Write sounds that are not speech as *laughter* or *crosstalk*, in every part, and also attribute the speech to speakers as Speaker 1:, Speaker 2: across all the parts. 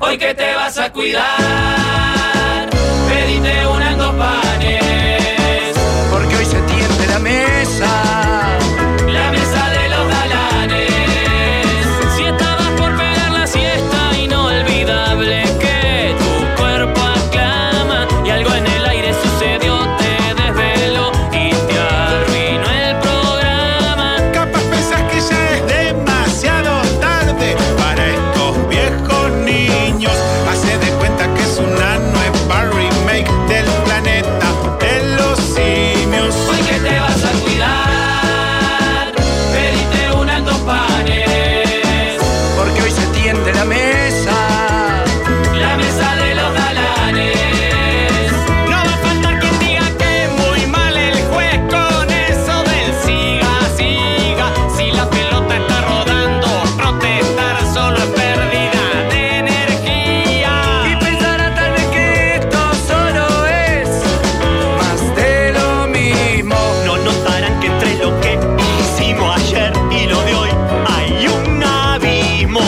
Speaker 1: hoy que te vas a cuidar, pedite unas dos panes,
Speaker 2: porque hoy se tiende la mesa.
Speaker 1: la mesa de los galanes. Si estabas por pegar la siesta, inolvidable que tu cuerpo aclama y algo en el aire sucedió, te desveló y te arruinó el programa.
Speaker 3: Capaz pensás que ya es demasiado tarde para estos viejos niños. Hace de cuenta que es una nueva remake del planeta de los simios.
Speaker 1: Hoy que te vas a cuidar, pedite unas dos panes,
Speaker 2: Porque hoy se tiende la mesa.
Speaker 1: la mesa de los galanes.
Speaker 3: No va a faltar quien diga que muy mal el juez con eso del siga, siga. Si la pelota está rodando, protestar solo es pérdida de
Speaker 2: Y
Speaker 3: energía.
Speaker 2: pensará tal vez que esto solo es más de lo mismo.
Speaker 3: No notarán que entre lo que hicimos ayer y lo de hoy hay un abismo.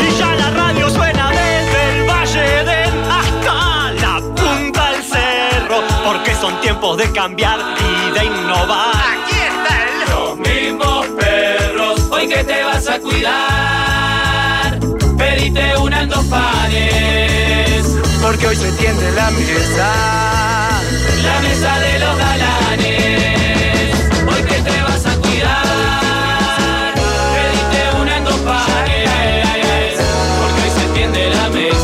Speaker 3: Y ya la radio suena desde el Valle del hasta la punta al cerro, porque son tiempos de cambiar y de innovar.
Speaker 1: Los mismos perros, hoy que te vas a cuidar, pedite unas dos panes,
Speaker 2: Porque hoy se tiende la mesa.
Speaker 1: la mesa de los galanes. Hoy que te vas a cuidar, pedite unas dos panes, porque hoy se tiende la mesa.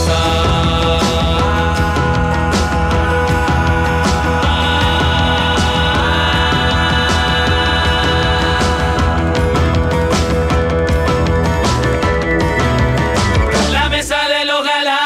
Speaker 1: La mesa de los galanes.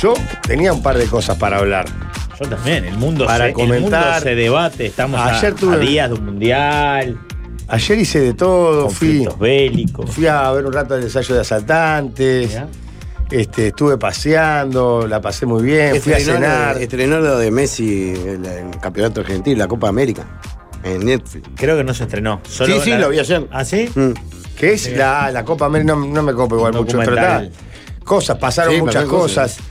Speaker 4: Yo tenía un par de cosas para hablar.
Speaker 5: Yo también, el mundo,
Speaker 4: Para
Speaker 5: se, el
Speaker 4: comentar.
Speaker 5: mundo se debate, estamos a-
Speaker 4: Ayer
Speaker 5: a,
Speaker 4: tuve-
Speaker 5: días de un mundial,
Speaker 4: Ayer hice de todo, fui,
Speaker 5: conflictos bélicos.
Speaker 4: fui a ver un rato el ensayo de asaltantes,
Speaker 5: Mirá.
Speaker 4: este, estuve paseando, la pasé muy
Speaker 6: Eh,
Speaker 4: bien, fui a
Speaker 6: Estrenó lo de-
Speaker 4: cenar.
Speaker 6: Estrenó lo de Messi, el, el campeonato argentino, la Copa América, en Netflix.
Speaker 5: Creo que no se estrenó. solo
Speaker 6: sí, sí,
Speaker 5: la-
Speaker 6: lo vi ayer.
Speaker 5: ¿Ah, sí?
Speaker 6: Mm.
Speaker 4: Que es la, la Copa América, no, no me copa igual mucho, pero
Speaker 5: Documental.
Speaker 4: está. Cosas, pasaron
Speaker 6: Sí,
Speaker 4: muchas
Speaker 6: pasaron cosas.
Speaker 4: cosas.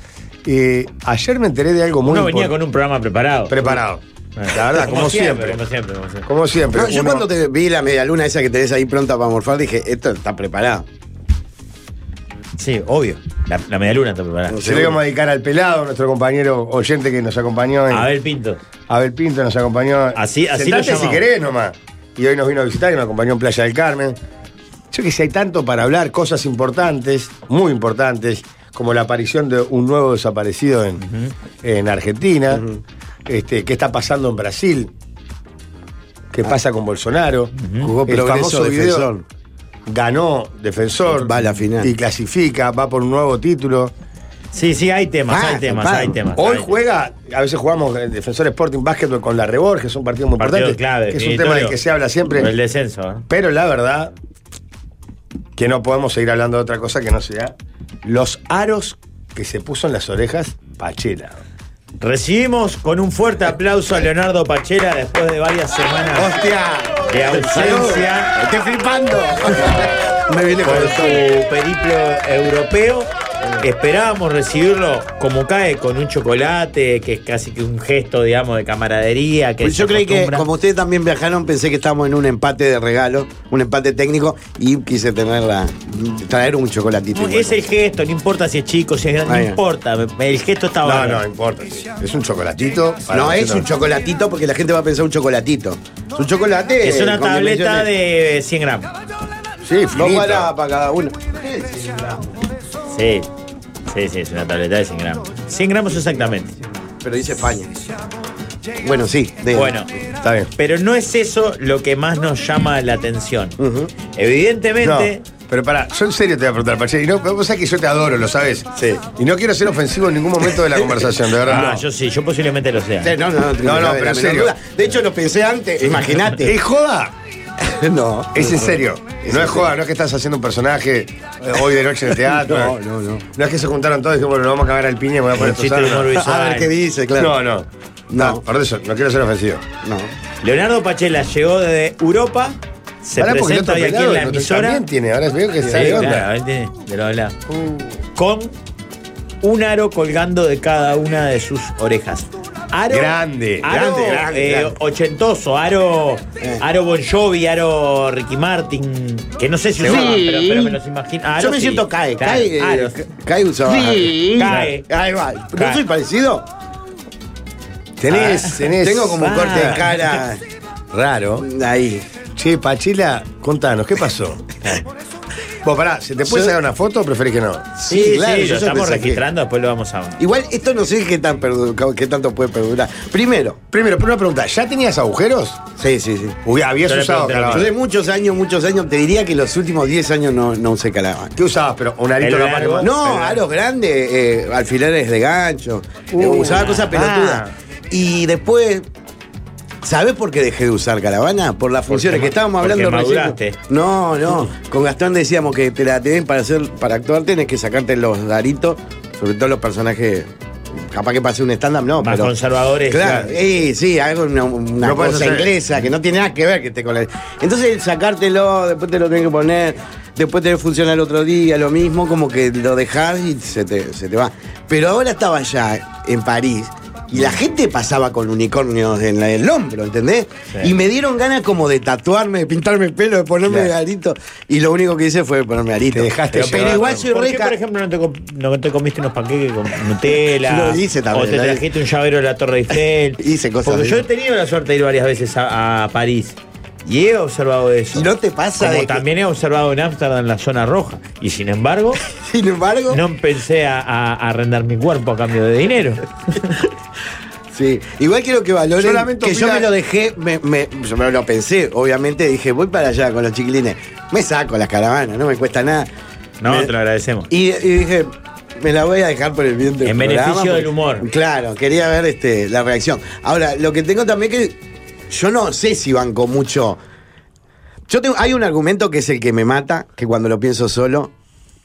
Speaker 4: Eh, ayer me enteré de algo muy
Speaker 5: Uno venía
Speaker 4: impor-
Speaker 5: con un programa preparado.
Speaker 4: preparado. La verdad, como,
Speaker 5: *laughs*
Speaker 4: siempre.
Speaker 5: Como siempre, como siempre.
Speaker 4: Como siempre.
Speaker 6: No, yo
Speaker 4: uno-
Speaker 6: cuando te vi la medialuna esa que tenés ahí pronta para morfar, dije, esto está preparado.
Speaker 5: Sí, obvio. La, la medialuna está preparada.
Speaker 4: se lo íbamos a dedicar al pelado, nuestro compañero oyente que nos acompañó. En,
Speaker 5: A ver, Pinto.
Speaker 4: Abel Pinto nos acompañó.
Speaker 5: Así- así
Speaker 4: Sentate
Speaker 5: lo llamamos.
Speaker 4: si querés nomás. Y hoy nos vino a visitar y nos acompañó en Playa del Carmen. Yo que sé, hay tanto para hablar, cosas importantes, muy importantes, como la aparición de un nuevo desaparecido en, en Argentina, este, qué está pasando en Brasil, qué
Speaker 5: Ah.
Speaker 4: pasa con Bolsonaro,
Speaker 6: Jugó
Speaker 4: el famoso
Speaker 6: progreso defensor.
Speaker 4: video ganó defensor
Speaker 6: Va a la final.
Speaker 4: y clasifica, va por un nuevo título.
Speaker 5: Sí, sí, hay temas,
Speaker 6: Ah,
Speaker 5: hay temas,
Speaker 6: papá.
Speaker 5: hay temas.
Speaker 4: Hoy
Speaker 5: hay
Speaker 4: juega, a veces jugamos eh, Defensor Sporting Básquetbol con la Reborges, es un partido muy
Speaker 5: Partido
Speaker 4: importante.
Speaker 5: clave,
Speaker 4: que es un
Speaker 5: definitorio.
Speaker 4: tema del que se habla
Speaker 5: temas. El
Speaker 4: siempre.
Speaker 5: descenso, ¿eh?
Speaker 4: Pero la verdad, que no podemos seguir hablando de otra cosa que no sea los aros que se puso en las orejas Pachela.
Speaker 5: Recibimos con un fuerte aplauso a Leonardo Pachela después de varias semanas
Speaker 4: ¡Hostia!
Speaker 5: de ausencia.
Speaker 4: ¡Estoy flipando!
Speaker 6: Me viene
Speaker 5: por
Speaker 6: con
Speaker 5: su periplo europeo. Esperábamos recibirlo como cae, con un chocolate, que es casi que un gesto, digamos, de camaradería. Que
Speaker 6: Pues yo
Speaker 5: se
Speaker 6: creí que,
Speaker 5: acostumbra.
Speaker 6: como ustedes también viajaron, pensé que estábamos en un empate de regalo, un empate técnico, y quise tener la, traer un chocolatito.
Speaker 5: No, Es el gesto, no importa si es chico, si es grande,
Speaker 6: Ah,
Speaker 5: no
Speaker 6: ya.
Speaker 5: importa. El gesto está
Speaker 4: No,
Speaker 5: bárbaro.
Speaker 4: no, importa. Es un chocolatito. para
Speaker 6: No es
Speaker 4: nosotros.
Speaker 6: un chocolatito porque la gente va a pensar un chocolatito. Es un chocolate.
Speaker 5: Es una
Speaker 6: con
Speaker 5: tableta
Speaker 6: dimensiones.
Speaker 5: de 100 gramos.
Speaker 4: Sí,
Speaker 6: Dos
Speaker 4: finito.
Speaker 6: para, para cada uno.
Speaker 5: Sí. Sí, sí, es una tableta de 100 gramos. 100 gramos exactamente.
Speaker 6: Pero dice España. Bueno, sí. de-
Speaker 5: Bueno,
Speaker 4: Está bien.
Speaker 5: pero no es eso lo que más nos llama la atención.
Speaker 6: Ujú.
Speaker 4: No,
Speaker 5: Evidentemente,
Speaker 4: pero pará, yo en serio te voy a preguntar, Pache. Y no, vos sabés que yo te adoro, lo sabes.
Speaker 5: Sí.
Speaker 4: Y no quiero ser ofensivo en ningún momento
Speaker 5: *laughs*
Speaker 4: de la conversación, de verdad.
Speaker 5: Ah, yo sí, yo posiblemente lo sea.
Speaker 6: Sí, No, no,
Speaker 4: No, no,
Speaker 6: no, la
Speaker 4: pero en
Speaker 6: menor
Speaker 4: serio.
Speaker 6: duda. De hecho, lo pensé antes. Este, Imagínate.
Speaker 4: ¿Es joda?
Speaker 6: no.
Speaker 4: Es en serio. No es joda, no es que estás haciendo un personaje eh, hoy de noche en el teatro.
Speaker 6: *laughs* No, no, no.
Speaker 4: No es que se juntaron todos y dijimos, bueno, lo vamos a cagar al piña y me voy a poner
Speaker 5: El
Speaker 4: estos
Speaker 5: chiste de humor
Speaker 4: sábanas.
Speaker 5: visual.
Speaker 6: A ver qué dice, claro.
Speaker 4: No, no.
Speaker 6: No.
Speaker 4: No, por eso, no quiero ser ofensivo.
Speaker 6: No.
Speaker 5: Leonardo Pachela llegó de Europa, se
Speaker 4: Pará, porque el
Speaker 5: presenta
Speaker 4: otro
Speaker 5: hoy aquí
Speaker 4: pelado
Speaker 5: en la
Speaker 4: no te-
Speaker 5: emisora.
Speaker 4: También tiene, ahora veo que
Speaker 5: Sí,
Speaker 4: sale
Speaker 5: claro,
Speaker 4: onda. Uh.
Speaker 5: él tiene- de lo habla. Con un aro colgando de cada una de sus orejas. Aro,
Speaker 4: Grande,
Speaker 5: aro,
Speaker 4: grande, grande,
Speaker 5: eh,
Speaker 4: grande. Eh.
Speaker 5: Ochentoso, aro, aro Bon Jovi, aro Ricky Martin, que no sé si usaban, pero, pero me los imagino. Ah, Aro
Speaker 6: Yo me
Speaker 5: sí,
Speaker 6: siento cae.
Speaker 5: claro,
Speaker 6: Cae. eh,
Speaker 5: aro.
Speaker 6: Cae usaba.
Speaker 5: Cae.
Speaker 6: Ahí va.
Speaker 5: Cae.
Speaker 6: ¿No soy parecido?
Speaker 4: Tenés, tenés.
Speaker 6: Tengo como un
Speaker 5: Ah.
Speaker 6: corte de cara
Speaker 4: Raro.
Speaker 6: ahí.
Speaker 4: Che, Pachila, contanos, ¿qué pasó? Vos, pará, ¿se te puede
Speaker 6: Yo-
Speaker 4: sacar una foto o preferís que no?
Speaker 5: Sí, sí,
Speaker 6: claro, yo
Speaker 5: lo
Speaker 6: ya
Speaker 5: estamos
Speaker 6: pensé que-
Speaker 5: registrando, después lo vamos a.
Speaker 6: Igual esto no sé qué, tan perdu- qué tanto puede perdurar. Primero,
Speaker 4: Primero, pero una pregunta, ¿ya tenías agujeros?
Speaker 6: sí, sí, sí.
Speaker 4: Uy, habías
Speaker 5: Yo le
Speaker 4: usado
Speaker 5: pregunté a la
Speaker 6: Yo
Speaker 4: calabaza.
Speaker 6: de muchos años, muchos años, te diría que los últimos 10 años no, no usé calabaza.
Speaker 4: ¿Qué usabas? Pero un arito
Speaker 5: El
Speaker 4: capaz que
Speaker 5: largo.
Speaker 4: más-
Speaker 6: No,
Speaker 4: El-
Speaker 6: aros grandes, eh, alfileres de gancho, eh,
Speaker 5: Uh,
Speaker 6: usaba cosas pelotudas. Y después, ¿sabés por qué dejé de usar caravana? Por las funciones
Speaker 5: ma-
Speaker 6: que estábamos
Speaker 5: porque
Speaker 6: hablando recién.
Speaker 5: maduraste.
Speaker 6: No, no. Con Gastón decíamos que te la tenés para hacer, para actuar tenés que sacarte los daritos, sobre todo los personajes. Capaz que pase un stand-up, no,
Speaker 5: Más
Speaker 6: pero.
Speaker 5: conservadores, claro.
Speaker 6: Claro, eh, sí, algo una, una
Speaker 4: No podés
Speaker 6: cosa
Speaker 4: hacer-
Speaker 6: inglesa que no tiene nada que ver que esté con la. Entonces, el sacártelo, después te lo tenés que poner, después te funciona el otro día, lo mismo, como que lo dejás y se te, se te va. Pero ahora estaba allá en París y la gente pasaba con unicornios en la- el hombro, ¿entendés?
Speaker 5: Sí.
Speaker 6: Y me dieron ganas como de tatuarme, de pintarme el pelo, de ponerme
Speaker 4: Claro.
Speaker 6: arito. Y lo único que hice fue ponerme arito.
Speaker 4: Te dejaste
Speaker 6: pero, pero
Speaker 4: llevar,
Speaker 6: igual
Speaker 4: ¿no?
Speaker 6: soy
Speaker 5: ¿Por qué,
Speaker 6: reca.
Speaker 5: por ejemplo, no te, com- no te comiste unos panqueques con Nutella?
Speaker 6: Lo hice también,
Speaker 5: O te
Speaker 6: lo hice.
Speaker 5: trajiste un llavero de la Torre Eiffel.
Speaker 6: *laughs* Hice cosas
Speaker 5: Porque
Speaker 6: de
Speaker 5: yo he
Speaker 6: esas.
Speaker 5: tenido la suerte de ir varias veces a, a París. Y he observado eso.
Speaker 6: ¿Y no te pasa
Speaker 5: Como
Speaker 6: de que-
Speaker 5: también he observado en Ámsterdam la zona roja. Y sin embargo,
Speaker 6: *laughs* Sin embargo.
Speaker 5: no pensé a, a- a arrendar mi cuerpo a cambio de dinero.
Speaker 6: *laughs* Sí, igual quiero que valoren
Speaker 4: Yo lamento,
Speaker 6: que yo
Speaker 4: Pilar.
Speaker 6: me lo dejé, me, me- yo me lo pensé, obviamente, dije, voy para allá con los chiquilines, me saco las caravanas, no me cuesta nada.
Speaker 5: No,
Speaker 6: Me-
Speaker 5: te lo agradecemos.
Speaker 6: y, y dije, me la voy a dejar por el bien del
Speaker 5: En
Speaker 6: programa,
Speaker 5: beneficio del
Speaker 6: porque-
Speaker 5: humor.
Speaker 6: Claro, quería ver este, la reacción. Ahora, lo que tengo también que, yo no sé si banco mucho. Yo tengo, hay un argumento que es el que me mata, que cuando lo pienso solo,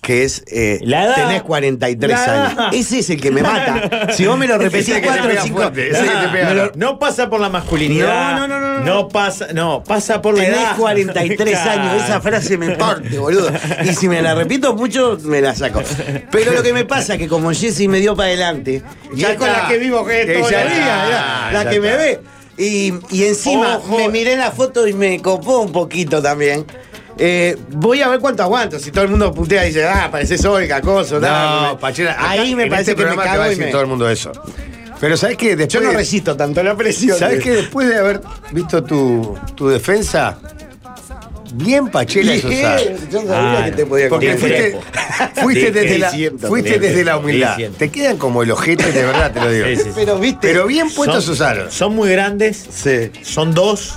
Speaker 6: que es, eh,
Speaker 5: La edad.
Speaker 6: tenés 43
Speaker 5: La edad.
Speaker 6: años. Ese es el que me mata. Si vos
Speaker 5: *laughs*
Speaker 6: me lo repetís
Speaker 4: Ese que te
Speaker 6: cuatro o
Speaker 4: pega
Speaker 6: cinco...
Speaker 4: fuerte, ese que te
Speaker 5: Ah,
Speaker 4: pega.
Speaker 5: no, no pasa por la masculinidad.
Speaker 6: No, no, no, no, no.
Speaker 5: No pasa, no, pasa por la
Speaker 6: Tenés
Speaker 5: edad. *laughs*
Speaker 4: *laughs*
Speaker 6: 43
Speaker 5: Claro.
Speaker 6: años, esa frase me parte, boludo. Y si me la repito mucho, me la saco. Pero lo que me pasa es que como Jessy me dio para adelante,
Speaker 4: Ya
Speaker 6: ya es con
Speaker 4: está.
Speaker 6: la que vivo que es
Speaker 4: Eh,
Speaker 6: toda
Speaker 4: ya
Speaker 6: la vida,
Speaker 4: está,
Speaker 6: ya,
Speaker 4: ya
Speaker 6: la que me
Speaker 4: está.
Speaker 6: ve. Y, y encima
Speaker 5: Ojo.
Speaker 6: me miré la foto y me copó un poquito también. Eh, voy a ver cuánto aguanto. Si todo el mundo putea y dice, ah, pareces Olga, coso, tal.
Speaker 4: No, Pachela, acá
Speaker 6: Ahí me
Speaker 4: en
Speaker 6: parece
Speaker 4: este
Speaker 6: que me
Speaker 4: programa te va
Speaker 6: cago
Speaker 4: a
Speaker 6: y
Speaker 4: decir
Speaker 6: me...
Speaker 4: todo el mundo eso. Pero ¿sabés qué?
Speaker 6: Yo
Speaker 4: Después
Speaker 6: no
Speaker 4: de-
Speaker 6: resisto tanto la presión. eh.
Speaker 4: ¿Sabés qué? Después de haber visto tu, tu defensa, bien Pachela eso sabe.
Speaker 6: Yo sabía
Speaker 5: Ah,
Speaker 6: que te podía
Speaker 4: Porque
Speaker 5: Bien
Speaker 6: convencer.
Speaker 4: fuiste,
Speaker 5: fresco.
Speaker 4: *laughs* fuiste
Speaker 5: Sí,
Speaker 4: desde,
Speaker 5: sí,
Speaker 4: la,
Speaker 6: siento,
Speaker 4: fuiste
Speaker 5: bien
Speaker 4: desde
Speaker 5: fresco,
Speaker 4: la humildad.
Speaker 5: sí, siento.
Speaker 4: Te quedan como el ojete, de verdad te lo digo.
Speaker 5: Sí, sí, sí.
Speaker 6: Pero viste.
Speaker 4: Pero bien puestos
Speaker 5: Son-
Speaker 4: usaron.
Speaker 5: Son muy grandes,
Speaker 6: Sí.
Speaker 5: son dos,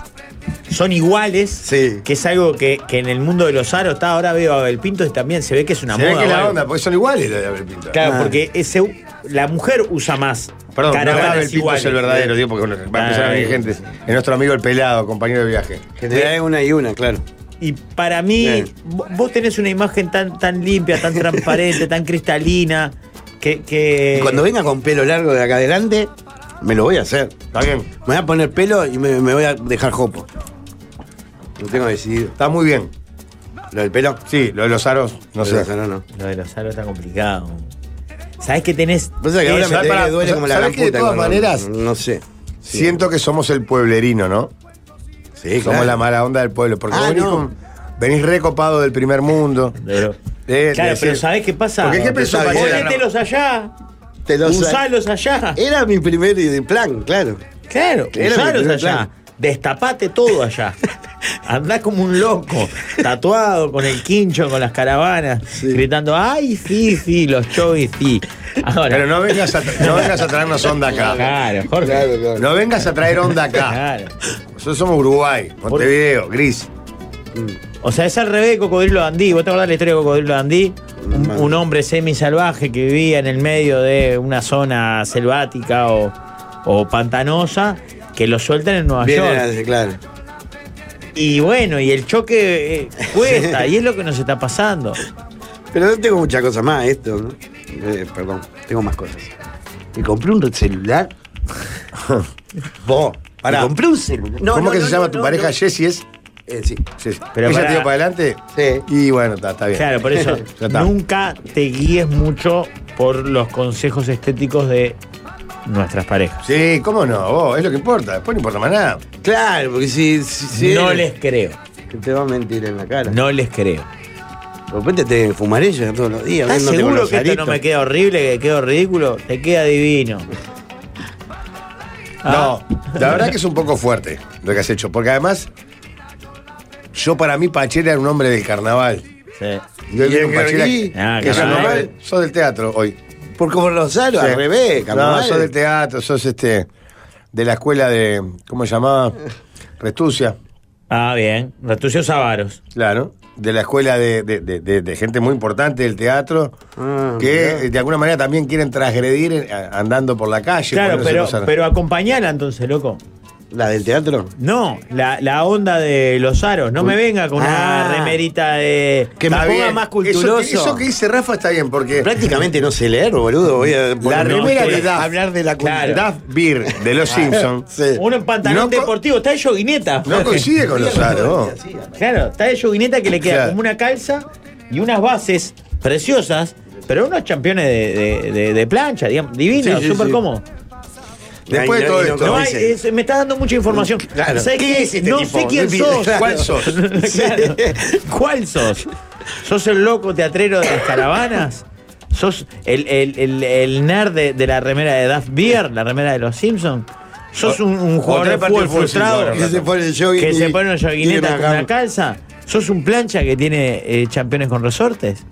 Speaker 5: son iguales.
Speaker 6: Sí.
Speaker 5: Que es algo que, que en el mundo de los aros está. Ahora veo a Abel Pinto y también se ve que es una
Speaker 4: Se
Speaker 5: moda.
Speaker 4: ve que
Speaker 5: o
Speaker 4: es la
Speaker 5: algo.
Speaker 4: onda, porque son iguales los de Abel Pinto.
Speaker 5: Claro,
Speaker 6: Ah.
Speaker 5: porque ese, la mujer usa más.
Speaker 4: Perdón, no
Speaker 5: caravanas
Speaker 4: era Abel Pinto
Speaker 5: iguales.
Speaker 4: es el verdadero, digo, porque bueno, va a empezar a venir
Speaker 5: Ay.
Speaker 4: gente. Es nuestro amigo el pelado, compañero de viaje.
Speaker 6: General es una y una, claro.
Speaker 5: Y para mí,
Speaker 6: Bien.
Speaker 5: vo- vos tenés una imagen tan, tan limpia, tan transparente, *laughs* tan cristalina, que. que-
Speaker 4: Eh,
Speaker 6: Y cuando venga con pelo largo de acá adelante, me lo voy a hacer.
Speaker 4: ¿Está bien?
Speaker 6: Me voy a poner pelo y me, me voy a dejar jopo. Lo tengo decidido.
Speaker 4: Está muy bien.
Speaker 6: ¿Lo del pelo?
Speaker 4: Sí, lo de los aros, no
Speaker 6: Lo de
Speaker 4: sé.
Speaker 6: los aros no.
Speaker 5: Lo de los aros está complicado. ¿Sabés que tenés?
Speaker 6: Pasa que ahora
Speaker 5: eso?
Speaker 6: me
Speaker 4: ¿sabes para-
Speaker 6: duele, duele como la
Speaker 4: ¿sabes
Speaker 6: gran
Speaker 4: que de
Speaker 6: puta
Speaker 4: todas
Speaker 6: cuando-
Speaker 4: maneras-
Speaker 6: No sé. Sí.
Speaker 4: Siento que somos el pueblerino, ¿no?
Speaker 6: Sí,
Speaker 4: Somos
Speaker 6: claro.
Speaker 4: la mala onda del pueblo. Porque
Speaker 6: Ah,
Speaker 4: vos venís,
Speaker 6: no.
Speaker 4: con- venís recopado del primer mundo.
Speaker 5: *laughs*
Speaker 4: Eh,
Speaker 5: Pero-
Speaker 6: Eh,
Speaker 4: de- de
Speaker 5: claro,
Speaker 4: decir-
Speaker 5: pero ¿sabés qué pasa?
Speaker 4: Porque ¿qué
Speaker 6: No,
Speaker 4: pensó
Speaker 6: está bien.
Speaker 4: Pachela? No.
Speaker 5: Ponételos allá.
Speaker 6: Te lo sa-
Speaker 5: Usalos allá.
Speaker 6: Era mi primer i- plan, claro.
Speaker 5: Claro,
Speaker 6: Era mi
Speaker 5: usalos
Speaker 6: primer
Speaker 5: allá.
Speaker 6: plan.
Speaker 5: Destapate todo
Speaker 6: *laughs*
Speaker 5: allá. Andás como un loco, tatuado con el quincho, con las caravanas, gritando, ay, sí, sí, los chovis, sí. Ahora,
Speaker 4: Pero no vengas a, no vengas a traernos onda acá.
Speaker 5: claro, Jorge.
Speaker 6: Claro, claro.
Speaker 4: No vengas a traer onda acá.
Speaker 5: Claro.
Speaker 4: Nosotros somos Uruguay, Montevideo, gris.
Speaker 5: O sea, es al revés de Cocodrilo Dandí. ¿Vos te acordás la historia de Cocodrilo Dandí? Un,
Speaker 6: Mm.
Speaker 5: un hombre semi-salvaje que vivía en el medio de una zona selvática o, o pantanosa que lo sueltan en Nueva
Speaker 6: Bien,
Speaker 5: York.
Speaker 6: era- claro.
Speaker 5: Y bueno, y el choque eh,
Speaker 6: *laughs*
Speaker 5: cuesta, y es lo que nos está pasando.
Speaker 6: Pero no tengo muchas cosas más, esto, ¿no? Eh, perdón, tengo más cosas. Me compré
Speaker 4: *laughs*
Speaker 6: un celular. Vos,
Speaker 4: pará.
Speaker 6: Me compré un celular. No,
Speaker 4: ¿Cómo
Speaker 6: no,
Speaker 4: que
Speaker 6: no,
Speaker 4: se
Speaker 6: no,
Speaker 4: llama tu
Speaker 6: no,
Speaker 4: pareja?
Speaker 6: no.
Speaker 4: Jessy es.
Speaker 6: Eh, sí.
Speaker 4: Jessy.
Speaker 5: Pero
Speaker 4: ¿Ella
Speaker 5: pará.
Speaker 4: te dio para adelante?
Speaker 6: Sí.
Speaker 4: Y bueno, está, está bien.
Speaker 5: Claro, por eso
Speaker 4: *laughs* Ya está.
Speaker 5: nunca te guíes mucho por los consejos estéticos de nuestras parejas.
Speaker 4: Sí, cómo no, vos, es lo que importa. Después no importa más nada.
Speaker 6: Claro, porque si. si, si-
Speaker 5: No les creo,
Speaker 6: que Te va a mentir en la cara.
Speaker 5: no les creo.
Speaker 6: De repente te deben fumar ella todos los días.
Speaker 5: ¿Estás
Speaker 6: viéndote con
Speaker 5: seguro
Speaker 6: los
Speaker 5: que esto no
Speaker 6: aritos.
Speaker 5: me queda horrible, que quedo ridículo? Te queda divino. Ah.
Speaker 4: No, la verdad que es un poco fuerte lo que has hecho. Porque además, yo para mí Pachela era un hombre del carnaval.
Speaker 5: Sí.
Speaker 4: Y hoy
Speaker 6: ¿Y
Speaker 4: viene
Speaker 6: el
Speaker 4: un Pachela
Speaker 6: Guerrí?
Speaker 4: que,
Speaker 5: Ah,
Speaker 4: que es un
Speaker 5: carnaval.
Speaker 4: hombre- Sos del teatro hoy.
Speaker 6: Por como Rosario, al
Speaker 4: Sí.
Speaker 6: revés,
Speaker 4: No,
Speaker 6: carnaval.
Speaker 4: sos del teatro, sos este. De la escuela de. ¿Cómo se llamaba? Restucia.
Speaker 5: Ah, bien. Retucios avaros.
Speaker 4: Claro. De la escuela de, de- de- de- de gente muy importante del teatro,
Speaker 6: Ah,
Speaker 4: que eh, de alguna manera también quieren transgredir eh, andando por la calle.
Speaker 5: Claro,
Speaker 4: poniéndose
Speaker 5: pero,
Speaker 4: cosas-
Speaker 5: pero acompañala entonces, loco.
Speaker 6: ¿La del teatro?
Speaker 5: No, la, la onda de los aros. No me venga con una
Speaker 6: Ah.
Speaker 5: remerita de.
Speaker 6: Que me
Speaker 4: Está
Speaker 6: ponga
Speaker 4: bien.
Speaker 6: más
Speaker 4: Eso,
Speaker 6: culturoso.
Speaker 4: que- eso que dice Rafa está bien, porque
Speaker 6: Prácticamente no sé leer, boludo. Voy a
Speaker 4: la
Speaker 5: no,
Speaker 4: remera
Speaker 5: estoy-
Speaker 4: de Duff,
Speaker 6: hablar de la
Speaker 5: Claro.
Speaker 4: Duff Beer de Los Simpsons,
Speaker 5: Uno en pantalón
Speaker 4: No co-
Speaker 5: deportivo. Está de yoguineta.
Speaker 4: no
Speaker 5: Jorge.
Speaker 4: coincide con los aros.
Speaker 5: Claro, está de yoguineta que le queda
Speaker 4: Claro.
Speaker 5: como una calza y unas bases preciosas, pero unos campeones de, de- de- de plancha, digamos, divinos,
Speaker 6: Sí, sí,
Speaker 5: súper
Speaker 6: sí.
Speaker 5: cómodo.
Speaker 4: Después de todo esto,
Speaker 5: No hay-
Speaker 6: dice-
Speaker 5: es- me está dando mucha información.
Speaker 6: Claro.
Speaker 5: ¿Sabés
Speaker 6: ¿Qué
Speaker 5: qué?
Speaker 6: es este
Speaker 5: no
Speaker 6: tipo?
Speaker 5: sé quién
Speaker 6: No
Speaker 5: sos.
Speaker 6: entiendo.
Speaker 4: ¿Cuál
Speaker 5: *laughs*
Speaker 4: sos?
Speaker 6: *laughs*
Speaker 5: Claro. ¿Cuál sos? ¿Sos el loco teatrero de las caravanas? ¿Sos el, el- el- el nerd de, de la remera de Duff Beer, la remera de los Simpsons? ¿Sos un, un jugador
Speaker 4: tres
Speaker 5: de fútbol
Speaker 4: partidos de fútbol sin
Speaker 5: frustrado?
Speaker 4: jugar,
Speaker 6: Que se pone el jogging
Speaker 5: que
Speaker 6: y-
Speaker 5: se pone una
Speaker 6: y
Speaker 5: joguineta
Speaker 6: una
Speaker 5: con una
Speaker 6: cam-
Speaker 5: calza. ¿Sos un plancha que tiene eh, campeones con resortes?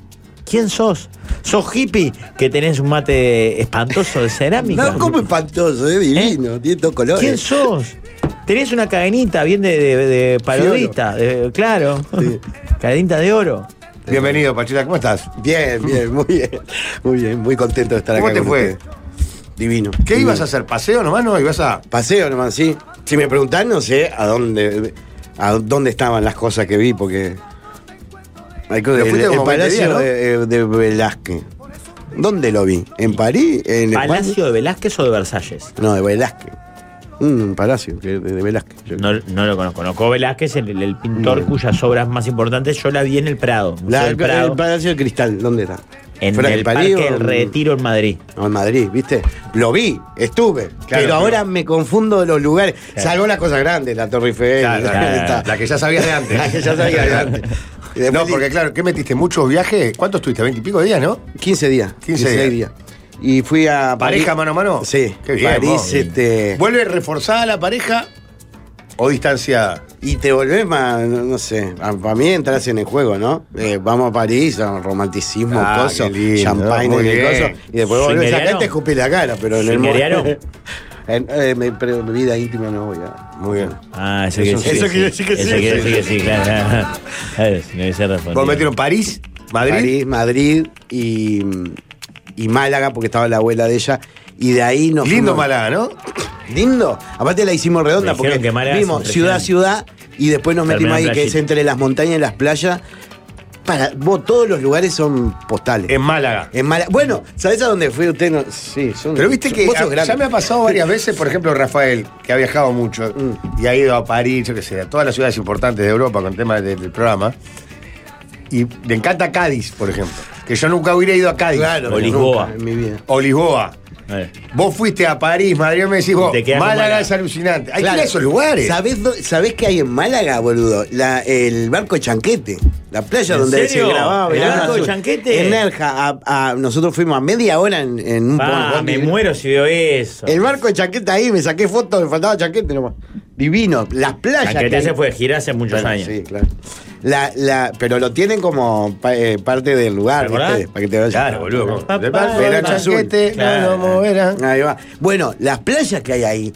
Speaker 5: ¿Quién sos? ¿Sos hippie que tenés un mate espantoso de cerámica?
Speaker 6: No, como espantoso, es divino, tiene todos colores.
Speaker 5: ¿Eh? ¿Quién sos? Tenés una cadenita bien de, de- de parodista, de- claro. *laughs* Cadenita de oro.
Speaker 4: Bienvenido, Pachita, ¿cómo estás?
Speaker 6: Bien, bien, muy bien. Muy bien, muy contento de estar
Speaker 4: ¿Cómo
Speaker 6: acá.
Speaker 4: te
Speaker 6: con
Speaker 4: fue?
Speaker 6: ustedes. Divino.
Speaker 4: ¿Qué
Speaker 6: divino.
Speaker 4: ibas a hacer? ¿Paseo nomás? No, ibas a.
Speaker 6: Paseo nomás, sí. Si me preguntan, no sé a dónde, a dónde estaban las cosas que vi, porque. Hay cosas-
Speaker 4: Pero
Speaker 6: el,
Speaker 4: fuiste
Speaker 6: el
Speaker 4: como 20
Speaker 6: Palacio
Speaker 4: días, ¿no?
Speaker 6: de, de Velázquez. ¿Dónde lo vi? ¿En París? ¿En España?
Speaker 5: ¿Palacio de Velázquez o de Versalles?
Speaker 6: No, de Velázquez. Un palacio que- de, de Velázquez. Yo-
Speaker 5: No, no lo conozco. Conozco a Velázquez, el, el pintor cuyas obras más importantes yo las vi en el Prado. Museo
Speaker 6: Mm. La-
Speaker 5: del
Speaker 6: el,
Speaker 5: Prado,
Speaker 6: Palacio del Cristal, ¿dónde está?
Speaker 5: en
Speaker 6: ¿Fuera
Speaker 5: el
Speaker 6: de
Speaker 5: Parque
Speaker 6: París o
Speaker 5: del
Speaker 6: en-
Speaker 5: Retiro en Madrid.
Speaker 6: No, en Madrid, ¿viste? Lo vi, estuve. pero ahora me confundo de los lugares. Salvo las cosas grandes, la Torre Eiffel.
Speaker 4: Claro,
Speaker 5: claro.
Speaker 6: está.
Speaker 4: La que ya sabías de antes.
Speaker 6: *laughs* La que ya sabía de antes. Y después
Speaker 4: No, porque claro, ¿qué metiste? ¿Muchos viajes? ¿Cuántos estuviste? ¿20 y pico de días, no?
Speaker 6: 15 días.
Speaker 4: 15
Speaker 6: 16
Speaker 4: días.
Speaker 6: Y fui a París.
Speaker 4: *laughs* ¿Pareja mano a mano?
Speaker 6: Sí.
Speaker 4: Qué bien,
Speaker 6: París,
Speaker 4: vos.
Speaker 6: este.
Speaker 4: ¿Vuelve reforzada la pareja o distanciada?
Speaker 6: Y te volvés más, no no sé, para mí entras en el juego, ¿no? Eh, vamos a París, a romanticismo,
Speaker 4: Ah,
Speaker 6: coso,
Speaker 4: qué lindo,
Speaker 6: champagne,
Speaker 4: muy
Speaker 6: en el
Speaker 4: bien.
Speaker 6: coso, y después volvés
Speaker 5: ¿Swingeriano?
Speaker 6: acá y te escupí la cara, pero en el
Speaker 5: ¿Swingeriano?
Speaker 6: *laughs* En- eh, mi, pero mi vida íntima no voy a...
Speaker 4: Muy bien.
Speaker 5: Ah, eso, quiere
Speaker 4: Eso-
Speaker 5: decir
Speaker 4: eso quiere decir que sí.
Speaker 5: Eso quiere decir que sí,
Speaker 6: *laughs*
Speaker 5: claro. claro. Claro, si no hubiese respondido.
Speaker 4: ¿Vos metieron París? ¿Madrid?
Speaker 6: París, Madrid y, y Málaga, porque estaba la abuela de ella, y de ahí nos
Speaker 4: Lindo
Speaker 6: fuimos-
Speaker 4: Málaga, ¿no?
Speaker 6: *clears throat* Lindo. Aparte la hicimos redonda
Speaker 5: Me dijeron
Speaker 6: porque
Speaker 5: que Málaga es
Speaker 6: vimos
Speaker 5: impresionante.
Speaker 6: ciudad a ciudad y después nos metimos
Speaker 5: Terminó en
Speaker 6: ahí que es
Speaker 5: playita.
Speaker 6: entre las montañas y las playas. Para vos todos los lugares son postales.
Speaker 4: En Málaga.
Speaker 6: En Málaga. Bueno, ¿sabés a dónde fue usted? No, sí, son,
Speaker 4: Pero viste que
Speaker 6: vos sos
Speaker 4: a-
Speaker 6: grande.
Speaker 4: ya me ha pasado varias veces, por ejemplo, Rafael, que ha viajado mucho
Speaker 6: Mm.
Speaker 4: y ha ido a París, yo qué sé, a todas las ciudades importantes de Europa con temas del, del programa. Y le encanta Cádiz, por ejemplo. que yo nunca hubiera ido a Cádiz.
Speaker 6: Claro,
Speaker 5: O Lisboa.
Speaker 6: en mi vida.
Speaker 4: O Lisboa.
Speaker 5: Eh.
Speaker 4: Vos fuiste a París, Madrid, me decís vos,
Speaker 5: Te quedás con
Speaker 4: Málaga
Speaker 5: Málaga.
Speaker 4: es alucinante. Hay que
Speaker 6: Claro.
Speaker 4: ir a esos lugares.
Speaker 6: ¿Sabés, dó- sabés qué hay en Málaga, boludo? La- el barco Chanquete. La playa
Speaker 5: ¿En
Speaker 6: donde
Speaker 5: serio?
Speaker 6: se grababa.
Speaker 5: ¿El
Speaker 6: Verano
Speaker 5: barco
Speaker 6: Azul.
Speaker 5: Chanquete?
Speaker 6: En Nerja. a- a- nosotros fuimos a media hora en, en un
Speaker 5: Pa,
Speaker 6: bondi.
Speaker 5: me muero si veo eso.
Speaker 6: El barco Chanquete ahí, me saqué fotos, me faltaba Chanquete nomás. Divino. Las playas. que
Speaker 5: Chanquete
Speaker 6: hay.
Speaker 5: se fue de gira hace muchos
Speaker 6: Bueno,
Speaker 5: años.
Speaker 6: Sí, claro. La, la, pero lo tienen como pa- eh, parte del lugar,
Speaker 5: ¿Te acordás?
Speaker 6: ¿viste? Para que te vayas.
Speaker 5: Claro, boludo. como-
Speaker 4: De Palma,
Speaker 6: Papá,
Speaker 4: era
Speaker 6: papá.
Speaker 4: chanquete,
Speaker 5: Claro.
Speaker 4: no lo moverá.
Speaker 6: Ahí va. Bueno, las playas que hay ahí,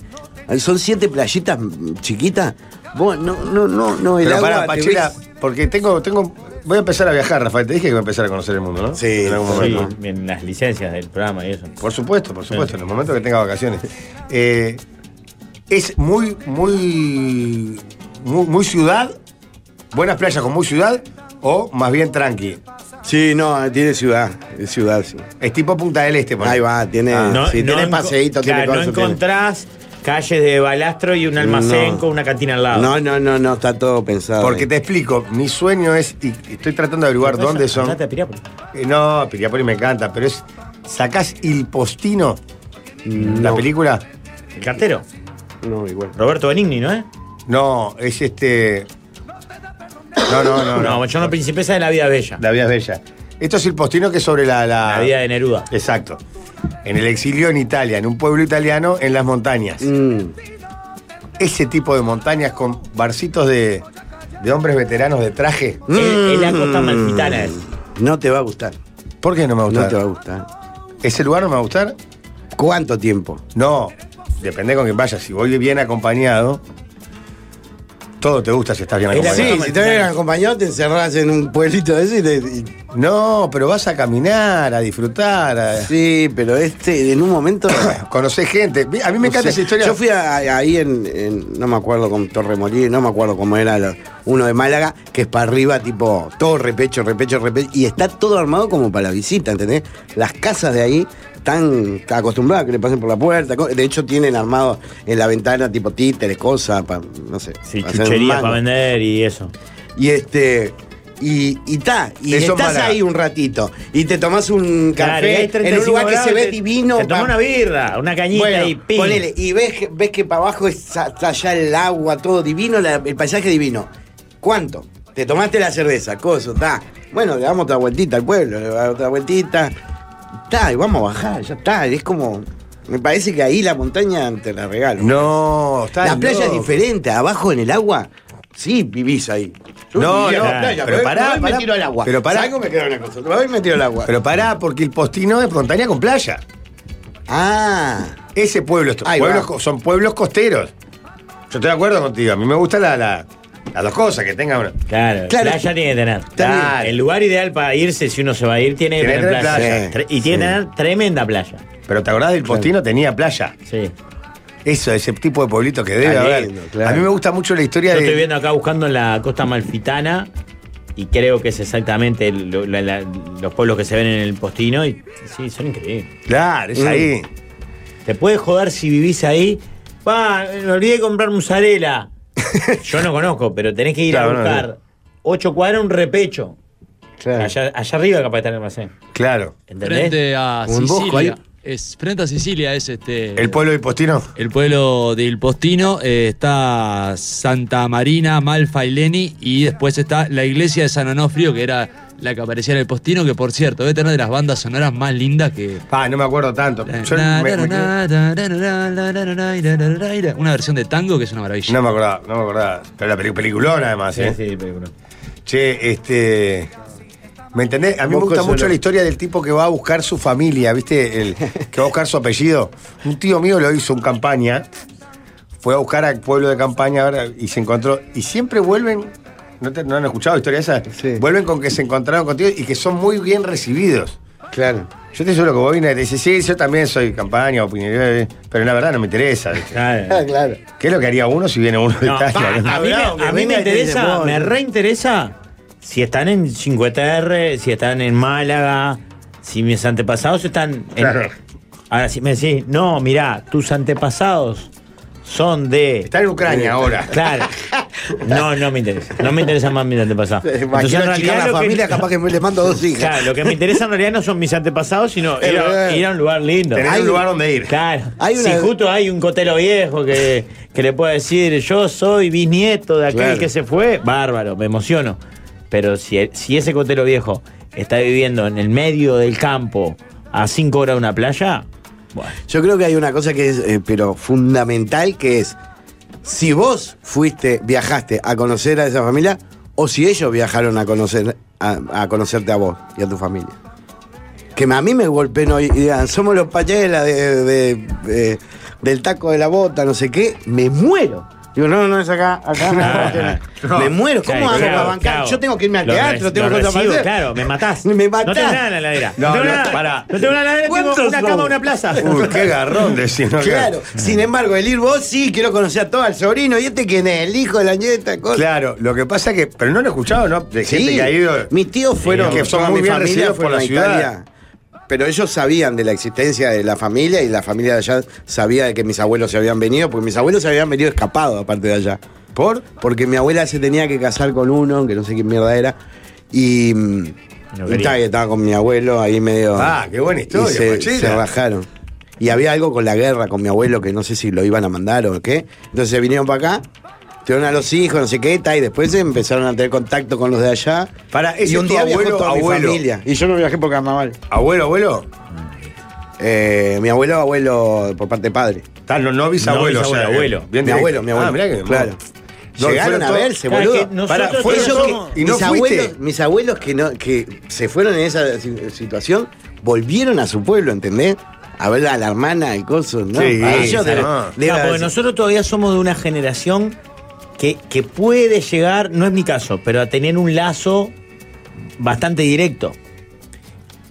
Speaker 6: son siete playitas chiquitas. Vos, no, no, no, no, el
Speaker 4: Pero
Speaker 6: agua
Speaker 4: pará,
Speaker 6: te
Speaker 4: Pachela,
Speaker 6: ves-
Speaker 4: porque tengo, tengo. Voy a empezar a viajar, Rafael. Te dije que voy a empezar a conocer el mundo, ¿no?
Speaker 6: Sí,
Speaker 4: En algún
Speaker 5: Sí,
Speaker 4: momento.
Speaker 5: en las licencias del programa y eso.
Speaker 4: Por supuesto, por supuesto, en el momento que tenga vacaciones. Eh, es muy, muy, muy, muy ciudad, buenas playas con muy ciudad, o más bien tranqui.
Speaker 6: Sí, no, tiene ciudad, es ciudad, sí.
Speaker 4: Es tipo Punta del Este, por
Speaker 6: Ahí va, tiene, sí, tiene
Speaker 5: Ah, enco-
Speaker 6: paseíto, tiene
Speaker 5: claro,
Speaker 6: todo
Speaker 5: no
Speaker 6: eso, tiene.
Speaker 5: encontrás calles de balastro y un almacén
Speaker 6: No.
Speaker 5: con una cantina al lado.
Speaker 6: No, no, no, no, está todo pensado.
Speaker 4: Porque
Speaker 6: ahí.
Speaker 4: te explico, mi sueño es, y estoy tratando de averiguar dónde son.
Speaker 5: Andate a Piriápolis.
Speaker 4: Eh, No, Piriápolis me encanta, pero es. ¿Sacás Il Postino? mm, ¿La película?
Speaker 5: El cartero.
Speaker 6: No, igual.
Speaker 5: Roberto Benigni, ¿no es?
Speaker 4: No, es este. No, no, no.
Speaker 5: No,
Speaker 4: no.
Speaker 5: yo no, Principesa de la Vida Bella.
Speaker 4: La Vía es Bella. Esto es Il Postino que es sobre la. La,
Speaker 5: La Vida de Neruda.
Speaker 4: Exacto. En el exilio en Italia, en un pueblo italiano, en las montañas.
Speaker 5: Mm.
Speaker 4: Ese tipo de montañas con barcitos de, de hombres veteranos de traje.
Speaker 5: Es- es la costa amalfitana esa.
Speaker 6: Mm. No te va a gustar,
Speaker 4: ¿Por qué no me va a
Speaker 6: no
Speaker 4: gustar?
Speaker 6: te va a gustar.
Speaker 4: ¿Ese lugar no me va a gustar?
Speaker 6: ¿Cuánto tiempo?
Speaker 4: No, depende con quién vayas. Si voy bien acompañado, todo te gusta si estás bien
Speaker 5: Es la-
Speaker 4: acompañado.
Speaker 6: Sí,
Speaker 5: Bueno,
Speaker 6: si te hubieran acompañado te encerrás en un pueblito de eso y, te- y-
Speaker 4: No, pero vas a caminar, a disfrutar, a
Speaker 6: Sí, pero este, en un momento...
Speaker 4: *coughs* conocer gente. Vi- A mí me
Speaker 6: No sé,
Speaker 4: encanta esa historia.
Speaker 6: Yo fui a- a- ahí en, en- no me acuerdo con Torremolino, no me acuerdo cómo era lo- uno de Málaga, que es para arriba, tipo, todo repecho, repecho, repecho, y está todo armado como para la visita, ¿entendés? Las casas de ahí están acostumbradas a que le pasen por la puerta, co- de hecho tienen armado en la ventana tipo títeres, cosas, pa- no sé.
Speaker 5: Sí,
Speaker 6: pa hacer un
Speaker 5: chucherías
Speaker 6: mango.
Speaker 5: para vender y eso.
Speaker 6: Y este. Y, y ta, y
Speaker 4: Eso
Speaker 6: estás
Speaker 4: para-
Speaker 6: ahí un ratito y te tomás un
Speaker 5: Claro, y
Speaker 6: café
Speaker 5: hay
Speaker 6: en
Speaker 5: 35
Speaker 6: un lugar que se
Speaker 5: grados,
Speaker 6: ve
Speaker 5: te-
Speaker 6: divino.
Speaker 5: Te toma
Speaker 6: pa-
Speaker 5: una birra, una cañita
Speaker 6: bueno,
Speaker 5: y pin.
Speaker 6: ponele, y ves, que- ves que para abajo está, está allá el agua, todo divino, la- el paisaje divino. ¿Cuánto? Te tomaste la cerveza, coso, está. Bueno, le damos otra vueltita al pueblo, le damos otra vueltita. Está, y vamos a bajar, ya está. Es como. Me parece que ahí la montaña te la regalo.
Speaker 4: No, está
Speaker 6: la playa es
Speaker 4: loco.
Speaker 6: diferente, abajo en el agua, sí vivís ahí. Yo
Speaker 4: No,
Speaker 6: vivía en
Speaker 4: no,
Speaker 6: la playa,
Speaker 4: pero
Speaker 6: me-
Speaker 4: pará,
Speaker 6: me voy y
Speaker 4: pará.
Speaker 6: me tiro al agua.
Speaker 4: Pero pará.
Speaker 6: Salgo y me quedo en la cosa. Me voy y me tiro al agua.
Speaker 4: Pero pará, porque el postino es montaña con playa.
Speaker 6: ah,
Speaker 4: Ese pueblo, estos
Speaker 6: Ahí
Speaker 4: pueblos
Speaker 6: va.
Speaker 4: co- son pueblos costeros. Yo estoy de acuerdo contigo. A mí me gusta la, la- las dos cosas que tengan una.
Speaker 5: Claro,
Speaker 6: Claro.
Speaker 5: playa tiene que tener.
Speaker 6: bien.
Speaker 5: Claro, El lugar ideal para irse, si uno se va a ir, tiene que
Speaker 4: Tiene
Speaker 5: tener
Speaker 4: que tener
Speaker 5: playa. Tre-
Speaker 4: playa.
Speaker 5: Y tiene que tener tremenda playa.
Speaker 4: Pero te acordás del postino tenía playa.
Speaker 5: Sí.
Speaker 4: Eso, ese tipo de pueblito que debe
Speaker 6: Está
Speaker 4: haber.
Speaker 6: lindo, claro.
Speaker 4: A mí me gusta mucho la historia
Speaker 5: Yo
Speaker 4: de.
Speaker 5: estoy viendo acá buscando en la costa malfitana y creo que es exactamente lo- la- la- los pueblos que se ven en el postino y sí, son increíbles.
Speaker 4: Claro, Ah, es
Speaker 6: Mm.
Speaker 4: ahí.
Speaker 5: Te puedes joder si vivís ahí. Pa, me olvidé de comprar mozzarella. Yo no conozco, pero tenés que ir
Speaker 4: Claro,
Speaker 5: a
Speaker 4: no,
Speaker 5: buscar ocho cuadras un repecho.
Speaker 6: claro.
Speaker 5: Allá, allá arriba capaz está el almacén.
Speaker 4: Claro.
Speaker 5: ¿Entendés?
Speaker 7: Frente a
Speaker 6: Un bosco
Speaker 7: Sicilia.
Speaker 6: ahí.
Speaker 7: Es, frente a Sicilia es este.
Speaker 4: El pueblo del postino.
Speaker 7: el pueblo de Il Postino eh, está Santa Marina, Malfa y Leni y después está la iglesia de San Onofrio, que era la que aparecía en el Postino, que por cierto, debe tener de las bandas sonoras más lindas que...
Speaker 4: Ah, no me acuerdo tanto. Yo me- me-
Speaker 7: Una versión de tango que es una maravilla.
Speaker 4: no me acordaba, no me acordaba. Pero la peliculona además,
Speaker 5: Sí,
Speaker 4: ¿eh?
Speaker 5: sí, pero no.
Speaker 4: Che, este. ¿Me entendés? A mí me
Speaker 6: Vos
Speaker 4: gusta
Speaker 6: consoló.
Speaker 4: mucho la historia del tipo que va a buscar su familia, ¿viste? El, que va a buscar su apellido. Un tío mío lo hizo en campaña. Fue a buscar al pueblo de campaña ahora y se encontró. Y siempre vuelven. ¿No, te- no han escuchado la historia esa?
Speaker 6: Sí.
Speaker 4: Vuelven con que se encontraron contigo y que son muy bien recibidos.
Speaker 6: claro.
Speaker 4: Yo te aseguro que vos vienes y te dices, sí, yo también soy campaña, opinión, pero la verdad no me interesa. ¿viste?
Speaker 5: Claro.
Speaker 6: Ah, *laughs* claro.
Speaker 4: ¿Qué es lo que haría uno si viene uno de
Speaker 5: No,
Speaker 4: Italia?
Speaker 5: pa,
Speaker 4: no?
Speaker 5: a, mí, me-
Speaker 6: Bravo, que
Speaker 5: a mí me
Speaker 6: venga y te dice,
Speaker 5: interesa,
Speaker 6: "Vos,
Speaker 5: me
Speaker 6: no".
Speaker 5: reinteresa si están en 5TR, si están en Málaga, si mis antepasados están en.
Speaker 4: Claro.
Speaker 5: Ahora, si me decís, no, mirá, tus antepasados son de.
Speaker 4: Está en Ucrania ahora. *laughs*
Speaker 5: Claro. No, no me interesa. No me interesa más mis antepasados.
Speaker 6: Más quiero achicar la
Speaker 5: lo que-
Speaker 6: familia, capaz que me le mando dos
Speaker 5: *laughs*
Speaker 6: hijas.
Speaker 5: Claro, lo que me interesa en realidad no son mis antepasados,
Speaker 6: *laughs*
Speaker 5: sino
Speaker 6: Es
Speaker 5: ir a,
Speaker 6: verdad.
Speaker 5: ir a un lugar lindo.
Speaker 4: Tener
Speaker 6: Hay-
Speaker 4: un lugar donde ir.
Speaker 5: Claro.
Speaker 6: Hay una-
Speaker 5: Si justo hay un cotelo viejo
Speaker 6: *laughs*
Speaker 5: que, que le pueda decir, yo soy bisnieto de aquel
Speaker 6: Claro.
Speaker 5: que se fue, bárbaro, me emociono. Pero si, si ese cotelo viejo está viviendo en el medio del campo, a cinco horas de una
Speaker 6: *laughs*
Speaker 5: playa, bueno,
Speaker 6: Yo creo que hay una cosa que es, eh, pero fundamental, que es si vos fuiste, viajaste a conocer a esa familia, o si ellos viajaron a conocer, a, a conocerte a vos y a tu familia. Que a mí me golpeen hoy y digan, somos los payelas de, de- de- del taco de la bota, no sé qué, me muero. Digo, no, no es acá,
Speaker 5: *laughs*
Speaker 6: acá Ah,
Speaker 5: ah,
Speaker 6: no. me muero. ¿Cómo hago para bancar? Yo tengo que irme al
Speaker 5: Lo
Speaker 6: teatro,
Speaker 5: re-
Speaker 6: tengo
Speaker 5: lo
Speaker 6: cosas para
Speaker 5: recibo,
Speaker 6: hacer.
Speaker 5: Claro, me matás.
Speaker 6: *laughs* Me
Speaker 5: No
Speaker 6: matás.
Speaker 5: tengo nada en la heladera.
Speaker 4: No,
Speaker 5: No, tengo
Speaker 4: no,
Speaker 5: nada.
Speaker 4: pará.
Speaker 5: No tengo nada en la heladera, tengo
Speaker 6: ¿Cuántos
Speaker 5: una
Speaker 6: son?
Speaker 5: cama, una plaza. *laughs*
Speaker 4: Uy, qué garrón de Mm. sino que-
Speaker 6: Claro, sin embargo, el ir vos sí, quiero conocer a todo al sobrino. ¿Y este quién es? El hijo de la nieta, cosa.
Speaker 4: Claro, lo que pasa que. Pero no lo he escuchado, ¿no? De
Speaker 6: Sí,
Speaker 4: gente que ha ido. eh,
Speaker 6: mis tíos fueron,
Speaker 4: que son
Speaker 6: toda
Speaker 4: muy
Speaker 6: mi
Speaker 4: bien
Speaker 6: familia
Speaker 4: recibidos por
Speaker 6: fueron
Speaker 4: la
Speaker 6: a
Speaker 4: ciudad.
Speaker 6: Italia. Pero ellos sabían de la existencia de la familia y la familia de allá sabía de que mis abuelos se habían venido, porque mis abuelos se habían venido escapados aparte de allá. ¿Por? Porque mi abuela se tenía que casar con uno, que no sé qué mierda era, y...
Speaker 5: No
Speaker 6: mm, y
Speaker 5: quería.
Speaker 6: estaba, estaba con mi abuelo ahí medio...
Speaker 4: Ah, qué buena historia,
Speaker 6: y se,
Speaker 4: Pachela.
Speaker 6: se bajaron. Y había algo con la guerra, con mi abuelo, que no sé si lo iban a mandar o qué. Entonces se vinieron para acá, tuvieron a los hijos, no sé qué, ta, y después empezaron a tener contacto con los de allá.
Speaker 4: Pará, ese
Speaker 6: y un
Speaker 4: tu
Speaker 6: día
Speaker 4: abuelo,
Speaker 6: viajó toda mi
Speaker 4: abuelo.
Speaker 6: familia. Y yo no viajé por carnaval.
Speaker 4: Abuelo, abuelo.
Speaker 6: Eh, mi abuelo, abuelo por parte de padre.
Speaker 4: Están los no bisabuelos.
Speaker 5: bisabuelo, abuelo.
Speaker 6: Mi abuelo, mi abuelo.
Speaker 4: Ah, mirá que-
Speaker 6: claro.
Speaker 4: No,
Speaker 6: Llegaron
Speaker 4: fueron
Speaker 6: a
Speaker 4: todos-
Speaker 6: verse,
Speaker 5: Claro,
Speaker 6: boludo.
Speaker 5: que nosotros
Speaker 6: Pará, fueron
Speaker 5: tenemos-
Speaker 6: ellos que-
Speaker 4: ¿Y no
Speaker 6: mis,
Speaker 4: fuiste?
Speaker 6: abuelos, mis abuelos que, no, que se fueron en esa si- situación, volvieron a su pueblo, ¿entendés? A ver a la hermana y cosas, ¿no?
Speaker 4: Sí,
Speaker 6: A ellos
Speaker 4: sí,
Speaker 6: debe-
Speaker 4: no.
Speaker 6: debe
Speaker 5: Ah, porque
Speaker 6: haber-
Speaker 5: nosotros todavía somos de una generación que, que puede llegar, no es mi caso, pero a tener un lazo bastante directo.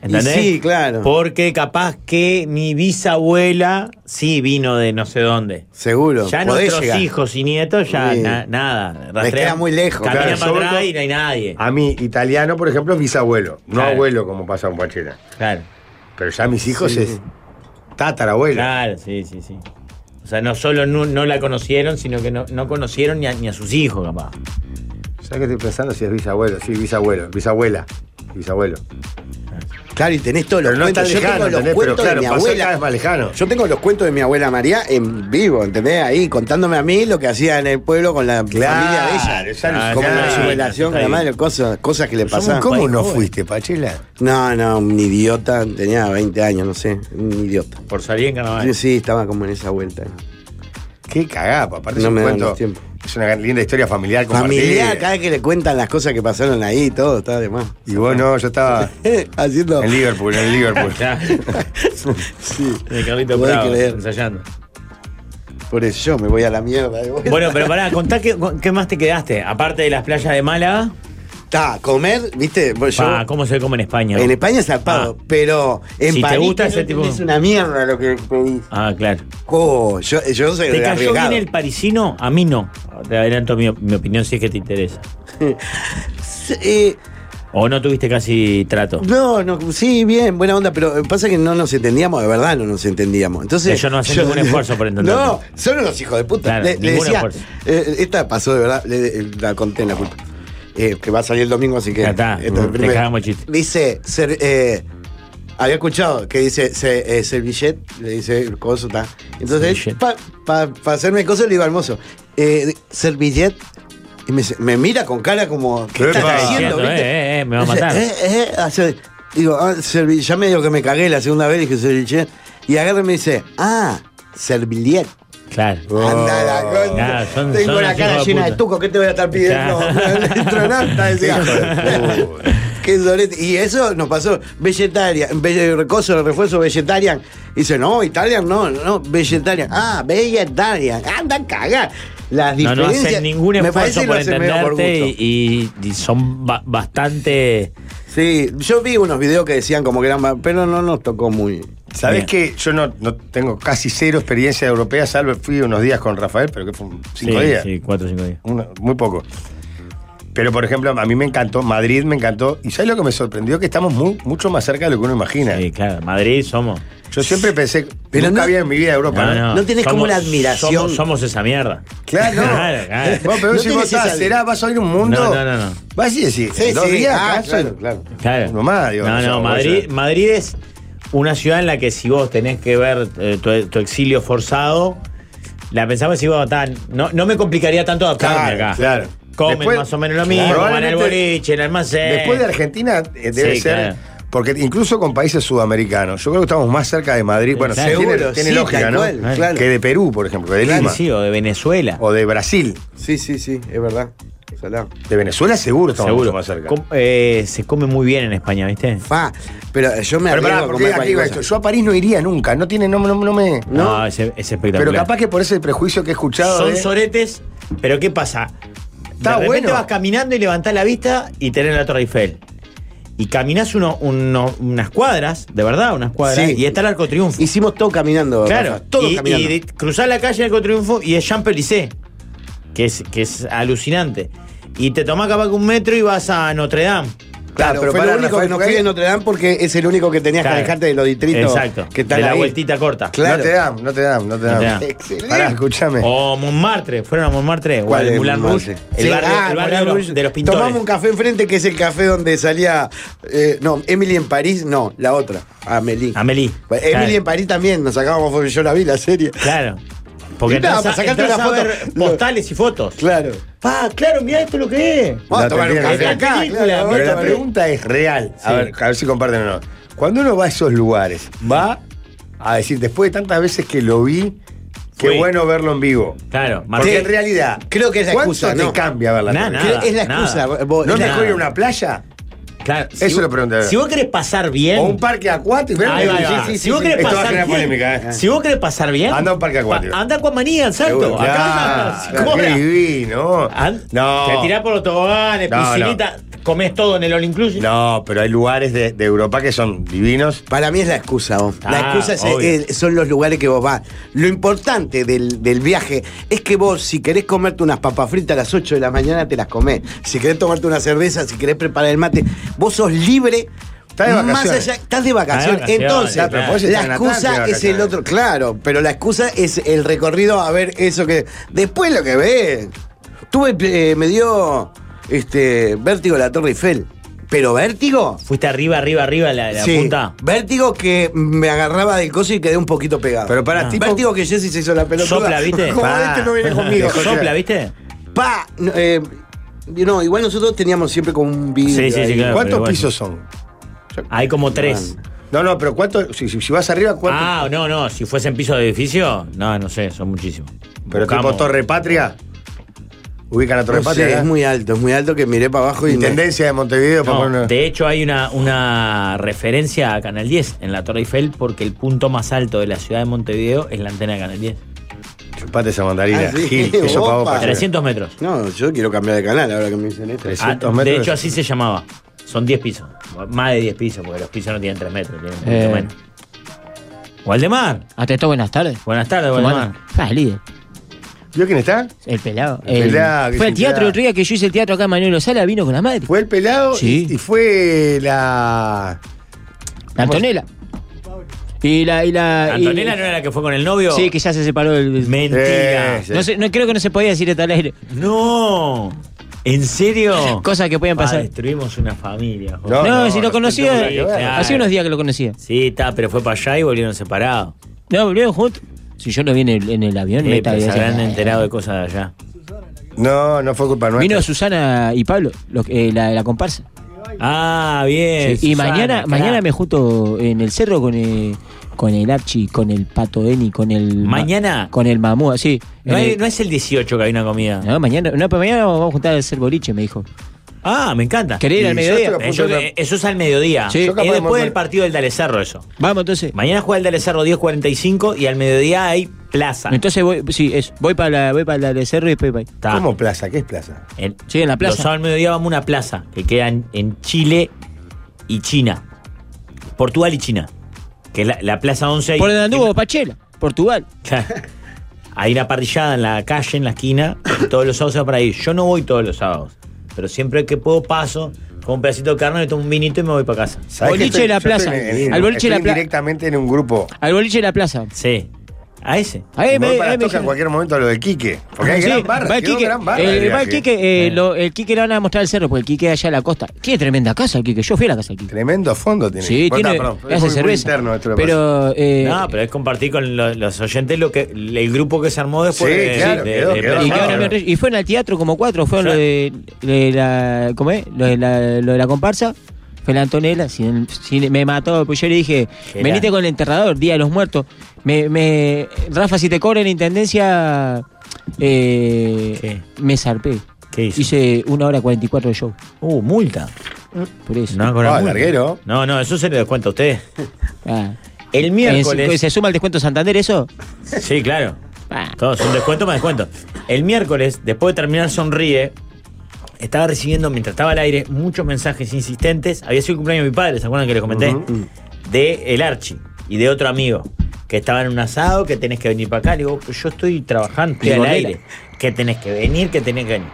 Speaker 5: ¿Entendés?
Speaker 6: Y sí, claro.
Speaker 5: Porque capaz que mi bisabuela sí vino de no sé dónde.
Speaker 6: Seguro.
Speaker 5: Ya
Speaker 6: podés
Speaker 5: nuestros
Speaker 6: llegar.
Speaker 5: hijos y nietos ya
Speaker 6: Sí.
Speaker 5: na- nada. rastrean-
Speaker 6: queda muy lejos,
Speaker 5: Caminan
Speaker 4: claro,
Speaker 5: para
Speaker 4: sobre
Speaker 5: atrás
Speaker 4: todo-
Speaker 5: y no hay nadie.
Speaker 4: A mí, italiano, por ejemplo, es bisabuelo. No
Speaker 5: Claro.
Speaker 4: abuelo, como pasa con Pachela.
Speaker 5: Claro,
Speaker 4: Pero ya mis hijos es tatarabuelo.
Speaker 5: claro, sí, sí, sí. O sea, no solo no, no la conocieron, sino que no, no conocieron ni a, ni a sus hijos,
Speaker 6: *laughs*
Speaker 5: capaz.
Speaker 4: ¿Sabes qué estoy pensando? Si es bisabuelo. Sí, bisabuelo. Bisabuela. Bisabuelo.
Speaker 6: Claro, y tenés todos los
Speaker 4: Pero no está
Speaker 6: cuentos. Yo
Speaker 4: lejano,
Speaker 6: tengo los
Speaker 4: ¿entendés? Pero
Speaker 6: cuentos
Speaker 4: claro,
Speaker 6: de mi
Speaker 4: pasó cada vez más
Speaker 6: abuela.
Speaker 4: lejano.
Speaker 6: Yo tengo los cuentos de mi abuela María en vivo, ¿entendés? Ahí contándome a mí lo que hacía en el pueblo con la familia de ella.
Speaker 4: esa
Speaker 5: Ah,
Speaker 6: Como
Speaker 5: claro.
Speaker 6: la
Speaker 5: sí,
Speaker 6: relación
Speaker 5: está
Speaker 6: con la
Speaker 5: bien.
Speaker 6: madre, cosas, cosas que le
Speaker 4: Somos-
Speaker 6: pasaban.
Speaker 4: ¿Cómo
Speaker 5: país
Speaker 4: no
Speaker 5: joven.
Speaker 4: fuiste, Pachela?
Speaker 6: No, no, un idiota, tenía 20 años, no sé, un idiota.
Speaker 5: Por salir en carnaval.
Speaker 6: Sí, sí, estaba como en esa vuelta.
Speaker 4: eh. Qué cagada, aparte es
Speaker 6: No
Speaker 4: un
Speaker 6: me dan
Speaker 4: cuento-
Speaker 6: los tiempos.
Speaker 4: Es una linda historia familiar compartida.
Speaker 6: Familiar, cada vez que le cuentan las cosas que pasaron ahí y todo, está de más. *laughs*
Speaker 4: Y vos no, yo estaba
Speaker 6: Haciendo.
Speaker 4: en Liverpool, en Liverpool.
Speaker 5: Ya,
Speaker 6: *laughs* Sí,
Speaker 5: de Carlito
Speaker 6: podés
Speaker 5: Bravo,
Speaker 6: creer.
Speaker 5: ensayando.
Speaker 6: *laughs* Por eso yo me voy a la mierda. de vuelta.
Speaker 5: Bueno, pero pará, contá qué, qué más te quedaste. Aparte de las playas de Málaga,
Speaker 6: Está, comer, viste, Bueno, yo-
Speaker 5: pa, ¿cómo se come en España?
Speaker 6: En España es zarpado,
Speaker 5: Ah.
Speaker 6: pero en
Speaker 5: Si te
Speaker 6: París
Speaker 5: gusta
Speaker 6: que
Speaker 5: ese
Speaker 6: no
Speaker 5: tipo-
Speaker 6: Es una mierda lo que pedís.
Speaker 5: Ah, claro.
Speaker 6: Oh, yo, yo soy
Speaker 5: ¿Te cayó
Speaker 6: arriesgado.
Speaker 5: bien el parisino? A mí no. Te adelanto mi, mi opinión si es que te interesa.
Speaker 6: *laughs* Eh,
Speaker 5: ¿O no tuviste casi trato?
Speaker 6: no, no, sí, bien, buena onda, pero pasa que no nos entendíamos, de verdad no nos entendíamos. Entonces,
Speaker 5: Ellos no hacen
Speaker 6: *laughs*
Speaker 5: ningún esfuerzo por entendernos.
Speaker 6: No, son unos hijos de puta.
Speaker 5: Claro,
Speaker 6: le, le
Speaker 5: ningún
Speaker 6: decía,
Speaker 5: esfuerzo.
Speaker 6: eh, esta pasó de verdad, le- la conté en la culpa. Eh, que va a salir el domingo, así que.
Speaker 5: Ya está,
Speaker 6: esto es el
Speaker 5: te
Speaker 6: primero.
Speaker 5: cagamos el chiste.
Speaker 6: Dice, ser- eh, había escuchado que dice se, eh, servillet, le dice el coso, está. Entonces,
Speaker 5: Servillet.
Speaker 6: para hacerme coso, le digo al mozo, eh, servillet. Y me, dice- me mira con cara como. ¿Qué
Speaker 4: ¿Qué
Speaker 6: estás
Speaker 4: pasa?
Speaker 5: Diciendo,
Speaker 6: haciendo? viste?
Speaker 5: eh, eh, me va a matar.
Speaker 6: Eh, eh, hace- digo, ah, servi- ya medio que me cagué la segunda vez, dije servillet. Y agarra y me dice, ah, servillet.
Speaker 5: Claro.
Speaker 6: Anda la
Speaker 4: Oh.
Speaker 6: concha.
Speaker 5: Nah, son-
Speaker 6: Tengo
Speaker 5: son
Speaker 6: la
Speaker 5: los
Speaker 6: cara
Speaker 5: hijos de
Speaker 6: llena de,
Speaker 5: puta.
Speaker 6: tuco, ¿qué te voy a estar pidiendo? *laughs*
Speaker 5: Claro.
Speaker 6: Entronata, decía. Qué sorete. Y eso nos pasó. Vegetarian, be- recoso de refuerzo vegetarian. Dice, no, Italian no, no, vegetarian. Ah, vegetarian. Anda a cagar. Las
Speaker 5: No, no
Speaker 6: diferencias.
Speaker 5: hacen ningún
Speaker 6: me
Speaker 5: esfuerzo
Speaker 6: parece que lo
Speaker 5: por
Speaker 6: hacen medio por
Speaker 5: entenderte
Speaker 6: gusto.
Speaker 5: y, y- y son ba- bastante.
Speaker 6: Sí, yo vi unos videos que decían como que eran, más- pero no nos tocó muy.
Speaker 4: ¿Sabés
Speaker 5: Bien.
Speaker 4: que yo no, no tengo casi cero experiencia europea, salvo fui unos días con Rafael, pero que fue un- cinco
Speaker 5: sí,
Speaker 4: días.
Speaker 5: sí, cuatro o cinco días.
Speaker 4: Una- muy poco. Pero, por ejemplo, a mí me encantó, Madrid me encantó. ¿Y sabes lo que me sorprendió? Que estamos mu- mucho más cerca de lo que uno imagina.
Speaker 5: Sí, claro, Madrid somos.
Speaker 4: Yo siempre pensé,
Speaker 6: Pero
Speaker 4: nunca
Speaker 6: no-
Speaker 4: había en mi vida Europa.
Speaker 5: No,
Speaker 4: ¿no?
Speaker 5: no.
Speaker 6: No tenés como una admiración.
Speaker 5: Somos, somos esa mierda. *laughs*
Speaker 4: Claro, no.
Speaker 5: Claro, claro.
Speaker 4: Vos, pero
Speaker 6: No
Speaker 4: si vos
Speaker 6: tenés
Speaker 4: estás,
Speaker 6: esa-
Speaker 4: será, vas a ir a un mundo.
Speaker 5: No, no, no, no.
Speaker 4: Vas y decís,
Speaker 6: Sí,
Speaker 4: en dos
Speaker 6: sí,
Speaker 4: días,
Speaker 6: ah,
Speaker 4: acá,
Speaker 6: claro.
Speaker 4: claro.
Speaker 5: Claro.
Speaker 4: Uno más, digo,
Speaker 5: no,
Speaker 4: sé,
Speaker 5: no,
Speaker 4: vos
Speaker 5: Madrid,
Speaker 4: sabés.
Speaker 5: Madrid es una ciudad en la que si vos tenés que ver eh, tu, tu exilio forzado, la pensaba si vos tan. No, no me complicaría tanto adaptarme
Speaker 4: Claro,
Speaker 5: acá.
Speaker 4: claro.
Speaker 5: Comen
Speaker 4: Después-
Speaker 5: más o menos lo mismo,
Speaker 4: Claro.
Speaker 5: van al boliche, el almacén.
Speaker 4: Después de Argentina eh, debe
Speaker 5: Sí,
Speaker 4: ser.
Speaker 5: claro.
Speaker 4: Porque incluso con países sudamericanos, yo creo que estamos más cerca de Madrid. Bueno,
Speaker 5: Claro.
Speaker 4: tiene,
Speaker 6: Seguro,
Speaker 4: tiene
Speaker 6: sí,
Speaker 4: lógica,
Speaker 6: tal
Speaker 4: ¿no?
Speaker 6: cual, claro.
Speaker 4: Que de Perú, por ejemplo, de
Speaker 5: Sí,
Speaker 4: Lima.
Speaker 5: sí, o de Venezuela.
Speaker 4: O de Brasil.
Speaker 6: Sí, sí, sí, es verdad. Salado.
Speaker 4: De Venezuela seguro estamos
Speaker 5: Seguro.
Speaker 4: mucho más cerca.
Speaker 5: Com- eh, se come muy bien en España, ¿viste?
Speaker 6: Pa, pero yo me
Speaker 4: Pero pará,
Speaker 6: arriesgo
Speaker 4: porque
Speaker 6: a comer
Speaker 4: aquí
Speaker 6: cualquier
Speaker 4: va
Speaker 6: cosa.
Speaker 4: esto. Yo a París no iría nunca. No tiene, no, no, no me.
Speaker 5: No, es, es espectacular.
Speaker 4: Pero capaz que por ese prejuicio que he escuchado.
Speaker 5: Son
Speaker 4: de-
Speaker 5: soretes, pero ¿qué pasa?
Speaker 4: Está
Speaker 5: de repente
Speaker 4: bueno.
Speaker 5: vas caminando y levantás la vista y tenés la Torre Eiffel. Y caminás uno, uno- unas cuadras, de verdad, unas cuadras,
Speaker 6: Sí.
Speaker 5: y está el Arco de Triunfo.
Speaker 6: Hicimos todo caminando.
Speaker 5: claro,
Speaker 6: Rafa, todo
Speaker 5: y,
Speaker 6: caminando.
Speaker 5: y de- cruzás la calle del Arco de Triunfo y es Champs-Élysées, que es, que es alucinante. Y te tomás capaz que un metro y vas a Notre Dame.
Speaker 6: Claro, pero
Speaker 4: fue
Speaker 6: fue
Speaker 4: lo
Speaker 6: lo
Speaker 4: único que
Speaker 6: nos
Speaker 4: fue-
Speaker 6: fui de Notre Dame porque es el único que tenías
Speaker 5: Claro.
Speaker 6: que alejarte de los distritos
Speaker 5: Exacto,
Speaker 6: que están
Speaker 5: de la
Speaker 6: ahí.
Speaker 5: vueltita corta.
Speaker 6: Claro.
Speaker 4: No te dan, no te dan, no te
Speaker 5: te
Speaker 4: dan.
Speaker 5: dan.
Speaker 4: Excelente. Pará, escúchame.
Speaker 5: O Montmartre, fueron a Montmartre, o
Speaker 6: ¿Cuál
Speaker 5: al
Speaker 6: es
Speaker 5: Moulin Rouge,
Speaker 6: Montmartre?
Speaker 5: el
Speaker 6: Sí,
Speaker 5: barrio,
Speaker 6: ah,
Speaker 5: el barrio
Speaker 6: Moulin
Speaker 5: de, los,
Speaker 6: Rouge.
Speaker 5: de los pintores.
Speaker 6: Tomamos un café enfrente que es el café donde salía, eh, no, Emily en París, no, la otra, Amélie.
Speaker 5: Amélie.
Speaker 6: Bueno,
Speaker 5: Claro.
Speaker 6: Emily en París también, nos sacábamos, fotos, yo la vi la serie.
Speaker 5: Claro. Porque
Speaker 6: Y nada,
Speaker 5: entras a-
Speaker 6: para sacarte
Speaker 5: entras
Speaker 6: una
Speaker 5: a
Speaker 6: foto.
Speaker 5: ver postales y fotos.
Speaker 6: Claro.
Speaker 5: Pa, claro, mirá esto lo que es.
Speaker 6: Vamos
Speaker 4: No
Speaker 6: a tomar
Speaker 4: te
Speaker 6: un
Speaker 4: entiendo.
Speaker 6: café
Speaker 4: Es
Speaker 6: acá,
Speaker 5: película,
Speaker 6: claro, vamos a
Speaker 4: Pero la
Speaker 6: tomar-
Speaker 4: pregunta es real. A,
Speaker 5: Sí.
Speaker 4: ver, a ver si comparten o no. Cuando uno va a esos lugares, va a decir, después de tantas veces que lo vi, qué
Speaker 5: Fui.
Speaker 4: bueno verlo en vivo.
Speaker 5: Claro,
Speaker 4: Porque
Speaker 5: Martín.
Speaker 4: en realidad,
Speaker 6: Creo que es la
Speaker 4: ¿cuánto
Speaker 6: excusa,
Speaker 4: te
Speaker 6: ¿no?
Speaker 4: cambia verla?
Speaker 5: Nada,
Speaker 4: ¿No
Speaker 5: nada.
Speaker 6: Es la excusa. vos-
Speaker 4: es
Speaker 6: es la-
Speaker 4: mejor ir a una playa
Speaker 5: Claro,
Speaker 4: Eso
Speaker 5: vos-
Speaker 4: lo pregunté.
Speaker 5: Si vos querés pasar bien.
Speaker 4: o un parque acuático?
Speaker 5: Ahí va, ahí va. si vos querés
Speaker 4: Esto va a
Speaker 5: pasar
Speaker 4: generar
Speaker 5: bien.
Speaker 4: polémica, ¿eh?
Speaker 5: Si vos querés pasar bien.
Speaker 4: Anda a un parque
Speaker 5: pa-
Speaker 4: acuático.
Speaker 5: Anda a Aquamanía, al
Speaker 4: Seguro.
Speaker 5: salto. Acá
Speaker 4: Claro,
Speaker 5: si cobra.
Speaker 4: qué divino.
Speaker 5: An-
Speaker 4: No.
Speaker 5: Te tirás por los toboganes,
Speaker 4: No, no.
Speaker 5: piscinita, comés todo en el All Inclusive.
Speaker 4: No, pero hay lugares de, de Europa que son divinos.
Speaker 6: Para mí es la excusa, vos. La
Speaker 5: Ah,
Speaker 6: excusa es-
Speaker 5: obvio.
Speaker 6: es- son los lugares que vos vas. Lo importante del, del viaje es que vos, si querés comerte unas papas fritas a las 8 de la mañana, te las comés. Si querés tomarte una cerveza, si querés preparar el mate, vos sos libre.
Speaker 4: Estás de vacaciones.
Speaker 6: Más allá, estás de vacaciones.
Speaker 5: Estás de vacaciones,
Speaker 6: Entonces,
Speaker 5: claro, pero
Speaker 4: podés estar
Speaker 6: la
Speaker 4: en Atlanta de
Speaker 6: excusa es
Speaker 4: vacaciones.
Speaker 6: el otro. Claro, pero la excusa es el recorrido a ver eso que. Después lo que ves. Tuve, eh, me dio este vértigo la Torre Eiffel. Pero vértigo.
Speaker 5: Fuiste arriba, arriba, arriba la, la
Speaker 6: Sí,
Speaker 5: punta.
Speaker 6: Vértigo que me agarraba del coso y quedé un poquito pegado. Ah.
Speaker 4: Pero para tipo-
Speaker 6: Vértigo que Jesse se hizo la pelota.
Speaker 5: Sopla, ¿viste?
Speaker 6: *laughs* Como
Speaker 4: Pa.
Speaker 6: este no viene conmigo.
Speaker 4: Dejó-
Speaker 5: Sopla, ¿viste?
Speaker 6: pa. No, eh, no, igual nosotros teníamos siempre como un vídeo.
Speaker 5: Sí, sí, sí,
Speaker 6: ahí.
Speaker 5: claro.
Speaker 4: eh. ¿Cuántos
Speaker 5: pero bueno.
Speaker 4: pisos son?
Speaker 5: Hay como tres.
Speaker 4: No, no, pero ¿cuánto? Si, si- si vas arriba, ¿cuánto?
Speaker 5: Ah, no, no, si fuesen pisos de edificio, no, no sé, son muchísimos.
Speaker 4: pero
Speaker 5: Buscamos.
Speaker 4: tipo Torre Patria. Ubican a Torre
Speaker 6: No
Speaker 4: Patria.
Speaker 6: sé,
Speaker 4: ¿verdad?
Speaker 6: es muy alto, es muy alto que miré para abajo y. me-
Speaker 4: Intendencia ¿eh? de Montevideo. para
Speaker 5: No,
Speaker 4: poner una-
Speaker 5: De hecho, hay una, una referencia a Canal 10 en la Torre Eiffel porque el punto más alto de la ciudad de Montevideo es la antena de Canal 10.
Speaker 4: Chupate esa mandarina.
Speaker 6: Ah, sí,
Speaker 4: Gil,
Speaker 6: *laughs*
Speaker 4: eso para vos,
Speaker 6: opa.
Speaker 4: para-
Speaker 5: 300 metros.
Speaker 6: No, yo quiero cambiar de canal ahora que me dicen esto.
Speaker 4: 300
Speaker 5: Ah,
Speaker 4: metros.
Speaker 5: De hecho, así se llamaba. Son 10 pisos. Más de 10 pisos, porque los pisos no tienen 3 metros, tienen mucho
Speaker 8: Eh.
Speaker 5: menos. Waldemar.
Speaker 8: Atento, buenas tardes.
Speaker 5: Buenas tardes,
Speaker 8: ¿Cómo
Speaker 5: Waldemar.
Speaker 8: andan? Ah, el líder,
Speaker 4: ¿Vio quién está?
Speaker 8: el pelado.
Speaker 4: El pelado, que
Speaker 8: fue
Speaker 4: es
Speaker 8: al teatro
Speaker 4: un pelado.
Speaker 8: el otro día que yo hice el teatro acá en Manuel Sala, vino con la madre.
Speaker 4: Fue el pelado
Speaker 8: Sí.
Speaker 4: y, y fue la.
Speaker 8: La Antonella. Y la. Y la y-
Speaker 5: Antonella no era la que fue con el novio.
Speaker 8: Sí, que ya se separó el.
Speaker 5: Mentira.
Speaker 4: Eh, sí.
Speaker 8: No, sé, no creo que no se podía decir esto al aire.
Speaker 5: No. ¿En serio?
Speaker 8: *laughs* Cosas que pueden
Speaker 5: Pa,
Speaker 8: pasar.
Speaker 5: destruimos una familia. joder.
Speaker 4: No,
Speaker 8: No,
Speaker 4: no,
Speaker 8: si lo
Speaker 4: no
Speaker 8: conocía.
Speaker 4: tengo nada que
Speaker 5: ver.
Speaker 8: Hace unos días que lo conocía.
Speaker 5: Sí, está, pero fue para allá y volvieron separados.
Speaker 8: No, volvieron juntos. Si yo lo vi en el, en el avión,
Speaker 5: Eh,
Speaker 8: meta,
Speaker 5: pero se
Speaker 8: decía,
Speaker 5: habrán
Speaker 8: "Ah".
Speaker 5: enterado de cosas de allá.
Speaker 8: Eh,
Speaker 4: No, no fue culpa nuestra.
Speaker 8: Vino Susana y Pablo, los que- eh, la, la comparsa.
Speaker 5: Ah, bien.
Speaker 8: Sí, y
Speaker 5: Susana,
Speaker 8: mañana,
Speaker 5: crack.
Speaker 8: mañana me junto en el cerro con el, con el Archi, con el Pato Eni, con el. ma-
Speaker 5: ¿Mañana?
Speaker 8: Con el Mamúa, sí.
Speaker 5: No,
Speaker 8: En
Speaker 5: hay-
Speaker 8: el-
Speaker 5: no es el 18 que hay una comida.
Speaker 8: no, mañana, no, pero mañana vamos a juntar a hacer boliche, me dijo.
Speaker 5: Ah, me encanta.
Speaker 8: ¿Querés ir al
Speaker 4: Y yo
Speaker 8: mediodía?
Speaker 4: estoy a
Speaker 5: Eh, yo-
Speaker 4: punto de-
Speaker 5: eh, eso es al mediodía.
Speaker 8: Sí.
Speaker 5: Es
Speaker 8: Yo
Speaker 4: capaz de
Speaker 5: después
Speaker 4: mover-
Speaker 5: del partido del Dalecerro eso.
Speaker 8: Vamos entonces.
Speaker 5: Mañana juega el Dalecerro 10.45 y al mediodía hay plaza.
Speaker 8: Entonces voy, sí, es, voy para la, voy para la del cerro y después para ahí.
Speaker 5: Está.
Speaker 4: ¿Cómo plaza? ¿Qué es plaza?
Speaker 5: En-
Speaker 8: Sí, en la
Speaker 5: Los sábados
Speaker 8: plaza.
Speaker 5: al mediodía vamos a una plaza que queda en, en Chile y China. Portugal y China. Que es la, la plaza 11. ahí.
Speaker 8: Por donde anduvo Pachela, Portugal.
Speaker 5: Hay una parrillada en la calle, en la esquina, y todos los sábados se va para ahí. Yo no voy todos los sábados. Pero siempre que puedo paso, con un pedacito de carne, me tomo un vinito y me voy para casa.
Speaker 4: ¿Sabés que
Speaker 8: Boliche
Speaker 4: estoy-
Speaker 8: de la
Speaker 4: yo estoy
Speaker 8: plaza.
Speaker 4: en- en-
Speaker 8: Al boliche de la
Speaker 4: estoy
Speaker 8: plaza.
Speaker 4: Directamente en un grupo.
Speaker 8: Al boliche de la plaza.
Speaker 5: Sí. A ese.
Speaker 8: Ahí
Speaker 4: Me voy
Speaker 8: me-
Speaker 4: para
Speaker 8: ahí me
Speaker 4: Toca en
Speaker 8: dijeron-
Speaker 4: cualquier momento a lo de Quique. Porque hay
Speaker 8: Sí,
Speaker 4: gran barra.
Speaker 8: va el
Speaker 4: quedó
Speaker 8: Quique,
Speaker 4: gran barra
Speaker 8: eh,
Speaker 4: de
Speaker 8: va el
Speaker 4: viaje.
Speaker 8: Quique, eh,
Speaker 5: Eh.
Speaker 8: lo- el Quique le van a mostrar el cerro, porque el Quique es allá a la costa. Tiene tremenda casa el Quique, yo fui a la casa del Quique.
Speaker 4: Tremendo fondo tiene.
Speaker 8: Sí,
Speaker 4: Bueno,
Speaker 8: tiene,
Speaker 4: está, perdón,
Speaker 8: le
Speaker 4: es
Speaker 8: hace
Speaker 4: muy- muy
Speaker 8: cerveza.
Speaker 4: interno esto de Plaza.
Speaker 8: pero, eh,
Speaker 5: No, pero es compartir con lo- los oyentes lo que el grupo que se armó después
Speaker 4: Sí,
Speaker 5: de,
Speaker 4: claro,
Speaker 5: de-
Speaker 4: quedó-
Speaker 5: de-
Speaker 4: quedó
Speaker 5: de-
Speaker 8: y,
Speaker 4: armado,
Speaker 5: Claro.
Speaker 8: fueron
Speaker 4: claro.
Speaker 8: y fueron al teatro como cuatro, fueron lo de, de la, ¿cómo es? Lo de la, lo de la comparsa, fue la Antonella, sin- sin- me mató, pues yo le dije,
Speaker 5: Era.
Speaker 8: venite con el enterrador, Día de los Muertos. Me, me- Rafa, si te cobra la intendencia, eh,
Speaker 5: ¿Qué?
Speaker 8: me zarpé.
Speaker 5: ¿Qué hizo?
Speaker 8: Hice una hora 44 de show,
Speaker 5: Uh, multa.
Speaker 8: por eso.
Speaker 5: No, con la
Speaker 4: Ah,
Speaker 5: multa.
Speaker 4: larguero.
Speaker 5: No, no, eso se le descuenta a usted.
Speaker 8: *laughs* Ah.
Speaker 5: El
Speaker 8: Eh,
Speaker 5: miércoles.
Speaker 8: ¿Se suma el descuento Santander eso?
Speaker 5: Sí, claro.
Speaker 8: Ah.
Speaker 5: Todos, un descuento más descuento. El miércoles, después de terminar Sonríe, estaba recibiendo, mientras estaba al aire, muchos mensajes insistentes. Había sido el cumpleaños de mi padre, ¿se acuerdan que les comenté? De el Archi y de otro amigo. Que estaba en un asado, que tenés que venir para acá. Le digo, pues yo estoy trabajando, estoy
Speaker 8: Y
Speaker 5: al
Speaker 8: Gordela.
Speaker 5: aire. Que tenés que venir, que tenés que venir.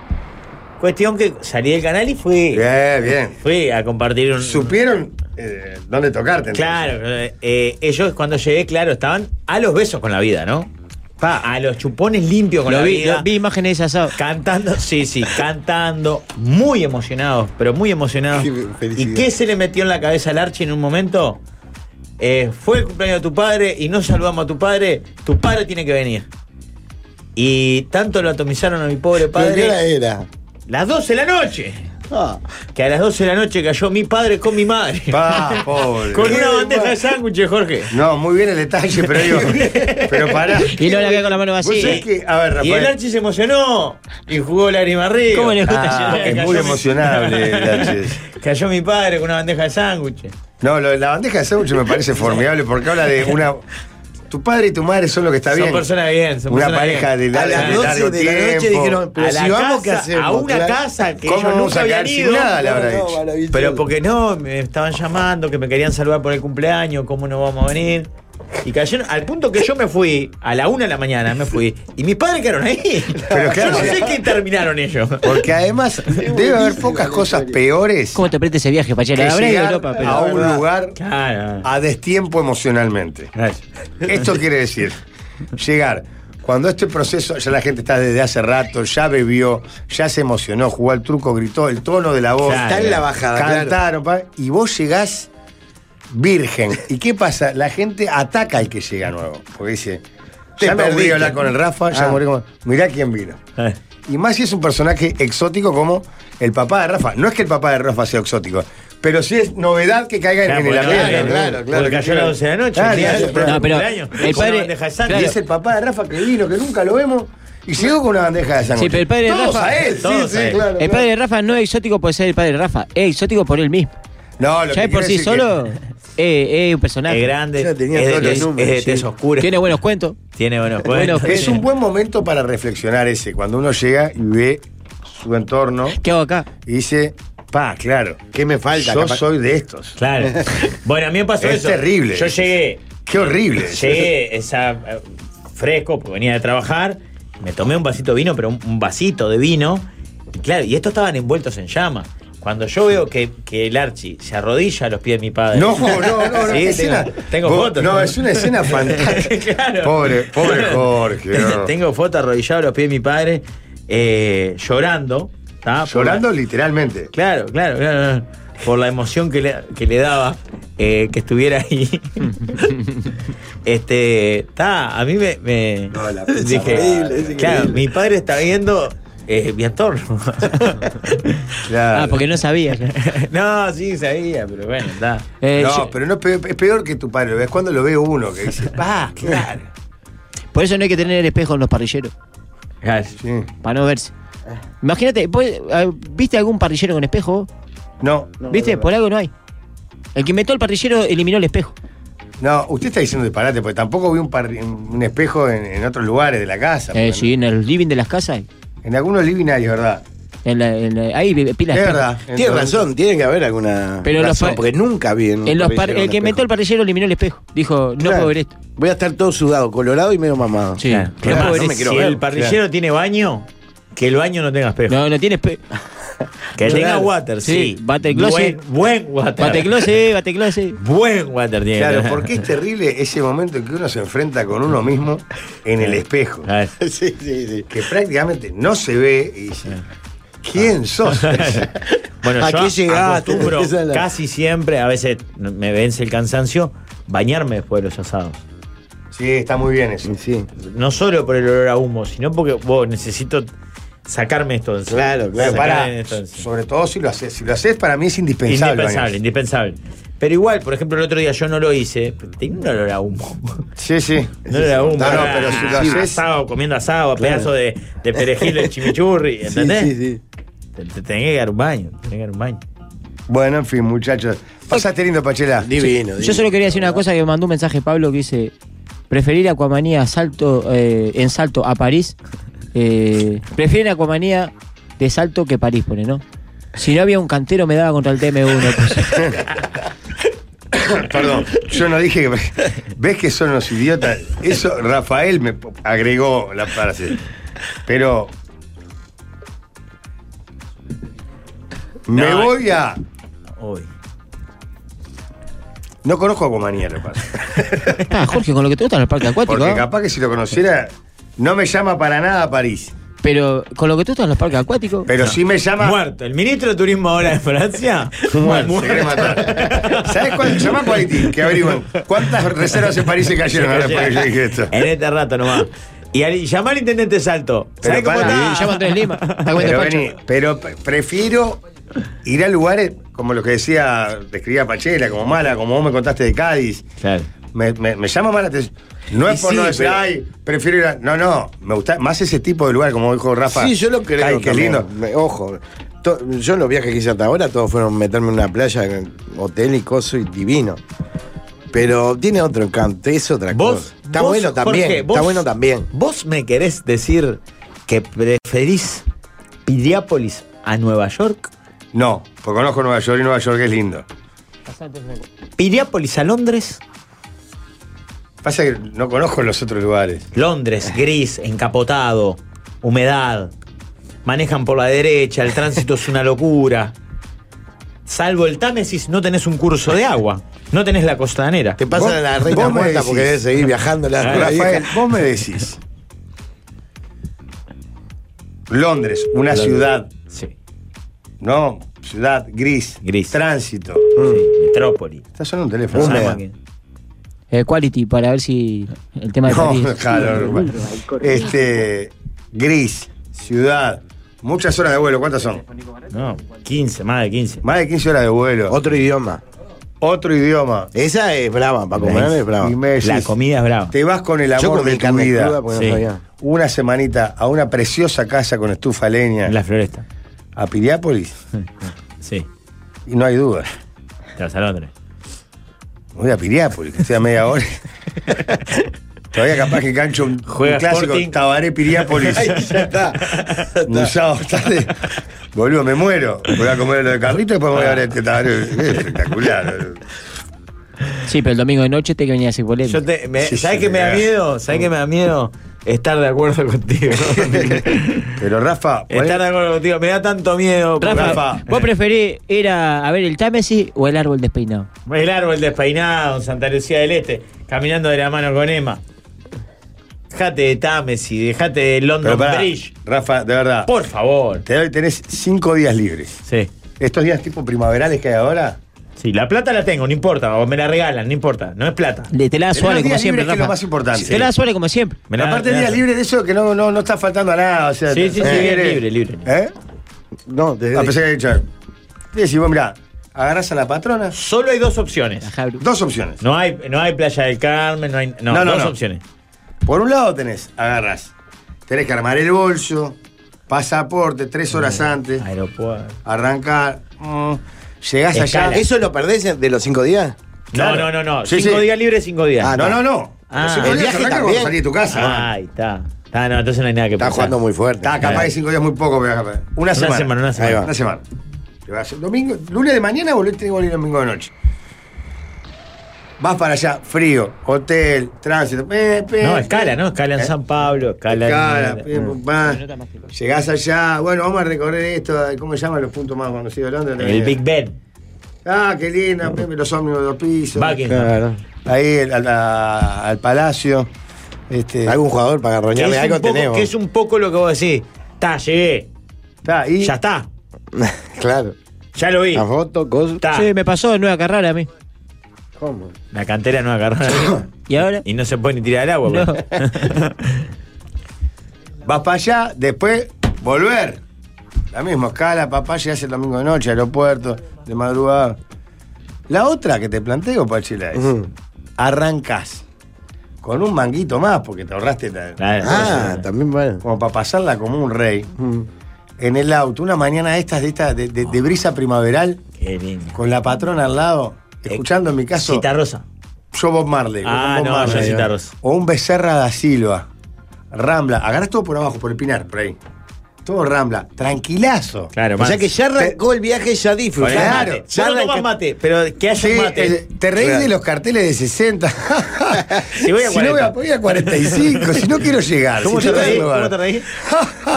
Speaker 5: Cuestión que salí del canal y fui,
Speaker 4: Bien, bien.
Speaker 5: fui a compartir un,
Speaker 4: Supieron eh, dónde tocarte. entonces.
Speaker 5: Claro, eh, ellos cuando llegué, claro, estaban a los besos con la vida, ¿no? Pa, a los chupones limpios con
Speaker 8: Lo
Speaker 5: la
Speaker 8: vi,
Speaker 5: vida.
Speaker 8: lo- vi imágenes de ese asado.
Speaker 5: Cantando, sí, sí, cantando, muy emocionados, pero muy emocionados.
Speaker 6: Qué
Speaker 5: ¿Y
Speaker 6: felicidad.
Speaker 5: qué se le metió en la cabeza al Archie en un momento? Eh, fue el cumpleaños de tu padre y no saludamos a tu padre, tu padre tiene que venir. Y tanto lo atomizaron a mi pobre
Speaker 6: ¿Pero qué hora
Speaker 5: padre.
Speaker 6: era?
Speaker 5: Las 12 de la noche.
Speaker 6: Ah,
Speaker 5: Que a las 12 de la noche cayó mi padre con mi madre.
Speaker 4: Pa, pobre.
Speaker 5: Con una bandeja de sándwiches, Jorge.
Speaker 4: No, muy bien
Speaker 8: *laughs*
Speaker 4: el detalle, pero digo. pero pará.
Speaker 8: Y no la quedé con la mano
Speaker 4: ¿Vos
Speaker 8: vacía.
Speaker 4: sabés que- a ver,
Speaker 5: Y el
Speaker 4: Rafael.
Speaker 5: Archi se emocionó y jugó lágrima arriba.
Speaker 8: ¿Cómo le gusta
Speaker 4: Ah,
Speaker 8: llorar?
Speaker 4: es
Speaker 5: Cayó
Speaker 4: muy
Speaker 5: mi-
Speaker 4: emocionable el
Speaker 8: *laughs*
Speaker 4: Archie.
Speaker 5: *laughs* Cayó mi padre con una bandeja de sándwiches.
Speaker 4: No, lo de la bandeja de sándwiches me parece formidable porque habla de una. Tu padre y tu madre son lo que está
Speaker 5: Son
Speaker 4: bien.
Speaker 5: personas bien, son
Speaker 4: una
Speaker 5: personas
Speaker 4: pareja
Speaker 5: bien.
Speaker 4: de,
Speaker 6: A
Speaker 4: largo-
Speaker 6: las
Speaker 4: de
Speaker 6: 12
Speaker 4: largo
Speaker 6: de la
Speaker 4: tiempo.
Speaker 6: noche dijeron, pero
Speaker 5: a
Speaker 6: si
Speaker 5: la
Speaker 6: *laughs* vamos, ¿qué
Speaker 5: casa,
Speaker 6: hacemos?
Speaker 5: a una
Speaker 6: Claro.
Speaker 5: casa que
Speaker 4: ¿Cómo
Speaker 5: ellos
Speaker 4: vamos
Speaker 5: nunca
Speaker 4: a
Speaker 5: habían
Speaker 4: quedar sin
Speaker 5: ido.
Speaker 4: nada? Le habrá
Speaker 6: No,
Speaker 4: dicho.
Speaker 6: maravilloso.
Speaker 5: Pero porque no, me estaban llamando, que me querían saludar por el cumpleaños, cómo no vamos a venir. Y cayeron, al punto que yo me fui, a la una de la mañana me fui, y mis padres quedaron ahí.
Speaker 4: Pero claro.
Speaker 5: yo no sé qué terminaron ellos.
Speaker 4: Porque además debe haber pocas cosas peores
Speaker 8: ¿Cómo te apriete ese viaje, Pachela?
Speaker 4: que
Speaker 8: Habrá ido a
Speaker 4: llegar
Speaker 8: Europa, pero.
Speaker 4: a un lugar
Speaker 5: Claro.
Speaker 4: a destiempo emocionalmente.
Speaker 5: Gracias. *laughs*
Speaker 4: Esto quiere decir llegar. Cuando este proceso, ya la gente está desde hace rato, ya bebió, ya se emocionó, jugó al truco, gritó, el tono de la voz.
Speaker 5: Claro. Está en la
Speaker 6: bajada,
Speaker 4: Cantaron, pa- y vos llegás virgen. ¿Y qué pasa? La gente ataca al que llega nuevo. Porque dice,
Speaker 6: Te
Speaker 4: ya me
Speaker 6: perdiste.
Speaker 4: aburrí hablar con el Rafa, ya
Speaker 6: Ah.
Speaker 4: morí con- Mirá quién vino.
Speaker 5: Eh.
Speaker 4: Y más si es un personaje exótico como el papá de Rafa. No es que el papá de Rafa sea exótico, pero sí es novedad que caiga en-
Speaker 5: Claro,
Speaker 4: en el
Speaker 5: porque
Speaker 4: ambiente.
Speaker 5: claro,
Speaker 4: ¿no?
Speaker 5: claro, porque cayó a las 12 de la noche,
Speaker 4: Claro,
Speaker 5: el día de su
Speaker 4: claro, claro.
Speaker 8: No, pero
Speaker 5: cumpleaños,
Speaker 8: el
Speaker 5: con una
Speaker 8: padre-
Speaker 5: bandeja de
Speaker 8: claro.
Speaker 4: Y
Speaker 5: sándwiches.
Speaker 4: es el papá de Rafa que vino, que nunca lo vemos, y llegó con una bandeja de sándwich.
Speaker 8: Sí, pero el padre de
Speaker 4: Todos
Speaker 8: Rafa-
Speaker 4: a él, sí,
Speaker 5: todos
Speaker 4: sí,
Speaker 5: a él.
Speaker 4: claro,
Speaker 8: El
Speaker 4: claro.
Speaker 8: padre de Rafa no es exótico por ser el padre de Rafa, es exótico por él mismo.
Speaker 4: No, lo
Speaker 8: Ya de
Speaker 4: que
Speaker 8: por
Speaker 4: quiero
Speaker 8: sí
Speaker 4: decir
Speaker 8: solo
Speaker 4: que-
Speaker 8: eh, es un
Speaker 5: Es
Speaker 8: personaje.
Speaker 5: grande,
Speaker 6: Ya
Speaker 5: es
Speaker 6: tenía
Speaker 5: de,
Speaker 6: todos los
Speaker 5: es-
Speaker 6: números,
Speaker 5: es de tez oscura.
Speaker 8: Tiene buenos cuentos.
Speaker 5: Tiene buenos
Speaker 8: Bueno,
Speaker 5: cuentos.
Speaker 4: Es un buen momento para reflexionar ese, cuando uno llega y ve su entorno
Speaker 8: ¿Qué hago acá?
Speaker 4: y dice, pa, claro,
Speaker 6: ¿Qué me falta?
Speaker 4: yo
Speaker 6: Capaz-
Speaker 4: soy de estos.
Speaker 5: Claro.
Speaker 4: *laughs*
Speaker 5: *laughs* Bueno, a mí me pasó
Speaker 4: Es
Speaker 5: eso.
Speaker 4: terrible.
Speaker 5: Yo llegué,
Speaker 4: Qué horrible.
Speaker 5: llegué esa, eh, fresco, porque venía de trabajar, me tomé un vasito de vino, pero un, un vasito de vino. Y claro, y estos estaban envueltos en llamas. Cuando yo veo que, que el Archie se arrodilla a los pies de mi padre.
Speaker 4: No, no, no,
Speaker 5: Sí,
Speaker 4: no. qué
Speaker 5: tengo-
Speaker 4: escena.
Speaker 5: tengo
Speaker 4: Vos-
Speaker 5: fotos.
Speaker 4: No, es una escena
Speaker 5: *laughs*
Speaker 4: fantástica.
Speaker 5: Claro.
Speaker 4: Pobre,
Speaker 5: *laughs*
Speaker 4: pobre Jorge. no.
Speaker 5: Tengo foto arrodillado a los pies de mi padre, eh, llorando. ¿tá? Por-
Speaker 4: Llorando literalmente.
Speaker 5: Claro, claro, claro. claro. Por la emoción que le, que le daba eh, que estuviera
Speaker 4: *laughs*
Speaker 5: ahí. este, ta, a mí me. me-
Speaker 4: No, la puta
Speaker 5: dije,
Speaker 6: madre. Es
Speaker 5: claro,
Speaker 6: increíble.
Speaker 5: mi padre está viendo eh, mi
Speaker 4: *laughs*
Speaker 5: entorno. *laughs*
Speaker 4: Claro.
Speaker 8: Ah, porque *laughs* no sabía. Eh,
Speaker 5: no, Ah, sí, sabía, pero bueno, está.
Speaker 4: No,
Speaker 8: yo-
Speaker 4: pero no es peor, es peor que tu padre. Es cuando lo ve uno que
Speaker 8: *laughs*
Speaker 4: dice.
Speaker 5: Va, Ah, claro.
Speaker 8: Por eso no hay que tener espejo en los parrilleros,
Speaker 4: Sí. Ah.
Speaker 8: para no verse. Imagínate, vos, eh, ¿viste algún parrillero con espejo?
Speaker 4: No,
Speaker 8: ¿Viste? Por algo no hay. El que inventó el parrillero eliminó el espejo.
Speaker 4: no, usted está diciendo disparate, porque tampoco vi un, par- un espejo en, en otros lugares de la casa.
Speaker 8: Eh,
Speaker 4: porque
Speaker 8: sí, en el living de las casas.
Speaker 4: En algunos living hay, ¿verdad?
Speaker 8: En la- en la- ahí pilas
Speaker 4: Es verdad.
Speaker 6: Tienes
Speaker 4: Entonces-
Speaker 6: razón, tiene que haber alguna
Speaker 8: Pero los
Speaker 6: razón,
Speaker 8: pa-
Speaker 6: porque nunca vi en un
Speaker 8: En los par-
Speaker 6: parrillero
Speaker 8: el
Speaker 6: un
Speaker 8: que inventó el
Speaker 6: espejo.
Speaker 8: parrillero eliminó el espejo. Dijo, no
Speaker 6: Claro.
Speaker 8: puedo ver esto.
Speaker 6: Voy a estar todo sudado, colorado y medio mamado.
Speaker 8: Sí.
Speaker 5: Claro.
Speaker 8: no
Speaker 5: Además,
Speaker 8: puedo ver
Speaker 6: no me
Speaker 8: esto.
Speaker 6: quiero
Speaker 5: si
Speaker 6: ver.
Speaker 5: el parrillero tiene baño, que el baño no tenga espejo.
Speaker 8: No, no tiene espejo.
Speaker 5: *laughs* Que tenga
Speaker 8: Claro.
Speaker 5: water, sí.
Speaker 8: Sí, water closet.
Speaker 5: Buen, buen water.
Speaker 6: *laughs*
Speaker 8: Bateclose, bateclose.
Speaker 5: Buen water tiene. que
Speaker 4: Claro,
Speaker 5: tener.
Speaker 4: porque es terrible ese momento en que uno se enfrenta con uno mismo en el espejo.
Speaker 5: A ver.
Speaker 4: *laughs* Sí, sí, sí. Que prácticamente no se ve y dice, ¿quién sos?
Speaker 5: Ah. *laughs* Bueno,
Speaker 6: ¿A
Speaker 5: yo
Speaker 6: qué
Speaker 4: *laughs*
Speaker 6: llegaste?
Speaker 5: acostumbro
Speaker 6: Esa es la-
Speaker 5: casi siempre, a veces me vence el cansancio, bañarme después de los asados.
Speaker 4: sí, está muy bien eso.
Speaker 6: Sí.
Speaker 5: No solo por el olor a humo, sino porque vos necesito sacarme esto. encima.
Speaker 6: Claro, claro.
Speaker 5: Sacarme
Speaker 4: Para,
Speaker 5: esto encima.
Speaker 4: sobre todo si lo haces. Si lo haces, para mí es indispensable.
Speaker 5: Indispensable,
Speaker 4: bañarse.
Speaker 5: indispensable. Pero igual, por ejemplo, el otro día yo no lo hice, pero tenía un olor a humo. *laughs*
Speaker 4: Sí, sí.
Speaker 5: No era humo.
Speaker 4: No, no,
Speaker 5: era
Speaker 4: pero si lo
Speaker 5: así,
Speaker 4: haces-
Speaker 5: asado, comiendo asado, pedazo de, de perejil, de
Speaker 4: *laughs*
Speaker 5: chimichurri, ¿entendés?
Speaker 6: Sí, sí, sí.
Speaker 5: Te, te tenés que dar un baño, te tenés que dar un baño.
Speaker 4: Bueno, en fin, muchachos. Pasaste lindo, Pachela.
Speaker 6: Divino, divino.
Speaker 8: Yo solo quería decir una cosa que me mandó un mensaje Pablo que dice: preferir Aquamanía salto, eh, en salto a París. Eh, prefieren Aquamanía de salto que París, pone, ¿no? Si no había un cantero, me daba contra el
Speaker 6: *laughs*
Speaker 8: TM1. pues.
Speaker 4: Perdón, yo no dije que. ¿Ves que son los idiotas? Eso Rafael me po- agregó la frase. Pero. Me
Speaker 5: No, eh.
Speaker 4: voy a.
Speaker 5: Uy.
Speaker 4: No conozco a Comanía, reparo.
Speaker 8: Ah, Jorge, con lo que te gustan los parques acuáticos.
Speaker 4: Porque
Speaker 8: ¿ah?
Speaker 4: capaz que si lo conociera, no me llama para nada a París.
Speaker 8: Pero con lo que te gustan los parques acuáticos.
Speaker 4: Pero sí me llama.
Speaker 5: Muerto. El ministro de Turismo ahora de Francia.
Speaker 4: *laughs* Muerto, se quiere matar. ¿Sabes cuál? Llama a Politi, que averiguan. ¿Cuántas reservas en París se
Speaker 5: *laughs*
Speaker 4: cayeron ahora después que yo dije esto?
Speaker 5: En este rato nomás. Y al, llamar al intendente Salto.
Speaker 4: Pero
Speaker 5: ¿Sabés cómo
Speaker 4: para,
Speaker 5: está?
Speaker 8: Ah, llaman tres Lima. Está comiendo
Speaker 4: Pero,
Speaker 8: pancho.
Speaker 4: vení, pero pre- prefiero ir a lugares como lo que decía, describía Pachela, como Mala, como vos me contaste de Cádiz.
Speaker 5: Claro.
Speaker 4: Me, me- me llama más la atención. No es
Speaker 6: Y
Speaker 4: por
Speaker 6: sí,
Speaker 4: no decir,
Speaker 6: pero-
Speaker 4: ay, prefiero ir a. No, no, me gusta más ese tipo de lugar, como dijo Rafa.
Speaker 6: Sí, yo lo creo.
Speaker 4: Ay, qué
Speaker 6: también.
Speaker 4: lindo.
Speaker 6: Me- Ojo. to- yo los viajes que hice hasta ahora, todos fueron meterme en una playa, en un hotel y coso, y divino. Pero tiene otro encanto, es otra
Speaker 5: Vos.
Speaker 6: cosa. Está
Speaker 5: vos,
Speaker 6: bueno también.
Speaker 5: Jorge, vos-
Speaker 6: está bueno también.
Speaker 5: Vos me querés decir que preferís Piriápolis a Nueva York,
Speaker 4: No, porque conozco Nueva York y Nueva York es lindo.
Speaker 5: Piriápolis a Londres.
Speaker 4: Pasa que no conozco los otros lugares.
Speaker 5: Londres, gris, encapotado, humedad. Manejan por la derecha, el tránsito es una locura. Salvo el Támesis, no tenés un curso de agua. No tenés la costanera.
Speaker 6: Te pasan
Speaker 4: Vos-
Speaker 6: a la
Speaker 4: vos
Speaker 6: reina
Speaker 4: me
Speaker 6: muerta
Speaker 4: decís.
Speaker 6: porque debes seguir viajando la, la
Speaker 4: Rafael,
Speaker 6: vieja.
Speaker 4: vos me decís. Londres, una ciudad
Speaker 5: Sí,
Speaker 4: No, ciudad gris,
Speaker 5: Gris.
Speaker 4: tránsito.
Speaker 5: sí, metrópoli.
Speaker 4: Está sonando un teléfono.
Speaker 5: Sabemos
Speaker 6: Húmeda.
Speaker 5: que-
Speaker 8: Eh, quality, para ver si el tema de París.
Speaker 4: *laughs* No, calor. bueno. Este, gris, ciudad, muchas horas de vuelo, ¿cuántas son?
Speaker 5: No, 15, más de 15.
Speaker 4: Más de 15 horas de vuelo.
Speaker 6: Otro idioma.
Speaker 4: Otro idioma.
Speaker 6: Esa es brava, para comer es brava.
Speaker 4: Y me decís,
Speaker 5: La comida es brava.
Speaker 4: Te vas con el
Speaker 6: Yo
Speaker 4: amor
Speaker 6: comí
Speaker 4: de tu
Speaker 6: carne
Speaker 4: vida.
Speaker 6: cruda porque
Speaker 5: Sí.
Speaker 6: no sabía.
Speaker 4: Una semanita a una preciosa casa con estufa a leña
Speaker 5: En la floresta.
Speaker 4: a Piriápolis
Speaker 5: *laughs* Sí,
Speaker 4: y no hay duda.
Speaker 5: te vas a Londres.
Speaker 4: Voy a Piriápolis, que estoy a media
Speaker 5: *laughs*
Speaker 4: hora. Todavía capaz que cancho un, un
Speaker 5: Juega
Speaker 4: clásico
Speaker 5: Sporting. *laughs*
Speaker 4: Tabaré Piriápolis.
Speaker 6: *laughs*
Speaker 4: Un sábado tarde. Boludo, me muero. Voy a comer lo de carrito y después me voy a ver este tabaré. Es espectacular.
Speaker 8: Sí, pero el domingo de noche te que venir a Cipolletti.
Speaker 5: Yo te, me-
Speaker 4: Sí,
Speaker 5: ¿Sabes
Speaker 4: sí,
Speaker 5: qué me da
Speaker 4: mira.
Speaker 5: miedo? ¿Sabes qué me da miedo? Estar de acuerdo contigo.
Speaker 6: *laughs*
Speaker 4: Pero Rafa, ¿cuál es?
Speaker 5: Estar de acuerdo contigo. Me da tanto miedo. porque-
Speaker 8: Rafa,
Speaker 4: Rafa.
Speaker 8: ¿vos preferís ir a, a ver el Támesis o el árbol despeinado?
Speaker 5: El árbol despeinado en Santa Lucía del Este, caminando de la mano con Emma. Dejate de Támesis, dejate de London
Speaker 4: Pero pará,
Speaker 5: Bridge.
Speaker 4: Rafa, de verdad.
Speaker 5: Por favor.
Speaker 4: Te doy, tenés cinco días libres.
Speaker 5: Sí.
Speaker 4: Estos días tipo primaverales que hay ahora.
Speaker 5: Sí, la plata la tengo, no importa. O me la regalan, no importa. No es plata.
Speaker 8: Le- te la da
Speaker 4: Tenés los
Speaker 8: suave como
Speaker 4: días
Speaker 8: siempre,
Speaker 4: libres, que es lo
Speaker 8: Rafa.
Speaker 4: más importante.
Speaker 8: Te la da suave como siempre.
Speaker 5: Me la-
Speaker 4: Aparte
Speaker 5: me
Speaker 4: de
Speaker 5: la-
Speaker 4: días libres de eso que no, no, no está faltando a nada. O sea,
Speaker 5: Sí, sí, sí,
Speaker 4: ¿eh?
Speaker 5: bien libre, libre.
Speaker 4: ¿Eh?
Speaker 6: No, desde
Speaker 4: A pesar que he dicho. Decís, vos mirá, agarrás a la patrona.
Speaker 5: Solo hay dos opciones.
Speaker 8: La Jabru.
Speaker 4: Dos opciones.
Speaker 5: No hay, no hay Playa del Carmen, no hay. No,
Speaker 4: No, no,
Speaker 5: dos
Speaker 4: no.
Speaker 5: opciones.
Speaker 4: Por un lado tenés, agarras. Tenés que armar el bolso, pasaporte, tres horas antes.
Speaker 5: Mm, Aeropuerto.
Speaker 4: arrancar. mm, llegás
Speaker 5: Escala.
Speaker 4: allá.
Speaker 6: ¿Eso lo perdés en- de los cinco días?
Speaker 5: No,
Speaker 4: Claro.
Speaker 5: no, no, no.
Speaker 4: Sí,
Speaker 5: cinco
Speaker 4: sí.
Speaker 5: días libres, cinco días.
Speaker 6: Ah,
Speaker 4: no, no, no.
Speaker 5: Ah.
Speaker 4: Los cinco
Speaker 5: El
Speaker 4: días
Speaker 6: viaje
Speaker 4: arranca
Speaker 6: también.
Speaker 4: cuando salís de tu casa.
Speaker 5: Ahí está. Está, no, entonces no hay nada que
Speaker 6: Está
Speaker 5: pensar.
Speaker 6: jugando muy fuerte.
Speaker 4: Está, capaz de cinco días muy poco, pero capaz. Una,
Speaker 5: Una
Speaker 4: semana.
Speaker 5: semana, una semana.
Speaker 4: Ahí va. Una semana. Te vas domingo, lunes de mañana volvés tenés que volver domingo de noche. Vas para allá, frío, hotel, tránsito. pe, pe,
Speaker 5: No,
Speaker 4: pe,
Speaker 5: escala, ¿no? Escala en
Speaker 4: ¿Eh?
Speaker 5: San Pablo, escala en.
Speaker 4: Cara,
Speaker 5: Mm.
Speaker 4: pim, pum, pam. Llegás allá, bueno, vamos a recorrer esto, ¿cómo se llaman los puntos más conocidos de Londres?
Speaker 5: El Big Ben, Mm.
Speaker 4: Ah, qué lindo, pim, los ómnibus de dos pisos.
Speaker 5: Buckingham.
Speaker 6: Claro.
Speaker 4: Ahí al, al- al palacio. Este,
Speaker 6: Algún jugador para
Speaker 5: Que es,
Speaker 6: garroñarle
Speaker 5: un
Speaker 6: algo
Speaker 5: poco,
Speaker 6: tenemos.
Speaker 5: que es un poco lo que vos decís. Está, llegué.
Speaker 4: está, y
Speaker 5: Ya está.
Speaker 6: claro.
Speaker 5: Ya lo vi.
Speaker 6: La foto, cosas.
Speaker 5: Está.
Speaker 8: Sí, me pasó de nueva carrera a mí.
Speaker 4: ¿Cómo?
Speaker 5: La cantera no agarró.
Speaker 8: ¿Y ahora?
Speaker 5: y no se puede ni tirar al agua.
Speaker 8: No.
Speaker 5: pues.
Speaker 4: Vas para allá, después volver. La misma escala, papá llegás el domingo de noche, aeropuerto, de madrugada. La otra que te planteo, Pachila, es
Speaker 6: Ujú.
Speaker 4: arrancás con un manguito más, porque te ahorraste la-
Speaker 5: Claro,
Speaker 6: Ah, también bueno.
Speaker 4: como para pasarla como un rey. En el auto, una mañana de estas de, estas de, de- de brisa primaveral,
Speaker 5: Qué lindo. Eh,
Speaker 4: con la patrona al lado, escuchando en mi caso,
Speaker 5: Cita Rosa.
Speaker 4: yo Bob Marley.
Speaker 5: Ah,
Speaker 4: Bob
Speaker 5: no,
Speaker 4: Marley,
Speaker 5: yo
Speaker 4: ¿no?
Speaker 5: Cita Rosa.
Speaker 4: O un Becerra da Silva. Rambla. Agarrás todo por abajo, por el Pinar, por ahí. Todo Rambla. Tranquilazo.
Speaker 5: Claro,
Speaker 6: O sea
Speaker 5: man.
Speaker 6: que ya arrancó el viaje, ya
Speaker 5: Con el
Speaker 6: disfrutó.
Speaker 4: Claro,
Speaker 5: mate.
Speaker 6: ya
Speaker 5: Vos no
Speaker 6: arranca-
Speaker 5: tomás mate, pero que haya
Speaker 4: Sí,
Speaker 5: un mate.
Speaker 4: el- te reís
Speaker 6: Claro.
Speaker 4: de los carteles de 60.
Speaker 5: *laughs* Si voy a
Speaker 4: no voy
Speaker 5: 40.
Speaker 4: a, voy a 45, si no quiero llegar.
Speaker 5: ¿Cómo,
Speaker 4: si
Speaker 5: te
Speaker 4: no
Speaker 5: reís?
Speaker 4: tengo
Speaker 5: ¿Cómo te
Speaker 4: ganas.
Speaker 5: reís?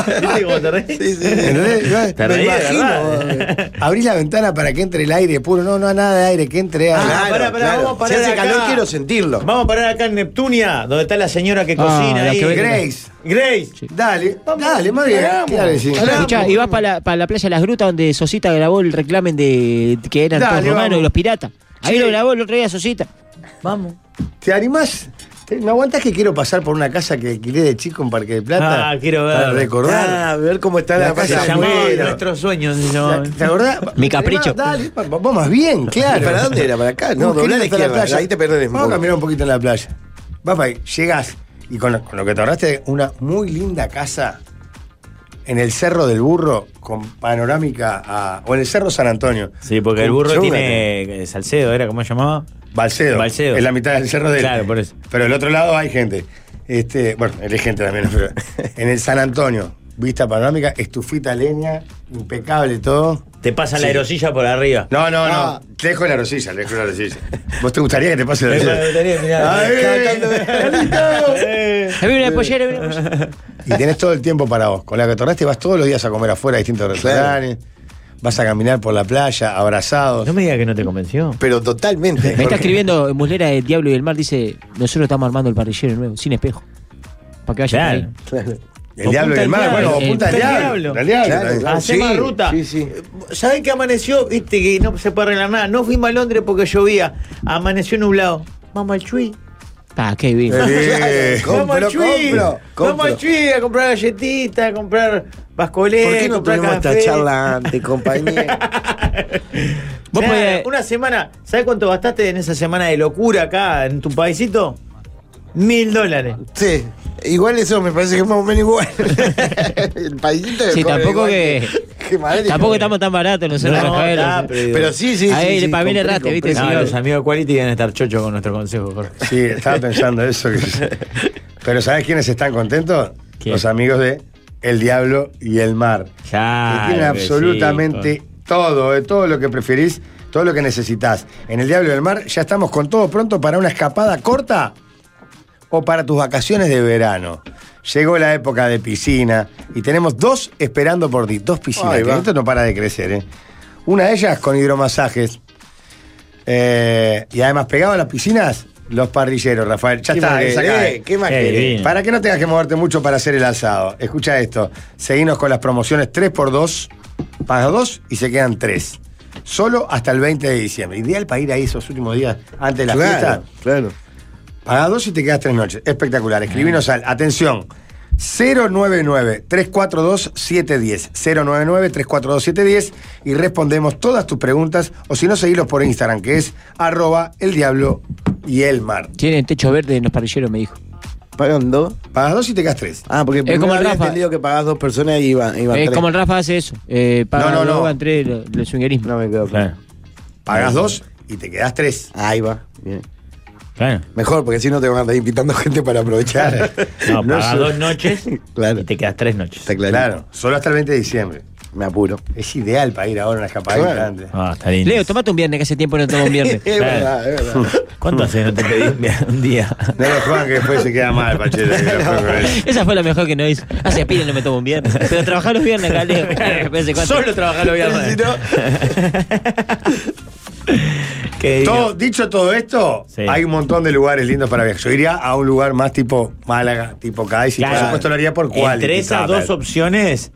Speaker 4: *laughs*
Speaker 5: ¿Viste cómo te reís?
Speaker 6: Sí, sí, sí.
Speaker 4: ¿Entendés?
Speaker 5: Te
Speaker 4: Yo me
Speaker 5: reís, de
Speaker 4: imagino,
Speaker 5: verdad.
Speaker 4: eh, Abrí la ventana para que entre el aire puro. No, no, nada de aire, que entre aire.
Speaker 5: Ah,
Speaker 6: Claro,
Speaker 5: pará, pará,
Speaker 6: claro.
Speaker 5: vamos a parar
Speaker 6: Si hace
Speaker 5: acá.
Speaker 6: calor, quiero sentirlo.
Speaker 5: Vamos a parar acá en Neptunia, donde está la señora que
Speaker 8: Ah,
Speaker 5: cocina
Speaker 8: la
Speaker 5: ahí.
Speaker 8: que vende-
Speaker 4: Grace,
Speaker 5: Grace.
Speaker 4: dale, dale, más bien. Claro que sí.
Speaker 8: Escuchá, y vas para la, pa' la playa Las Grutas donde Sosita grabó el reclamen de que eran
Speaker 4: Dale,
Speaker 8: todos romanos
Speaker 4: vamos.
Speaker 8: y los piratas. Ahí
Speaker 4: Sí.
Speaker 8: lo grabó el otro día Sosita. Vamos.
Speaker 4: ¿Te animás? ¿Te- ¿No aguantás que quiero pasar por una casa que alquilé de chico en Parque de Plata?
Speaker 5: Ah, quiero ver.
Speaker 4: Para recordar.
Speaker 6: Ah, a ver cómo está
Speaker 4: La
Speaker 6: la,
Speaker 5: Se
Speaker 4: casa
Speaker 6: casa.
Speaker 5: llamaba
Speaker 4: bueno.
Speaker 5: Nuestros Sueños. se
Speaker 4: La-
Speaker 5: llamaba.
Speaker 4: ¿Te *laughs*
Speaker 6: *laughs*
Speaker 4: acordás?
Speaker 8: Mi
Speaker 4: ¿Te
Speaker 8: capricho.
Speaker 4: animás? Dale, pa- vamos más bien, claro.
Speaker 6: ¿Para dónde era? ¿Para acá? No,
Speaker 4: Vos querés
Speaker 6: doblar a la
Speaker 4: estar en
Speaker 6: izquierda.
Speaker 4: playa.
Speaker 6: Ahí te perdés. un
Speaker 4: Vamos a
Speaker 6: poco.
Speaker 4: caminar un poquito en la playa. Vas para ahí, llegás. Y con, lo- con lo que te ahorraste, una muy linda casa en el Cerro del Burro, con panorámica a- o en el Cerro San Antonio.
Speaker 5: Sí, porque el
Speaker 4: Con-
Speaker 5: burro
Speaker 4: yo una
Speaker 5: tiene eh, Salcedo, ¿era cómo se llamaba?
Speaker 4: Balcedo.
Speaker 5: Balcedo.
Speaker 4: Es la mitad del cerro de
Speaker 5: Claro, por eso.
Speaker 4: Pero del otro lado hay gente. Este, bueno, él es gente también, pero en el San Antonio, vista panorámica, estufita leña, impecable todo. Ah,
Speaker 5: Te pasa la aerosilla por arriba.
Speaker 4: No, no,
Speaker 8: Ah.
Speaker 4: no. Te dejo
Speaker 8: *laughs*
Speaker 4: la rosilla, te dejo la rosilla. ¿Vos te gustaría que te pase la
Speaker 5: Me
Speaker 4: rosilla?
Speaker 5: gustaría, mirá.
Speaker 4: Ay,
Speaker 8: *laughs*
Speaker 5: Eh,
Speaker 8: Ahí viene una pollera, ahí viene una pollera.
Speaker 4: *laughs* Y tenés todo el tiempo para vos. Con la que tornaste vas todos los días a comer afuera a distintos restaurantes. Vas a caminar por la playa, abrazados.
Speaker 5: No me digas que no te convenció.
Speaker 6: Pero totalmente.
Speaker 8: Me está escribiendo Muslera de Diablo y el Mar, dice, nosotros estamos armando el parrillero nuevo, sin espejo. Para que vaya
Speaker 5: Claro.
Speaker 8: por ahí.
Speaker 4: El diablo y el mar, bueno, o punta del diablo. Del diablo.
Speaker 6: Claro.
Speaker 4: también.
Speaker 6: Ah, sí,
Speaker 5: Hacemos ruta.
Speaker 6: sí, sí.
Speaker 5: ¿Sabés que amaneció? Viste que no se puede arreglar nada. No fuimos a Londres porque llovía. Amaneció nublado. Vamos al Chuy.
Speaker 8: Pa, qué
Speaker 5: *laughs*
Speaker 8: bien.
Speaker 4: Eh,
Speaker 5: Vamos al
Speaker 4: compro,
Speaker 5: Chuy.
Speaker 4: compro,
Speaker 5: Vamos
Speaker 4: compro.
Speaker 5: al Chuy a comprar galletitas, a comprar bascolé.
Speaker 6: ¿Por qué no
Speaker 5: comprar
Speaker 6: tuvimos esta
Speaker 5: café.
Speaker 6: charla antes, compañero?
Speaker 8: Vos
Speaker 5: Claro,
Speaker 8: podés-
Speaker 5: Una semana. ¿Sabés cuánto gastaste en esa semana de locura acá en tu paisito? Mil dólares.
Speaker 6: Sí. Igual eso me parece que es más o menos igual. el paisito
Speaker 8: *laughs*
Speaker 6: de
Speaker 8: Sí,
Speaker 6: cobre
Speaker 8: tampoco
Speaker 6: igual
Speaker 8: que-
Speaker 6: que Madrid.
Speaker 8: Tampoco estamos tan baratos nosotros,
Speaker 5: No,
Speaker 8: Rafael.
Speaker 5: está,
Speaker 8: o sea.
Speaker 6: Pero sí, sí,
Speaker 8: Ahí,
Speaker 6: sí, sí,
Speaker 8: para mí le
Speaker 6: compré,
Speaker 8: erraste,
Speaker 6: compré.
Speaker 8: viste,
Speaker 5: No,
Speaker 8: señor.
Speaker 5: los amigos de Quality deben estar chochos con nuestro consejo, Jorge.
Speaker 4: Sí, estaba pensando
Speaker 5: *laughs*
Speaker 4: eso. que- Pero ¿sabes quiénes están contentos?
Speaker 5: ¿Quién?
Speaker 4: Los amigos de El Diablo y el Mar.
Speaker 5: Claro
Speaker 4: que tienen
Speaker 5: que sí,
Speaker 4: absolutamente todo, eh, todo lo que preferís, todo lo que necesitas. En El Diablo y el Mar ya estamos con todo pronto para una escapada corta o para tus vacaciones de verano. Llegó la época de piscina y tenemos dos esperando por ti. Dos piscinas.
Speaker 6: Ahí va.
Speaker 4: Esto no para de crecer, ¿eh? Una de ellas con hidromasajes. Eh, y además, pegado a las piscinas, los parrilleros, Rafael. Ya
Speaker 6: ¿Qué
Speaker 4: está,
Speaker 6: más
Speaker 4: eh, sacá,
Speaker 6: querés?
Speaker 4: eh.
Speaker 6: ¿Qué más
Speaker 5: Qué
Speaker 6: querés?
Speaker 5: divino.
Speaker 4: Para que no tengas que moverte mucho para hacer el alzado. Escucha esto. Seguimos con las promociones 3x2. Pagas 2 y se quedan 3. Solo hasta el 20 de diciembre. Ideal para ir ahí esos últimos días antes de la fiesta.
Speaker 6: Claro, claro.
Speaker 4: Pagás dos y te quedas tres noches. Espectacular. Escribinos al. Atención. 099-342-710. 099-342-710. Y respondemos todas tus preguntas. O si no, seguilos por Instagram, que es arroba el diablo y el mar.
Speaker 8: Tienen techo verde en los parrilleros, me dijo. Eh,
Speaker 6: ¿Pagan dos?
Speaker 4: Pagas dos y te quedas tres.
Speaker 6: Ah, porque primero
Speaker 8: como el
Speaker 6: había
Speaker 8: Rafa.
Speaker 6: entendido que pagás dos personas y iban, iban
Speaker 8: Es
Speaker 6: tres.
Speaker 8: como el Rafa hace eso. Eh, para
Speaker 4: No, no,
Speaker 8: no,
Speaker 4: no.
Speaker 8: entre el, el swingerismo.
Speaker 6: No me quedo claro.
Speaker 4: Pagas dos y te quedas tres.
Speaker 6: Ahí va. Bien.
Speaker 5: Claro.
Speaker 6: Mejor, porque si no te van a estar invitando *laughs* gente para aprovechar.
Speaker 5: No,
Speaker 6: *laughs* *laughs* No
Speaker 5: pagás
Speaker 6: sé.
Speaker 5: dos noches
Speaker 6: *laughs* Claro.
Speaker 5: y te quedas tres noches.
Speaker 6: Está claro.
Speaker 4: Claro, solo hasta el 20 de diciembre.
Speaker 6: Me apuro.
Speaker 4: Es ideal para ir ahora a una escapadita
Speaker 6: Claro.
Speaker 4: antes.
Speaker 5: Ah, está lindo.
Speaker 8: Leo, tomate un viernes, que hace tiempo no tomo un *laughs* viernes.
Speaker 6: *laughs* Es verdad, es verdad.
Speaker 5: ¿Cuánto hace no te pedí un día- un día?
Speaker 4: No lo juegan que después se queda mal, Pacheta. que
Speaker 6: *laughs*
Speaker 4: lo juegan con él.
Speaker 8: Esa fue la mejor que no hizo. Hace pila no me tomo un viernes. Pero trabajar los viernes acá, Leo. De vez en cuando.
Speaker 5: Solo trabajar
Speaker 8: *laughs*
Speaker 5: los viernes.
Speaker 6: Si no,
Speaker 5: Qué
Speaker 4: Todo- dicho todo esto,
Speaker 5: Sí.
Speaker 4: hay un montón de lugares lindos para viajar. Yo iría a un lugar más tipo Málaga, tipo Cádiz, y por
Speaker 5: Claro.
Speaker 4: supuesto lo haría por cuál.
Speaker 5: Entre esas dos opciones,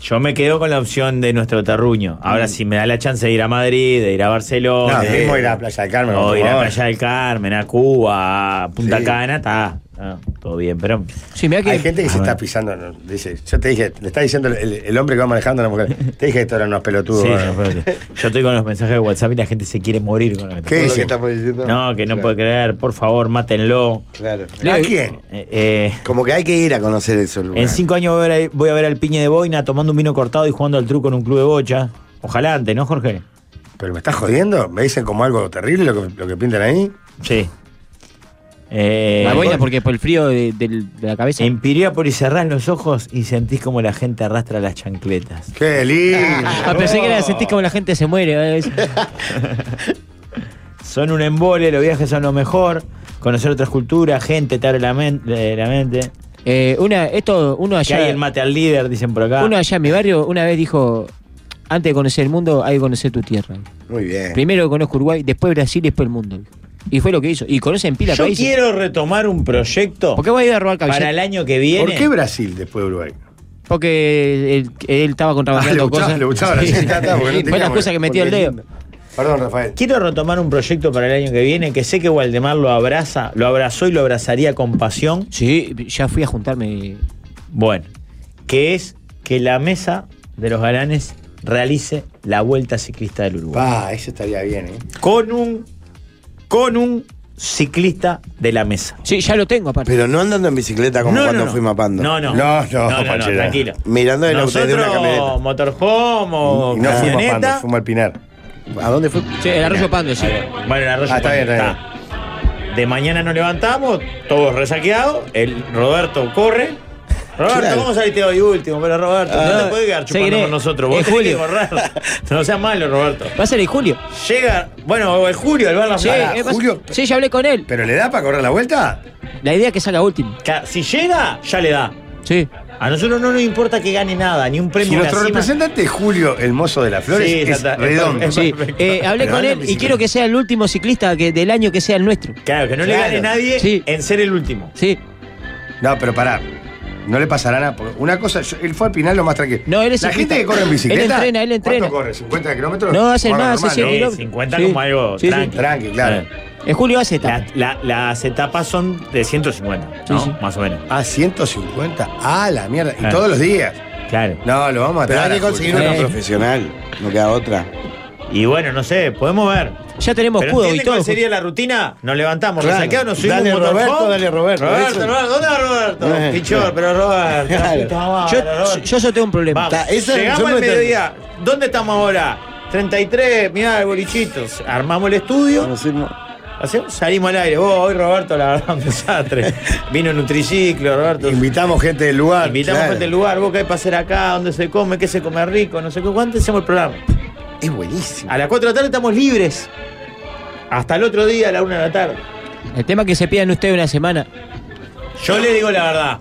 Speaker 5: yo me quedo con la opción de nuestro terruño. Ahora, si me da la chance de ir a Madrid, de ir a Barcelona.
Speaker 4: No,
Speaker 5: de-
Speaker 4: mismo ir a Playa del Carmen,
Speaker 5: O
Speaker 4: por
Speaker 5: ir a
Speaker 4: favor.
Speaker 5: Playa del Carmen, a Cuba, a Punta
Speaker 4: Sí.
Speaker 5: Cana, está. está, todo bien, pero. Ah,
Speaker 8: Sí, mirá que.
Speaker 4: Hay gente que se
Speaker 5: A
Speaker 4: está
Speaker 5: ver.
Speaker 4: pisando. no, dice, yo te dije, le está diciendo el, el hombre que va manejando a la mujer. Te dije que esto eran unos pelotudos.
Speaker 5: Sí,
Speaker 4: ¿no?
Speaker 5: no, espérate. yo estoy con los mensajes de WhatsApp y la gente se quiere morir con la
Speaker 4: ¿Qué
Speaker 6: lo que
Speaker 4: dice?
Speaker 6: estamos diciendo.
Speaker 5: No, que no puede creer, por favor, mátenlo.
Speaker 6: Claro.
Speaker 4: ¿A quién?
Speaker 5: Eh, eh,
Speaker 6: Como que hay que ir a conocer esos
Speaker 5: en
Speaker 6: lugares.
Speaker 5: cinco años voy a, ver, voy a ver al piñe de boina tomando un vino cortado y jugando al truco en un club de bocha. Ojalá antes, ¿no, Jorge?
Speaker 4: ¿Pero me estás jodiendo? ¿Me dicen como algo terrible lo que, lo que pintan ahí?
Speaker 5: Sí. Eh,
Speaker 8: La boina porque por el frío de, del- de la cabeza.
Speaker 5: Empiriápolis, cerrás los ojos y sentís como la gente arrastra las chancletas.
Speaker 4: ¡Qué lindo!
Speaker 8: Ah, pensé que era sentís como la gente se muere. ¿eh?
Speaker 5: *laughs* Son un embole, los viajes son lo mejor. Conocer otras culturas, gente te abre la, men- eh, la mente.
Speaker 8: Eh, una, esto, uno
Speaker 5: Que
Speaker 8: allá.
Speaker 5: hay el mate al líder, dicen por
Speaker 6: Ah.
Speaker 5: acá.
Speaker 8: Uno allá en mi barrio una vez dijo, antes de conocer el mundo hay que conocer tu tierra.
Speaker 6: Muy bien.
Speaker 8: Primero conozco Uruguay, después Brasil y después el mundo. Y fue lo que hizo. Y conocen pila
Speaker 5: Yo
Speaker 8: países.
Speaker 5: quiero retomar un proyecto
Speaker 8: ¿Por qué voy a ir a robar
Speaker 5: para el
Speaker 8: caballero?
Speaker 5: año que viene.
Speaker 4: ¿Por qué Brasil después de Uruguay?
Speaker 8: Porque él, él estaba
Speaker 4: Ah, le
Speaker 8: contrabandeando
Speaker 4: gustaba-
Speaker 8: cosas.
Speaker 4: le gustaba Brasil,
Speaker 8: Sí.
Speaker 4: está, está, porque no
Speaker 8: Sí, Fue la
Speaker 4: teníamos-
Speaker 8: excusa que metió el
Speaker 4: porque-
Speaker 8: dedo.
Speaker 4: Perdón, Rafael.
Speaker 5: Quiero retomar un proyecto para el año que viene que sé que Waldemar lo abraza, lo abrazó y lo abrazaría con pasión.
Speaker 8: Sí, ya fui a juntarme.
Speaker 5: Bueno, que es que la mesa de los galanes realice la vuelta ciclista del Uruguay.
Speaker 4: Pa, eso estaría bien, ¿eh?
Speaker 5: Con un, con un ciclista de la mesa.
Speaker 8: Sí, ya lo tengo aparte.
Speaker 6: Pero no andando en bicicleta como cuando fui mapando.
Speaker 5: No, no.
Speaker 4: No, no, Pachera.
Speaker 5: tranquilo.
Speaker 6: Mirando el auto de una camioneta.
Speaker 5: Nosotros, motorhome o
Speaker 4: Y no fuimos
Speaker 5: camioneta.
Speaker 4: pando, fuimos al Pinar.
Speaker 6: ¿A dónde fue?
Speaker 8: Sí, el arroyo Pando, sí.
Speaker 5: Bueno, el arroyo
Speaker 4: Ah, está
Speaker 5: Pando
Speaker 4: bien, está
Speaker 5: De mañana nos levantamos, todos resaqueados. El Roberto corre. Roberto,
Speaker 6: Claro.
Speaker 5: ¿cómo saliste hoy último? Pero Roberto, no te puedes quedar
Speaker 8: sé
Speaker 5: chupando
Speaker 8: que
Speaker 5: con
Speaker 8: no.
Speaker 5: nosotros. Vos
Speaker 8: Es
Speaker 5: tenés que
Speaker 8: Julio.
Speaker 5: correr. No seas malo, Roberto.
Speaker 8: Va a ser en julio.
Speaker 5: Llega, bueno, el Julio, el bar La
Speaker 8: Sí,
Speaker 5: Plata.
Speaker 8: eh, va a-
Speaker 4: Julio.
Speaker 8: sí, ya hablé con él.
Speaker 4: ¿Pero le da para correr la vuelta?
Speaker 8: La idea es que salga último.
Speaker 5: Claro, Si llega, ya le da.
Speaker 8: Sí.
Speaker 5: A nosotros no nos importa que gane nada, ni un premio.
Speaker 4: Si
Speaker 5: en la
Speaker 4: nuestro
Speaker 5: cima.
Speaker 4: representante es Julio, el mozo de las flores,
Speaker 5: Sí,
Speaker 4: es
Speaker 5: está- está-
Speaker 4: redondo.
Speaker 5: es-
Speaker 8: Sí,
Speaker 4: *laughs*
Speaker 5: Perfecto.
Speaker 8: eh, hablé
Speaker 4: Pero
Speaker 8: con
Speaker 4: anda en
Speaker 8: él y
Speaker 4: bicicleta.
Speaker 8: quiero que sea el último ciclista que del año que sea el nuestro.
Speaker 5: Claro, que no le
Speaker 4: Claro.
Speaker 5: gane nadie
Speaker 8: Sí.
Speaker 5: en ser el último.
Speaker 8: Sí.
Speaker 4: No, pero pará. No le pasará nada. porque Una cosa, yo- él *laughs* fue al final lo más tranquilo.
Speaker 8: No, él es
Speaker 4: La
Speaker 8: ciclista.
Speaker 4: gente que corre en
Speaker 8: Él
Speaker 4: bicicleta.
Speaker 8: entrena, él entrena.
Speaker 4: ¿Cuánto corre? ¿50 kilómetros?
Speaker 8: No, hace
Speaker 4: Corre
Speaker 8: más, hace
Speaker 4: normal,
Speaker 8: cien
Speaker 4: ¿no?
Speaker 5: Eh,
Speaker 8: kilómetros.
Speaker 5: 50
Speaker 8: Sí.
Speaker 5: como algo
Speaker 8: Sí, sí.
Speaker 5: tranqui.
Speaker 4: Tranqui, claro.
Speaker 8: El Julio hace
Speaker 5: La-
Speaker 8: etapa.
Speaker 5: la- las etapas son de 150, ¿no?
Speaker 8: Sí, sí.
Speaker 5: Más o menos.
Speaker 4: Ah, 150. Ah, la mierda. Y
Speaker 5: Claro.
Speaker 4: todos los días.
Speaker 5: Claro.
Speaker 4: No, lo vamos a
Speaker 6: Pero
Speaker 4: matar.
Speaker 6: hay que
Speaker 4: a Julio.
Speaker 6: conseguir una
Speaker 8: Eh.
Speaker 6: profesional. No queda otra.
Speaker 5: Y bueno, no sé, podemos ver.
Speaker 8: Ya tenemos
Speaker 5: Pero
Speaker 8: escudo y
Speaker 5: ¿entienden
Speaker 8: todo.
Speaker 5: cuál sería la rutina? Nos levantamos,
Speaker 6: Claro.
Speaker 5: nos saqueamos, nos subimos
Speaker 6: Dale,
Speaker 5: un motorhome.
Speaker 6: Roberto, dale, Roberto.
Speaker 5: Roberto,
Speaker 6: Eso.
Speaker 5: Roberto, ¿dónde va Roberto?
Speaker 6: Eh,
Speaker 5: Pichor,
Speaker 6: claro.
Speaker 5: pero Roberto. la
Speaker 6: Claro.
Speaker 5: puta madre,
Speaker 8: Yo,
Speaker 5: Roberto.
Speaker 8: yo solo tengo un problema.
Speaker 5: Vamos,
Speaker 6: Ta, esa- yo
Speaker 5: llegamos
Speaker 6: me
Speaker 5: al
Speaker 6: tengo-
Speaker 5: mediodía. ¿Dónde estamos ahora? 33, mirá el bolichito. Armamos el estudio,
Speaker 6: Conocimos-
Speaker 5: hacemos- salimos al aire. Vos, hoy Roberto, la verdad, un desastre. Vino en un triciclo, Roberto.
Speaker 4: Invitamos gente del lugar.
Speaker 5: Invitamos
Speaker 6: claro.
Speaker 5: gente al lugar, vos qué hay para hacer acá, dónde se come, qué se come rico, no sé qué. ¿Cuánto hacemos el programa?
Speaker 6: Es buenísimo.
Speaker 5: A las 4 de la tarde estamos libres. Hasta el otro día, a la 1 de la tarde.
Speaker 8: El tema es que se pidan ustedes una semana.
Speaker 5: Yo le digo la verdad.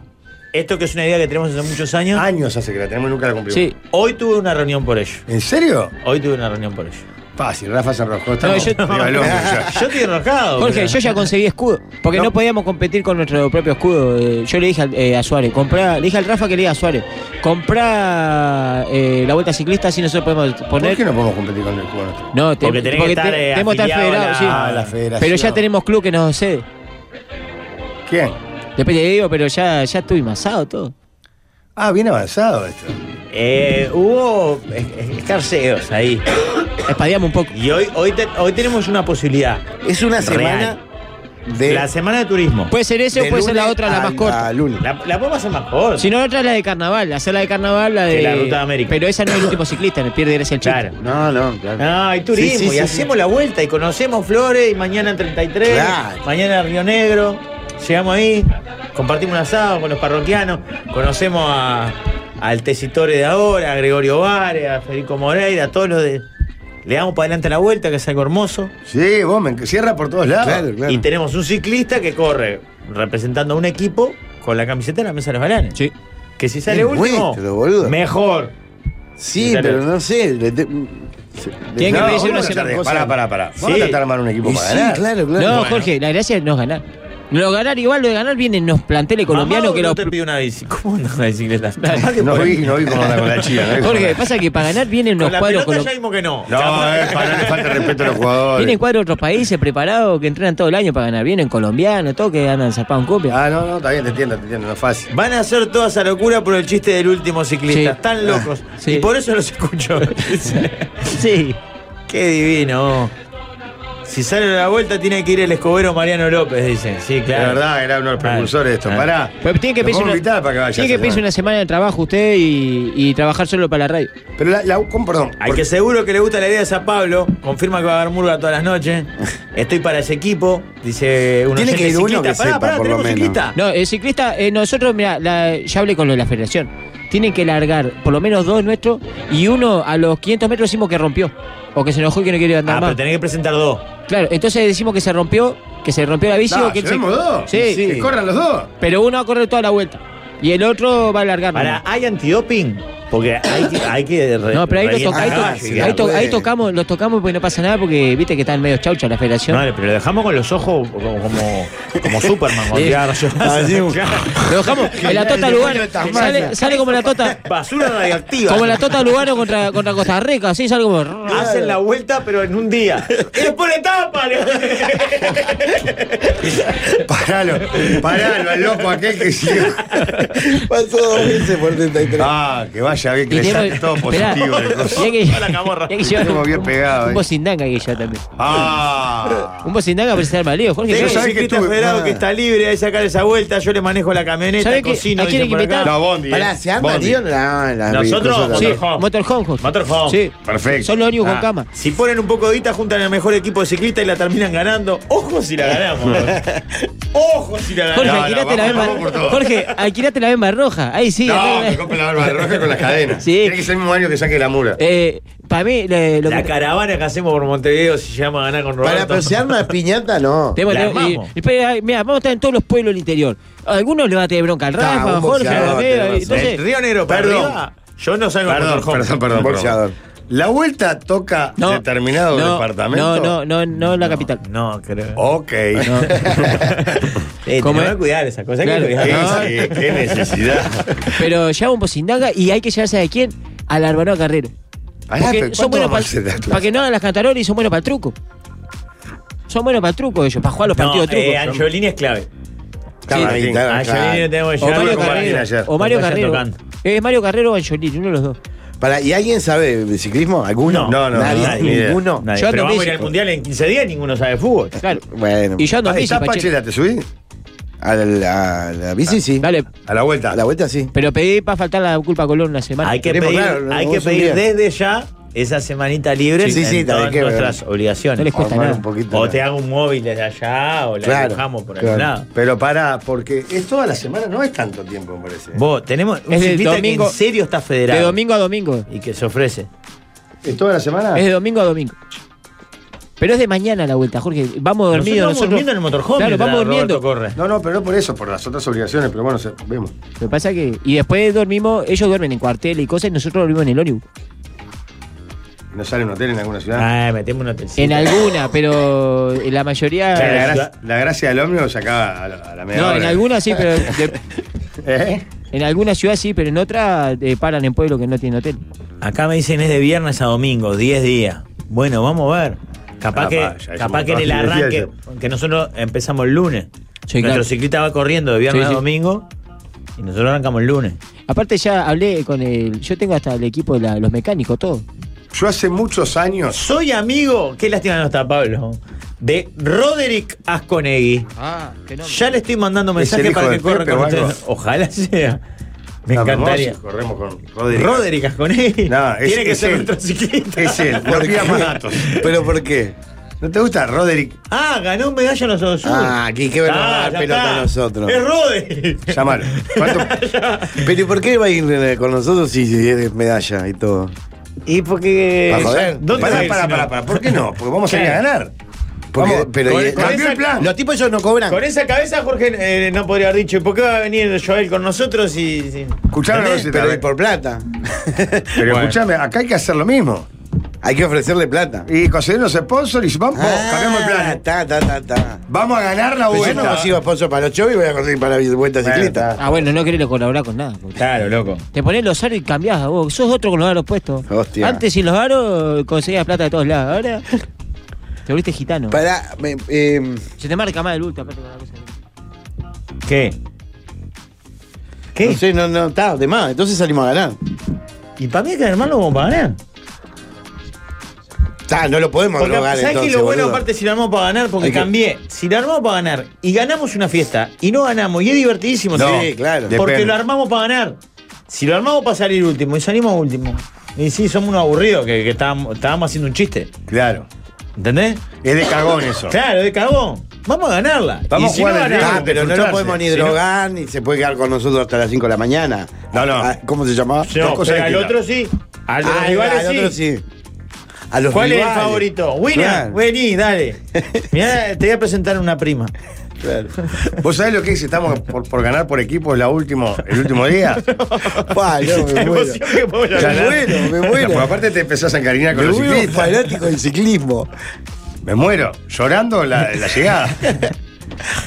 Speaker 5: Esto que es una idea que tenemos hace muchos años.
Speaker 4: Años hace que la tenemos y nunca la cumplimos.
Speaker 8: Sí.
Speaker 5: Hoy tuve una reunión por ello.
Speaker 4: ¿En serio?
Speaker 5: Hoy tuve una reunión por ello.
Speaker 4: Fácil, Rafa se enroscó. Estamos *laughs*
Speaker 8: yo-
Speaker 4: arriba del hombro ya.
Speaker 5: Yo estoy enroscado.
Speaker 8: Jorge,
Speaker 5: pero-
Speaker 8: yo ya conseguí escudo. Porque no, podíamos competir con nuestro propio escudo. Eh, yo le dije al- eh, a Suárez, comprá, le dije al Rafa que le diga a Suárez, comprá eh, la vuelta ciclista si nosotros podemos
Speaker 4: ¿Por
Speaker 8: poner.
Speaker 4: qué no podemos competir con el jugador?
Speaker 8: No, te-
Speaker 5: Porque tenés que estar, eh,
Speaker 8: tenemos que estar
Speaker 5: afiliado a
Speaker 8: federados, sí.
Speaker 5: la- a la
Speaker 4: Ah, federación.
Speaker 8: Pero ya tenemos club que nos cede.
Speaker 4: ¿Quién?
Speaker 8: Después te digo, pero ya, ya estuvimos asado todo.
Speaker 4: Ah, bien avanzado esto.
Speaker 5: Eh, hubo es- es- escarceos ahí.
Speaker 8: Espadeamos un poco.
Speaker 5: Y hoy, hoy, te- hoy tenemos una posibilidad.
Speaker 6: Es una
Speaker 5: Real.
Speaker 6: semana de.
Speaker 5: La semana de turismo.
Speaker 8: Puede ser ese o
Speaker 6: de
Speaker 8: puede ser la
Speaker 6: lunes
Speaker 8: otra, la
Speaker 6: a-
Speaker 8: más corta.
Speaker 6: a lunes.
Speaker 5: La, la podemos hacer más corta.
Speaker 8: Si no, la otra es la de carnaval. Hacer la de carnaval, la
Speaker 5: Que
Speaker 8: de.
Speaker 5: la Ruta de América.
Speaker 8: Pero esa no es el último ciclista, me pierde gracia el chiste.
Speaker 5: Claro.
Speaker 6: No, no, claro.
Speaker 5: No, hay turismo.
Speaker 6: Sí, sí,
Speaker 5: y
Speaker 6: sí,
Speaker 5: hacemos la vuelta y conocemos Flores y mañana en 33.
Speaker 6: Claro.
Speaker 5: Mañana en Río Negro. Llegamos ahí, compartimos un asado con los parroquianos, conocemos a, al Tesitore de ahora, a Gregorio Vare, a Federico Moreira, a todos los de. Le damos para adelante la vuelta, que es algo hermoso.
Speaker 4: Sí, vos me enc- cierra por todos lados.
Speaker 6: Claro, claro.
Speaker 5: Y tenemos un ciclista que corre representando a un equipo con la camiseta de la mesa de los balanes.
Speaker 8: Sí.
Speaker 5: Que si sale
Speaker 6: Es
Speaker 5: último,
Speaker 6: nuestro, boludo.
Speaker 5: mejor.
Speaker 6: Sí,
Speaker 5: Dale.
Speaker 6: pero no sé. le te- se-
Speaker 8: Tiene que pedirse
Speaker 4: No, vamos
Speaker 8: una
Speaker 4: a
Speaker 8: cierta
Speaker 4: tratar de-
Speaker 8: cosa.
Speaker 4: Pará, pará, pará. Vamos a
Speaker 5: Sí.
Speaker 4: tratar de armar un equipo
Speaker 6: Y
Speaker 4: para
Speaker 6: sí,
Speaker 4: ganar.
Speaker 6: claro,
Speaker 8: No,
Speaker 6: claro.
Speaker 8: Jorge, la gracia no es ganar. Lo ganar, igual lo de ganar viene en los planteles colombianos
Speaker 5: Mamá,
Speaker 8: que
Speaker 5: no
Speaker 8: los.
Speaker 5: te pido
Speaker 8: *laughs*
Speaker 5: una bici. ¿Cómo anda una *laughs* bicicleta? Mamá, que
Speaker 4: No
Speaker 5: por-
Speaker 4: vi, no vi cómo anda con la chica. No, vi cómo
Speaker 8: Jorge,
Speaker 4: anda.
Speaker 8: pasa que para ganar vienen
Speaker 5: Con
Speaker 8: unos
Speaker 5: la
Speaker 8: cuadros
Speaker 5: pelota
Speaker 8: colombianos.
Speaker 5: ya vimos que no.
Speaker 4: no es para no le falta respeto a los jugadores.
Speaker 8: Vienen cuadros de otros países preparados que entrenan todo el año para ganar. Vienen colombianos, todos que andan zarpados en copia.
Speaker 4: Ah, no, no, está bien, te entiendo, te entiendo, no es fácil.
Speaker 5: Van a hacer toda esa locura por el chiste del último ciclista.
Speaker 8: Sí.
Speaker 5: Están locos.
Speaker 8: Ah, sí.
Speaker 5: Y por eso los escucho.
Speaker 8: *laughs* Sí.
Speaker 5: Qué divino. Si sale a la vuelta tiene que ir el escobero Mariano López, dicen. Sí, claro.
Speaker 4: La verdad, era uno de los
Speaker 5: Claro,
Speaker 4: precursores de esto.
Speaker 5: claro.
Speaker 4: Pará.
Speaker 8: Pero tiene que pedirse
Speaker 4: Lo podemos
Speaker 8: una,
Speaker 4: invitar para que vaya,
Speaker 8: tiene que pedirse
Speaker 4: señor.
Speaker 8: una semana de trabajo usted y, y trabajar solo para la radio.
Speaker 4: Pero la, la- ¿cómo? perdón.
Speaker 5: Al
Speaker 4: por-
Speaker 5: que seguro que le gusta la idea de San Pablo, confirma que va a haber murga todas las
Speaker 6: *laughs*
Speaker 5: noches. Estoy para ese equipo, dice uno
Speaker 6: Tiene que ir uno que sepa, por lo
Speaker 5: tenemos
Speaker 6: menos.
Speaker 5: ciclista.
Speaker 8: No, el ciclista, eh, nosotros, mira, ya hablé con lo de la federación. Tienen que largar por lo menos dos nuestros y uno a los 500 metros decimos que rompió. O que se enojó y que no quiere andar
Speaker 5: ah,
Speaker 8: más.
Speaker 5: pero tenés que presentar dos.
Speaker 8: Claro, entonces decimos que se rompió, que se rompió la bici
Speaker 4: No,
Speaker 8: o que él se...
Speaker 4: llevemos dos.
Speaker 8: Sí,
Speaker 4: Que corran los dos.
Speaker 8: pero uno va a correr toda la vuelta y el otro va a largar.
Speaker 5: Para,
Speaker 8: nomás.
Speaker 5: ¿hay antidoping? Porque hay, que- hay que. re- Ah,
Speaker 8: No, pero ahí, lo
Speaker 5: rellenar
Speaker 8: toca- ahí, to-
Speaker 5: caballo,
Speaker 6: sí,
Speaker 8: ahí
Speaker 5: digamos.
Speaker 8: to-
Speaker 6: bueno.
Speaker 8: ahí tocamos, los tocamos porque no pasa nada porque viste que están medio chaucha la federación.
Speaker 5: No, vale, pero lo dejamos con los ojos como, como, como Superman, con
Speaker 8: Sí.
Speaker 5: garras.
Speaker 6: Ah,
Speaker 5: Claro.
Speaker 8: Lo
Speaker 5: *laughs*
Speaker 6: *laughs*
Speaker 8: dejamos en la tota lugar. Sale, sale como la tota.
Speaker 5: Basura radioactiva.
Speaker 8: Como la Tota Lugano contra, contra Costa Rica, así sale como.
Speaker 5: Hacen la vuelta, pero en
Speaker 8: *laughs*
Speaker 5: un día. ¡Es por etapa!
Speaker 4: Paralo, paralo al loco aquel que siguió.
Speaker 6: Pasó dos veces por 33.
Speaker 4: Ah, que vaya bien, que le saque todo
Speaker 8: Esperá,
Speaker 4: positivo.
Speaker 8: *laughs*
Speaker 4: del coso.
Speaker 8: mirá que-
Speaker 5: A la camorra.
Speaker 8: mirá que lleva
Speaker 4: Estamos bien
Speaker 8: un-
Speaker 4: pegados,
Speaker 8: Un
Speaker 4: eh.
Speaker 8: bocindanga que lleva también.
Speaker 4: Ah.
Speaker 8: Un bocindanga para estar malido, Jorge.
Speaker 5: Tengo
Speaker 4: Pero
Speaker 5: un
Speaker 8: ¿sabes?
Speaker 4: sabés que
Speaker 5: ciclista
Speaker 4: tuve-
Speaker 5: federado
Speaker 4: ah.
Speaker 5: que está libre, ahí sacar esa vuelta, yo le manejo la camioneta,
Speaker 8: ¿Sabe qué?
Speaker 5: cocino.
Speaker 8: ¿A quién
Speaker 5: dicen por
Speaker 8: invitar?
Speaker 5: acá.
Speaker 4: No, Bondi.
Speaker 6: Pará,
Speaker 4: eh.
Speaker 6: ¿se arma,
Speaker 4: Bondi.
Speaker 6: tío? La- la-
Speaker 5: Nosotros,
Speaker 6: cosas-
Speaker 8: Sí,
Speaker 5: Motorhome.
Speaker 8: Motorhome. Jorge.
Speaker 5: Motorhome.
Speaker 8: Sí.
Speaker 4: Perfecto.
Speaker 8: Son los únicos con
Speaker 5: Ah,
Speaker 8: cama.
Speaker 5: Si ponen un poco de guita, juntan el mejor equipo de ciclista y la terminan ganando. Ojo si la
Speaker 8: *laughs*
Speaker 5: ganamos. Ojo si la
Speaker 8: Jorge,
Speaker 5: ganamos.
Speaker 4: no,
Speaker 8: alquilate
Speaker 4: vamos,
Speaker 8: la
Speaker 4: vamos por
Speaker 8: bemba.
Speaker 4: todo.
Speaker 8: Jorge, alquilate la bemba roja. Ahí sí.
Speaker 4: No,
Speaker 8: andá-
Speaker 4: que compre la barba roja con las cadenas.
Speaker 8: Sí.
Speaker 4: Tiene que ser el mismo año que saque la mula.
Speaker 8: Eh, para mí, le- lo
Speaker 5: La
Speaker 8: que.
Speaker 5: caravana que hacemos por Montevideo si llegamos a ganar con Roberto.
Speaker 4: Ah,
Speaker 6: Pará, pero ¿se arma piñata? No.
Speaker 8: Tenemos-
Speaker 5: la
Speaker 8: tenemos-
Speaker 5: armamos.
Speaker 8: y- y- espera, mira, vamos a estar en todos los pueblos del interior. Algunos le van a tener bronca al
Speaker 6: Está,
Speaker 8: Rafa, a
Speaker 6: un
Speaker 8: Jorge, a
Speaker 6: boxeador,
Speaker 8: Romeo,
Speaker 6: tenés
Speaker 8: y-
Speaker 6: razón.
Speaker 5: Del
Speaker 8: Entonces,
Speaker 5: Río Negro para
Speaker 4: Perdón.
Speaker 5: arriba, yo no salgo
Speaker 4: Perdón,
Speaker 5: con
Speaker 4: perdón, perdón,
Speaker 6: Boxeador.
Speaker 4: perdón. La vuelta toca
Speaker 8: No.
Speaker 4: determinado
Speaker 8: no,
Speaker 4: departamento.
Speaker 8: No, no, no, no en la capital.
Speaker 5: No, creo.
Speaker 4: Ok.
Speaker 6: *laughs*
Speaker 5: Eh,
Speaker 8: ¿Cómo
Speaker 5: tenemos
Speaker 8: es?
Speaker 5: que cuidar esas cosas. hay
Speaker 8: Claro.
Speaker 5: que cuidar.
Speaker 4: Sí,
Speaker 8: No.
Speaker 6: eh,
Speaker 4: sí, qué necesidad.
Speaker 5: *laughs*
Speaker 8: Pero lleva un pocindaga y hay que llevarse a quién? Al Arbanó Carrero.
Speaker 4: Pará,
Speaker 8: Porque
Speaker 4: pero
Speaker 8: son
Speaker 4: ¿cuánto
Speaker 8: buenos
Speaker 4: vamos a hacer de
Speaker 8: para
Speaker 4: esto?
Speaker 8: que no hagan las cantarolas y son buenos para el truco. Son buenos para el truco ellos, para jugar los
Speaker 5: No,
Speaker 8: partidos de truco.
Speaker 5: eh, Angiolini es clave.
Speaker 4: Está
Speaker 8: Sí.
Speaker 4: Martín.
Speaker 6: Claro.
Speaker 5: Angiolini lo tenemos que
Speaker 8: o
Speaker 5: llevar
Speaker 8: Mario
Speaker 5: con Martín
Speaker 8: Carrero.
Speaker 5: ayer.
Speaker 8: O Mario
Speaker 5: Está
Speaker 8: Carrero.
Speaker 5: tocando.
Speaker 8: Es Mario Carrero o Angiolini, uno de los dos.
Speaker 6: Pará, ¿y alguien sabe de ciclismo? ¿Alguno?
Speaker 4: No, no,
Speaker 6: nadie,
Speaker 4: nadie, ni idea.
Speaker 6: ninguno.
Speaker 5: Nadie,
Speaker 8: Yo ando
Speaker 5: pero vamos a ir
Speaker 8: bici.
Speaker 5: al mundial en 15 días, ninguno sabe fútbol.
Speaker 8: Claro.
Speaker 6: Bueno,
Speaker 8: Y yo ando en
Speaker 4: Ah,
Speaker 8: bici,
Speaker 4: ¿Está
Speaker 8: Pachela.
Speaker 4: Pachela? ¿Te subí?
Speaker 6: a la, a la bici sí.
Speaker 8: Dale,
Speaker 4: A la vuelta.
Speaker 6: A la vuelta sí.
Speaker 8: pero pedí para faltar la culpa a Colón una semana.
Speaker 5: Hay que
Speaker 6: Queremos,
Speaker 5: pedir,
Speaker 6: claro,
Speaker 5: hay que
Speaker 6: vamos un
Speaker 5: pedir
Speaker 6: día.
Speaker 5: desde ya esa semanita libre
Speaker 6: Sí, sí, sí,
Speaker 5: en
Speaker 6: también
Speaker 5: todas
Speaker 6: que-
Speaker 5: nuestras obligaciones.
Speaker 8: No les cuesta
Speaker 6: Armar
Speaker 8: nada.
Speaker 6: un poquito.
Speaker 5: o
Speaker 6: la-
Speaker 5: te hago un móvil desde allá, o la
Speaker 6: Claro,
Speaker 5: dibujamos por
Speaker 6: claro.
Speaker 5: algún lado.
Speaker 4: Pero pará, porque es toda la semana, no es tanto tiempo, me parece.
Speaker 5: Vos, tenemos un
Speaker 8: Es del
Speaker 5: ciclista
Speaker 8: domingo-
Speaker 5: que en serio está federado.
Speaker 8: De domingo a domingo.
Speaker 5: Y que se ofrece.
Speaker 4: ¿Es toda la semana?
Speaker 8: Es de domingo a domingo. Pero es de mañana la vuelta, Jorge. Vamos dormidos
Speaker 5: vamos durmiendo en el motorhome.
Speaker 8: Claro,
Speaker 5: mientras
Speaker 8: vamos durmiendo.
Speaker 5: Roberto corre.
Speaker 4: No, no, pero no por eso, por las otras obligaciones, pero bueno, se- vemos.
Speaker 8: Lo que pasa que. Y después dormimos, ellos duermen en cuartel y cosas, y nosotros dormimos en el ónibus.
Speaker 4: ¿No sale un hotel en alguna ciudad?
Speaker 5: Ah, metemos una telcita.
Speaker 8: En alguna, pero en la mayoría.
Speaker 4: O sea, la,
Speaker 5: claro.
Speaker 4: gra- la gracia del ómnibus se acaba a la, a la media
Speaker 8: No, en
Speaker 4: hora.
Speaker 8: alguna sí, pero. de-
Speaker 4: *laughs* ¿Eh?
Speaker 8: en alguna ciudad sí, pero en otra eh, paran en pueblo que no tiene hotel.
Speaker 5: Acá me dicen es de viernes a domingo, 10 días. Bueno, vamos a ver. Capaz
Speaker 4: Ah,
Speaker 5: que,
Speaker 4: pa, ya es
Speaker 5: capaz
Speaker 4: un
Speaker 5: que en el
Speaker 4: montón de
Speaker 5: arranque,
Speaker 4: días.
Speaker 5: que nosotros empezamos el lunes.
Speaker 8: Sí,
Speaker 5: Nuestro
Speaker 8: claro.
Speaker 5: ciclista va corriendo de viernes
Speaker 8: Sí,
Speaker 5: a
Speaker 8: sí.
Speaker 5: domingo y nosotros arrancamos el lunes.
Speaker 8: Aparte, ya hablé con el. Yo tengo hasta el equipo de la- los mecánicos, todo.
Speaker 4: Yo hace muchos años
Speaker 5: Soy amigo, qué lástima no está Pablo, de Roderick Asconegui.
Speaker 8: Ah, que no.
Speaker 5: Ya le estoy mandando
Speaker 4: ¿Es el
Speaker 5: mensaje
Speaker 4: hijo
Speaker 5: para que
Speaker 4: de
Speaker 5: corra
Speaker 4: Pepe
Speaker 5: con
Speaker 4: o algo?
Speaker 5: ustedes. Ojalá sea. Me
Speaker 4: No, pero
Speaker 5: encantaría.
Speaker 4: vamos y corremos con Roderick.
Speaker 5: Roderick Asconegui.
Speaker 4: No, es-
Speaker 5: Tiene que
Speaker 4: es
Speaker 5: ser
Speaker 4: él.
Speaker 5: *laughs* nuestro ciclista.
Speaker 4: Es él, no
Speaker 6: ¿Por
Speaker 4: pida
Speaker 6: qué?
Speaker 4: más datos.
Speaker 6: ¿Pero por qué?
Speaker 4: ¿No te gusta Roderick?
Speaker 5: Ah, ganó un medalla en los Estados Unidos.
Speaker 6: Ah, aquí qué bueno
Speaker 5: Ah,
Speaker 6: dar
Speaker 5: ya
Speaker 6: pelota
Speaker 5: está.
Speaker 6: a nosotros.
Speaker 5: Es Rodri.
Speaker 4: Llamalo. ¿Cuánto-
Speaker 6: *laughs* Pero ¿y por qué va a ir eh, con nosotros si si es medalla y todo?
Speaker 5: Y porque.
Speaker 4: ¿Para joder?
Speaker 5: ¿Dónde
Speaker 4: Pará,
Speaker 5: va a ir,
Speaker 4: pará,
Speaker 5: si no?
Speaker 4: pará, pará. ¿Por qué no? Porque vamos a ir a
Speaker 5: Claro.
Speaker 4: ganar.
Speaker 6: Porque,
Speaker 4: Vamos,
Speaker 6: pero
Speaker 5: con-
Speaker 6: y-
Speaker 5: con
Speaker 6: cambió
Speaker 5: esa-
Speaker 6: el plan. Los tipos ellos no cobran.
Speaker 5: Con esa cabeza, Jorge eh, no podría haber dicho, ¿por qué va a venir Joel con nosotros? Y, sí?
Speaker 4: Escucharon
Speaker 6: ¿Entendés?
Speaker 4: la
Speaker 6: pero
Speaker 4: receta,
Speaker 6: y por plata.
Speaker 4: Pero escuchame, acá hay que hacer lo mismo.
Speaker 6: Hay que ofrecerle plata.
Speaker 4: Y conseguir los sponsors y vamos,
Speaker 6: Ah,
Speaker 4: cambiamos el plan.
Speaker 6: Ta, ta, ta, ta.
Speaker 4: Vamos a ganar la
Speaker 6: Pero yo
Speaker 4: vuelta.
Speaker 6: no consigo sponsor para los shows y voy a conseguir para mi vuelta
Speaker 4: Bueno,
Speaker 6: ciclista.
Speaker 8: Ah, bueno, no querés colaborar con nada. porque
Speaker 5: Claro, loco.
Speaker 8: Te ponés los aros y cambiás a vos. Sos otro con los aros puestos.
Speaker 6: Hostia.
Speaker 8: Antes sin los aros conseguías plata de todos lados. Ahora te volviste gitano.
Speaker 6: Para. me- eh,
Speaker 8: Se te marca más el bulto aparte con la cosa.
Speaker 5: ¿Qué? ¿Qué?
Speaker 6: No sé, no, no, está de más. Entonces salimos a ganar.
Speaker 5: ¿Y para mí hay que armarlo como para ganar?
Speaker 6: Ta, no lo podemos
Speaker 5: Porque,
Speaker 6: drogar
Speaker 5: ¿Sabes qué
Speaker 6: entonces.
Speaker 5: lo bueno
Speaker 6: boludo?
Speaker 5: aparte si lo armamos para ganar? Porque
Speaker 6: Hay que-
Speaker 5: cambié. Si lo armamos para ganar y ganamos una fiesta y no ganamos y es divertidísimo.
Speaker 6: No,
Speaker 5: ¿sabés?
Speaker 6: sí, claro.
Speaker 5: Porque
Speaker 4: Depende.
Speaker 5: lo armamos para ganar. Si lo armamos para salir último y salimos último. Y sí, somos unos aburridos que, que estábamos, estábamos haciendo un chiste.
Speaker 4: Claro.
Speaker 5: ¿Entendés?
Speaker 4: Es de cagón eso.
Speaker 5: Claro, de cagón. Vamos a ganarla.
Speaker 4: Vamos
Speaker 5: y si
Speaker 4: a
Speaker 5: no
Speaker 4: jugar al
Speaker 5: ganamos,
Speaker 6: Ah, pero no lo
Speaker 4: disfrutarse.
Speaker 6: podemos ni
Speaker 4: Si no-
Speaker 6: drogar, ni se puede quedar con nosotros hasta las 5 de la mañana.
Speaker 4: No, no.
Speaker 6: Ah, ¿Cómo se llamaba?
Speaker 5: No,
Speaker 4: Dos cosas
Speaker 5: pero al
Speaker 4: distintas.
Speaker 5: otro sí. Al de los
Speaker 6: Ah,
Speaker 5: rivales
Speaker 6: al
Speaker 5: sí.
Speaker 6: otro sí. A los
Speaker 5: ¿Cuál es el
Speaker 6: rivales.
Speaker 5: favorito? Wina,
Speaker 6: Claro,
Speaker 5: vení,
Speaker 6: *laughs*
Speaker 5: dale. Mirá, te voy a presentar una prima.
Speaker 6: claro.
Speaker 4: ¿Vos sabés lo que es? Estamos por, por ganar por equipos la último, el último día. *laughs*
Speaker 6: Pa, *laughs* no, me
Speaker 5: La
Speaker 6: muero.
Speaker 5: emoción que podemos
Speaker 6: Me
Speaker 5: ganar.
Speaker 6: muero, me
Speaker 4: Porque
Speaker 6: muero.
Speaker 4: aparte te empezás a encariñar
Speaker 6: Me
Speaker 4: con los
Speaker 6: vuelvo
Speaker 4: ciclistas.
Speaker 6: fanático del ciclismo.
Speaker 4: Me muero, llorando la, la
Speaker 6: *laughs*
Speaker 4: llegada.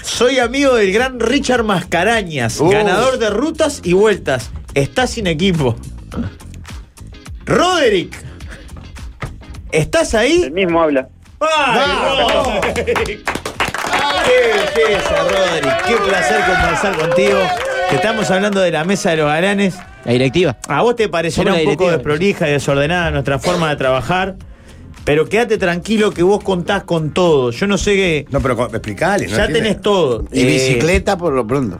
Speaker 5: Soy amigo del gran Richard Mascarañas,
Speaker 4: Uh.
Speaker 5: ganador de rutas y vueltas. Está sin equipo. Roderick, ¿estás ahí?
Speaker 9: El mismo habla.
Speaker 5: ¡Ay, Roderick! ¡Qué belleza, Roderick! ¡Qué placer conversar contigo! Te estamos hablando de la mesa de los galanes.
Speaker 8: La directiva.
Speaker 5: A vos te parecerá
Speaker 8: Somos
Speaker 5: un
Speaker 8: la
Speaker 5: poco
Speaker 8: directiva.
Speaker 5: desprolija y desordenada nuestra forma de trabajar, pero quédate tranquilo que vos contás con todo. Yo no sé qué.
Speaker 4: No, pero con- explicale. ¿no
Speaker 5: Ya
Speaker 4: entiende?
Speaker 5: tenés todo.
Speaker 6: Y
Speaker 5: Eh,
Speaker 6: bicicleta por lo pronto.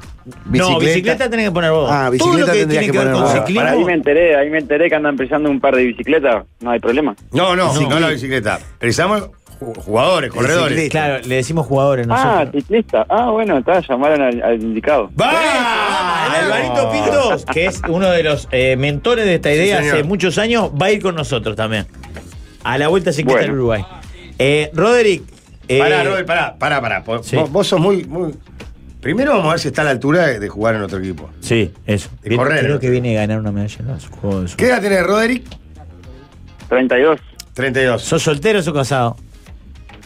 Speaker 5: No, bicicleta tenés que poner vos.
Speaker 6: Ah, bicicleta
Speaker 5: todo lo que
Speaker 6: tendrías
Speaker 5: tiene que,
Speaker 6: que
Speaker 5: ver
Speaker 6: poner
Speaker 5: con
Speaker 6: vos.
Speaker 5: ciclismo.
Speaker 9: Ahí me enteré, ahí me enteré que andan precisando un par de bicicletas. No hay problema.
Speaker 4: No, no, no, la bicicleta. Precisamos ju- jugadores, corredores.
Speaker 6: ciclista.
Speaker 5: Claro, le decimos jugadores
Speaker 9: Ah,
Speaker 5: nosotros.
Speaker 9: ciclista. Ah, bueno, está, llamaron al, al indicado.
Speaker 5: ¡Va! El Alvarito Pintos, que es uno de los eh, mentores de esta idea
Speaker 4: señor.
Speaker 5: hace muchos años, va a ir con nosotros también. A la vuelta ciclista
Speaker 9: Bueno.
Speaker 5: del Uruguay. Eh, Roderick. eh,
Speaker 4: Pará, Robert, pará, pará, pará. Vos,
Speaker 5: Sí.
Speaker 4: vos sos muy, muy. Primero vamos a ver si está a la altura de, de jugar en otro equipo.
Speaker 5: Sí, eso.
Speaker 4: De
Speaker 5: Viene-
Speaker 4: correr.
Speaker 5: Creo que viene a ganar una medalla en los Juegos del Sur.
Speaker 4: ¿Qué edad tenés, Roderick?
Speaker 9: 32,
Speaker 4: 32.
Speaker 5: ¿Sos soltero o sos casado?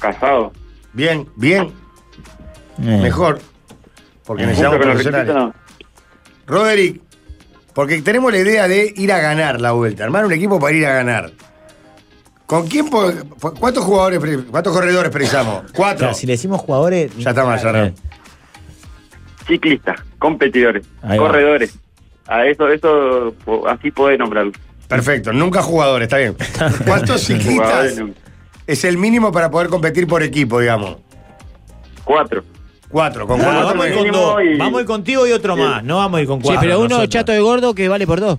Speaker 9: casado.
Speaker 4: Bien, bien,
Speaker 5: Eh.
Speaker 4: mejor. Porque
Speaker 9: Junto
Speaker 4: necesitamos
Speaker 9: Eh. con los requisitos,
Speaker 4: profesionales.
Speaker 9: no.
Speaker 4: Roderick, porque tenemos la idea de ir a ganar la vuelta, armar un equipo para ir a ganar. ¿Con quién? po- po- ¿Cuántos jugadores, pre- cuántos corredores precisamos? Cuatro.
Speaker 5: Claro, si le decimos jugadores.
Speaker 4: Ya está mal, ya no.
Speaker 5: Eh,
Speaker 9: Ciclistas, competidores,
Speaker 5: Ahí va.
Speaker 9: corredores. A eso, eso, po- así podés nombrarlo.
Speaker 4: Perfecto, nunca jugadores, está
Speaker 5: *laughs*
Speaker 4: bien.
Speaker 9: Jugadores,
Speaker 4: ¿Cuántos ciclistas
Speaker 9: no.
Speaker 4: es el mínimo para poder competir por equipo, digamos?
Speaker 9: Cuatro.
Speaker 4: Cuatro, con
Speaker 5: Ah,
Speaker 4: cuatro.
Speaker 5: vamos, a ir
Speaker 4: podemos-
Speaker 5: con dos.
Speaker 9: Y-
Speaker 5: Vamos a ir contigo y otro
Speaker 9: Sí.
Speaker 5: más. No vamos a ir con
Speaker 8: Sí,
Speaker 5: cuatro.
Speaker 8: pero uno
Speaker 5: nosotros.
Speaker 8: chato de gordo que vale por dos.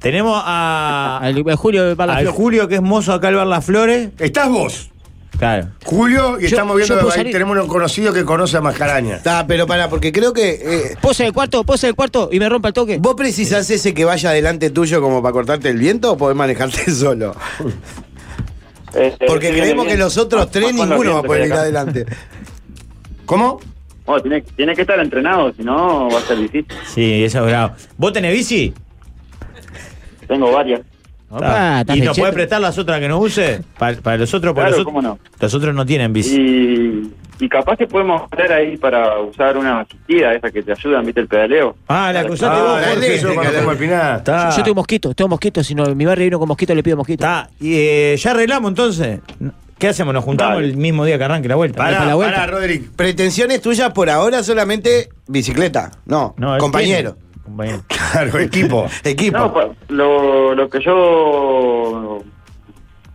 Speaker 5: Tenemos a,
Speaker 8: Al, al Julio
Speaker 5: al
Speaker 8: Palaflor.
Speaker 5: Julio, que es mozo acá al Bar Las Flores.
Speaker 4: Estás vos,
Speaker 5: Claro.
Speaker 4: Julio, y
Speaker 8: Yo-
Speaker 4: estamos viendo
Speaker 8: yo puedo
Speaker 4: que ahí
Speaker 8: salir.
Speaker 4: tenemos un conocido que conoce a Mascaraña.
Speaker 6: Está, pero para, porque creo que eh,
Speaker 8: Posa el cuarto, posa el cuarto y me rompa el toque.
Speaker 6: vos precisás ese que vaya delante tuyo como para cortarte el viento o podés manejarte *laughs* solo.
Speaker 9: Este,
Speaker 6: Porque
Speaker 9: sí,
Speaker 6: creemos
Speaker 9: bien.
Speaker 6: que los
Speaker 9: Más-
Speaker 6: otros
Speaker 9: más
Speaker 6: tres
Speaker 9: con los
Speaker 6: ninguno va a
Speaker 9: vientos
Speaker 6: poder
Speaker 9: que
Speaker 6: ir
Speaker 9: hay acá.
Speaker 6: adelante.
Speaker 4: ¿Cómo?
Speaker 9: Bueno, tiene, tiene que estar entrenado, si no va a ser difícil.
Speaker 5: Sí, eso es bravo. ¿Vos tenés bici?
Speaker 9: Tengo varias.
Speaker 8: Opa, estás
Speaker 5: ¿Y nos
Speaker 8: fechete.
Speaker 5: puede prestar las otras que no use? Para, para los otros, para
Speaker 9: Ah. Claro,
Speaker 5: los, ot-
Speaker 9: cómo no.
Speaker 5: los otros no tienen bici.
Speaker 9: Y, y capaz que podemos hacer ahí para usar una asistida, esa que te ayuda, viste, el pedaleo.
Speaker 5: Ah, la que usaste
Speaker 4: Ah,
Speaker 5: vos,
Speaker 4: la
Speaker 5: Jorge.
Speaker 4: eléctrica, la tengo al final.
Speaker 5: Está.
Speaker 8: Yo tengo mosquito, tengo mosquito. Si no, en mi barrio hay uno con mosquito, le pido mosquito.
Speaker 5: Está. Y, eh, ya arreglamos entonces. ¿Qué hacemos? ¿Nos juntamos
Speaker 9: Dale.
Speaker 5: el mismo día que arranque la vuelta?
Speaker 4: Pará,
Speaker 8: para la vuelta.
Speaker 4: pará, Roderick.
Speaker 6: Pretensiones tuyas por ahora solamente bicicleta. No,
Speaker 5: No, él
Speaker 6: compañero.
Speaker 5: tiene. Compañero.
Speaker 4: Claro, equipo.
Speaker 6: Equipo.
Speaker 9: No, pa- lo, lo que yo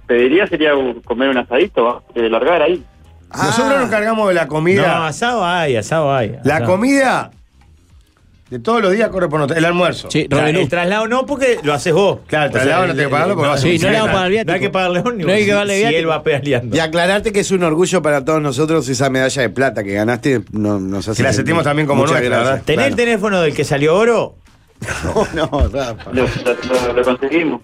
Speaker 9: pediría sería un- comer un asadito, ¿va? Eh, largar ahí.
Speaker 6: Ah,
Speaker 4: Nosotros nos cargamos de la
Speaker 5: No,
Speaker 4: comida.
Speaker 5: asado hay, asado hay.
Speaker 4: la
Speaker 5: asado.
Speaker 4: comida. que todos los días corre por nosotros. El almuerzo.
Speaker 10: Sí,
Speaker 5: Tra-
Speaker 10: Robelú.
Speaker 5: el traslado no, porque lo haces vos.
Speaker 4: Claro, el traslado no tenés que pagarlo porque vas en
Speaker 10: Sí, no le vamos a
Speaker 4: bicicleta.
Speaker 10: pagar viático.
Speaker 5: No hay que pagarle un
Speaker 10: No hay que pagarle
Speaker 5: si, si él
Speaker 10: viático.
Speaker 5: va pedaleando.
Speaker 6: Y aclararte que es un orgullo para todos nosotros esa medalla de plata que ganaste. no- nos hace
Speaker 4: Que la sentimos también como
Speaker 6: Muchas
Speaker 4: nuestra,
Speaker 6: gracias.
Speaker 5: ¿Tenés el teléfono del que salió oro?
Speaker 6: No, no, Rafa.
Speaker 9: Lo, lo- lo conseguimos.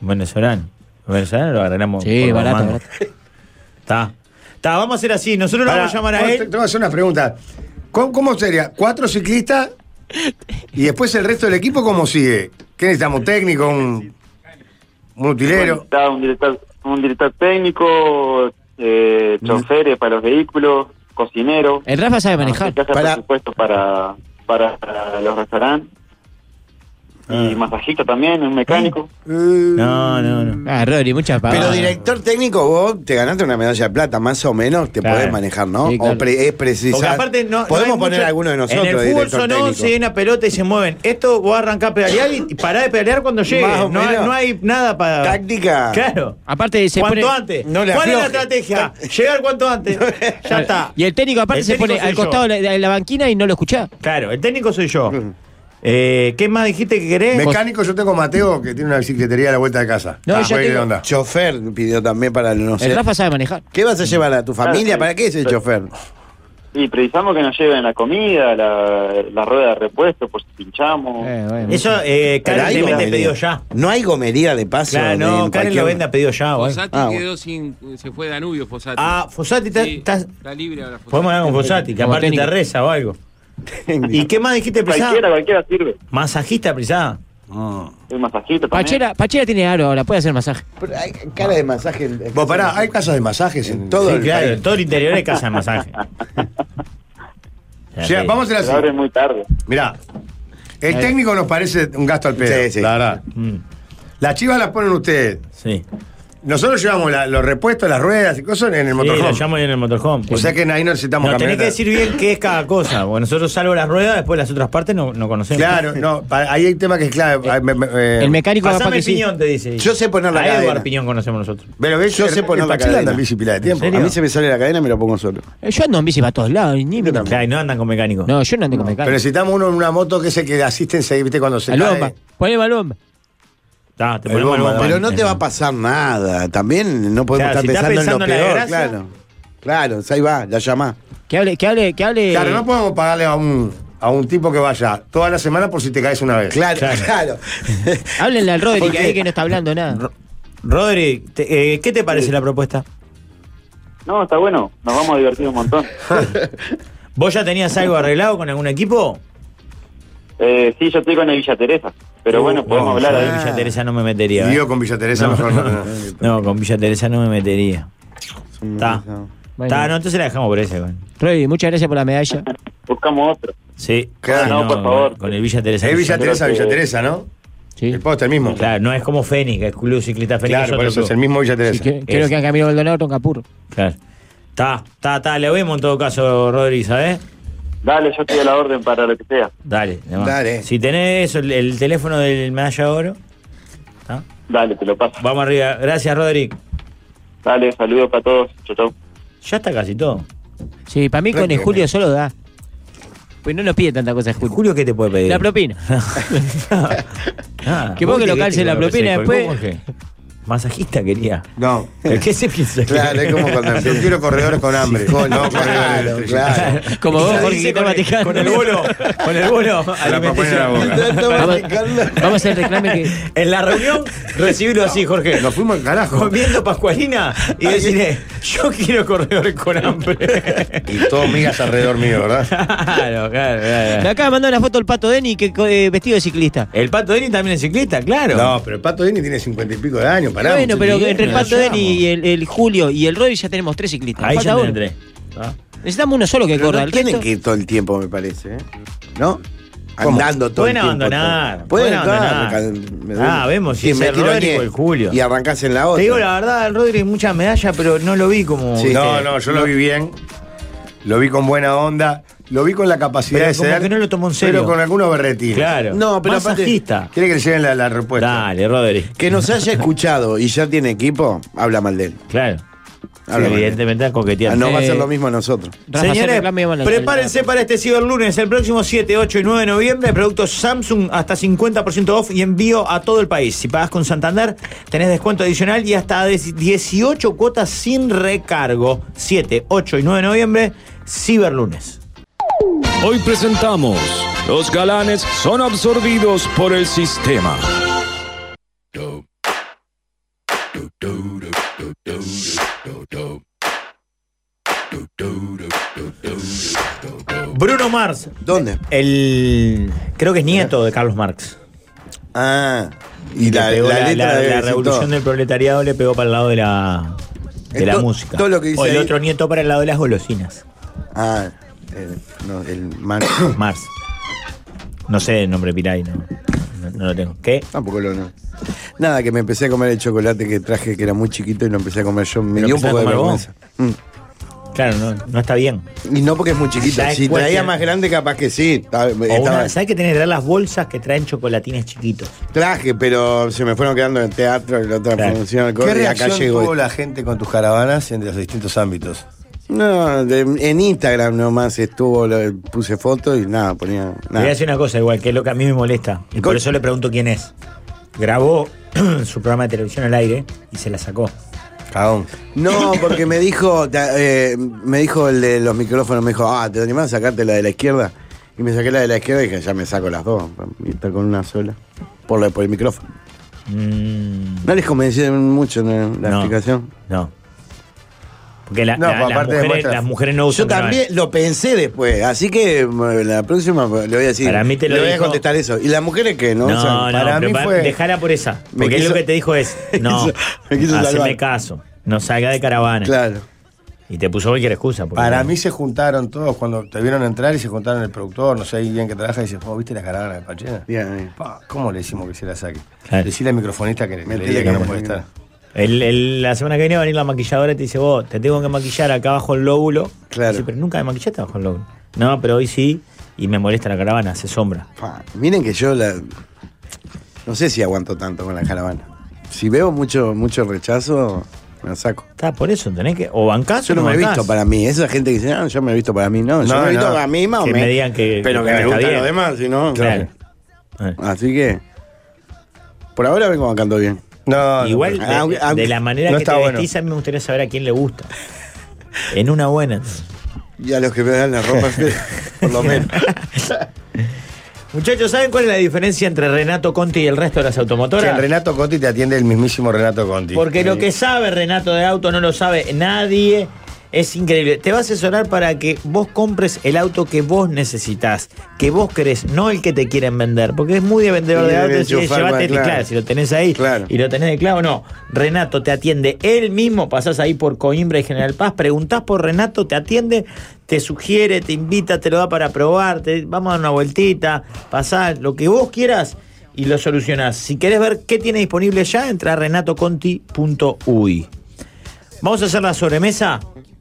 Speaker 5: Venezolano. Venezolano lo agarramos.
Speaker 8: Sí, barato, barato.
Speaker 5: *laughs* Está. Está, vamos a hacer así. Nosotros lo
Speaker 4: Pará,
Speaker 5: vamos a llamar a
Speaker 4: vos
Speaker 5: él.
Speaker 4: Te, te voy a hacer unas preguntas. ¿Cómo, cómo sería? ¿Cuatro ciclistas? Y después el resto del equipo, ¿cómo sigue? ¿Qué necesitamos? ¿Un técnico? ¿Un, un utilero?
Speaker 9: Está un director, un director técnico, eh,
Speaker 4: Mm.
Speaker 9: choferes para los vehículos, cocinero.
Speaker 8: El Rafa sabe
Speaker 9: que
Speaker 8: manejar.
Speaker 9: hace
Speaker 6: Para-
Speaker 9: presupuesto para, para, para los restaurantes.
Speaker 4: Ah.
Speaker 9: Y masajista también, un mecánico.
Speaker 5: No, no, no.
Speaker 8: Ah, Rodri, muchas
Speaker 6: Pero
Speaker 8: palabras.
Speaker 6: director técnico, vos te ganaste una medalla de plata, más o menos te
Speaker 5: Claro.
Speaker 6: podés manejar, ¿no?
Speaker 8: Sí, claro.
Speaker 6: O pre- es precisar.
Speaker 5: Porque aparte no. no
Speaker 6: Podemos
Speaker 5: hay
Speaker 6: poner
Speaker 5: mucho-
Speaker 6: alguno de nosotros.
Speaker 5: En
Speaker 6: de
Speaker 5: el fútbol
Speaker 6: director
Speaker 5: son
Speaker 6: técnico.
Speaker 5: 11 y una pelota y se mueven. Esto vos arrancás a pedalear y y pará de pedalear cuando llegue.
Speaker 6: Más o
Speaker 5: No hay,
Speaker 6: menos.
Speaker 5: no hay nada para.
Speaker 6: Táctica.
Speaker 5: Claro.
Speaker 8: Aparte se
Speaker 5: cuanto
Speaker 8: pone.
Speaker 5: antes.
Speaker 6: no le
Speaker 5: ¿Cuál es la
Speaker 6: afloje.
Speaker 5: estrategia? Llegar cuanto antes. ya está.
Speaker 8: Y el técnico aparte
Speaker 5: El
Speaker 8: se
Speaker 5: técnico
Speaker 8: pone
Speaker 5: soy
Speaker 8: al
Speaker 5: yo.
Speaker 8: costado de la, de la banquina y no lo escuchás.
Speaker 5: Claro, el técnico soy yo. Eh, ¿Qué más dijiste que querés?
Speaker 4: Mecánico, yo tengo a Mateo que tiene una bicicletería a la vuelta de casa.
Speaker 8: No,
Speaker 4: Ah,
Speaker 8: yo
Speaker 4: fue de
Speaker 8: tengo-
Speaker 4: onda.
Speaker 6: Chofer pidió también para no sé.
Speaker 8: El Rafa sabe manejar.
Speaker 6: ¿Qué vas a llevar a tu familia?
Speaker 9: Claro,
Speaker 6: ¿Para qué es el
Speaker 9: sí.
Speaker 6: chofer?
Speaker 9: Y precisamos que nos lleven la comida, la, la rueda de repuesto, por si pinchamos.
Speaker 8: Eh, bueno.
Speaker 5: Eso, eh,
Speaker 6: Pero
Speaker 5: Karen
Speaker 6: hay
Speaker 5: te vende
Speaker 6: gomería.
Speaker 5: pedido ya.
Speaker 6: No hay gomería de paso.
Speaker 5: Claro,
Speaker 6: en
Speaker 5: no, Karen
Speaker 6: cualquier-
Speaker 5: lo vende a pedido ya. o algo.
Speaker 11: Fossati
Speaker 6: Ah, bueno.
Speaker 11: quedó sin. eh, Se fue Danubio, Fossati.
Speaker 5: Ah, Fossati, está-
Speaker 11: Sí,
Speaker 5: estás-
Speaker 11: está libre ahora. Fossati.
Speaker 5: Podemos hablar con Fossati, que
Speaker 8: Como
Speaker 5: aparte
Speaker 8: técnico.
Speaker 5: te reza o algo. ¿Y qué más dijiste,
Speaker 9: Cualquiera,
Speaker 5: Prisada?
Speaker 9: cualquiera sirve.
Speaker 5: Masajista, Prisada.
Speaker 9: El masajista también.
Speaker 8: Pachera, Pachera tiene aro ahora, puede hacer masaje.
Speaker 6: Pero hay cara de masaje. en-
Speaker 4: Vos pará, hay casas de masajes en todo
Speaker 5: Sí,
Speaker 4: el
Speaker 5: claro,
Speaker 4: país.
Speaker 5: en todo el interior de casa de masaje.
Speaker 4: O sea, vamos a
Speaker 9: Pero
Speaker 4: hacer
Speaker 9: ahora es
Speaker 4: así.
Speaker 9: muy tarde.
Speaker 4: Mirá, el técnico nos parece un gasto al pedo.
Speaker 6: Sí, sí.
Speaker 4: La verdad. Las chivas las ponen ustedes.
Speaker 5: Mm. Sí.
Speaker 4: Nosotros llevamos la- los repuestos, las ruedas y cosas en el
Speaker 5: Sí, lo
Speaker 4: motorhome.
Speaker 5: llamo ahí en el motorhome.
Speaker 4: o sea que ahí no necesitamos
Speaker 5: Nos tenés que
Speaker 4: camioneta.
Speaker 5: decir bien qué es cada cosa. Porque nosotros, salvo las ruedas, después las otras partes no, no conocemos.
Speaker 4: Claro, no, para- ahí hay un tema que es clave. Ah, me- me- eh,
Speaker 8: El mecánico capaz
Speaker 5: Pasame
Speaker 8: que
Speaker 5: el
Speaker 8: sí.
Speaker 5: piñón, te dice.
Speaker 6: Yo sé poner la
Speaker 5: A
Speaker 6: cadena.
Speaker 5: Eduard Piñón conocemos nosotros.
Speaker 4: Pero ves,
Speaker 6: Yo sé
Speaker 4: el-
Speaker 6: poner
Speaker 4: el
Speaker 6: la
Speaker 4: Pachela anda
Speaker 6: cadena.
Speaker 4: en bici pila de tiempo.
Speaker 5: ¿En
Speaker 6: A
Speaker 5: serio?
Speaker 6: mí se me sale la cadena y me lo pongo solo.
Speaker 8: Eh, Yo ando en bici para todos lados, ni me-
Speaker 5: O sea, y no andan con mecánico.
Speaker 8: No, yo no ando con
Speaker 4: Pero
Speaker 8: mecánico.
Speaker 4: necesitamos uno en una moto que es el que asiste enseguida, viste, cuando se
Speaker 8: Al
Speaker 4: cae.
Speaker 8: bomba. Poneme al bomba.
Speaker 5: Está, Ah, te
Speaker 4: El
Speaker 5: ponemos el
Speaker 4: bomba,
Speaker 5: bomba.
Speaker 6: Pero no te va a pasar nada. También no podemos
Speaker 5: Claro, si
Speaker 6: estar
Speaker 5: estás pensando
Speaker 6: pensando, en
Speaker 5: en
Speaker 6: lo
Speaker 5: la
Speaker 6: peor.
Speaker 5: desgracia.
Speaker 6: claro. Claro, ahí va, la llamá.
Speaker 8: Que hable, que hable, que hable.
Speaker 4: Claro, no podemos pagarle a un, a un tipo que vaya toda la semana por si te caes una vez.
Speaker 6: Claro,
Speaker 8: *laughs*
Speaker 6: *laughs* claro.
Speaker 8: Háblenle al Rodri,
Speaker 6: Porque-
Speaker 8: que ahí que no está hablando nada.
Speaker 5: Rodri, te- eh, ¿qué te parece la propuesta?
Speaker 9: No, está bueno. Nos vamos a divertir un montón.
Speaker 5: *laughs* ¿Vos ya tenías algo arreglado con algún equipo?
Speaker 9: Eh, sí, yo estoy con el Villa Teresa.
Speaker 5: Uh,
Speaker 9: Pero bueno, podemos
Speaker 5: No,
Speaker 9: hablar
Speaker 5: yo
Speaker 9: ahí.
Speaker 5: de Villa Teresa no me
Speaker 4: Y
Speaker 5: metería. ¿eh?
Speaker 4: yo con Villa Teresa mejor no. no.
Speaker 5: No, con Villa Teresa no me metería. Está.
Speaker 8: Bueno.
Speaker 5: Está, no, entonces la dejamos por ese, güey.
Speaker 8: Rodri, muchas gracias por la
Speaker 5: *laughs*
Speaker 8: medalla.
Speaker 9: Buscamos otro. Ah,
Speaker 5: Sí.
Speaker 4: Claro.
Speaker 5: Sí,
Speaker 9: No, por favor.
Speaker 5: Con el Villa Teresa.
Speaker 4: Es Villa
Speaker 9: creo
Speaker 4: Teresa,
Speaker 9: que-
Speaker 4: Villa Teresa, ¿no?
Speaker 8: Sí.
Speaker 4: El poste, el mismo. Claro,
Speaker 5: Claro, no es como Fénix, el club ciclista Fénix. es otro
Speaker 4: por eso es
Speaker 5: club.
Speaker 4: el mismo Villa
Speaker 8: Sí,
Speaker 4: Teresa.
Speaker 8: que- creo que han cambiado Maldonado con Capurro.
Speaker 5: Claro. Está, está, está. Le vemos en todo caso, Rodri, ¿sabes?
Speaker 9: Dale, yo estoy a la orden para lo que sea.
Speaker 5: Dale, de más.
Speaker 6: Dale.
Speaker 5: Si tenés eso, el, el teléfono del medalla de oro. ¿tá?
Speaker 9: Dale, te lo paso.
Speaker 5: Vamos arriba. Gracias, Rodri.
Speaker 9: Dale, saludos para todos. Chau, chau.
Speaker 5: Ya está casi todo.
Speaker 8: Sí, para mí con el Julio solo da. Pues no nos pide tanta cosa el Julio.
Speaker 5: Julio, ¿qué te puede pedir?
Speaker 8: La propina.
Speaker 5: *laughs* Ah,
Speaker 8: Que vos que lo calce
Speaker 5: te-
Speaker 8: la
Speaker 5: se
Speaker 8: propina
Speaker 5: colgó,
Speaker 8: después.
Speaker 5: Jorge. Masajista quería.
Speaker 4: No.
Speaker 5: ¿Pero ¿Qué se piensa? que-
Speaker 6: *laughs* Claro, es
Speaker 5: *laughs*
Speaker 6: como
Speaker 8: *laughs*
Speaker 6: cuando
Speaker 4: Yo quiero corredores con hambre. No,
Speaker 6: Claro,
Speaker 4: corredores.
Speaker 5: *laughs*
Speaker 6: claro.
Speaker 8: Como vos,
Speaker 5: Ya
Speaker 8: Jorge,
Speaker 5: dice
Speaker 8: que
Speaker 5: con
Speaker 8: está
Speaker 5: el-
Speaker 8: vaticano.
Speaker 5: Con el bolo. Con el bolo.
Speaker 4: la propina en la boca.
Speaker 5: alimenticio.
Speaker 8: Vamos, *laughs* vamos a hacer reclame que.
Speaker 5: En la reunión, recibilo así, Jorge.
Speaker 4: Nos fuimos al carajo.
Speaker 5: Comiendo Pascualina y decirle, yo quiero corredor con hambre.
Speaker 4: Y todo migas alrededor mío, ¿verdad?
Speaker 5: Claro, claro,
Speaker 8: Me
Speaker 5: claro.
Speaker 8: acaba de mandar una foto el pato Denny que co- eh, vestido de ciclista.
Speaker 5: El pato Denny también es ciclista, claro.
Speaker 4: No, pero el Pato Dini tiene cincuenta y pico de años, pará.
Speaker 8: bueno, pero
Speaker 5: bien,
Speaker 8: entre el
Speaker 5: lo
Speaker 8: pato Denny
Speaker 5: llamo.
Speaker 8: y el, el Julio y el Rodri ya tenemos tres ciclistas.
Speaker 5: Ahí
Speaker 8: Falta
Speaker 5: ya
Speaker 8: uno.
Speaker 5: tendré.
Speaker 8: Necesitamos uno solo que
Speaker 6: Pero
Speaker 8: corra.
Speaker 6: no
Speaker 8: el
Speaker 6: tienen
Speaker 8: resto-
Speaker 6: que ir todo el tiempo, me parece. ¿eh? ¿No? Andando todo
Speaker 5: Pueden
Speaker 6: el tiempo.
Speaker 5: abandonar,
Speaker 6: todo.
Speaker 5: pueden
Speaker 6: Pueden abandonar.
Speaker 5: abandonar.
Speaker 6: me- me-
Speaker 5: Ah, vemos si
Speaker 6: Sí,
Speaker 5: es
Speaker 6: me
Speaker 5: el
Speaker 6: quiero
Speaker 5: Rodri
Speaker 6: ni-
Speaker 5: o el Julio.
Speaker 6: Y arrancás en la otra.
Speaker 5: Te digo la verdad, el Rodri muchas medallas, pero no lo vi como.
Speaker 6: Sí.
Speaker 4: No, no, yo lo vi bien. Lo vi con buena onda. Lo vi con la capacidad
Speaker 5: Pero
Speaker 4: de
Speaker 5: como
Speaker 4: ser.
Speaker 5: que no lo tomó en serio.
Speaker 4: Pero con algunos berretines.
Speaker 5: Claro.
Speaker 6: No, pero aparte-
Speaker 5: Masajista.
Speaker 4: Quiere que le lleguen la, la respuesta.
Speaker 5: Dale, Rodri.
Speaker 6: Que nos haya escuchado y ya tiene equipo, habla mal de él.
Speaker 5: Claro.
Speaker 6: Habla con él.
Speaker 5: evidentemente
Speaker 6: Ah,
Speaker 5: coqueteando.
Speaker 6: no va a
Speaker 8: Eh,
Speaker 6: ser lo mismo a nosotros.
Speaker 8: Rafa, se
Speaker 5: Señores,
Speaker 8: reclama y llama la-
Speaker 5: prepárense para este ciberlunes, el próximo 7, 8 y 9 de noviembre, productos Samsung hasta 50% off y envío a todo el país. Si pagas con Santander, tenés descuento adicional y hasta de- 18 cuotas sin recargo. 7, 8 y 9 de noviembre, ciberlunes.
Speaker 10: Hoy presentamos Los galanes son absorbidos por el sistema.
Speaker 5: Bruno Mars,
Speaker 6: ¿Dónde?
Speaker 5: el creo que es nieto de Carlos Marx.
Speaker 6: Ah, y
Speaker 5: Le
Speaker 6: la,
Speaker 5: pegó
Speaker 6: la
Speaker 5: la-
Speaker 6: letra
Speaker 5: la-
Speaker 6: debe
Speaker 5: la
Speaker 6: decir
Speaker 5: revolución
Speaker 6: todo.
Speaker 5: del proletariado le pegó para el lado de la, de
Speaker 6: Eh,
Speaker 5: la
Speaker 6: to-
Speaker 5: música.
Speaker 6: todo lo que dice
Speaker 5: o el
Speaker 6: ahí-
Speaker 5: otro nieto para el lado de las golosinas.
Speaker 6: Ah, el, no, el man-
Speaker 5: *coughs* Mars. No sé el nombre Piray, no, no, no lo tengo. ¿Qué?
Speaker 6: Tampoco lo no. Nada, que me empecé a comer el chocolate que traje que era muy chiquito y lo empecé a comer yo. Me
Speaker 5: ¿Lo
Speaker 6: dio un
Speaker 5: empezaste
Speaker 6: poco de
Speaker 5: a comer vos?
Speaker 6: vergüenza. Mm.
Speaker 5: Claro, no, no está bien.
Speaker 6: Y no porque es muy chiquito.
Speaker 5: Ya es
Speaker 6: Si traía
Speaker 5: cuestión.
Speaker 6: más grande, capaz que sí. Estaba-
Speaker 5: O
Speaker 6: estaba-
Speaker 5: una- ¿Sabes que tenés que traer las bolsas que traen chocolatines chiquitos?
Speaker 6: traje, pero se me fueron quedando en el teatro, en la otra
Speaker 5: Claro.
Speaker 6: función.
Speaker 4: ¿Qué
Speaker 6: y
Speaker 4: reacción
Speaker 6: acá llego.
Speaker 4: tuvo la gente con tus caravanas en los distintos ámbitos?
Speaker 6: No, de- en Instagram nomás estuvo, lo- puse fotos y nada, ponía
Speaker 5: Le voy a
Speaker 6: nada.
Speaker 5: decir una cosa igual, que es lo que a mí me molesta. Y por
Speaker 6: ¿Cómo?
Speaker 5: eso le pregunto quién es. Grabó *clears throat* su programa de televisión al aire y se la sacó.
Speaker 4: Cagón.
Speaker 6: No, porque me dijo, ta- eh, me dijo el de los micrófonos, me dijo, ah, ¿te animás a sacarte la de la izquierda? Y me saqué la de la izquierda y dije, ya me saco las dos, y está con una sola, por, la- por el micrófono.
Speaker 5: Mm,
Speaker 6: No les convenció mucho la, la
Speaker 5: No.
Speaker 6: explicación. pues
Speaker 5: no. Porque la-
Speaker 4: No,
Speaker 5: la- las,
Speaker 4: aparte
Speaker 5: mujeres,
Speaker 4: demuestra-
Speaker 5: las mujeres no
Speaker 6: Yo
Speaker 5: usan
Speaker 6: también lo pensé después, así que eh, la próxima le voy a decir,
Speaker 5: Para mí te lo
Speaker 6: le voy
Speaker 5: dijo-
Speaker 6: a contestar eso. Y las mujeres que no,
Speaker 5: No,
Speaker 6: usan-
Speaker 5: no,
Speaker 4: para
Speaker 5: pero
Speaker 4: mí
Speaker 5: pa-
Speaker 4: fue-
Speaker 5: dejala por esa.
Speaker 6: Me
Speaker 5: Porque es lo
Speaker 6: quiso-
Speaker 5: que te dijo es, no,
Speaker 6: *laughs* me quiso
Speaker 5: haceme
Speaker 6: salvar.
Speaker 5: caso, no salga de caravana.
Speaker 6: claro.
Speaker 5: Y te puso cualquier excusa. porque-
Speaker 4: Para mí se juntaron todos cuando te vieron entrar y se juntaron el productor, no sé bien que trabaja, y dice, "Oh, ¿viste la caravana de Pachena?
Speaker 6: Bien, bien.
Speaker 4: Pa, ¿Cómo le decimos que se la saque?
Speaker 5: Claro.
Speaker 4: Decirle al microfonista que, le
Speaker 6: Metele
Speaker 4: diga que no
Speaker 6: que-
Speaker 4: puede estar.
Speaker 5: El- el- la semana que viene va a venir la maquilladora y te dice, vos, te tengo que maquillar acá bajo el lóbulo.
Speaker 6: Claro.
Speaker 5: Dice, pero nunca me maquillaste bajo el lóbulo. No, pero hoy sí, y me molesta la caravana, hace sombra.
Speaker 6: Pa, miren que yo la. No sé si aguanto tanto con la caravana. Si veo mucho, mucho rechazo, me la saco.
Speaker 5: Está por eso, tenés que. O bancás
Speaker 6: Yo
Speaker 5: o
Speaker 6: no me he
Speaker 5: bancás.
Speaker 6: visto para mí. Esa gente que dice, ah, yo me he visto para mí. No, yo
Speaker 4: No,
Speaker 6: me he visto
Speaker 4: no.
Speaker 6: para mí más o
Speaker 5: Que me
Speaker 6: menos.
Speaker 5: digan que-
Speaker 6: Pero
Speaker 5: que
Speaker 6: que, me
Speaker 5: está
Speaker 6: gustan
Speaker 5: bien.
Speaker 6: los demás, si no.
Speaker 5: Claro.
Speaker 6: Eh.
Speaker 5: Eh.
Speaker 6: Así que. Por ahora vengo bancando bien.
Speaker 4: No, no,
Speaker 5: Igual,
Speaker 6: no, ah,
Speaker 5: de,
Speaker 6: aunque-
Speaker 5: de
Speaker 6: aunque-
Speaker 5: la manera
Speaker 4: no
Speaker 5: que te
Speaker 4: está bueno.
Speaker 5: vestís, a mí me gustaría saber a quién le gusta. En una buena.
Speaker 6: Y a los que me dan la ropa, por lo menos.
Speaker 5: *laughs* Muchachos, ¿saben cuál es la diferencia entre Renato Conti y el resto de las
Speaker 4: Que
Speaker 5: automotoras?
Speaker 4: el Renato Conti te atiende el mismísimo Renato Conti. Eh,
Speaker 5: Porque lo que sabe Renato de auto no lo sabe nadie. Es increíble. Te va a asesorar para que vos compres el auto que vos necesitas, que vos querés, no el que te quieren vender. Porque es muy de vendedor
Speaker 6: Sí,
Speaker 5: de
Speaker 6: de
Speaker 5: autos. Si
Speaker 6: enchufarlo,
Speaker 5: llevate este,
Speaker 6: claro.
Speaker 5: claro, si lo tenés ahí
Speaker 6: Claro.
Speaker 5: y lo tenés de clavo, no. Renato te atiende él mismo. Pasás ahí por Coimbra y General Paz, preguntás por Renato, te atiende, te sugiere, te invita, te lo da para probar. te- vamos a dar una vueltita, pasás lo que vos quieras y lo solucionás. Si querés ver qué tiene disponible ya, entra a renatoconti.uy. Vamos a hacer la sobremesa.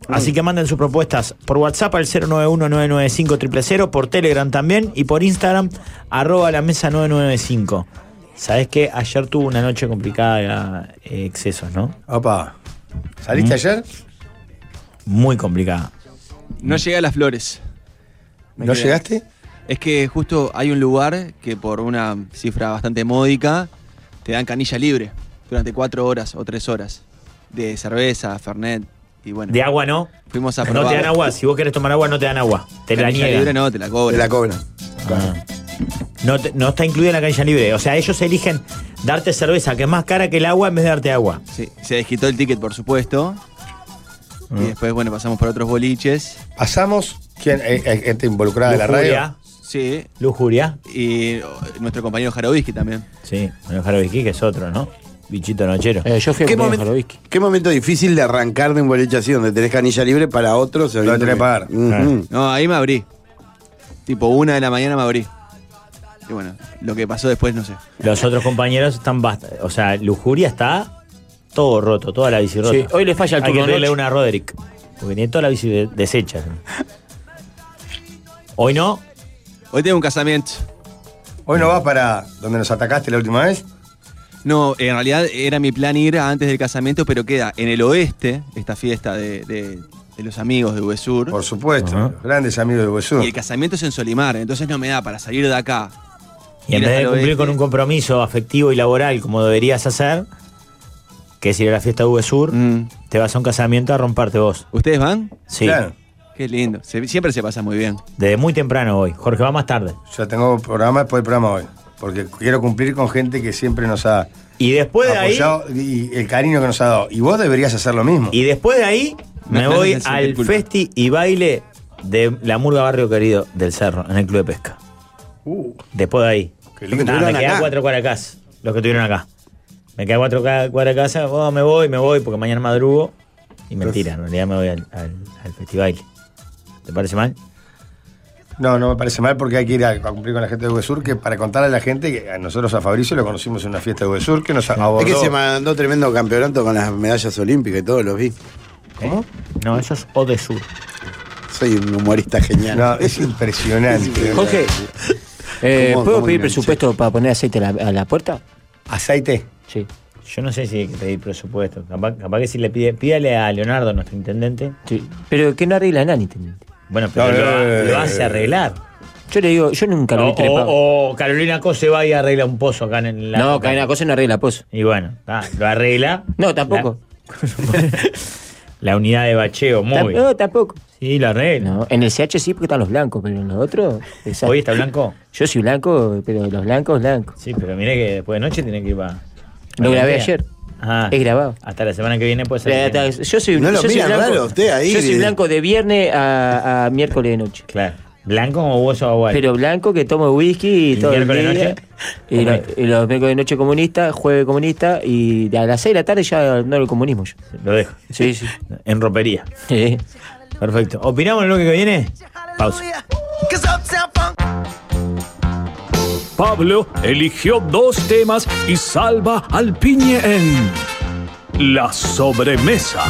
Speaker 5: Así
Speaker 4: Mm.
Speaker 5: que manden sus propuestas por WhatsApp al 091-995-000, por Telegram también y por Instagram, arroba la mesa 995. Sabés que ayer tuvo una noche complicada de eh, excesos, ¿no? Mm.
Speaker 4: Opa. ¿Saliste ayer?
Speaker 5: Muy complicada.
Speaker 11: No llegué a las flores. Me
Speaker 4: Mm. ¿No
Speaker 11: quedé.
Speaker 4: llegaste?
Speaker 11: Es que justo hay un lugar que por una cifra bastante módica te dan canilla libre durante cuatro horas o tres horas de cerveza, fernet y bueno.
Speaker 5: De agua no.
Speaker 11: Fuimos a probar.
Speaker 5: No te dan agua. Si vos querés tomar agua, no te dan agua. Te la
Speaker 11: Canilla libre
Speaker 5: niegan.
Speaker 11: no, te la
Speaker 6: Te
Speaker 11: cobran.
Speaker 6: la cobran.
Speaker 5: Ah. No, te- no está incluida en la canilla libre. O sea, ellos eligen darte cerveza, que es más cara que el agua, en vez de darte agua.
Speaker 11: Sí, se desquitó el ticket, por supuesto.
Speaker 5: Mm.
Speaker 11: Y después, bueno, pasamos por otros boliches.
Speaker 4: Pasamos. ¿Quién? Eh, eh, gente involucrada de la radio.
Speaker 5: Lujuria.
Speaker 11: Sí.
Speaker 5: Lujuria.
Speaker 11: Y oh, nuestro compañero Jarovisky también.
Speaker 5: Sí, Manuel Jarovisky, que es otro, ¿no? Bichito nochero.
Speaker 8: Eh, yo fui a
Speaker 6: ¿Qué
Speaker 8: cumpleaños
Speaker 6: momento,
Speaker 8: Jarovisky.
Speaker 6: qué momento difícil de arrancar de un boliche así donde tenés canilla libre para otros.
Speaker 4: tenés que
Speaker 6: sabiendo
Speaker 4: pagar.
Speaker 6: Ujú.
Speaker 5: Claro.
Speaker 11: No, ahí me abrí. Tipo, una de la mañana me abrí. Y bueno, lo que pasó después no sé.
Speaker 5: Los otros compañeros están bastante. O sea, Lujuria está todo roto, toda la bici rota.
Speaker 8: Sí, hoy le falla el
Speaker 5: Hay que
Speaker 8: turno
Speaker 5: pedirle
Speaker 8: noche.
Speaker 5: una a Roderick. Porque tiene toda la bici de- deshecha. Hoy no.
Speaker 11: Hoy tengo un casamiento.
Speaker 4: Hoy no vas para donde nos atacaste la última vez.
Speaker 11: No, en realidad era mi plan ir antes del casamiento, pero queda en el oeste esta fiesta de, de- de los amigos de Uvesur.
Speaker 4: Por supuesto, los grandes amigos de Huesú.
Speaker 11: Y el casamiento es en Solimar, entonces no me da para salir de acá.
Speaker 5: Y en
Speaker 11: ir
Speaker 5: vez de
Speaker 11: hasta el
Speaker 5: cumplir
Speaker 11: oeste.
Speaker 5: con un compromiso afectivo y laboral como deberías hacer, que es ir a la fiesta V Sur,
Speaker 11: Mm.
Speaker 5: te vas a un casamiento a romparte vos.
Speaker 11: ¿Ustedes van?
Speaker 5: Sí.
Speaker 4: Claro,
Speaker 11: Qué lindo. Se- siempre se pasa muy bien.
Speaker 5: Desde muy temprano hoy. Jorge va más tarde.
Speaker 4: yo tengo programa después del programa hoy. Porque quiero cumplir con gente que siempre nos ha
Speaker 5: Y después de ahí,
Speaker 4: apoyado y el cariño que nos ha dado. Y vos deberías hacer lo mismo.
Speaker 5: y después de ahí
Speaker 11: Me
Speaker 5: me
Speaker 11: están
Speaker 5: voy
Speaker 11: haciendo
Speaker 5: al
Speaker 11: culpa.
Speaker 5: festi y baile de la Murga Barrio Querido del Cerro, en el Club de Pesca. Después de ahí.
Speaker 4: Uh. Qué lindo.
Speaker 5: Nada, me
Speaker 6: Estuvieron
Speaker 5: quedan
Speaker 6: acá.
Speaker 5: cuatro cuaracas, los que tuvieron acá. Me quedan cuatro ca- cuaracas, oh, me voy, me voy, porque mañana madrugo. Y mentira, en realidad me voy al, al, al festival. ¿Te parece mal?
Speaker 4: No, no me parece mal porque hay que ir a, a cumplir con la gente de Huesur, que para contarle a la gente que a nosotros a Fabricio lo conocimos en una fiesta de Huesur, que nos abordó.
Speaker 6: Es que se mandó tremendo campeonato con las medallas olímpicas y todo, los vi.
Speaker 4: ¿Cómo?
Speaker 5: Eh, No, eso es O de Sur.
Speaker 6: Soy un humorista genial.
Speaker 4: No, es
Speaker 6: *laughs*
Speaker 4: impresionante.
Speaker 8: Jorge, eh,
Speaker 6: ¿Cómo-
Speaker 8: ¿puedo
Speaker 6: cómo
Speaker 8: pedir
Speaker 6: enganché?
Speaker 8: presupuesto para poner aceite a la, a la puerta?
Speaker 4: Aceite.
Speaker 8: Sí.
Speaker 5: Yo no sé si hay que pedir presupuesto. Capaz, capaz que si le pide, pídale a Leonardo, nuestro intendente.
Speaker 8: sí. Pero que no arregla nada, intendente.
Speaker 5: Bueno, pero
Speaker 4: No,
Speaker 5: lo,
Speaker 4: eh,
Speaker 5: lo hace arreglar.
Speaker 8: Yo le digo, yo nunca lo
Speaker 5: O,
Speaker 8: vi trepado.
Speaker 5: o- o Carolina Cose va y arregla un pozo acá en la.
Speaker 8: no, cadena cosa no arregla, pues.
Speaker 5: Y bueno, ah, lo arregla.
Speaker 8: No, tampoco.
Speaker 5: La, la unidad de bacheo,
Speaker 8: Tam-
Speaker 5: móvil.
Speaker 8: no, tampoco.
Speaker 5: Sí, lo arregla.
Speaker 8: No, en el CH sí porque están los blancos, pero en los otros. desastre.
Speaker 5: ¿Hoy está blanco?
Speaker 8: Yo soy blanco, pero los blancos, blancos.
Speaker 5: Sí, pero mire que después de noche tiene que ir para.
Speaker 8: Lo grabé ayer.
Speaker 5: Ah,
Speaker 8: Es grabado.
Speaker 5: Hasta la semana que viene puede
Speaker 8: La-
Speaker 5: ser. que
Speaker 8: la-
Speaker 5: tenga.
Speaker 8: Yo soy,
Speaker 6: No lo
Speaker 8: yo soy
Speaker 6: mira
Speaker 8: blanco.
Speaker 6: raro usted ahí.
Speaker 8: Yo soy blanco de viernes a, a miércoles de noche.
Speaker 5: Claro. ¿Blanco o hueso aguay?
Speaker 8: Pero blanco que tomo whisky y
Speaker 5: ¿Y
Speaker 8: todo el
Speaker 5: miércoles de
Speaker 8: día.
Speaker 5: noche?
Speaker 8: Y, lo- y los miércoles de noche comunista, jueves comunista y de a las 6 de la tarde ya no el comunismo. yo.
Speaker 5: Lo dejo.
Speaker 8: Sí, sí.
Speaker 5: En ropería.
Speaker 8: Eh.
Speaker 5: Perfecto. ¿Opinamos en lo que viene? Pausa.
Speaker 10: Pablo eligió dos temas y salva al piñe en La sobremesa.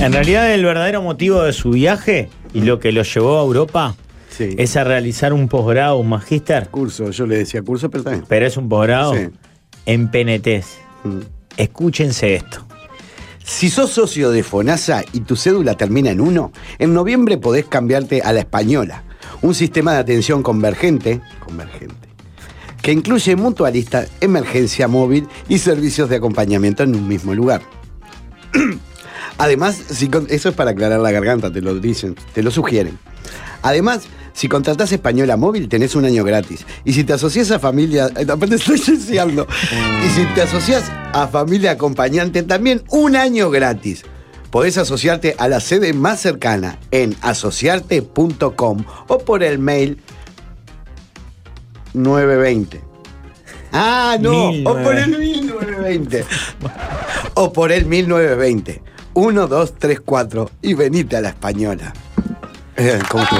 Speaker 5: En realidad el verdadero motivo de su viaje y lo que lo llevó a Europa
Speaker 6: Sí.
Speaker 5: es a realizar un posgrado, un magíster,
Speaker 6: Curso, yo le decía curso, pero también.
Speaker 5: pero es un posgrado
Speaker 6: Sí.
Speaker 5: en PNTs.
Speaker 6: Mm.
Speaker 5: Escúchense esto.
Speaker 6: Si sos socio de FONASA y tu cédula termina en 1, en noviembre podés cambiarte a la española, un sistema de atención convergente, convergente, que incluye mutualista, emergencia móvil y servicios de acompañamiento en un mismo lugar. *clears throat* Además, si con- eso es para aclarar la garganta, te lo dicen, te lo sugieren. Además, si contratás Española Móvil, tenés un año gratis. Y si te asocias a familia. eh, Aparte, estoy deseando. Y si te asocias a familia acompañante, también un año gratis. Podés asociarte a la sede más cercana en asociarte.com o por el mail 920. Ah, no, o por el 1920. o por el 1920. 1, 2, 3, 4 y venite a la española. Eh, ¿Cómo estuvo?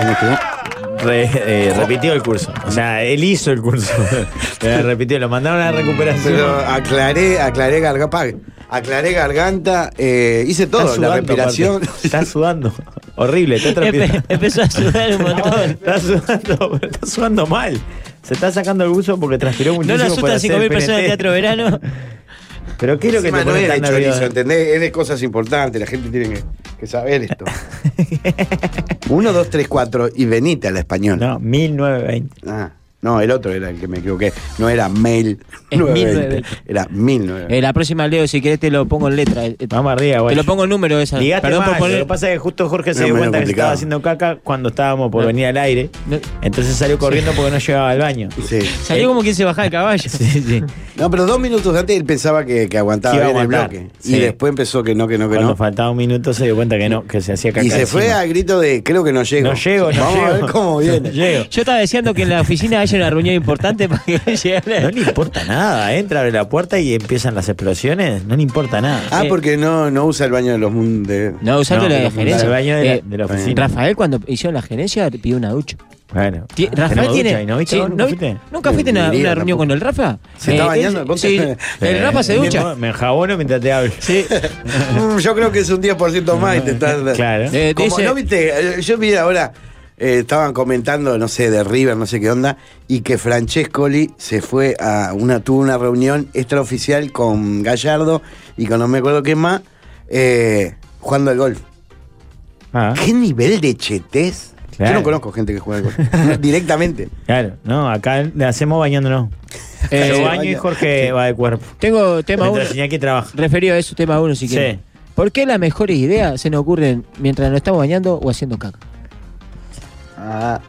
Speaker 6: ¿Cómo estuvo?
Speaker 5: Re- eh, repitió el curso. O sea, él hizo el curso. *laughs* Eh, repitió, lo mandaron a la recuperación.
Speaker 6: Pero aclaré, aclaré garganta, aclaré garganta, eh, hice todo,
Speaker 5: Está
Speaker 6: la
Speaker 5: sudando,
Speaker 6: respiración. *laughs*
Speaker 5: aparte. Está sudando. Horrible, *laughs* está transpirando.
Speaker 8: Empe- empezó a sudar un montón.
Speaker 5: Está sudando, pero está sudando mal. Se está sacando el buzo porque transpiró
Speaker 8: No
Speaker 5: muchísimo.
Speaker 8: le
Speaker 5: para
Speaker 8: asustan
Speaker 5: hacer
Speaker 8: 5.000
Speaker 5: PNT.
Speaker 8: personas de teatro verano.
Speaker 5: Pero ¿qué es lo que te
Speaker 6: Encima no
Speaker 5: pone
Speaker 6: es
Speaker 5: tan
Speaker 6: de chorizo,
Speaker 5: nervioso?
Speaker 6: ¿entendés? Es de cosas importantes, la gente tiene que, que
Speaker 5: *laughs*
Speaker 6: saber esto. 1, 2, 3, 4 y venite a la española.
Speaker 5: No, 1920.
Speaker 6: Ah, No, el otro era el que me equivoqué. No era mail.
Speaker 8: Es
Speaker 6: 920, Era 1920.
Speaker 8: Eh, la próxima, Leo, si querés te lo pongo en letra. eh, eh,
Speaker 5: Vamos arriba,
Speaker 8: te
Speaker 5: güey.
Speaker 8: lo pongo en número esa.
Speaker 5: Ligaste
Speaker 8: Perdón
Speaker 5: mal,
Speaker 8: por poner.
Speaker 5: Lo que pasa es que justo Jorge se
Speaker 6: No,
Speaker 5: dio
Speaker 6: medio
Speaker 5: cuenta que se
Speaker 6: complicado.
Speaker 5: estaba haciendo caca cuando estábamos por
Speaker 8: No.
Speaker 5: venir al aire.
Speaker 8: No.
Speaker 5: Entonces salió corriendo porque no llegaba al baño. Eh,
Speaker 6: Sí.
Speaker 8: Salió como quien se bajaba el caballo.
Speaker 6: No, pero dos minutos antes él pensaba que, que aguantaba
Speaker 5: Que iba a
Speaker 6: bien el
Speaker 5: aguantar.
Speaker 6: bloque.
Speaker 5: Sí.
Speaker 6: Y después empezó que no, que no, que
Speaker 5: Cuando
Speaker 6: no.
Speaker 5: faltaba un minuto se dio cuenta que no, que se hacía caca.
Speaker 6: Y se fue
Speaker 5: encima.
Speaker 6: al grito de creo que no llego.
Speaker 5: No llego, no
Speaker 6: Vamos
Speaker 5: llego.
Speaker 6: a
Speaker 5: *laughs*
Speaker 6: ver cómo
Speaker 5: No
Speaker 6: viene.
Speaker 5: llego.
Speaker 8: Yo estaba deseando que en la oficina haya una reunión importante para que
Speaker 5: No
Speaker 8: llegara.
Speaker 5: le importa nada, entra, abre la puerta y empiezan las explosiones, no le importa nada. Eh,
Speaker 6: Ah, porque no, no usa el baño de los mun- de-
Speaker 8: No, usando
Speaker 5: No,
Speaker 8: la
Speaker 5: de
Speaker 8: de
Speaker 5: los-
Speaker 8: gerencia.
Speaker 5: del baño de la-
Speaker 8: Eh,
Speaker 5: de la oficina.
Speaker 8: Rafael, cuando hicieron la gerencia, pidió una ducha.
Speaker 5: Bueno,
Speaker 8: Ti-
Speaker 5: tenemos
Speaker 8: Rafael
Speaker 5: ducha
Speaker 8: tiene.
Speaker 5: ahí, ¿no viste?
Speaker 8: sí,
Speaker 5: ¿Vos
Speaker 8: ¿no
Speaker 5: ¿Nunca
Speaker 8: vi-
Speaker 5: fuiste?
Speaker 8: ¿Nunca fuiste a una,
Speaker 6: Ni idea
Speaker 8: una reunión
Speaker 6: tampoco.
Speaker 8: con el Rafa? Eh,
Speaker 6: Se
Speaker 5: Eh,
Speaker 6: está bañando,
Speaker 8: él-
Speaker 6: ¿por qué?
Speaker 8: sí, el
Speaker 4: Eh,
Speaker 8: Rafa se
Speaker 5: Me-
Speaker 8: ducha.
Speaker 5: Me enjabono mientras te hablo. Sí.
Speaker 6: Mm, Yo creo que es un 10% más y te estás-
Speaker 5: Claro.
Speaker 8: Eh,
Speaker 6: Como,
Speaker 8: dice-
Speaker 6: ¿No viste? Eh, Yo vi ahora, eh, estaban comentando, no sé, de River, no sé qué onda, y que Francescoli se fue a una, tuvo una reunión extraoficial con Gallardo y con no me acuerdo qué más, eh, jugando al golf.
Speaker 5: Ah,
Speaker 6: ¿Qué nivel de chetés?
Speaker 5: Claro.
Speaker 6: Yo no conozco gente que juega al golf. *laughs* directamente.
Speaker 5: claro. No, acá le hacemos bañándonos.
Speaker 8: Eh,
Speaker 5: Yo baño y Jorge va de cuerpo.
Speaker 8: Tengo tema uno.
Speaker 5: Mientras Iñaki trabaja.
Speaker 8: Referido a eso, tema uno, si
Speaker 5: Sí.
Speaker 8: quieren. ¿Por qué las mejores ideas se nos ocurren mientras nos estamos bañando o haciendo caca?
Speaker 5: Ah.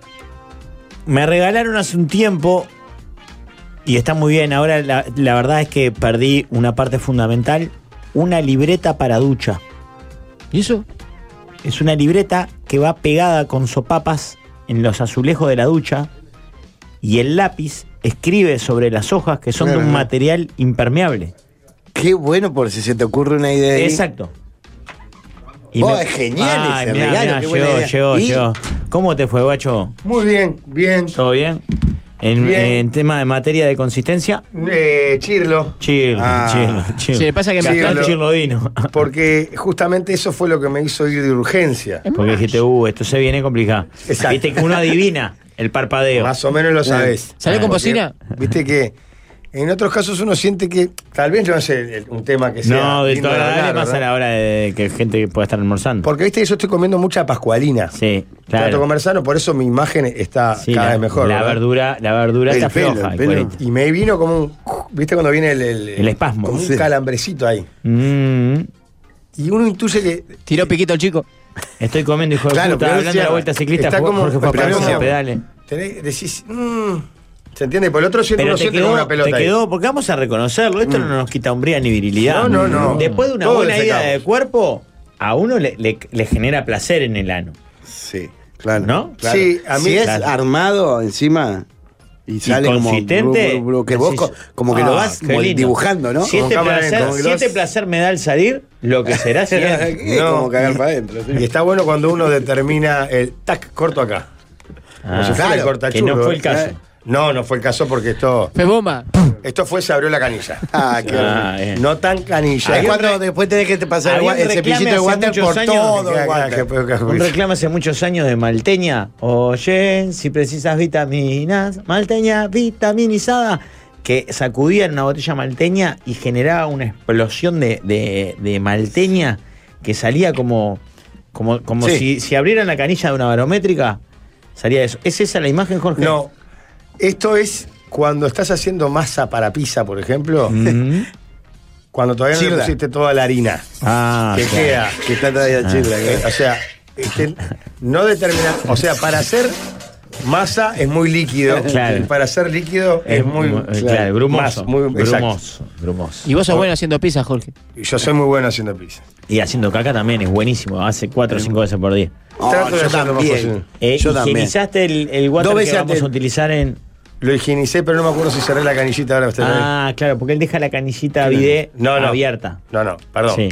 Speaker 5: Me regalaron hace un tiempo y está muy bien. Ahora la, la verdad es que perdí una parte fundamental, una libreta para ducha.
Speaker 8: ¿Y eso?
Speaker 5: Es una libreta que va pegada con sopapas en los azulejos de la ducha y el lápiz escribe sobre las hojas que son de un
Speaker 6: Claro.
Speaker 5: material impermeable.
Speaker 6: Qué bueno por si se te ocurre una idea. ahí.
Speaker 5: Exacto.
Speaker 6: Oh, es genial
Speaker 5: Ay,
Speaker 6: ese
Speaker 5: mirá,
Speaker 6: regalo,
Speaker 5: mirá,
Speaker 6: qué buena
Speaker 5: llegó,
Speaker 6: idea.
Speaker 5: llegó,
Speaker 6: ¿Y?
Speaker 5: llegó. ¿Cómo te fue, guacho?
Speaker 4: Muy bien, bien.
Speaker 5: ¿Todo bien? En,
Speaker 4: Bien.
Speaker 5: en tema de materia de consistencia,
Speaker 4: Eh, chirlo.
Speaker 5: chill,
Speaker 6: Ah.
Speaker 5: chill, chill.
Speaker 8: Sí, pasa que
Speaker 4: Sí,
Speaker 8: me
Speaker 4: lo-
Speaker 5: Tan chirlodino.
Speaker 4: Porque justamente eso fue lo que me hizo ir de urgencia.
Speaker 5: Porque dijiste, uh, esto se viene complicado.
Speaker 4: Exacto.
Speaker 5: Viste que uno adivina el parpadeo.
Speaker 4: Más o menos lo sabes.
Speaker 8: ¿Salió con
Speaker 4: Porque,
Speaker 8: cocina?
Speaker 4: Viste que en otros casos uno siente que tal vez no es el- el- un tema que sea.
Speaker 5: no, del
Speaker 4: lindo
Speaker 5: todo agradable
Speaker 4: hablar,
Speaker 5: más a
Speaker 4: ¿verdad?
Speaker 5: la hora de que gente que pueda estar almorzando.
Speaker 4: Porque viste que yo estoy comiendo mucha pascualina.
Speaker 5: Sí,
Speaker 4: Trato
Speaker 5: claro.
Speaker 4: con sano, por eso mi imagen está
Speaker 5: Sí,
Speaker 4: cada
Speaker 5: la,
Speaker 4: vez mejor.
Speaker 5: La
Speaker 4: ¿verdad?
Speaker 5: verdura, la verdura
Speaker 6: El
Speaker 5: está
Speaker 6: pelo,
Speaker 5: floja.
Speaker 6: el
Speaker 5: el
Speaker 6: pelo.
Speaker 5: cuerito.
Speaker 4: Y me vino como un. ¿Viste cuando viene el. El,
Speaker 5: El espasmo.
Speaker 4: Como un
Speaker 6: Sí.
Speaker 4: calambrecito ahí.
Speaker 5: Mm,
Speaker 4: Y uno intuye que.
Speaker 8: Tiró piquito el chico.
Speaker 5: estoy comiendo, hijo de
Speaker 4: Claro,
Speaker 5: puta,
Speaker 4: pero
Speaker 5: hablando de
Speaker 4: cierra.
Speaker 5: la vuelta ciclista,
Speaker 4: Está como-
Speaker 5: Jorge fue a
Speaker 4: pero
Speaker 5: pararse
Speaker 4: cierra.
Speaker 5: a pedales.
Speaker 4: tenés- decís. mm, ¿Se entiende? Por el otro siente,
Speaker 5: Pero
Speaker 4: uno
Speaker 5: te
Speaker 4: siente como
Speaker 5: quedó,
Speaker 4: una pelota.
Speaker 5: te
Speaker 4: ahí.
Speaker 5: quedó, porque vamos a reconocerlo, esto no nos quita hombría ni virilidad.
Speaker 4: No, no, no.
Speaker 5: Después de una
Speaker 4: Todo
Speaker 5: buena
Speaker 4: le
Speaker 5: ida
Speaker 4: sacamos.
Speaker 5: de cuerpo, a uno le, le- le genera placer en el ano.
Speaker 6: Sí, claro.
Speaker 5: ¿No?
Speaker 6: Claro.
Speaker 4: Sí, a mí-
Speaker 6: si es
Speaker 5: Claro.
Speaker 6: armado encima y sale como
Speaker 5: consistente,
Speaker 6: bru- bru- bru- que vos
Speaker 5: decís,
Speaker 6: co- como que
Speaker 5: "Ah,
Speaker 6: lo vas
Speaker 5: qué
Speaker 6: mol-
Speaker 5: lindo".
Speaker 6: dibujando, ¿no?
Speaker 5: Si
Speaker 4: Como
Speaker 5: este,
Speaker 4: cámara
Speaker 5: placer,
Speaker 4: lenta, como que
Speaker 5: si
Speaker 4: lo
Speaker 5: este
Speaker 4: haces.
Speaker 5: placer me da al salir, lo que
Speaker 4: *laughs*
Speaker 6: *laughs*
Speaker 5: será será.
Speaker 6: Es
Speaker 4: No.
Speaker 6: como cagar para
Speaker 5: *laughs*
Speaker 6: adentro. sí.
Speaker 4: Y está bueno cuando uno determina el tac, corto acá. Como
Speaker 5: Ah,
Speaker 4: si fuera el
Speaker 6: claro,
Speaker 4: cortachurro,
Speaker 5: que no fue el caso.
Speaker 4: ¿eh? No, no fue el caso porque esto,
Speaker 8: Fue bomba.
Speaker 4: esto fue, se abrió la canilla.
Speaker 6: Ah, qué
Speaker 5: Ah, bien.
Speaker 4: No tan canilla.
Speaker 6: Ahí es cuando después tenés que te pasar el,
Speaker 5: había
Speaker 6: gua-
Speaker 5: un
Speaker 6: el
Speaker 5: reclame
Speaker 6: cepillito de
Speaker 5: hace
Speaker 6: water
Speaker 5: muchos
Speaker 6: por
Speaker 5: años.
Speaker 6: todo
Speaker 4: Que-
Speaker 6: el water.
Speaker 4: que- que- que-
Speaker 5: Un reclamo hace muchos años de Malteña. Oye, si precisas vitaminas, Malteña vitaminizada. Que sacudía en una botella Malteña y generaba una explosión de, de- de Malteña que salía como, como, como
Speaker 6: Sí.
Speaker 5: si, si abrieran la canilla de una barométrica. Salía eso. ¿Es esa la imagen, Jorge?
Speaker 4: No, esto es cuando estás haciendo masa para pizza, por ejemplo,
Speaker 5: Mm.
Speaker 4: *laughs* cuando todavía no le
Speaker 6: Chirla.
Speaker 4: pusiste toda la harina.
Speaker 5: Ah,
Speaker 4: que
Speaker 5: claro. Ah.
Speaker 4: queda.
Speaker 6: Que está todavía chila.
Speaker 4: Eh, O sea, este, no determinar. O sea, para hacer masa es muy líquido.
Speaker 5: *laughs* Claro. eh,
Speaker 4: Y para hacer líquido es, muy.
Speaker 5: claro, grumoso,
Speaker 4: más, muy- exacto.
Speaker 5: grumoso, grumoso.
Speaker 8: Y vos sos bueno haciendo pizza, Jorge.
Speaker 4: Y Yo soy muy bueno haciendo pizza.
Speaker 5: Y haciendo caca también es buenísimo, hace 4 o 5 veces por día.
Speaker 6: Oh,
Speaker 4: Trato de
Speaker 6: yo
Speaker 4: hacer lo más posible.
Speaker 6: también.
Speaker 5: Eh,
Speaker 6: yo también.
Speaker 5: higienizaste el, el water
Speaker 6: Dos
Speaker 5: que
Speaker 6: veces
Speaker 5: vamos
Speaker 6: antes-
Speaker 5: a utilizar en.
Speaker 4: Lo higienicé, pero no me acuerdo si cerré la canillita ahora. usted la ve.
Speaker 5: Ah, claro, porque él deja la canillita bidé
Speaker 4: Este No, no.
Speaker 5: abierta.
Speaker 4: No, no, perdón.
Speaker 5: Sí.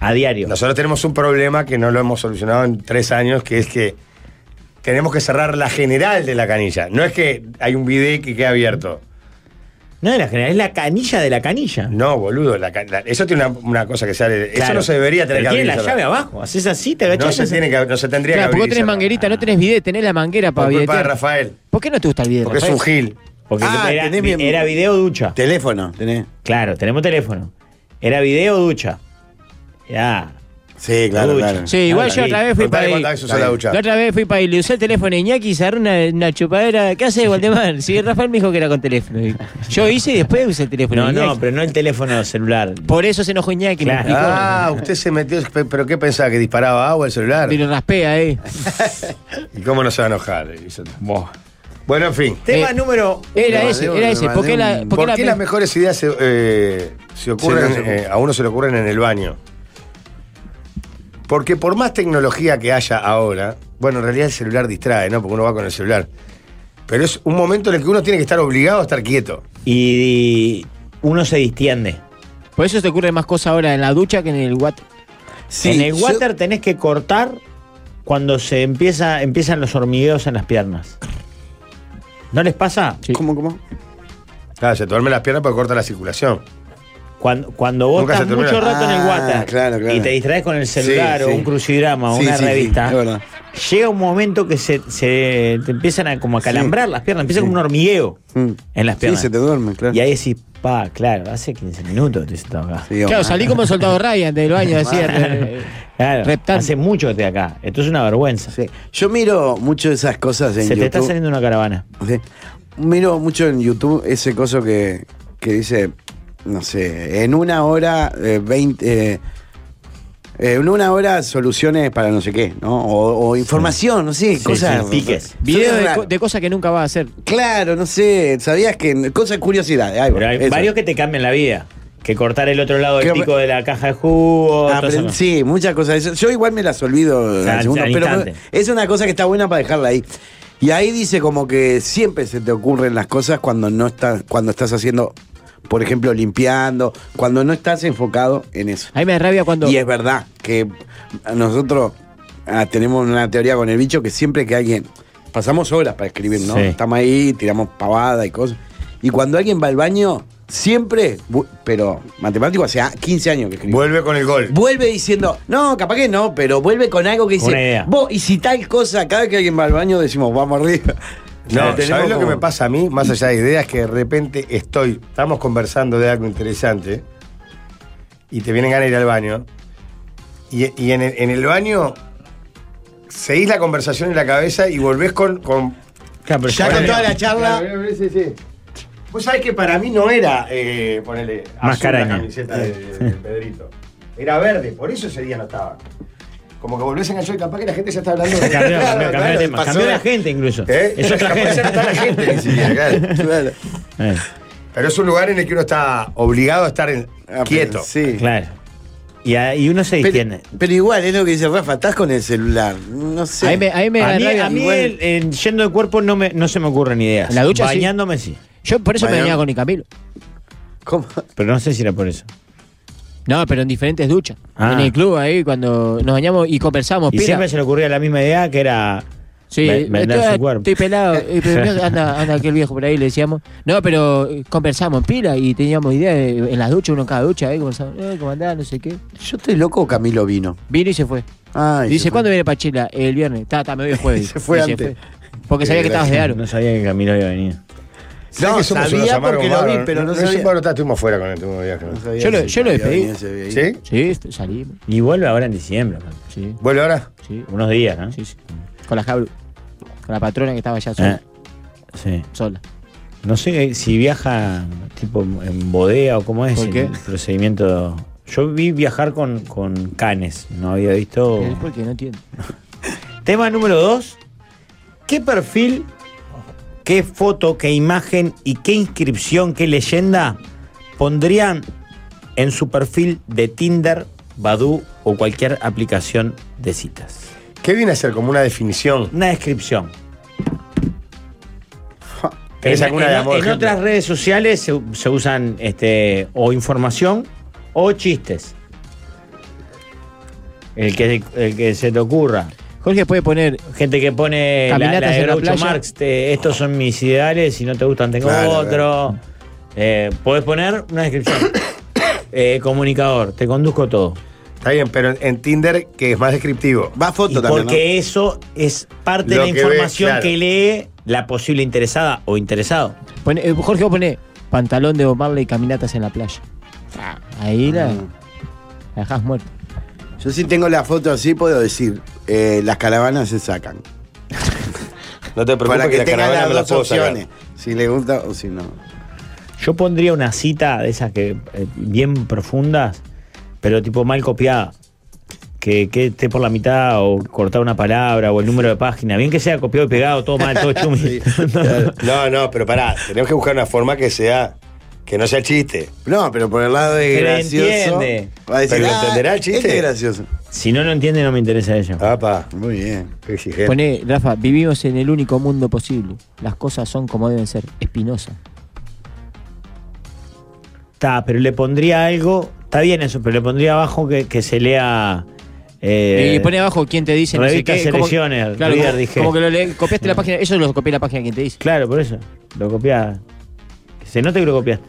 Speaker 5: A diario.
Speaker 4: Nosotros tenemos un problema que no lo hemos solucionado en tres años, que es que tenemos que cerrar la general de la canilla. No es que hay un bidet que queda abierto.
Speaker 5: No es la general, es la canilla de la canilla.
Speaker 4: No, boludo. la ca- la- eso tiene una, una cosa que sale. Eso
Speaker 5: Claro.
Speaker 4: no se debería
Speaker 5: Pero
Speaker 4: tener que abrir.
Speaker 5: Tiene la
Speaker 4: y cerrar.
Speaker 5: llave abajo, haces así, te
Speaker 4: No
Speaker 5: agachás.
Speaker 4: se, tiene que, no se tendría
Speaker 8: Claro,
Speaker 4: que
Speaker 8: porque
Speaker 4: abrir.
Speaker 8: vos tenés
Speaker 4: y cerrar.
Speaker 8: manguerita, no tenés bidet, tenés la manguera para
Speaker 4: Por culpa de
Speaker 8: bidetear.
Speaker 4: Rafael.
Speaker 8: ¿Por qué no te gusta el bidet?
Speaker 4: Porque es
Speaker 8: Rafael?
Speaker 4: un gil.
Speaker 5: Porque
Speaker 6: Ah,
Speaker 5: era,
Speaker 6: tenés bien-
Speaker 5: era video ducha.
Speaker 6: Teléfono, tenés.
Speaker 5: Claro, tenemos teléfono. Era video ducha. Ya.
Speaker 6: Sí, claro, claro.
Speaker 8: Sí, igual yo otra vez fui para
Speaker 4: Contale
Speaker 8: ahí.
Speaker 4: cuántas veces usó la ducha.
Speaker 8: La otra vez fui para ahí, le usé el teléfono a Iñaki y se agarró una, una chupadera. ¿Qué hace, Waldemar? Sí, Rafael me dijo que era con teléfono. Y Yo hice y después usé el teléfono.
Speaker 5: No,
Speaker 8: de Iñaki.
Speaker 5: no, pero no el teléfono celular.
Speaker 8: Por eso se enojó Iñaki. me
Speaker 5: Claro.
Speaker 8: explicó.
Speaker 4: Ah, usted se metió. pe- ¿Pero qué pensaba? ¿Que disparaba agua el celular?
Speaker 8: Pero raspea, eh.
Speaker 4: *laughs* ¿Y cómo no se va a enojar? Isota? Bueno, en fin.
Speaker 5: Tema
Speaker 8: Eh,
Speaker 5: número.
Speaker 8: Era
Speaker 6: Pero
Speaker 8: ese,
Speaker 6: de un-
Speaker 8: era ese. ¿Por
Speaker 6: de
Speaker 8: qué, la,
Speaker 6: un-
Speaker 8: por qué
Speaker 4: ¿Por
Speaker 8: la
Speaker 4: qué
Speaker 8: pe-
Speaker 4: las mejores ideas se, eh, se ocurren, eh, a uno se le ocurren en el baño? Porque por más tecnología que haya ahora, bueno, en realidad el celular distrae, ¿no? Porque uno va con el celular. Pero es un momento en el que uno tiene que estar obligado a estar quieto.
Speaker 5: Y uno se distiende.
Speaker 8: Por eso te ocurre más cosas ahora en la ducha que en el water.
Speaker 6: Sí,
Speaker 5: en el
Speaker 6: yo-
Speaker 5: water tenés que cortar cuando se empieza, empiezan los hormigueos en las piernas. ¿No les pasa?
Speaker 8: Sí.
Speaker 6: ¿Cómo, cómo?
Speaker 4: Claro, se te duermen las piernas porque corta la circulación.
Speaker 5: Cuando, cuando vos
Speaker 4: Nunca se
Speaker 5: estás
Speaker 4: termina.
Speaker 5: mucho rato en el
Speaker 6: Ah,
Speaker 5: water
Speaker 6: claro, claro.
Speaker 5: y te distraes con el celular
Speaker 6: Sí,
Speaker 5: o
Speaker 6: sí.
Speaker 5: un crucigrama o
Speaker 6: Sí,
Speaker 5: una
Speaker 6: sí, sí,
Speaker 5: revista,
Speaker 6: es verdad.
Speaker 5: llega un momento que se, se te empiezan a como a calambrar las piernas, empieza como un hormigueo
Speaker 6: Mm.
Speaker 5: en las
Speaker 6: Sí,
Speaker 5: piernas.
Speaker 6: se te duerme, claro.
Speaker 5: Y ahí decís, pa, claro, hace 15 minutos estoy sentado acá.
Speaker 6: Sí,
Speaker 8: Claro,
Speaker 6: hombre.
Speaker 8: salí como el soldado Ryan del baño, así. eh,
Speaker 5: Claro,
Speaker 8: Reptando.
Speaker 5: hace mucho que estoy acá. Esto es una vergüenza.
Speaker 6: Sí. Yo miro mucho esas cosas en
Speaker 5: Se te
Speaker 6: YouTube.
Speaker 5: está saliendo una caravana.
Speaker 6: Sí. Miro mucho en YouTube ese coso que, que dice, no sé, en una hora, eh, 20... eh, eh, en una hora soluciones para no sé qué, ¿no? O, o información, no sé, cosas.
Speaker 5: sí, piques.
Speaker 8: Video de,
Speaker 6: raras.
Speaker 8: co- de cosas que nunca vas a hacer.
Speaker 6: Claro, no sé, sabías que. Cosas curiosidades. Ahí va,
Speaker 5: Pero hay
Speaker 6: eso.
Speaker 5: varios que te cambian la vida. Que cortar el otro lado del
Speaker 6: Que-
Speaker 5: pico de la caja de jugo. todas
Speaker 6: Ah, pero-
Speaker 5: esas cosas.
Speaker 6: sí, muchas cosas. de eso. Yo igual me las olvido
Speaker 5: sea,
Speaker 6: al segundo,
Speaker 5: al
Speaker 6: pero
Speaker 5: instante.
Speaker 6: es una cosa que está buena para dejarla ahí. Y ahí dice como que siempre se te ocurren las cosas cuando no estás, cuando estás haciendo, por ejemplo, limpiando, cuando no estás enfocado en eso.
Speaker 8: A mí me da rabia cuando.
Speaker 6: Y es verdad que nosotros ah, tenemos una teoría con el bicho que siempre que alguien. Pasamos horas para escribir, ¿no?
Speaker 5: Sí.
Speaker 6: Estamos ahí, tiramos pavada y cosas. Y cuando alguien va al baño, siempre, bu- pero matemático hace ah, 15 años que escribimos
Speaker 4: Vuelve con el gol.
Speaker 6: vuelve diciendo, no, capaz que no, pero vuelve con algo que
Speaker 5: Una
Speaker 6: dice,
Speaker 5: idea.
Speaker 6: vos, y si tal cosa, cada vez que alguien va al baño decimos, vamos arriba.
Speaker 4: No,
Speaker 6: Tenemos
Speaker 4: ¿sabés lo que
Speaker 6: como-
Speaker 4: me pasa a mí? Más allá de ideas, que de repente estoy, estamos conversando de algo interesante y te vienen ganas de ir al baño. Y, y en, el, en el baño seguís la conversación en la cabeza y volvés con. con
Speaker 5: Claro, pero
Speaker 6: Ya
Speaker 5: yo-
Speaker 6: con toda la charla.
Speaker 4: Claro, sí, sí. Vos sabés que para mí no era, eh, ponele,
Speaker 5: Mascaraña.
Speaker 4: azul la camiseta de, de Pedrito. Era verde, por eso ese día no estaba. Como que volvés a enganchar y capaz que la gente ya está hablando de *laughs*
Speaker 5: Cambió, cambió,
Speaker 4: Claro,
Speaker 5: cambió el
Speaker 4: claro,
Speaker 5: tema.
Speaker 4: pasó
Speaker 5: Cambió
Speaker 4: de-
Speaker 5: la gente incluso.
Speaker 4: ¿Eh?
Speaker 5: Es otra
Speaker 4: Capaz ya no está la
Speaker 5: gente.
Speaker 4: gente ni siquiera, claro.
Speaker 6: *laughs* Claro.
Speaker 5: Eh,
Speaker 4: Pero es un lugar en el que uno está obligado a estar en-
Speaker 6: Ah, pero-
Speaker 4: quieto.
Speaker 6: Sí.
Speaker 5: Claro. *laughs* Y, a- y uno se
Speaker 6: Pero,
Speaker 5: distiende.
Speaker 6: pero igual, es lo que dice Rafa, estás con el celular. No sé.
Speaker 8: A mí me, a mí me
Speaker 5: a
Speaker 8: da
Speaker 5: mí,
Speaker 8: rabia.
Speaker 5: a mí
Speaker 8: igual-
Speaker 5: el- el yendo de cuerpo no, me, no se me ocurren ideas.
Speaker 8: En la ducha sí.
Speaker 5: Bañándome sí.
Speaker 8: Yo por eso me
Speaker 6: Bueno.
Speaker 8: venía con Icamilo.
Speaker 6: ¿Cómo?
Speaker 5: Pero no sé si era por eso.
Speaker 8: No, pero en diferentes duchas.
Speaker 5: Ah.
Speaker 8: En el club ahí, cuando nos bañamos y conversamos.
Speaker 5: Y
Speaker 8: pila.
Speaker 5: siempre se le ocurría la misma idea que era
Speaker 8: Sí,
Speaker 5: ve- vender
Speaker 8: estoy,
Speaker 5: su cuerpo.
Speaker 8: estoy pelado. eh, pero
Speaker 5: *laughs*
Speaker 8: mirá, anda, anda aquel viejo por ahí, le decíamos. No, pero eh, conversamos en pila y teníamos ideas de- en las duchas, uno en cada ducha, ahí conversamos. Eh, ¿Cómo andás? No sé qué.
Speaker 6: Yo estoy loco o Camilo vino.
Speaker 8: Vino y se fue.
Speaker 6: Ay,
Speaker 8: dice,
Speaker 6: se fue.
Speaker 8: ¿cuándo viene Pachela? El viernes. Ta, ta, me voy el
Speaker 6: *laughs*
Speaker 4: *laughs*
Speaker 8: jueves.
Speaker 6: Se fue
Speaker 8: Y
Speaker 6: antes.
Speaker 8: Porque sabía que estabas de aro.
Speaker 5: Eh, No sabía que Camilo había venido.
Speaker 4: ¿Sabés
Speaker 6: No,
Speaker 4: que somos
Speaker 6: sabía
Speaker 4: unos amargos
Speaker 6: porque lo vi,
Speaker 4: bárbaros?
Speaker 6: pero no
Speaker 4: sé
Speaker 6: sabía.
Speaker 4: si vos notás, estuvimos fuera con el último viaje. ¿no?
Speaker 6: No sabía
Speaker 8: Yo lo-
Speaker 6: si
Speaker 8: yo lo
Speaker 6: había
Speaker 8: despedí.
Speaker 6: venido, se había ido.
Speaker 4: ¿Sí?
Speaker 8: Sí, est- salimos.
Speaker 5: Y vuelve ahora en diciembre. man.
Speaker 8: Sí,
Speaker 4: ¿Vuelve ahora?
Speaker 8: sí,
Speaker 5: Unos días, ¿no?
Speaker 8: sí, sí. Con la Jabru. Con la patrona que estaba ya
Speaker 5: Eh,
Speaker 8: sola.
Speaker 6: Ah.
Speaker 5: sí.
Speaker 8: sola.
Speaker 5: No sé eh, si viaja tipo en bodega o cómo es
Speaker 8: ¿Por
Speaker 5: el
Speaker 8: qué?
Speaker 5: procedimiento. Yo vi viajar con, con canes, no había visto.
Speaker 8: Eh, Porque no entiendo.
Speaker 5: Tema número dos. ¿Qué perfil, qué foto, qué imagen y qué inscripción, qué leyenda pondrían en su perfil de Tinder, Badoo o cualquier aplicación de citas?
Speaker 4: ¿Qué viene a ser como una definición?
Speaker 5: Una descripción.
Speaker 4: ¿Tenés
Speaker 5: En-
Speaker 4: alguna
Speaker 5: en,
Speaker 4: de amor,
Speaker 5: en
Speaker 4: ejemplo?
Speaker 5: otras redes sociales se, se usan este, o información o chistes. El que, el que se te ocurra.
Speaker 8: Jorge puede poner
Speaker 5: Gente que pone la, la
Speaker 8: Caminatas
Speaker 5: de
Speaker 8: en la
Speaker 5: Groucho
Speaker 8: playa.
Speaker 5: Marx, te- estos son mis ideales, si no te gustan tengo
Speaker 6: Claro,
Speaker 5: otro. Eh, podés poner una descripción. *coughs* Eh, comunicador, te conduzco todo.
Speaker 4: Está bien, pero en Tinder, que es más descriptivo.
Speaker 6: Va
Speaker 5: Y
Speaker 6: foto también.
Speaker 5: porque
Speaker 6: ¿no?
Speaker 5: eso es parte de la
Speaker 4: Lo que ve,
Speaker 5: información
Speaker 4: claro.
Speaker 5: que lee la posible interesada o interesado.
Speaker 8: Pone- eh, Jorge, vos pone pantalón
Speaker 5: Ah.
Speaker 4: Mm.
Speaker 8: de Bob Marley y caminatas en la playa. Ahí la, la dejás muerta.
Speaker 6: Yo sí tengo la foto así, puedo decir, eh, las caravanas se sacan.
Speaker 4: No te preocupes
Speaker 6: Para
Speaker 4: que
Speaker 6: que,
Speaker 4: la
Speaker 6: tengan
Speaker 4: caravana
Speaker 6: las
Speaker 4: me la
Speaker 6: dos
Speaker 4: puedo sacar.
Speaker 6: opciones. Si le gusta o si no.
Speaker 5: Yo pondría una cita de esas que eh, bien profundas, pero tipo mal copiada. Que, que esté por la mitad o cortar una palabra o el número de página. Bien que sea copiado y pegado, todo mal,
Speaker 6: *laughs*
Speaker 5: todo chumi.
Speaker 4: No, no, pero pará, tenemos que buscar una forma que sea. Que no sea chiste.
Speaker 6: No, pero por el lado de
Speaker 5: Pero
Speaker 6: gracioso.
Speaker 5: entiende.
Speaker 6: Va a decir,
Speaker 4: Pero
Speaker 6: "Ah,
Speaker 4: entenderá el chiste".
Speaker 6: Este es gracioso.
Speaker 5: Si no lo entiende, no me interesa ella.
Speaker 4: Apa,
Speaker 6: Muy bien.
Speaker 4: qué exigente.
Speaker 8: Poné, Rafa, vivimos en el único mundo posible. Las cosas son como deben ser. Espinosa.
Speaker 5: Está, pero le pondría algo. Está bien eso, pero le pondría abajo que, que se lea. eh,
Speaker 8: y pone abajo quién te dice no sé
Speaker 5: Revista
Speaker 8: qué. como-
Speaker 5: Selecciones,
Speaker 8: claro,
Speaker 5: líder,
Speaker 8: como,
Speaker 5: dije.
Speaker 8: como que lo le, copiaste la página. Eso lo copié la página quien te dice.
Speaker 5: Claro, por eso. Lo copiaba. Que se note que lo copiaste.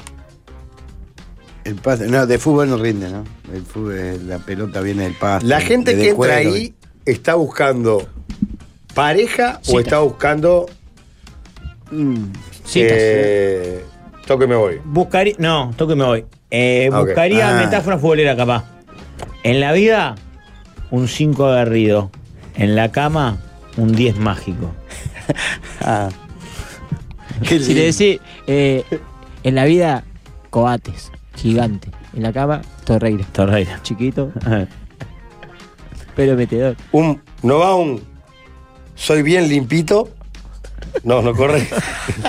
Speaker 6: El pase- no, de fútbol no rinde, ¿no? El fútbol, la pelota viene del pase.
Speaker 4: La gente
Speaker 6: de-
Speaker 4: que
Speaker 6: de
Speaker 4: entra
Speaker 6: juego.
Speaker 4: ahí está buscando pareja o
Speaker 8: Cita.
Speaker 4: está buscando.
Speaker 8: Citas.
Speaker 4: eh, toque y me voy.
Speaker 5: Buscaría. No, toque me voy. Eh,
Speaker 4: Ah, ok.
Speaker 5: buscaría
Speaker 6: Ah.
Speaker 5: metáfora futbolera, capaz. En la vida, un 5 agarrido. En la cama, un 10
Speaker 4: *laughs*
Speaker 5: mágico.
Speaker 8: *laughs*
Speaker 4: Ah.
Speaker 8: Si le decís, eh, en la vida, coates. Gigante. En la cama, Torreira.
Speaker 5: Torreira.
Speaker 8: Chiquito, pero metedor.
Speaker 4: Un, no va un. Soy bien limpito. No, no
Speaker 8: *laughs*
Speaker 4: corre.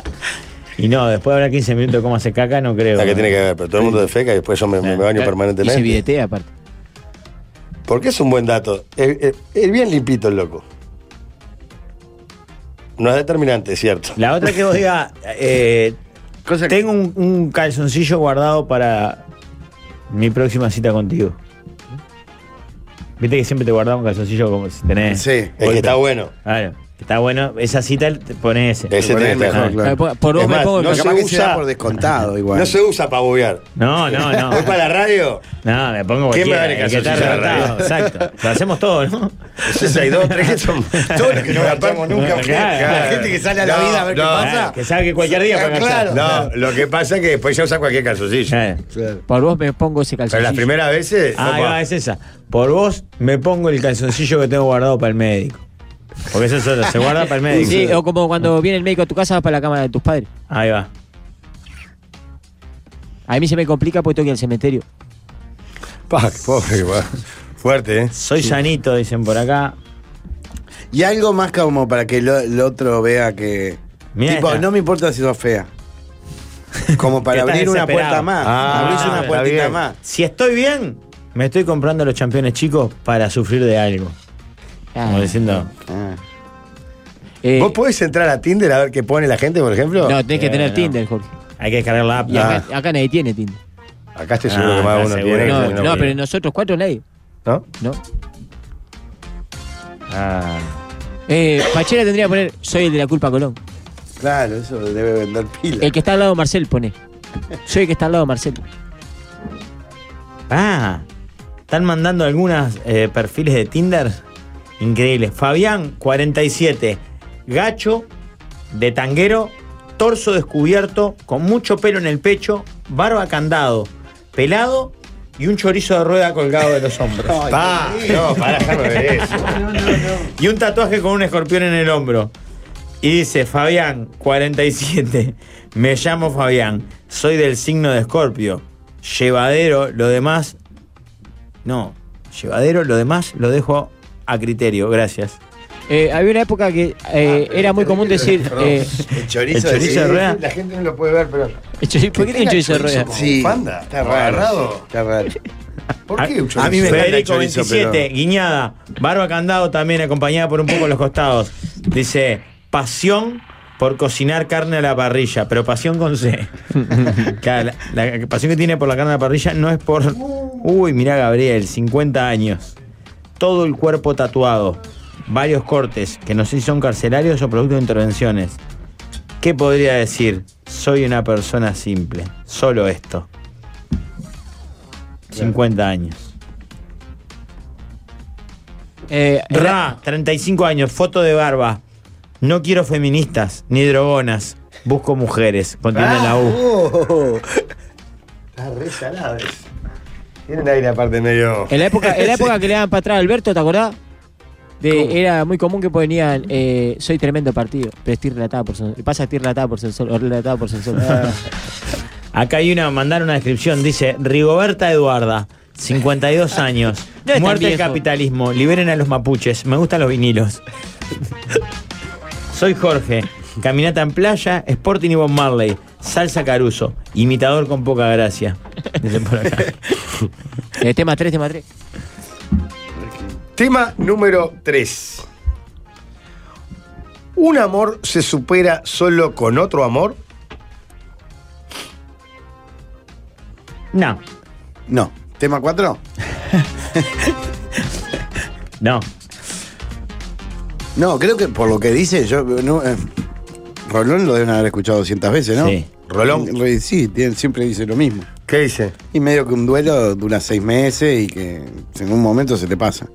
Speaker 5: *laughs* y no, después habrá 15 minutos de cómo hace caca, no creo.
Speaker 4: La que tiene que ver, pero todo el mundo de feca y después yo me, me baño
Speaker 8: Ah, Y se
Speaker 4: permanentemente.
Speaker 8: videtea aparte.
Speaker 4: Porque es un buen dato. Es, es- es bien limpito el loco. No es determinante, es cierto.
Speaker 5: La otra que vos digas, eh, tengo un, un calzoncillo guardado para mi próxima cita contigo. Viste que siempre te guardaba un calzoncillo como si tenés.
Speaker 6: Sí, el
Speaker 4: Es que está bueno.
Speaker 5: Claro, está bueno. Esa cita te pone ese.
Speaker 4: *laughs* Ese
Speaker 6: Poner
Speaker 4: tiene que estar.
Speaker 6: mejor, claro.
Speaker 8: Ah, Por por vos
Speaker 4: Es
Speaker 8: me
Speaker 4: más,
Speaker 8: pongo el
Speaker 4: no
Speaker 8: calzón.
Speaker 6: Capaz que se da
Speaker 4: usa-
Speaker 6: por descontado igual.
Speaker 4: No se usa para bobear.
Speaker 5: No, no,
Speaker 4: *laughs*
Speaker 5: no.
Speaker 4: Voy para la radio.
Speaker 5: No, me pongo
Speaker 4: ¿Quién me
Speaker 5: cualquiera.
Speaker 4: vale
Speaker 5: el que está
Speaker 4: calzoncillo en la
Speaker 5: arrebatado, Exacto. Lo hacemos todo, ¿no?
Speaker 4: Esos hay dos, tres
Speaker 5: *laughs*
Speaker 4: que son. Todos los que no gastamos nunca.
Speaker 5: Claro, claro.
Speaker 6: La gente que sale a la vida a ver qué pasa.
Speaker 5: Que sabe que cualquier día para
Speaker 6: Claro.
Speaker 4: No, lo que pasa es que después ya usa cualquier calzoncillo.
Speaker 8: Por vos me pongo ese
Speaker 4: Pero las
Speaker 8: calzoncillo.
Speaker 4: primeras veces.
Speaker 5: Ah, ahí
Speaker 4: Eh, opa.
Speaker 5: va, es esa. Por vos me pongo el calzoncillo que tengo guardado para el médico. Porque eso es otro, se guarda para el médico.
Speaker 8: Sí, o como cuando viene el médico a tu casa vas para la cama de tus padres.
Speaker 5: Ahí va.
Speaker 8: A mí se me complica porque tengo que ir al cementerio.
Speaker 4: Pa, qué pobre, que va. Fuerte, ¿eh?
Speaker 5: Soy sanito, dicen por acá.
Speaker 6: Y algo más como para que lo- el otro vea que.
Speaker 5: Mirá
Speaker 6: tipo,
Speaker 5: esta.
Speaker 6: no me importa si sos fea. Como
Speaker 5: Que *laughs*
Speaker 6: para
Speaker 5: estás
Speaker 6: abrir una
Speaker 5: desesperado.
Speaker 6: puerta más.
Speaker 4: Ah,
Speaker 6: Abrís una
Speaker 5: está
Speaker 6: puertita
Speaker 4: bien.
Speaker 6: más.
Speaker 5: Si estoy bien, me estoy comprando los campeones chicos para sufrir de algo.
Speaker 8: Ah,
Speaker 5: Como diciendo,
Speaker 6: Ah.
Speaker 8: eh,
Speaker 4: ¿Vos podés entrar a Tinder a ver qué pone la gente, por ejemplo?
Speaker 8: no, tenés que
Speaker 5: Eh,
Speaker 8: tener
Speaker 5: no.
Speaker 8: Tinder, Jorge.
Speaker 5: hay que descargar la app.
Speaker 8: Y
Speaker 5: Ah.
Speaker 8: acá, acá nadie tiene Tinder.
Speaker 4: Acá estoy seguro
Speaker 5: Ah,
Speaker 4: que más
Speaker 5: está
Speaker 4: uno
Speaker 5: seguro.
Speaker 4: tiene. que
Speaker 8: No,
Speaker 4: tiene
Speaker 8: no,
Speaker 4: una
Speaker 8: pero
Speaker 4: bolita.
Speaker 8: nosotros cuatro nadie.
Speaker 4: ¿No?
Speaker 8: No.
Speaker 5: Ah.
Speaker 8: Eh, Pachera tendría que poner, soy el de la culpa Colón.
Speaker 6: Claro, eso debe vender pila.
Speaker 8: El que está al lado de Marcel pone. Soy el que está al lado de Marcel.
Speaker 5: Ah, están mandando algunos perfiles de Tinder. Increíble. Fabián, 47. Gacho, de tanguero, torso descubierto, con mucho pelo en el pecho, barba candado, pelado y un chorizo de rueda colgado de los hombros.
Speaker 4: Pa, no, para dejarme ver eso.
Speaker 5: y un tatuaje con un escorpión en el hombro. Y dice, Fabián, 47, me llamo Fabián, soy del signo de Escorpio. Llevadero, lo demás... No, llevadero, lo demás lo dejo a criterio, gracias.
Speaker 8: Eh, había una época que eh, era muy común decir. eh,
Speaker 6: El chorizo,
Speaker 5: el chorizo de rueda.
Speaker 4: La gente no lo puede ver, pero.
Speaker 8: ¿Por qué tiene un chorizo de rueda?
Speaker 4: como
Speaker 6: Sí.
Speaker 4: bufanda?
Speaker 6: Está
Speaker 4: Como agarrado.
Speaker 6: raro. Está raro.
Speaker 5: Ah,
Speaker 4: ¿Por qué?
Speaker 6: A mí me encanta el
Speaker 5: Federico
Speaker 6: chorizo,
Speaker 5: 27, guiñada, barba candado también acompañada por un poco los costados. Dice, pasión por cocinar carne a la parrilla, pero pasión con C. Claro, la, la pasión que tiene por la carne a la parrilla no es por... Uy, mirá Gabriel, 50 años. Todo el cuerpo tatuado. Varios cortes, que no sé si son carcelarios o producto de intervenciones. ¿Qué podría decir? Soy una persona simple. Solo esto. 50 años.
Speaker 8: Eh, era-
Speaker 5: Ra, 35 años, foto de barba. No quiero feministas ni drogonas. Busco
Speaker 8: Ah,
Speaker 5: mujeres. Contiene la U.
Speaker 4: Está re salado eso. Tienen aire aparte medio.
Speaker 8: En la época,
Speaker 4: *laughs*
Speaker 8: en la época que le daban para atrás a Alberto, ¿te acordás? De- era muy común que ponían eh, soy tremendo partido, pero estoy relatado por Sonsol. Pasa estoy relatado por Sonsol, o relatado por Sonsol.
Speaker 5: Acá hay una, mandaron una descripción, dice Rigoberta Eduarda, 52 años.
Speaker 8: Ya está
Speaker 5: Muerte del
Speaker 8: viejo.
Speaker 5: capitalismo, liberen a los mapuches, me gustan los vinilos. Soy Jorge, caminata en playa, Sporting y Bob Marley, salsa Caruso, imitador con poca gracia. Dicen por acá.
Speaker 8: Eh, tema 3, tema 3.
Speaker 4: Tema número 3. ¿Un amor se supera solo con otro amor?
Speaker 5: No.
Speaker 6: No. ¿Tema 4?
Speaker 5: *laughs* no.
Speaker 6: No, creo que por lo que dice, yo. no, eh, Rolón lo deben haber escuchado 200 veces, ¿no?
Speaker 5: Sí.
Speaker 4: Rolón.
Speaker 6: Re- Sí, tiene- siempre dice lo mismo.
Speaker 4: ¿Qué dice?
Speaker 6: Y medio que un duelo dura seis meses y que en un momento se te pasa.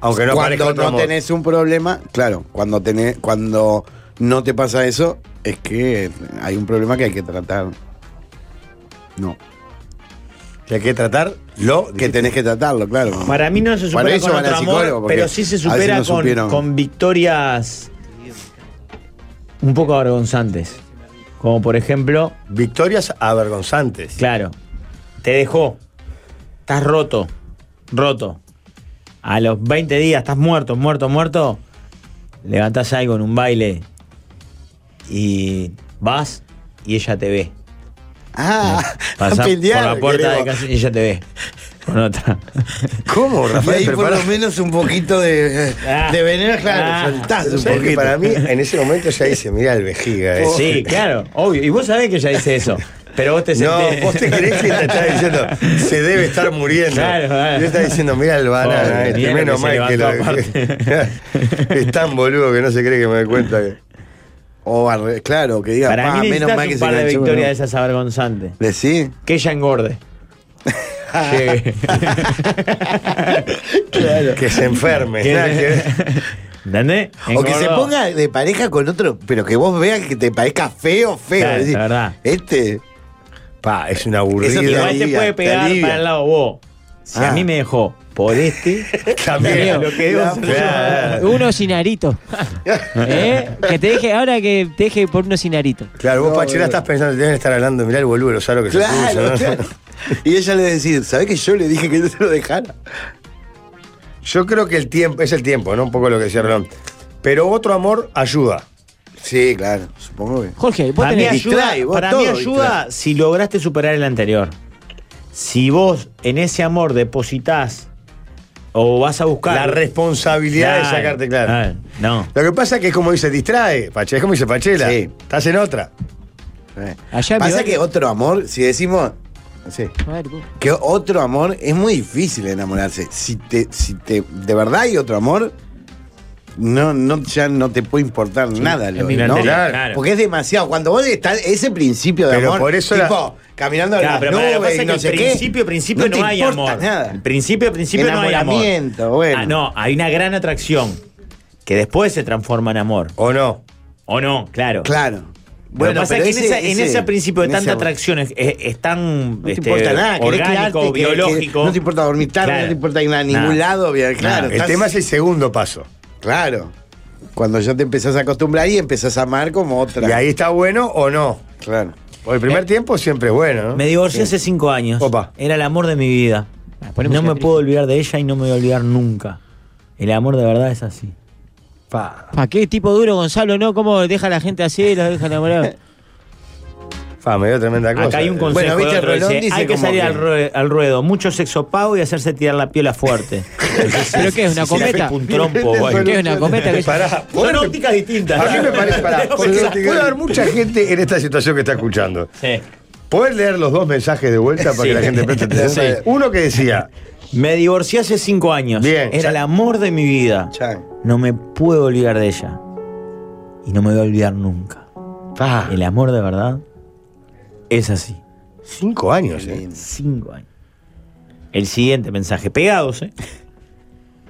Speaker 4: Aunque no
Speaker 6: cuando
Speaker 4: aparezca otro
Speaker 6: no
Speaker 4: amor.
Speaker 6: tenés un problema, claro, cuando tenés, cuando no te pasa eso, es que hay un problema que hay que tratar. No.
Speaker 4: Que hay que tratar lo
Speaker 6: que tenés que tratarlo, claro.
Speaker 5: Para mí no se
Speaker 6: Para
Speaker 5: supera
Speaker 6: eso
Speaker 5: con
Speaker 6: van al
Speaker 5: otro amor,
Speaker 6: psicólogo, porque
Speaker 5: pero sí se
Speaker 6: a veces
Speaker 5: supera
Speaker 6: no
Speaker 5: con-
Speaker 6: supieron.
Speaker 5: con victorias un poco avergonzantes. Como por ejemplo,
Speaker 4: Victorias avergonzantes.
Speaker 5: Claro. Te dejó. Estás roto. Roto. A los 20 días estás muerto, muerto, muerto. Levantás algo en un baile. Y vas y ella te ve. *laughs*
Speaker 6: Ah,
Speaker 5: Pasás por
Speaker 6: *laughs*
Speaker 5: la
Speaker 6: pelearon,
Speaker 5: puerta de
Speaker 6: queremos.
Speaker 5: *laughs* casa y ella te ve. Con otra. *laughs*
Speaker 4: ¿Cómo,
Speaker 6: Y
Speaker 4: Rafael?
Speaker 6: ahí
Speaker 4: Pero
Speaker 6: por
Speaker 4: pará.
Speaker 6: lo menos un poquito de, de
Speaker 5: *laughs*
Speaker 6: veneno, claro,
Speaker 5: Ah.
Speaker 6: soltás
Speaker 4: Pero
Speaker 6: un
Speaker 4: ¿sabes que
Speaker 6: poquito.
Speaker 4: para mí, en ese momento ya dice, mirá
Speaker 5: *laughs*
Speaker 4: el vejiga. eh".
Speaker 5: Sí, claro, obvio. Y vos sabés que ella dice eso. Pero vos te
Speaker 4: No,
Speaker 5: sentís.
Speaker 4: vos te crees que te está
Speaker 5: *laughs*
Speaker 4: diciendo, se debe estar muriendo.
Speaker 5: Claro, claro.
Speaker 4: Y él está diciendo, mirá el banana,
Speaker 5: Pobre,
Speaker 4: este,
Speaker 5: mirá lo
Speaker 4: menos
Speaker 5: que se
Speaker 4: mal que lo.
Speaker 5: levantó
Speaker 4: es tan boludo que no se cree que me dé cuenta que.
Speaker 6: O arre- claro, que diga,
Speaker 5: *laughs* Para
Speaker 6: "Ah,
Speaker 5: mí
Speaker 6: menos
Speaker 5: necesitas
Speaker 6: mal que
Speaker 5: un
Speaker 6: se
Speaker 5: par de
Speaker 6: enganchó,
Speaker 5: victorias
Speaker 6: ¿no?".
Speaker 5: de esas avergonzantes.
Speaker 6: ¿Decí?
Speaker 5: Que ella
Speaker 4: *laughs*
Speaker 5: engorde. Llegue.
Speaker 4: Que se
Speaker 5: *laughs*
Speaker 4: enferme.
Speaker 5: Que-
Speaker 4: nada que ver.
Speaker 5: ¿Entendés?
Speaker 6: O que se
Speaker 5: Engordó.
Speaker 6: ponga de pareja con otro, pero que vos veas que te parezca feo, feo.
Speaker 5: Claro,
Speaker 6: Decís,
Speaker 5: la verdad.
Speaker 6: Este.
Speaker 4: Pa, es una
Speaker 6: Eso te
Speaker 4: aburrida.
Speaker 5: Igual te
Speaker 6: alivia,
Speaker 5: puede
Speaker 6: te
Speaker 5: pegar
Speaker 6: alivia.
Speaker 5: para el lado vos. Si a
Speaker 6: Ah.
Speaker 5: mí me dejó por este,
Speaker 4: *laughs* También.
Speaker 5: lo que debo
Speaker 4: Claro.
Speaker 5: ser
Speaker 4: Claro,
Speaker 8: Unos cinaritos. ¿Eh? Que te deje, ahora que te deje por unos cinaritos.
Speaker 4: Claro, vos,
Speaker 6: No,
Speaker 4: Pachera,
Speaker 6: boludo.
Speaker 4: estás pensando, deben estar hablando, mirá el boludo, lo saro que se puso,
Speaker 6: Claro,
Speaker 4: ¿no?
Speaker 6: claro.
Speaker 4: *laughs*
Speaker 6: Y ella le decía, ¿sabés que yo le dije que no se lo dejara?
Speaker 4: Yo creo que el tiempo, es el tiempo, ¿no? Un poco lo que decía Rolón. Pero otro amor ayuda.
Speaker 6: Sí, claro, supongo que.
Speaker 8: Jorge, vos
Speaker 5: Para mí
Speaker 8: tenés.
Speaker 5: ayuda,
Speaker 6: distrae, vos
Speaker 5: para
Speaker 6: todo
Speaker 5: mí ayuda
Speaker 6: distrae.
Speaker 5: si lograste superar el anterior. Si vos en ese amor depositas o vas a buscar.
Speaker 4: La responsabilidad de sacarte claro.
Speaker 5: No.
Speaker 4: Lo que pasa es que es como dice, distrae, Pachela, es como dice Pachela.
Speaker 6: Sí.
Speaker 4: Estás en otra.
Speaker 6: Eh.
Speaker 8: Allá en mi
Speaker 6: Pasa
Speaker 8: barrio-
Speaker 6: que otro amor, si decimos. Sí.
Speaker 8: A ver, vos.
Speaker 6: Que otro amor es muy difícil enamorarse. Si te, si te, de verdad hay otro amor, no, no, ya no te puede importar nada. lo-
Speaker 5: mi
Speaker 6: ¿no?
Speaker 5: anterior,
Speaker 6: Claro.
Speaker 5: claro.
Speaker 6: Porque es demasiado. Cuando vos estás ese principio de
Speaker 4: Pero
Speaker 6: amor,
Speaker 4: por eso
Speaker 6: tipo,
Speaker 4: la-
Speaker 6: caminando
Speaker 5: Claro,
Speaker 6: en
Speaker 5: pero
Speaker 6: las
Speaker 5: para- lo que
Speaker 6: nubes
Speaker 5: pasa
Speaker 6: y
Speaker 5: es
Speaker 6: no
Speaker 5: que
Speaker 6: sé
Speaker 5: al
Speaker 6: qué,
Speaker 5: principio, principio no,
Speaker 6: te
Speaker 5: hay
Speaker 6: importa
Speaker 5: amor.
Speaker 6: Nada.
Speaker 5: Al principio, principio no hay amor.
Speaker 6: Enamoramiento, bueno.
Speaker 5: Ah, no, hay una gran atracción que después se transforma en amor.
Speaker 4: ¿O no?
Speaker 5: ¿O no? Claro.
Speaker 6: Claro.
Speaker 5: Bueno, lo que pasa
Speaker 6: pero
Speaker 5: es que en, esa- en ese principio de
Speaker 6: en
Speaker 5: tanta
Speaker 6: ese-
Speaker 5: atracción es, es- es tan
Speaker 6: No te
Speaker 5: este,
Speaker 6: importa nada, querés
Speaker 5: orgánico,
Speaker 6: quedarte, que- que
Speaker 5: biológico.
Speaker 6: no te importa dormir tarde,
Speaker 5: Claro.
Speaker 6: no te importa ir a ningún
Speaker 5: Nada.
Speaker 6: lado, bien,
Speaker 5: Nada.
Speaker 6: Eh, claro.
Speaker 4: El
Speaker 6: estás-
Speaker 4: tema es el segundo paso.
Speaker 6: Claro. Cuando ya te empezás a acostumbrar y empezás a amar como otra.
Speaker 4: Y ahí está bueno o no.
Speaker 6: Claro. Eh,
Speaker 4: Porque el primer tiempo siempre es bueno, ¿no?
Speaker 5: Me divorcié hace cinco años.
Speaker 4: Opa.
Speaker 5: Era el amor de mi vida.
Speaker 8: Ah, ponemos
Speaker 5: No me
Speaker 8: cicatriz.
Speaker 5: puedo olvidar de ella y no me voy a olvidar nunca. El amor de verdad es así.
Speaker 4: Pa,
Speaker 8: Pa, qué tipo duro, Gonzalo, ¿no? ¿Cómo deja a la gente así, los deja enamorados?
Speaker 4: fa, me dio tremenda cosa.
Speaker 5: Acá hay un
Speaker 4: Eh,
Speaker 5: consejo.
Speaker 6: Bueno, viste,
Speaker 5: de otro,
Speaker 6: Rolón
Speaker 5: dice,
Speaker 6: dice
Speaker 5: hay que
Speaker 6: como
Speaker 5: salir
Speaker 6: que-
Speaker 5: Al, rue- al ruedo, mucho sexo pago y hacerse tirar la piola fuerte.
Speaker 8: *laughs* ¿Pero qué es, una cometa? *laughs*
Speaker 5: Un trompo, güey.
Speaker 8: ¿Qué es una cometa? que-
Speaker 4: Pará,
Speaker 5: Son
Speaker 4: bueno,
Speaker 5: ópticas distintas.
Speaker 4: A mí me
Speaker 5: *laughs*
Speaker 4: parece, pará, porque puede haber mucha gente en esta situación que está escuchando.
Speaker 5: Sí.
Speaker 4: ¿Podés leer los dos mensajes de vuelta para
Speaker 5: Sí.
Speaker 4: que la
Speaker 5: *laughs*
Speaker 4: gente preste atención?
Speaker 5: Sí.
Speaker 4: Uno que decía,
Speaker 5: Me divorcié hace cinco años.
Speaker 4: Bien.
Speaker 5: Era el amor de mi vida.
Speaker 6: Chan.
Speaker 5: No me puedo olvidar de ella. Y no me voy a olvidar nunca.
Speaker 4: pa,
Speaker 5: El amor de verdad es así.
Speaker 4: cinco años,
Speaker 6: Qué
Speaker 4: ¿eh?
Speaker 6: lindo.
Speaker 5: Cinco años.
Speaker 4: *laughs*
Speaker 5: El siguiente mensaje, pegados, ¿eh?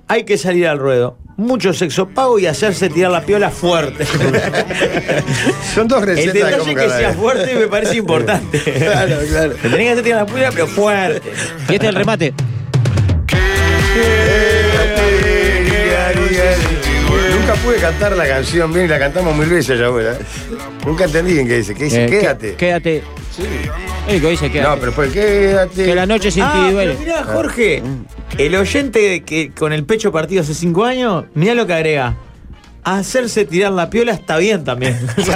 Speaker 5: Hay que salir al ruedo, mucho sexo pago y hacerse tirar la piola
Speaker 4: *laughs*
Speaker 5: fuerte.
Speaker 4: Son dos
Speaker 5: El
Speaker 4: recetas
Speaker 5: detalle
Speaker 4: como
Speaker 5: que
Speaker 4: cada
Speaker 5: sea
Speaker 4: vez.
Speaker 5: fuerte me parece importante.
Speaker 4: *laughs* Claro,
Speaker 5: *laughs*
Speaker 4: claro.
Speaker 5: Te tenés que hacer tirar la piola, pero fuerte.
Speaker 8: Y este es el remate.
Speaker 4: Nunca pude cantar la canción bien y la cantamos mil veces ya abuela. Nunca entendí en qué dice. ¿Qué dice?
Speaker 8: Eh,
Speaker 4: quédate.
Speaker 8: que- Quédate. El que dice
Speaker 4: no,
Speaker 8: quédate.
Speaker 4: Ah, pero fue quédate.
Speaker 8: Que la noche sin
Speaker 5: Ah,
Speaker 8: ti
Speaker 5: pero
Speaker 8: duele.
Speaker 5: mirá, Jorge, el oyente que con el pecho partido hace cinco años, mirá lo que agrega. Hacerse tirar la piola está bien también. *laughs* Ojo,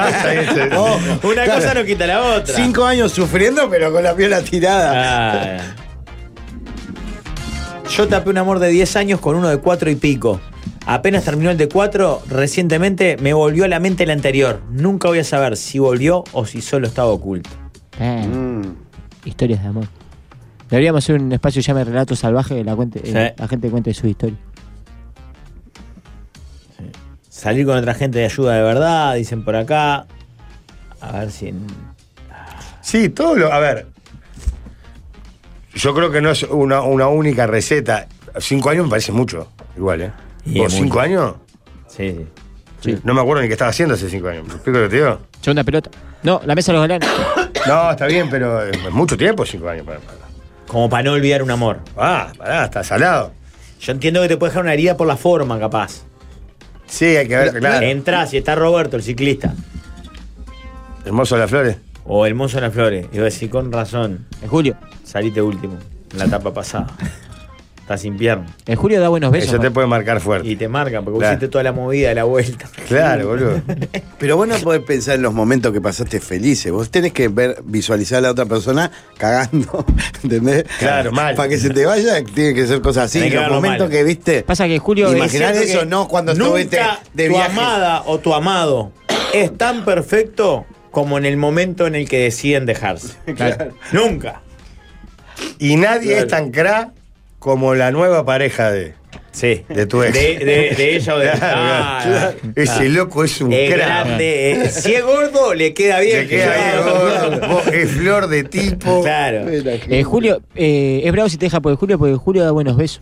Speaker 5: Oh, una
Speaker 6: Claro.
Speaker 5: cosa no quita la otra.
Speaker 6: Cinco años sufriendo, pero con la piola tirada.
Speaker 5: Ah. Yo tapé un amor de 10 años con uno de 4 y pico. Apenas terminó el de 4, recientemente me volvió a la mente el anterior. Nunca voy a saber si volvió o si solo estaba oculto.
Speaker 8: Eh,
Speaker 6: Mm.
Speaker 8: Historias de amor. Deberíamos hacer un espacio que llame Relato Salvaje que la, cuente, eh, la gente cuente su historia.
Speaker 5: Salir con otra gente de ayuda de verdad, dicen por acá. A ver si.
Speaker 4: Sí, todo lo. A ver. Yo creo que no es una, una única receta. Cinco años me parece mucho, igual, ¿eh?
Speaker 5: Y
Speaker 4: ¿O
Speaker 5: es
Speaker 4: cinco años?
Speaker 5: Sí, sí.
Speaker 4: No me acuerdo ni qué estaba haciendo hace cinco años. ¿Me explico lo que te digo?
Speaker 8: Segunda pelota. No, la mesa de los galanes.
Speaker 4: *coughs* No, está bien, pero eh, es mucho tiempo, cinco años. Para, para.
Speaker 5: Como para no olvidar un amor.
Speaker 4: Ah, pará, está salado.
Speaker 5: Yo entiendo que te puede dejar una herida por la forma, capaz.
Speaker 4: Sí, hay que ver, claro.
Speaker 5: Entrás y está Roberto, el ciclista.
Speaker 4: Hermoso las flores.
Speaker 5: O el mozo de las flores. Y vos decís, con razón,
Speaker 8: En julio.
Speaker 5: saliste último. En la etapa pasada. Estás sin pierna.
Speaker 8: En julio da buenos besos.
Speaker 4: Eso te
Speaker 8: man.
Speaker 4: puede marcar fuerte.
Speaker 5: Y te marcan, porque
Speaker 4: Claro.
Speaker 5: vos hiciste toda la movida de la vuelta.
Speaker 4: Claro, boludo.
Speaker 6: Pero vos no podés pensar en los momentos que pasaste felices. Vos tenés que ver, visualizar a la otra persona cagando. *laughs* ¿Entendés?
Speaker 4: Claro, mal.
Speaker 6: Para que se te vaya, tiene que ser cosas así.
Speaker 5: Tenés que
Speaker 6: Los
Speaker 5: verlo
Speaker 6: momentos
Speaker 5: mal.
Speaker 6: que viste.
Speaker 8: Pasa que Julio es
Speaker 6: Imaginar
Speaker 5: Siento
Speaker 6: eso,
Speaker 5: que
Speaker 6: no cuando estuviste
Speaker 5: nunca
Speaker 6: de
Speaker 5: tu
Speaker 6: viaje.
Speaker 5: amada o tu amado es tan perfecto como en el momento en el que deciden dejarse.
Speaker 8: Claro.
Speaker 5: Nunca.
Speaker 4: Y nadie es tan cra como la nueva pareja de,
Speaker 5: Sí.
Speaker 4: de tu ex.
Speaker 5: De, de- de ella o de
Speaker 4: *laughs* Claro,
Speaker 5: Ah,
Speaker 4: claro. Ese loco es un
Speaker 5: Es
Speaker 4: cra.
Speaker 5: grande. eh. Si es gordo, le queda bien.
Speaker 4: Se queda ahí, gordo. Vos, Es flor de tipo.
Speaker 5: Claro.
Speaker 8: Eh, Julio, eh, es bravo si te deja por el Julio porque Julio da buenos besos.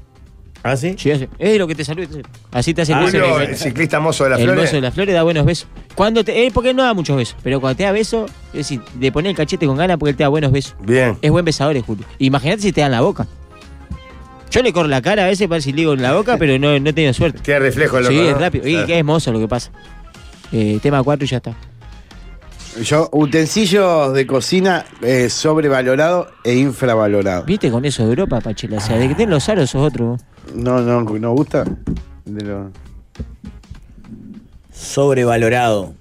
Speaker 5: ¿Ah, sí?
Speaker 8: Sí, hace- es lo que te saluda. Así te hace el beso.
Speaker 4: Julio,
Speaker 8: en el-
Speaker 4: el ciclista mozo de las
Speaker 8: el
Speaker 4: flores.
Speaker 8: mozo de las flores da buenos besos. Cuando te, él, porque él no da muchos besos, pero cuando te da besos, es decir, le pone el cachete con ganas porque él te da buenos besos.
Speaker 4: Bien.
Speaker 8: Es buen besador, es Julio. Imagínate si te dan la boca. Yo le corro la cara a veces para ver si le digo en la boca, pero no, no he tenido suerte.
Speaker 4: Tiene reflejo el loco.
Speaker 8: Sí, es
Speaker 4: ¿no?
Speaker 8: rápido. Y
Speaker 4: Claro.
Speaker 8: que es mozo lo que pasa. Eh, tema 4 y ya está.
Speaker 6: Yo, utensilios de cocina eh, sobrevalorado e infravalorado.
Speaker 8: ¿Viste con eso de Europa, Pachela? O sea, de que ten los aros sos otro. vos.
Speaker 6: No, no, no gusta. De lo-
Speaker 5: Sobrevalorado.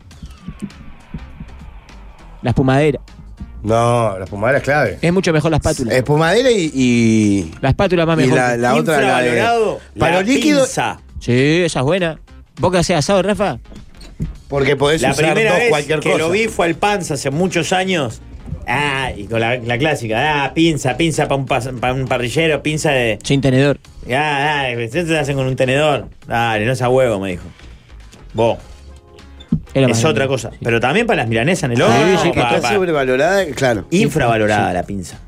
Speaker 8: La espumadera.
Speaker 4: No, la pomadera es clave.
Speaker 8: Es mucho mejor la espátula.
Speaker 6: Espumadera y. y-
Speaker 8: La espátula más
Speaker 6: y
Speaker 8: mejor.
Speaker 6: la, la otra la de-
Speaker 5: Infravalorado.
Speaker 6: Para
Speaker 5: la
Speaker 6: los líquidos.
Speaker 5: pinza.
Speaker 8: Sí, esa es buena. ¿Vos que hacés asado, Rafa?
Speaker 6: Porque podés
Speaker 5: La
Speaker 6: usar
Speaker 5: primera
Speaker 6: dos
Speaker 5: vez
Speaker 6: cualquier
Speaker 5: que
Speaker 6: cosa.
Speaker 5: lo vi fue al Panza hace muchos años. Ah, y con la, la clásica, ah, pinza, pinza para un, pas- pa' un parrillero, pinza de.
Speaker 8: Sin tenedor.
Speaker 5: Ah, ah, eso te hacen con un tenedor. Dale, no sea huevo, me dijo. Vos,
Speaker 8: Era
Speaker 5: es
Speaker 8: más
Speaker 5: otra
Speaker 8: grande.
Speaker 5: cosa. Pero también para las milanesas en el
Speaker 6: No,
Speaker 5: horno.
Speaker 6: no,
Speaker 5: pa-
Speaker 6: Ah, que está
Speaker 5: pa-
Speaker 6: sobrevalorada, claro.
Speaker 5: Infravalorada la pinza.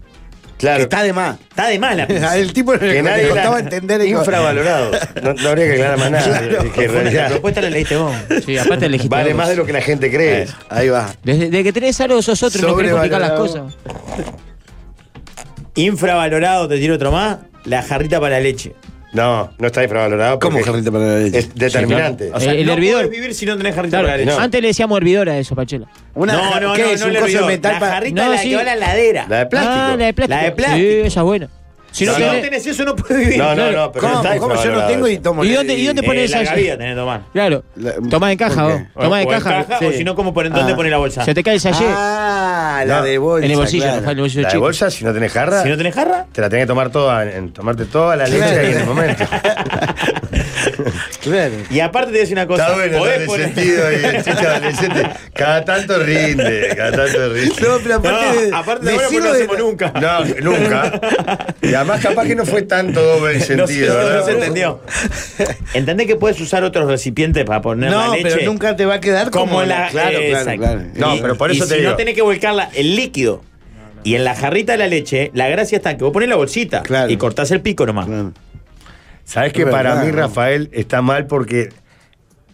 Speaker 6: Que está de más.
Speaker 5: Está de
Speaker 6: *laughs*
Speaker 5: más la pinza.
Speaker 6: El tipo
Speaker 4: Que
Speaker 6: que
Speaker 4: nadie
Speaker 6: nadie
Speaker 4: la-
Speaker 6: costaba entender el
Speaker 4: Infravalorado. *laughs* No, no habría que aclarar más nada.
Speaker 6: Claro.
Speaker 4: Que en
Speaker 5: La
Speaker 4: realidad
Speaker 5: propuesta la leíste vos.
Speaker 8: Sí, aparte elegiste.
Speaker 4: vale
Speaker 8: algo.
Speaker 4: más de lo que la gente cree.
Speaker 6: Ahí va.
Speaker 8: Desde, desde que tenés algo sos otro y no querés complicar las
Speaker 4: Sobrevalorado.
Speaker 8: cosas.
Speaker 5: Infravalorado, te tiro otro más. La jarrita para la leche.
Speaker 4: No, no está infravalorado.
Speaker 6: ¿Cómo
Speaker 4: porque
Speaker 6: jarrita para la leche?
Speaker 4: Es determinante.
Speaker 5: O sea,
Speaker 8: Eh, El- el
Speaker 5: no
Speaker 8: hervidor.
Speaker 5: podés vivir si no tenés jarrita
Speaker 8: Claro,
Speaker 5: para la leche.
Speaker 8: Antes le decíamos hervidora a eso, Pachela.
Speaker 6: Una
Speaker 5: no, no,
Speaker 6: ¿qué
Speaker 5: no,
Speaker 6: es?
Speaker 5: no
Speaker 6: un
Speaker 5: le
Speaker 6: coso de
Speaker 5: olvidó.
Speaker 6: metal
Speaker 5: La
Speaker 6: para-
Speaker 5: jarrita
Speaker 8: No,
Speaker 5: la
Speaker 8: sí.
Speaker 5: que va a la heladera.
Speaker 4: La de
Speaker 8: Ah, la
Speaker 4: plástico.
Speaker 8: de plástico.
Speaker 5: La de plástico.
Speaker 8: Sí, esa es buena. Si no,
Speaker 5: si
Speaker 8: tenés-
Speaker 5: no *laughs* tenés eso, no puedes vivir.
Speaker 4: No, no, no, pero no está
Speaker 6: ¿Cómo? ¿Cómo? Yo no
Speaker 4: infravalorado.
Speaker 6: tengo y tomo.
Speaker 8: ¿Y
Speaker 6: leche.
Speaker 8: dónde, y dónde
Speaker 5: Eh,
Speaker 8: ponés esa?
Speaker 5: la gavilla tenés que tomar.
Speaker 8: Claro.
Speaker 6: La-
Speaker 8: Tomá en caja,
Speaker 6: ¿por
Speaker 8: vos.
Speaker 6: qué?
Speaker 5: O-
Speaker 8: Tomá
Speaker 5: o
Speaker 8: en caja.
Speaker 5: o
Speaker 8: sí.
Speaker 5: si no, como por en dónde
Speaker 6: Ah.
Speaker 5: poner la bolsa.
Speaker 8: Se te cae el sachet.
Speaker 6: Ah, la de bolsa.
Speaker 8: en el bolsillo,
Speaker 6: claro.
Speaker 8: Rafa, en el bolsillo
Speaker 4: La de
Speaker 8: chico.
Speaker 4: bolsa, si no tenés jarra,
Speaker 5: Si no tenés jarra,
Speaker 4: te la tenés que tomar toda, en- en tomarte toda la leche
Speaker 6: Claro.
Speaker 4: ahí en el momento.
Speaker 6: *laughs* Claro.
Speaker 5: y aparte te voy a decir una cosa.
Speaker 4: Está bueno ¿no? en
Speaker 5: podés
Speaker 4: el
Speaker 5: poner-
Speaker 4: sentido y el chico adolescente. Cada tanto rinde, cada tanto rinde.
Speaker 6: No, pero aparte. de-
Speaker 5: No, aparte de bueno, pues
Speaker 6: de
Speaker 5: no
Speaker 6: sirve
Speaker 5: lo
Speaker 6: de-
Speaker 5: hacemos nunca.
Speaker 4: No, nunca. Y además capaz que no fue
Speaker 5: *laughs*
Speaker 4: tanto doble el
Speaker 5: No se,
Speaker 4: sentido,
Speaker 5: no
Speaker 4: ¿verdad?
Speaker 5: se
Speaker 6: *laughs*
Speaker 5: entendió. Entendés que puedes usar otros recipientes para poner la
Speaker 6: No,
Speaker 5: leche.
Speaker 6: pero nunca te va a quedar como,
Speaker 5: como la.
Speaker 6: Claro,
Speaker 5: eh,
Speaker 6: claro,
Speaker 5: exacto.
Speaker 6: claro.
Speaker 4: No,
Speaker 5: Y-
Speaker 4: pero por
Speaker 5: y
Speaker 4: eso te
Speaker 5: si
Speaker 4: digo.
Speaker 5: no tenés que volcarla el líquido. Y en la jarrita de la leche, la gracia está en que vos pones la bolsita
Speaker 6: Claro.
Speaker 5: y cortás el pico nomás.
Speaker 6: Claro.
Speaker 4: Sabes que
Speaker 6: Es
Speaker 4: para
Speaker 6: verdad,
Speaker 4: mí,
Speaker 6: ¿no?
Speaker 4: Rafael, está mal porque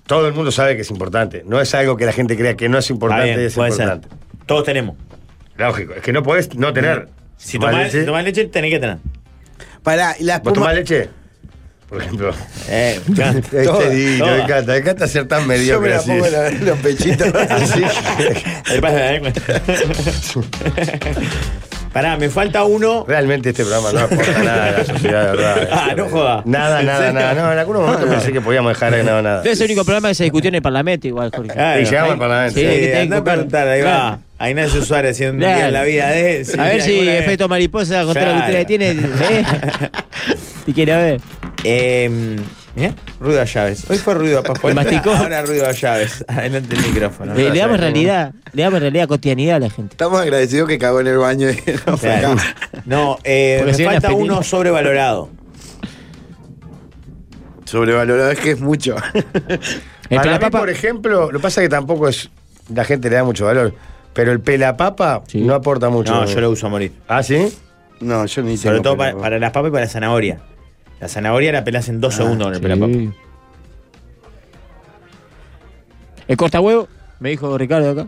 Speaker 4: todo el mundo sabe que es importante. No es algo que la gente crea que no es importante
Speaker 5: Está bien,
Speaker 4: y es
Speaker 5: puede ser.
Speaker 4: importante.
Speaker 5: Todos tenemos.
Speaker 4: Lógico, es que no podés no tener.
Speaker 5: Si tomás
Speaker 4: leche,
Speaker 5: si tomás leche, tenés que tener.
Speaker 6: Pará, y la
Speaker 4: ¿Vos
Speaker 6: espuma.
Speaker 4: tomás leche?
Speaker 5: *laughs*
Speaker 4: Por ejemplo.
Speaker 5: Eh, ya.
Speaker 6: *laughs*
Speaker 4: Este
Speaker 6: Toda,
Speaker 4: divino,
Speaker 5: toda. *laughs*
Speaker 4: me encanta, me encanta ser tan
Speaker 6: Yo me
Speaker 4: mediocre
Speaker 6: la
Speaker 4: así.
Speaker 6: pongo en la-
Speaker 4: *laughs*
Speaker 6: en los pechitos.
Speaker 4: Así este que,
Speaker 5: Ahí pasa, *laughs* ¿eh?
Speaker 4: *laughs*
Speaker 5: Pará, me falta uno.
Speaker 4: realmente este programa no
Speaker 5: *laughs*
Speaker 4: aporta nada a la sociedad, de verdad. ¿eh?
Speaker 5: Ah, no joda.
Speaker 4: Nada,
Speaker 5: ¿En
Speaker 4: nada,
Speaker 5: serio? Ah,
Speaker 4: nada. No, en algunos momentos pensé que podíamos dejar de nada, nada.
Speaker 8: Es el único problema que se discutió en el Parlamento, igual, Jorge.
Speaker 5: Claro.
Speaker 4: Y llegamos al Parlamento.
Speaker 8: Sí,
Speaker 5: Ah, Sí,
Speaker 8: que tienen
Speaker 5: andá
Speaker 8: que
Speaker 5: a preguntar, ahí va. A Ignacio Suárez haciendo un día
Speaker 8: Claro.
Speaker 5: en la vida de él.
Speaker 8: a ver si
Speaker 5: alguna vez.
Speaker 8: efecto mariposa con todo lo que
Speaker 5: Claro.
Speaker 8: usted tiene.
Speaker 5: *laughs*
Speaker 8: ¿eh? y quiere a ver.
Speaker 5: Eh, mirá, ruido a llaves. Hoy fue ruido a Pascual.
Speaker 8: *laughs* ¿Me masticó? Eh,
Speaker 5: Ahora ruido a llaves. *laughs* Adelante el micrófono.
Speaker 8: Le, le damos realidad, le damos realidad, cotidianidad a la gente.
Speaker 6: Estamos agradecidos que cagó en el baño. y no fue
Speaker 5: Claro.
Speaker 6: acá.
Speaker 5: No, eh,
Speaker 8: Porque
Speaker 5: me
Speaker 8: si hay
Speaker 5: falta
Speaker 8: una
Speaker 5: uno
Speaker 8: película-
Speaker 5: sobrevalorado.
Speaker 6: Sobrevalorado es que es mucho.
Speaker 8: El
Speaker 4: Para mí,
Speaker 8: pelapapa-
Speaker 4: por ejemplo, lo que pasa es que tampoco es. La gente le da mucho valor. Pero el pelapapa
Speaker 8: Sí.
Speaker 4: no aporta mucho.
Speaker 5: No, yo lo uso a morir.
Speaker 4: ¿Ah, sí?
Speaker 6: No, yo ni
Speaker 5: Sobre
Speaker 6: tengo
Speaker 5: todo para,
Speaker 6: pelapapa.
Speaker 5: para las papas y para la zanahoria. La zanahoria la pelás en dos
Speaker 8: Ah,
Speaker 5: segundos con el pelapapa.
Speaker 8: El corta huevo, me dijo Ricardo acá.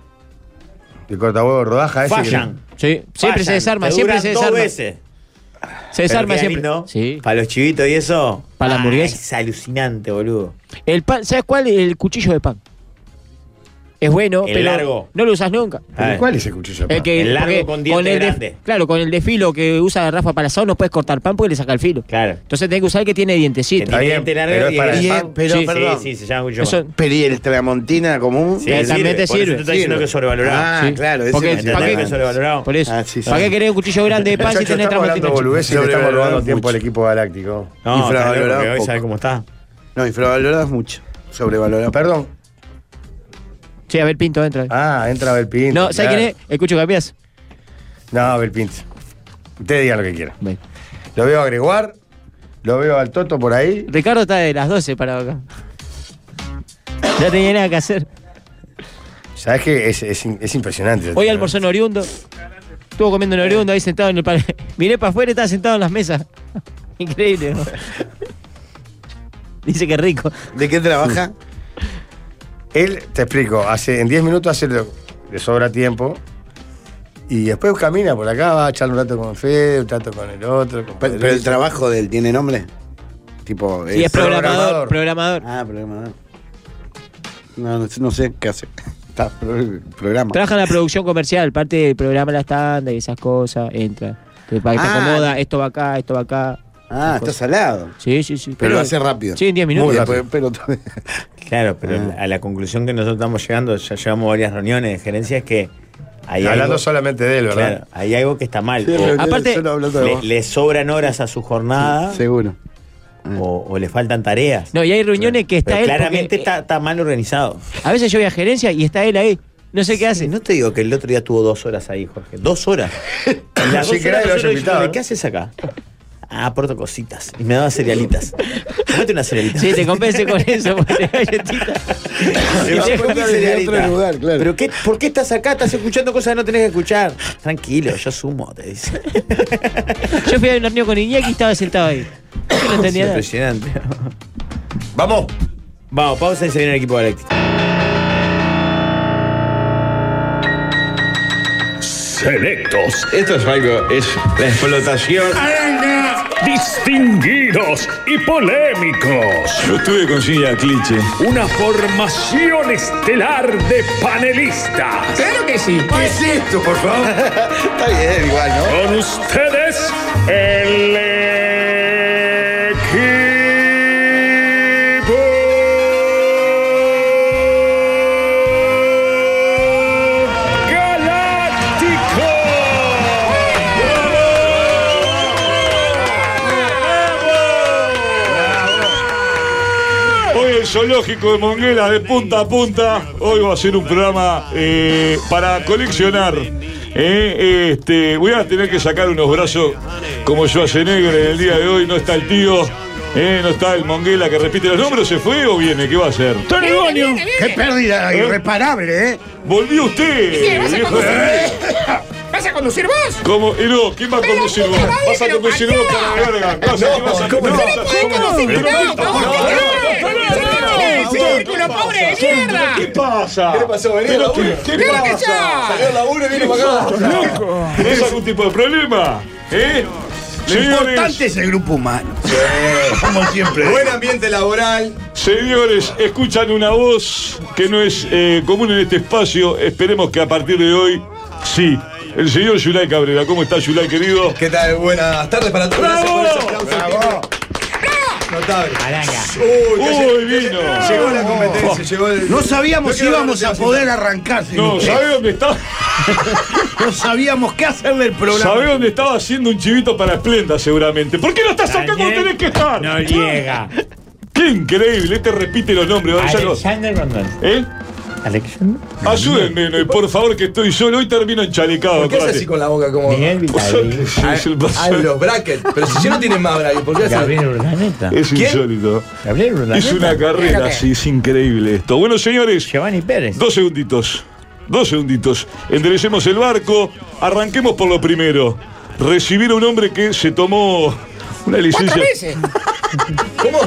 Speaker 4: El cortahuevo rodaja ese. que-
Speaker 5: Fallan.
Speaker 8: Sí, siempre
Speaker 5: fallan.
Speaker 8: se desarma,
Speaker 5: Te
Speaker 8: siempre
Speaker 5: duran
Speaker 8: se
Speaker 5: Dos
Speaker 8: desarma.
Speaker 5: veces.
Speaker 8: Se
Speaker 5: Pero
Speaker 8: desarma
Speaker 5: queda
Speaker 8: siempre.
Speaker 5: lindo.
Speaker 8: Sí.
Speaker 5: Para los chivitos y eso.
Speaker 8: Para la
Speaker 5: Ah,
Speaker 8: hamburguesa.
Speaker 5: Es alucinante, boludo.
Speaker 8: El pan, ¿sabes cuál? El cuchillo de pan. Es bueno,
Speaker 5: El
Speaker 8: pero
Speaker 5: largo.
Speaker 8: no lo usas nunca.
Speaker 5: A ver.
Speaker 4: ¿Cuál es el cuchillo? de
Speaker 8: El,
Speaker 4: pan?
Speaker 8: que,
Speaker 5: Ah. El largo
Speaker 8: porque
Speaker 5: con diente
Speaker 8: el de-
Speaker 5: grande.
Speaker 8: claro, con el de filo que usa Rafa para el asado no puedes cortar pan porque le saca el filo.
Speaker 5: Claro.
Speaker 8: Entonces tenés que usar el que tiene
Speaker 5: Que
Speaker 8: dientecito.
Speaker 4: Está
Speaker 5: tiene
Speaker 4: bien,
Speaker 5: diente largo
Speaker 4: pero es
Speaker 5: y-
Speaker 4: para el
Speaker 5: y-
Speaker 6: Bien,
Speaker 4: pan.
Speaker 6: pero
Speaker 5: sí,
Speaker 6: perdón.
Speaker 5: Sí, sí, se llama cuchillo.
Speaker 8: Eso-
Speaker 6: Pero ¿y el tramontina común?
Speaker 5: Sí,
Speaker 8: Eh, también te
Speaker 5: Por eso
Speaker 8: sirve.
Speaker 5: te estoy diciendo
Speaker 6: Sirve.
Speaker 5: que es sobrevalorado.
Speaker 6: Ah,
Speaker 8: Sí.
Speaker 6: claro. ese
Speaker 8: Porque-
Speaker 6: me
Speaker 8: ¿para
Speaker 5: ¿Entendés
Speaker 8: qué?
Speaker 5: que es
Speaker 6: interesa.
Speaker 5: sobrevalorado?
Speaker 8: Por eso.
Speaker 6: Ah, sí, sí.
Speaker 8: ¿Para qué querés un cuchillo grande de pan
Speaker 4: Muchachos,
Speaker 8: si tenés
Speaker 4: estamos
Speaker 8: tramos
Speaker 4: hablando boludeces y le estamos
Speaker 6: Sobrevalorado
Speaker 4: robando tiempo al
Speaker 6: mucho.
Speaker 4: equipo galáctico.
Speaker 5: No, claro,
Speaker 6: Infravalorado
Speaker 5: porque hoy
Speaker 6: poco.
Speaker 5: sabes cómo está.
Speaker 6: No, infravalorado es mucho. Sobrevalorado.
Speaker 4: Perdón.
Speaker 8: Sí, a ver, Pinto, entra.
Speaker 4: Ah, entra Belpinto.
Speaker 8: no, ¿sabes
Speaker 4: claro.
Speaker 8: quién es? El Cucho Capías.
Speaker 4: No, Belpinto. Ustedes digan lo que quieran.
Speaker 8: Bueno.
Speaker 4: Lo veo a Gregoire, lo veo al Toto por ahí.
Speaker 8: Ricardo está de las 12 para acá. No tenía nada que hacer.
Speaker 4: Sabes que es, es, es impresionante.
Speaker 8: Hoy almorzó en Oriundo. Estuvo comiendo en Oriundo ahí sentado en el par. *laughs* Miré para afuera y estaba sentado en las mesas. *laughs* Increíble. ¿no? *laughs* Dice que rico.
Speaker 6: ¿De qué trabaja?
Speaker 4: Él, te explico, hace, en 10 minutos hace lo- le sobra tiempo. Y después camina por acá, va a echar un rato con Fede, un rato con el otro. con
Speaker 6: Pero, pero el
Speaker 4: Federico.
Speaker 6: trabajo de él tiene nombre. Tipo.
Speaker 8: Y es programador.
Speaker 4: programador.
Speaker 8: Programador.
Speaker 6: Ah, programador. No, no, sé- no sé qué hace. *laughs* Está, pro- programa.
Speaker 8: Trabaja en la producción comercial, parte del programa La Estanda y esas cosas. Entra. Entonces, para que te
Speaker 6: Ah.
Speaker 8: acomoda, esto va acá, esto va acá.
Speaker 6: ah, está salado.
Speaker 8: Sí, sí, sí.
Speaker 6: Pero lo hace rápido.
Speaker 8: Sí, en 10 minutos.
Speaker 6: Muy
Speaker 8: Muy
Speaker 6: rápido. Pero,
Speaker 5: Claro, pero
Speaker 6: Ah.
Speaker 5: a la conclusión que nosotros estamos llegando, ya llevamos varias reuniones de gerencia, es que hay
Speaker 4: Hablando
Speaker 5: algo,
Speaker 4: solamente de él, ¿verdad?
Speaker 5: claro, hay algo que está mal.
Speaker 6: Sí,
Speaker 5: O
Speaker 8: Aparte,
Speaker 6: Solo hablando de
Speaker 5: le,
Speaker 6: vos.
Speaker 5: le sobran horas a su jornada
Speaker 6: Seguro.
Speaker 5: o, o le faltan tareas.
Speaker 8: No, y hay reuniones que está
Speaker 5: Pero
Speaker 8: él.
Speaker 5: claramente
Speaker 8: porque,
Speaker 5: está, está mal organizado.
Speaker 8: eh, A veces yo voy a gerencia y está él ahí. No sé qué hace.
Speaker 5: No te digo que el otro día tuvo dos horas ahí, Jorge. Dos horas. Y Las
Speaker 4: Sí,
Speaker 5: dos
Speaker 4: que
Speaker 5: horas
Speaker 4: nadie lo
Speaker 5: nosotros
Speaker 4: haya invitado,
Speaker 5: diciéndole,
Speaker 4: ¿no?
Speaker 5: ¿Qué haces acá? Ah, aporto cositas. Y me daba cerealitas. Comete una cerealita.
Speaker 8: Sí, te compense
Speaker 5: *laughs*
Speaker 8: con eso. porque galletita.
Speaker 5: Y
Speaker 6: va
Speaker 5: te
Speaker 6: a
Speaker 5: comí
Speaker 6: poner desde
Speaker 5: cerealita.
Speaker 6: otro lugar, claro.
Speaker 5: ¿Pero qué, por qué estás acá? Estás escuchando cosas que no tenés que escuchar. Tranquilo, yo sumo, te dice.
Speaker 8: Yo fui a una reunión con Iñaki y estaba sentado ahí. Yo no entendía nada.
Speaker 5: Impresionante.
Speaker 4: ¡Vamos!
Speaker 5: Vamos, pausa y se viene el equipo galáctico.
Speaker 10: Selectos. Esto es algo, es la explotación. Distinguidos y polémicos. Yo estuve con Gilla Cliché. Una formación estelar de panelistas.
Speaker 4: ¿Qué es esto, por favor?
Speaker 6: Está bien, igual, ¿no?
Speaker 10: Con ustedes, el equipo galáctico. Hoy el zoológico de Monguela de punta a punta. Hoy va a ser un programa eh, para coleccionar. Eh, este, voy a tener que sacar unos brazos como yo hace negro en el día de hoy. No está el tío, eh, no está el Monguela que repite los nombres. ¿Se fue o viene? ¿Qué va a hacer?
Speaker 4: ¡Qué pérdida irreparable, eh!
Speaker 10: *laughs* Volvió usted. viejo.
Speaker 12: ¿Vas a conducir vos?
Speaker 10: ¿Cómo? Y no, ¿quién va a
Speaker 12: Pero
Speaker 10: conducir
Speaker 12: puta
Speaker 10: vos?
Speaker 12: madre,
Speaker 10: ¿Vas a
Speaker 12: pero
Speaker 10: conducir vos, cara de verga? ¿Vas a- vas a-
Speaker 12: ¿Cómo
Speaker 10: no,
Speaker 12: no?
Speaker 10: vas a-
Speaker 12: ¿Cómo no? No,
Speaker 10: Pero
Speaker 12: por
Speaker 10: maldito, no,
Speaker 12: favor,
Speaker 10: no,
Speaker 12: no,
Speaker 10: no,
Speaker 12: ya
Speaker 10: no,
Speaker 12: tiene el
Speaker 10: no,
Speaker 12: círculo,
Speaker 10: no,
Speaker 12: pobre de
Speaker 10: ¿qué
Speaker 12: mierda.
Speaker 10: pasa? ¿Qué pasa?
Speaker 12: ¿Qué le pasó? Venía
Speaker 10: Pero
Speaker 12: a la
Speaker 10: ¿qué-
Speaker 12: una.
Speaker 10: ¿Qué
Speaker 12: Claro que
Speaker 10: pasa?
Speaker 12: ya. Salió a la una y vino para acá.
Speaker 10: Loco. ¿Tenés algún tipo de problema? ¿Eh?
Speaker 6: Lo importante es el grupo humano.
Speaker 10: Como siempre.
Speaker 6: Buen ambiente laboral.
Speaker 10: Señores, escuchan una voz que no es eh, común en este espacio. Esperemos que a partir de hoy, sí. El señor Yulay Cabrera. ¿Cómo está, Yulay, querido?
Speaker 6: ¿Qué tal? Buenas tardes para todos. Gracias por ese aplauso.
Speaker 4: Ah,
Speaker 6: Notable. Uy,
Speaker 10: Uy, vino.
Speaker 6: Llegó la competencia, llegó el-
Speaker 10: No sabíamos
Speaker 6: No
Speaker 10: si
Speaker 6: quiero
Speaker 10: íbamos
Speaker 6: hablar de
Speaker 10: a
Speaker 6: la
Speaker 10: poder
Speaker 6: situación.
Speaker 10: arrancar, No, ¿sabe dónde está?
Speaker 6: No sabíamos qué hacer del programa.
Speaker 10: ¿Sabe dónde estaba haciendo un chivito para Esplenda, seguramente? ¿Por qué lo estás acá cuando tenés que estar? Ah, No llega. Qué increíble, este repite los nombres. vamos
Speaker 8: Ah,
Speaker 10: a los-
Speaker 4: Alexander Rondón.
Speaker 10: ¿Eh?
Speaker 4: Alexander.
Speaker 10: Ayúdenme, no, y por favor, que estoy solo. Hoy termino enchalecado.
Speaker 6: ¿Por qué hace
Speaker 10: espérate.
Speaker 6: así con la boca como.?
Speaker 10: Miguel ¿eh? Vitali.
Speaker 6: Ah, los brackets. Pero si yo no tiene más brackets, ¿por qué hace?
Speaker 10: Gabriel
Speaker 4: Urdaneta.
Speaker 10: Es
Speaker 6: ¿Quién?
Speaker 10: insólito.
Speaker 6: Urdaneta.
Speaker 10: Es una carrera,
Speaker 6: Fíjate.
Speaker 10: sí, es increíble esto. Bueno, señores. Giovanni Pérez. Dos segunditos. Dos segunditos. Enderecemos el barco. Arranquemos por lo primero. Recibir a un hombre que se tomó una licencia.
Speaker 12: Cuatro
Speaker 10: *laughs*
Speaker 12: veces.
Speaker 6: ¿Cómo?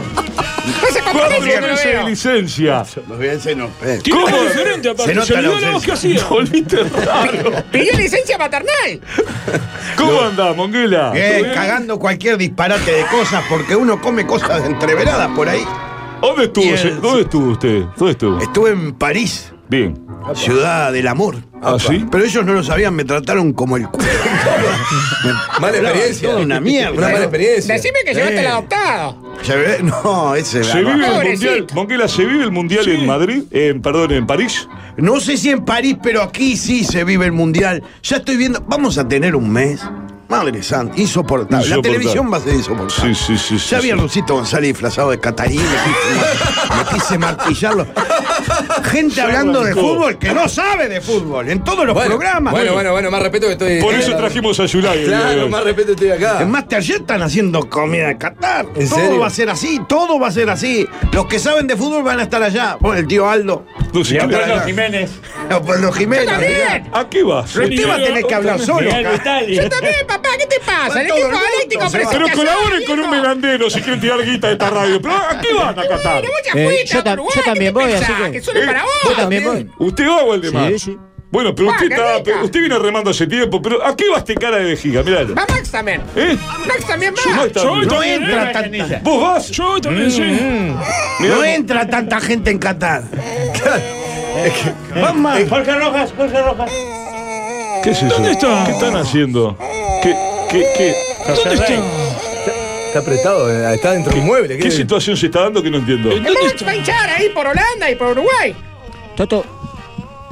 Speaker 12: Esa
Speaker 10: Cuatro
Speaker 12: competencia no lo
Speaker 10: meses de
Speaker 12: veo.
Speaker 10: licencia.
Speaker 6: Los vienses no. Eh.
Speaker 12: Tiene cara diferente, aparte. Se nota Se olvidó la la voz ausencia. que hacía.
Speaker 10: Volviste raro.
Speaker 12: Pidió licencia paternal.
Speaker 10: ¿Cómo andás, Monguela?
Speaker 6: ¿Todo
Speaker 12: Eh,
Speaker 6: bien?
Speaker 12: cagando
Speaker 6: cualquier disparate de cosas porque uno come cosas entreveradas por ahí.
Speaker 10: ¿Dónde estuvo,
Speaker 6: Y el-
Speaker 10: se- ¿Dónde estuvo usted? ¿Dónde estuvo?
Speaker 6: Estuve en París.
Speaker 10: Bien.
Speaker 6: Ciudad del amor.
Speaker 10: ¿Ah, sí?
Speaker 6: Pero ellos no lo sabían, me trataron como el culo.
Speaker 12: Mala
Speaker 6: experiencia. una mierda.
Speaker 12: Una mala
Speaker 6: experiencia.
Speaker 12: Decime que llevaste al adoptado.
Speaker 6: *laughs* No, ese
Speaker 10: ¿Se
Speaker 6: la-
Speaker 10: vive el
Speaker 6: Pobrecito.
Speaker 10: mundial? Monguela, ¿se vive el mundial en Madrid? Eh, En, perdón, en París.
Speaker 6: No sé si en París, pero aquí sí se vive el mundial. Ya estoy viendo. Vamos a tener un mes. Madre santa, insoportable. La
Speaker 10: Insoportable.
Speaker 6: televisión va a ser insoportable.
Speaker 10: Sí, sí, sí. sí,
Speaker 6: ya había
Speaker 10: sí.
Speaker 6: Rusito González disfrazado de Catarín. Me quise, me quise
Speaker 10: *laughs*
Speaker 6: martillarlo. Gente
Speaker 10: Ya
Speaker 6: hablando de
Speaker 10: arrancó.
Speaker 6: fútbol que no sabe de fútbol. En todos los
Speaker 10: Bueno,
Speaker 6: programas.
Speaker 10: bueno, bueno, bueno, más respeto que estoy-
Speaker 6: Por
Speaker 10: Por eso trajimos a Yulay. el día de hoy.
Speaker 6: respeto estoy acá. Es más, te- ayer están haciendo comida de Qatar.
Speaker 10: ¿En
Speaker 6: todo
Speaker 10: serio?
Speaker 6: va a ser así, todo va a ser así. Los que saben de fútbol van a estar allá. Bueno, el tío Aldo.
Speaker 10: Leopoldo *laughs*
Speaker 4: Jiménez.
Speaker 10: pues
Speaker 6: Leopoldo Jiménez.
Speaker 12: Yo también.
Speaker 10: ¿A qué vas?
Speaker 6: Pero usted va a tener que hablar solo.
Speaker 12: Yo también, papá, ¿qué te pasa? El equipo galáctico
Speaker 10: Pero colaboren con un melandero si quieren tirar guita de esta radio. Pero ¿a qué van a Qatar?
Speaker 8: Eh, yo, tam- yo también voy, así que.
Speaker 10: Eh,
Speaker 8: Yo también voy.
Speaker 10: ¿Usted va o el demás?
Speaker 8: Sí, sí.
Speaker 10: Bueno, pero
Speaker 12: Va,
Speaker 10: usted, está-
Speaker 12: Gabrielita.
Speaker 10: usted viene remando hace tiempo, pero ¿a qué vas te cara de vejiga? Miralo.
Speaker 12: Va Max también.
Speaker 10: ¿Eh?
Speaker 12: Max también va.
Speaker 10: Yo voy también. No entra tanta- ¿Vos Mm. vas? Yo
Speaker 12: también, sí.
Speaker 6: No entra tanta gente en Qatar.
Speaker 4: Vamos. Jorge Rojas, Jorge Rojas.
Speaker 10: ¿Qué es eso?
Speaker 4: ¿Dónde está?
Speaker 10: ¿Qué están haciendo? ¿Qué? ¿Qué? ¿Qué?
Speaker 4: ¿Dónde está?
Speaker 10: Está apretado, está dentro del mueble. ¿Qué, situación se está dando que no entiendo?
Speaker 12: El Max va a hinchar ahí por Holanda y por Uruguay.
Speaker 6: Toto.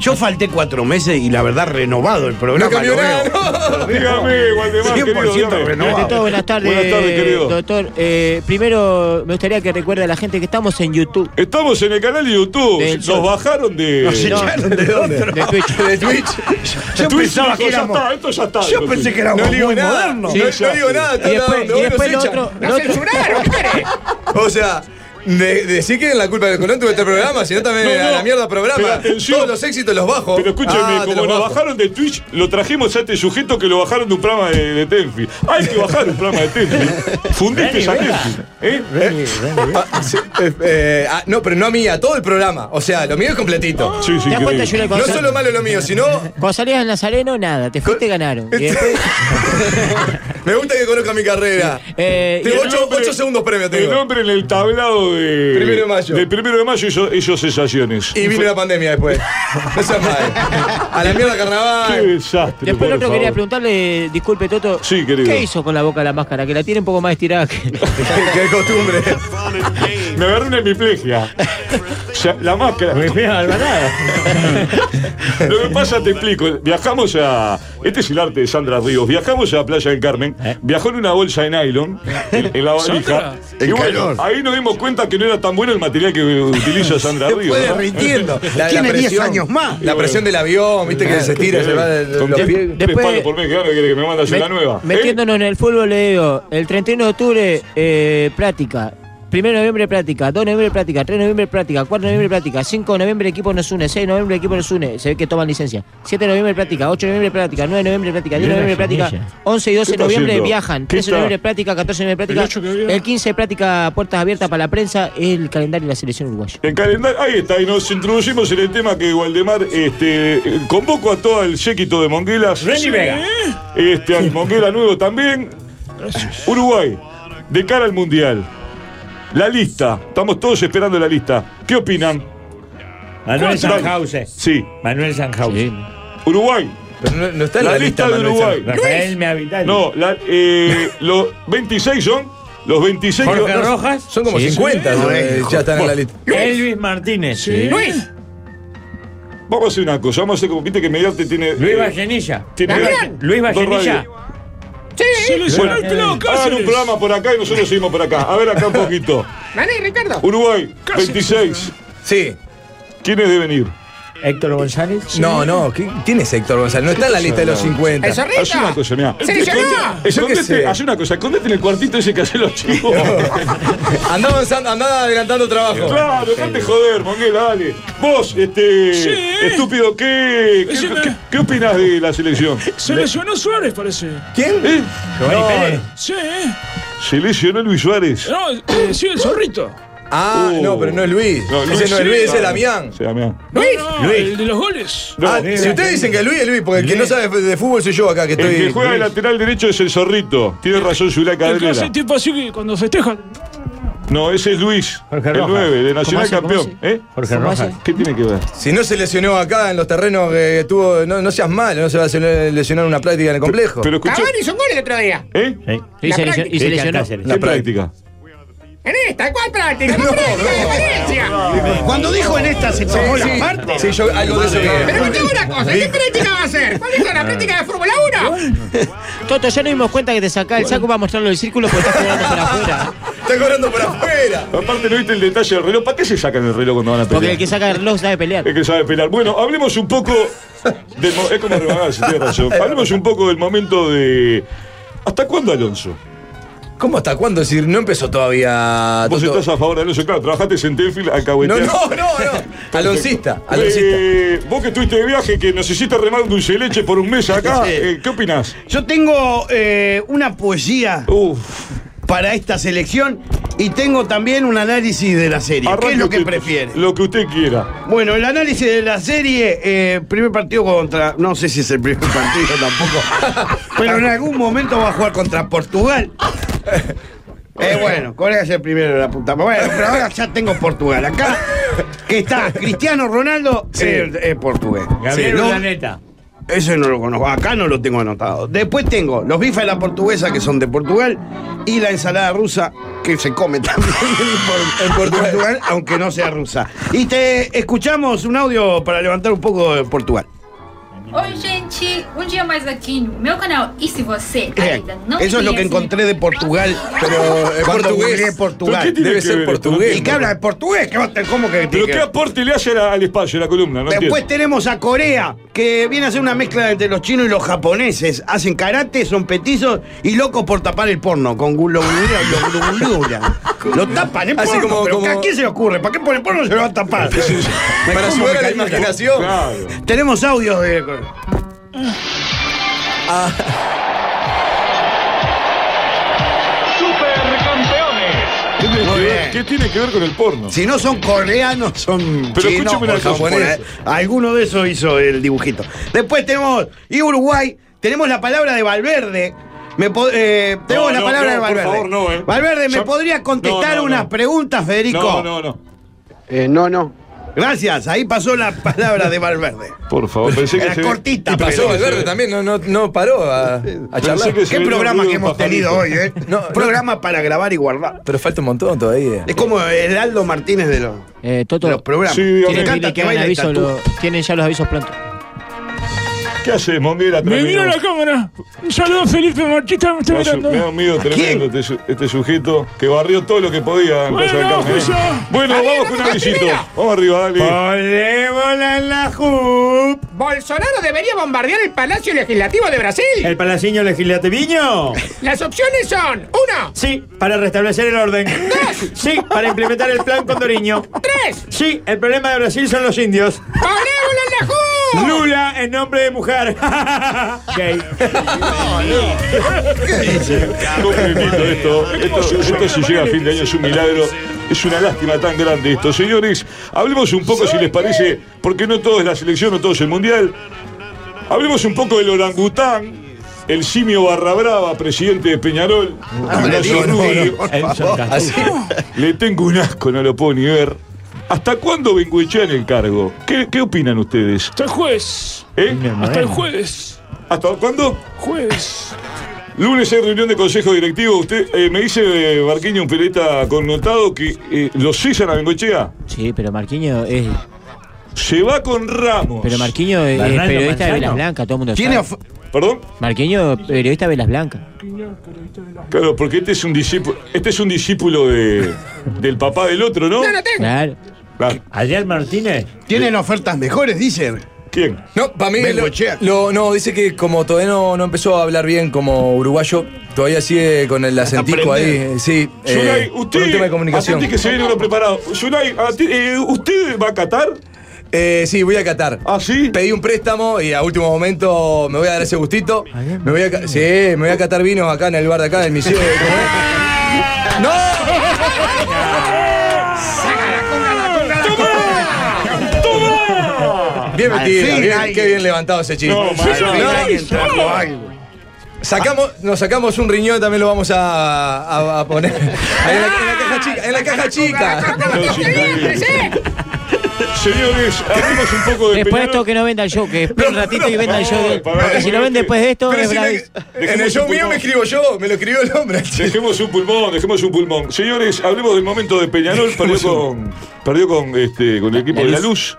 Speaker 6: Yo falté cuatro meses y la verdad renovado el programa.
Speaker 12: No cambió
Speaker 6: lo
Speaker 12: nada,
Speaker 6: veo.
Speaker 12: no. Dígame, Waldemar, querido,
Speaker 6: 100%
Speaker 10: dígame.
Speaker 6: renovado.
Speaker 8: Ante todo, buenas tardes,
Speaker 10: Buenas tardes, querido.
Speaker 8: doctor. Eh, primero, me gustaría que recuerde a la gente que estamos en YouTube.
Speaker 10: Estamos en el canal de YouTube.
Speaker 8: Del
Speaker 10: Nos
Speaker 8: sol.
Speaker 10: bajaron de.
Speaker 8: Nos echaron de dónde?
Speaker 10: De
Speaker 6: *laughs*
Speaker 10: Twitch.
Speaker 8: De Twitch.
Speaker 6: Yo pensaba
Speaker 10: dijo,
Speaker 6: que
Speaker 10: ya
Speaker 6: éramos-
Speaker 10: está, esto ya está.
Speaker 6: Yo pensé que éramos No digo muy nada. modernos. No- no digo nada, está
Speaker 8: Y
Speaker 6: nada,
Speaker 8: después,
Speaker 6: donde
Speaker 8: y
Speaker 6: vos
Speaker 8: después
Speaker 6: nos
Speaker 8: lo
Speaker 6: echan.
Speaker 8: otro.
Speaker 6: Nos
Speaker 8: lo otro-
Speaker 6: O sea,
Speaker 13: De, decir que en la culpa del Colón tuve este programa, si no también
Speaker 10: No, no.
Speaker 13: a la mierda
Speaker 10: Pero
Speaker 13: programa.
Speaker 10: atención.
Speaker 13: Todos los éxitos los bajo.
Speaker 10: Pero escúchame,
Speaker 13: Ah, te
Speaker 10: como
Speaker 13: los
Speaker 10: nos
Speaker 13: bajo.
Speaker 10: bajaron de Twitch, lo trajimos a este sujeto que lo bajaron de un programa de, de Tenfi. Hay que bajar un programa de Tenfi. Fundiste
Speaker 13: Vení,
Speaker 10: esa
Speaker 13: venga.
Speaker 10: Tenfi. ¿Eh?
Speaker 13: Ah, sí, eh, eh, ah, no, pero no a mí, a todo el programa. O sea, lo mío es
Speaker 10: Ah.
Speaker 13: completito.
Speaker 8: ¿Te das cuenta, Julia, cuando
Speaker 13: No
Speaker 8: sal-
Speaker 13: solo malo lo mío, sino.
Speaker 8: Cuando salías al Nazareno, nada, te fuiste ganaron. Y después,
Speaker 13: Me gusta que conozca mi carrera.
Speaker 8: eh,
Speaker 13: Tengo
Speaker 8: y-
Speaker 13: ocho, ocho segundos premio,
Speaker 10: El
Speaker 13: tengo.
Speaker 10: nombre en el tablado de.
Speaker 13: Primero de mayo.
Speaker 10: Del primero de mayo hizo, hizo cesaciones.
Speaker 13: Y vino la pandemia
Speaker 10: *laughs*
Speaker 13: después. No seas mal. *laughs* A la mierda carnaval.
Speaker 10: Qué desastre.
Speaker 8: Después
Speaker 10: por
Speaker 8: lo otro
Speaker 10: favor.
Speaker 8: quería preguntarle, disculpe Toto, ¿qué hizo con la boca de la máscara? Que la tiene un poco más estirada que...
Speaker 13: Qué costumbre.
Speaker 10: Me agarró una hemiplegia. O sea, la máscara. Lo que pasa, te explico. Viajamos a. Este es el arte de Sandra Ríos. Viajamos a Playa del Carmen. Viajó en una bolsa de nylon, en, en la valija.
Speaker 6: Sandra,
Speaker 10: Y
Speaker 6: el
Speaker 10: bueno,
Speaker 6: calor.
Speaker 10: ahí nos dimos cuenta que no era tan bueno el material que
Speaker 13: *laughs*
Speaker 10: utiliza Sandra Ríos.
Speaker 13: Después
Speaker 10: ¿no? *laughs*
Speaker 13: rindiendo.
Speaker 10: Tiene 10
Speaker 6: años más.
Speaker 13: La presión del avión, viste que se tira, se va de, de-
Speaker 10: Con
Speaker 13: los
Speaker 10: tres-
Speaker 13: pies.
Speaker 10: tres palos por mes, claro, que quiere que me mande a hacer
Speaker 8: Me-
Speaker 10: una nueva. ¿Eh?
Speaker 8: Metiéndonos en el fútbol, le digo, el 31 de octubre, eh, práctica. 1 de noviembre práctica, 2 de noviembre práctica, 3 de noviembre práctica, 4 de noviembre práctica, 5 de noviembre equipo nos une, 6 de noviembre equipo nos une, se ve que toman licencia, 7 de noviembre práctica, 8 de noviembre práctica, 9 de noviembre práctica, 10 de
Speaker 5: Bien,
Speaker 8: noviembre práctica,
Speaker 5: Janilla.
Speaker 8: 11 y 12 de
Speaker 5: ¿Qué está
Speaker 8: noviembre
Speaker 5: haciendo?
Speaker 8: viajan,
Speaker 5: ¿Qué
Speaker 8: 13 de
Speaker 5: está?
Speaker 8: noviembre práctica, 14 de noviembre
Speaker 10: El ocho que
Speaker 8: práctica,
Speaker 10: viene.
Speaker 8: el 15 de práctica, puertas abiertas para la prensa, el calendario de la selección uruguaya.
Speaker 10: En calendario, ahí está, y nos introducimos en el tema que Waldemar este, eh, convoco a todo el séquito de Monguelas.
Speaker 5: Randy Vega.
Speaker 10: Este, al Monguela Nuevo también. Uruguay, de cara al Mundial. La lista, estamos todos esperando la lista. ¿Qué opinan?
Speaker 5: Manuel
Speaker 10: ¿Cuántas?
Speaker 5: Sanjause.
Speaker 10: Sí.
Speaker 5: Manuel Sanjause.
Speaker 10: Uruguay.
Speaker 13: no,
Speaker 5: está en
Speaker 10: la,
Speaker 5: la lista
Speaker 10: lista, de
Speaker 5: Manuel
Speaker 10: Uruguay.
Speaker 5: Sanz- Rafael Meavital.
Speaker 10: No, la- eh, los 26 son. Los 26
Speaker 5: Jorge
Speaker 10: que-
Speaker 5: Rojas.
Speaker 13: Son como 50, eh, ya están en la lista.
Speaker 5: Elvis Martínez. Luis.
Speaker 10: Vamos a hacer una cosa, vamos a hacer como viste que Mediarte tiene.
Speaker 5: Luis
Speaker 10: eh,
Speaker 5: Vallenilla.
Speaker 10: tiene-
Speaker 5: También. Luis
Speaker 10: dos
Speaker 5: Vallenilla.
Speaker 10: radios.
Speaker 12: Sí,
Speaker 10: Bueno, hagan un programa por acá y nosotros seguimos por acá. A ver acá un poquito.
Speaker 12: Mané, Ricardo.
Speaker 10: Uruguay,
Speaker 12: Cáceres.
Speaker 10: 26.
Speaker 13: Sí.
Speaker 10: ¿Quiénes deben ir?
Speaker 5: Héctor González.
Speaker 13: No, no, ¿qué- ¿quién es Héctor González? No está en la lista de los 50.
Speaker 10: Haz una cosa, mirá.
Speaker 13: Seleccionó.
Speaker 10: Escondete-
Speaker 13: Yo qué
Speaker 10: escondete-
Speaker 13: sé.
Speaker 10: Haz una cosa, escondete en el cuartito ese que
Speaker 13: *laughs*
Speaker 10: hacen los chicos.
Speaker 13: Andá avanzando, andá adelantando trabajo.
Speaker 10: Claro, dejate joder, Monguela, dale. Vos, este. Estúpido, ¿qué, qué, qué, qué opinás de la selección?
Speaker 12: Se lesionó Suárez, parece.
Speaker 13: ¿Quién?
Speaker 10: Giovanni Pérez.
Speaker 12: Sí.
Speaker 10: Se lesionó Luis Suárez.
Speaker 12: No, eh, sí, el zorrito.
Speaker 13: Ah,
Speaker 10: Oh.
Speaker 13: no, pero no es Luis. ese no es
Speaker 10: sí,
Speaker 13: Luis, ese es
Speaker 10: claro.
Speaker 13: Damián.
Speaker 10: Sí, Damián.
Speaker 12: Luis. El de los goles.
Speaker 13: Ah, si ustedes dicen que es Luis, es Luis, porque el que no sabe de fútbol soy yo acá que estoy.
Speaker 10: El que juega de
Speaker 13: Luis.
Speaker 10: lateral derecho es el Zorrito. Tiene razón Zulay
Speaker 12: El que hace
Speaker 10: Cabrera.
Speaker 12: tipo así que cuando festeja.
Speaker 10: No, ese es Luis,
Speaker 5: Jorge
Speaker 10: el
Speaker 5: Rojas.
Speaker 10: 9, de
Speaker 5: ¿Cómo
Speaker 10: Nacional
Speaker 5: hace? ¿Cómo
Speaker 10: Campeón. ¿Eh?
Speaker 5: Jorge Rojas.
Speaker 10: ¿Qué tiene que ver?
Speaker 13: Si no se lesionó acá en los terrenos que estuvo, no, no seas malo, no se va a lesionar en una práctica en el complejo.
Speaker 10: Pero escuchá,
Speaker 12: Cavani hizo un gol el otro día.
Speaker 10: ¿eh?
Speaker 8: Y
Speaker 12: La
Speaker 8: se lesionó- y
Speaker 12: práctica.
Speaker 8: se lesionó.
Speaker 10: La práctica.
Speaker 12: En esta, ¿cuál
Speaker 10: *laughs*
Speaker 12: práctica? La práctica de Valencia.
Speaker 6: Cuando dijo en esta se tomó
Speaker 13: Sí,
Speaker 6: la
Speaker 13: sí.
Speaker 6: parte.
Speaker 13: Sí, yo algo de eso
Speaker 12: Pero me
Speaker 13: que.
Speaker 12: tengo una cosa, ¿qué práctica va a ser? ¿Cuál es la práctica de Fórmula 1?
Speaker 8: Toto, ya nos dimos cuenta que te sacás el saco para mostrarlo del círculo porque estás cobrando para afuera.
Speaker 13: Está cobrando por afuera.
Speaker 10: Aparte, ¿no viste el detalle del reloj? ¿Para qué se sacan el reloj cuando van a pelear?
Speaker 8: Porque el que saca el reloj sabe pelear.
Speaker 10: Es que sabe pelar. Bueno, hablemos un poco del mo- Es como rebanar, si
Speaker 13: *laughs*
Speaker 10: tienes razón. Hablemos un poco del momento de. ¿Hasta cuándo, Alonso?
Speaker 13: ¿Cómo hasta cuándo? Si no empezó todavía.
Speaker 10: Vos
Speaker 13: Toto.
Speaker 10: estás a favor de Alonso, claro, trabajaste en Tenfield,
Speaker 13: No,
Speaker 10: alcahuetear.
Speaker 13: no, no,
Speaker 10: *laughs*
Speaker 13: no. Aloncista, aloncista.
Speaker 10: Eh, vos que estuviste de viaje, que nos hiciste remar un dulce de leche por un mes acá, eh, ¿qué opinás?
Speaker 6: Yo tengo eh, una poesía
Speaker 10: Uf,
Speaker 6: para esta selección y tengo también un análisis de la serie. ¿Qué
Speaker 10: arranque
Speaker 6: es lo que
Speaker 10: usted,
Speaker 6: prefiere?
Speaker 10: Lo que usted quiera.
Speaker 6: Bueno, el análisis de la serie, eh, primer partido contra. No sé si es el primer partido *laughs* tampoco. pero en algún momento va a jugar contra
Speaker 10: *laughs*
Speaker 6: Portugal. Eh, bueno, Corea es el primero de la puta. Bueno, pero ahora ya tengo Portugal. Acá que está Cristiano Ronaldo eh, es portugués.
Speaker 5: Gabriel
Speaker 6: Sí, ¿no?
Speaker 5: Urdaneta.
Speaker 6: Eso no lo conozco. Acá no lo tengo anotado. Después tengo los bifes de la portuguesa que son de Portugal y la ensalada rusa que se come *laughs* también en, Por- en
Speaker 10: *laughs*
Speaker 6: Portugal, aunque no sea rusa. Y te escuchamos un audio para levantar un poco de Portugal.
Speaker 14: Oi, gente! Um dia mais aqui no meu canal. E se você
Speaker 6: É.
Speaker 14: ainda não
Speaker 6: Eso es lo que
Speaker 14: conhece,
Speaker 6: encontré de Portugal, pero eh,
Speaker 13: Portugués.
Speaker 6: cuando googleé
Speaker 10: ¿Pero qué
Speaker 6: Portugal.
Speaker 10: tiene
Speaker 13: Debe
Speaker 10: que
Speaker 13: ser
Speaker 10: ver esto?
Speaker 13: portugués.
Speaker 6: ¿Y qué habla de portugués? ¿Qué va a tener- ¿Cómo que
Speaker 10: ¿Pero qué aporte le hace a la- al espacio, a la columna? No
Speaker 6: Después
Speaker 10: entiendo.
Speaker 6: tenemos a Corea, que viene a ser una mezcla entre los chinos y los japoneses. Hacen karate, son petizos y locos por tapar el porno con globulura y globulura. Lo tapan, es
Speaker 13: Así
Speaker 6: porno,
Speaker 13: como-
Speaker 6: pero
Speaker 13: como-
Speaker 6: ¿a quién se le ocurre? ¿Para qué ponen porno se lo va a tapar? Me
Speaker 13: *laughs* Para
Speaker 6: como,
Speaker 13: ayudar
Speaker 6: me
Speaker 13: a la
Speaker 6: caliento.
Speaker 13: imaginación.
Speaker 10: Claro.
Speaker 6: Tenemos audios de...
Speaker 10: ¿Qué tiene,
Speaker 6: Muy
Speaker 10: que ver,
Speaker 6: bien.
Speaker 10: qué tiene que ver con el porno?
Speaker 6: Si no son coreanos, son
Speaker 10: Pero
Speaker 6: chinos
Speaker 10: escúchame una
Speaker 6: o
Speaker 10: cosa,
Speaker 6: japoneses. Alguno de esos hizo el dibujito. Después tenemos... Y Uruguay, tenemos la palabra de Valverde. Me po- eh, tenemos
Speaker 10: No,
Speaker 6: la
Speaker 10: no,
Speaker 6: palabra
Speaker 10: no,
Speaker 6: de
Speaker 10: por
Speaker 6: Valverde.
Speaker 10: favor, no, eh.
Speaker 6: Valverde, ¿me
Speaker 10: Ya-
Speaker 6: podría contestar
Speaker 10: No, no,
Speaker 6: unas
Speaker 10: no.
Speaker 6: preguntas, Federico?
Speaker 10: No, no, no.
Speaker 15: Eh, no, no.
Speaker 6: Gracias, ahí pasó la palabra de Valverde. *laughs*
Speaker 10: Por favor, pensé que
Speaker 6: Era
Speaker 10: se...
Speaker 6: cortita,
Speaker 13: Y pasó
Speaker 6: pero-
Speaker 13: Valverde también, no, no, no paró a, a charlar.
Speaker 10: que se
Speaker 6: Qué
Speaker 10: venía
Speaker 6: programa
Speaker 10: un
Speaker 6: que hemos
Speaker 10: pajarito.
Speaker 6: tenido hoy, ¿eh?
Speaker 13: No, no.
Speaker 6: programa para grabar y guardar.
Speaker 13: Pero falta un montón todavía.
Speaker 6: Es como el Aldo Martínez de los,
Speaker 8: Eh,
Speaker 6: de los
Speaker 8: Toto,
Speaker 6: programas.
Speaker 10: Sí,
Speaker 6: Me
Speaker 10: dígame.
Speaker 8: tienen,
Speaker 6: encanta
Speaker 8: que
Speaker 6: que
Speaker 8: hagan
Speaker 6: baila y
Speaker 8: aviso
Speaker 6: tatúa.
Speaker 8: lo- tienen ya los avisos pronto.
Speaker 10: ¿Qué haces, Monguera?
Speaker 12: Me
Speaker 10: Tremendo.
Speaker 12: miro la cámara. Un saludo a Felipe Marchita, me está
Speaker 10: Me da su-
Speaker 12: mirando.
Speaker 10: me da un miedo tremendo este, su- este sujeto que barrió todo lo que podía en
Speaker 12: Bueno, pues
Speaker 10: Plaza del Carmen. ¿eh?
Speaker 12: José.
Speaker 10: Bueno,
Speaker 12: Dale,
Speaker 10: vamos con
Speaker 12: vamos,
Speaker 10: un avisito.
Speaker 12: Argentina.
Speaker 10: Vamos arriba, dale.
Speaker 12: Olé, bola en la jup. Bolsonaro debería bombardear el Palacio Legislativo de Brasil.
Speaker 10: Eh.
Speaker 16: ¿El palaciño legislativo?
Speaker 12: Las opciones son: uno,
Speaker 16: Sí, para restablecer el orden. ¡Dos! Sí, para implementar el plan Condoriño. ¡Tres! Sí, el problema de Brasil son los indios. ¡Ponémoslo en la Lula en nombre de
Speaker 5: *laughs*
Speaker 16: mujer. Gay.
Speaker 10: Complicado esto. Esto, esto si llega a fin de año es un milagro. Es una lástima tan grande esto. Señores, hablemos un poco, si les parece, porque no todo es la selección, no todo es el mundial. Hablemos un poco del orangután, el simio Barra Brava, presidente de Peñarol.
Speaker 17: no le digo, no,
Speaker 10: Rubio.
Speaker 17: no, Ah, por favor.
Speaker 10: Ah,
Speaker 12: *laughs*
Speaker 17: Así.
Speaker 10: Le tengo un asco, no lo puedo ni ver. ¿Hasta cuándo Benguichea en el cargo? ¿Qué, qué opinan ustedes? Hasta el jueves.
Speaker 12: Hasta el jueves.
Speaker 10: ¿Hasta cuándo?
Speaker 12: Jueves.
Speaker 10: Lunes hay reunión de consejo directivo. Usted eh, me dice eh, Barquiño, un peleta connotado, que eh, lo cesan a Bengochea.
Speaker 8: Sí, pero Marquinho es.
Speaker 10: Se va con Ramos.
Speaker 8: Pero Marquinho es, es
Speaker 10: Bernardo
Speaker 8: periodista de
Speaker 10: Manzano.
Speaker 8: Velas Blancas, todo el mundo
Speaker 10: Tiene
Speaker 8: sabe.
Speaker 10: ¿Perdón?
Speaker 8: Marquinho es periodista de Velas Blancas.
Speaker 10: Claro, porque este es un discípulo, este es un discípulo de, del papá del otro, ¿no? Ah.
Speaker 8: Claro.
Speaker 16: Ayer Martínez.
Speaker 13: Tienen ofertas mejores, dicen.
Speaker 10: ¿Quién?
Speaker 13: No, para mí. Lo,
Speaker 17: Bengochea.
Speaker 13: lo- no, dice que como todavía no, no empezó a hablar bien como uruguayo, todavía sigue con el acentico ahí.
Speaker 10: aprender.
Speaker 13: eh, Sí, eh,
Speaker 10: Yunay,
Speaker 13: por un tema de comunicación.
Speaker 10: atentí que se viene uno preparado. Yunay, ati- eh, ¿usted va a Qatar?
Speaker 13: Eh, sí, voy a Qatar.
Speaker 10: ¿Ah, sí?
Speaker 13: Pedí un préstamo y a último momento me voy a dar ese gustito. Me voy a, ca- sí, me voy a catar vinos acá en el bar de acá, en el Miseo. ¡No! Bien metido,
Speaker 17: Al fin
Speaker 13: bien-
Speaker 17: alguien.
Speaker 13: qué bien levantado ese chiste.
Speaker 17: No, maestro.
Speaker 13: Al fin
Speaker 17: No,
Speaker 13: alguien
Speaker 17: no.
Speaker 13: trajo algo. Sacamos, nos sacamos un riñón, también lo vamos a, a- a
Speaker 17: *laughs*
Speaker 13: poner. Ahí en la- en la caja chica. En la caja chica.
Speaker 10: Señores, hablemos un poco
Speaker 8: Después
Speaker 10: de
Speaker 8: de
Speaker 10: Peñarol.
Speaker 8: esto que no venda el show, que espere un ratito y venda el show. de- Porque si no vende después de esto,
Speaker 10: Pero
Speaker 8: es
Speaker 10: si
Speaker 8: Bravis.
Speaker 10: le- dejemos un pulmón.
Speaker 13: yo, me lo escribió el hombre.
Speaker 10: Dejemos un pulmón, dejemos un pulmón. Señores, hablemos del momento de Peñarol. Perdió con, perdió con, este, con el equipo
Speaker 13: La
Speaker 10: de la
Speaker 13: Luz.
Speaker 10: luz.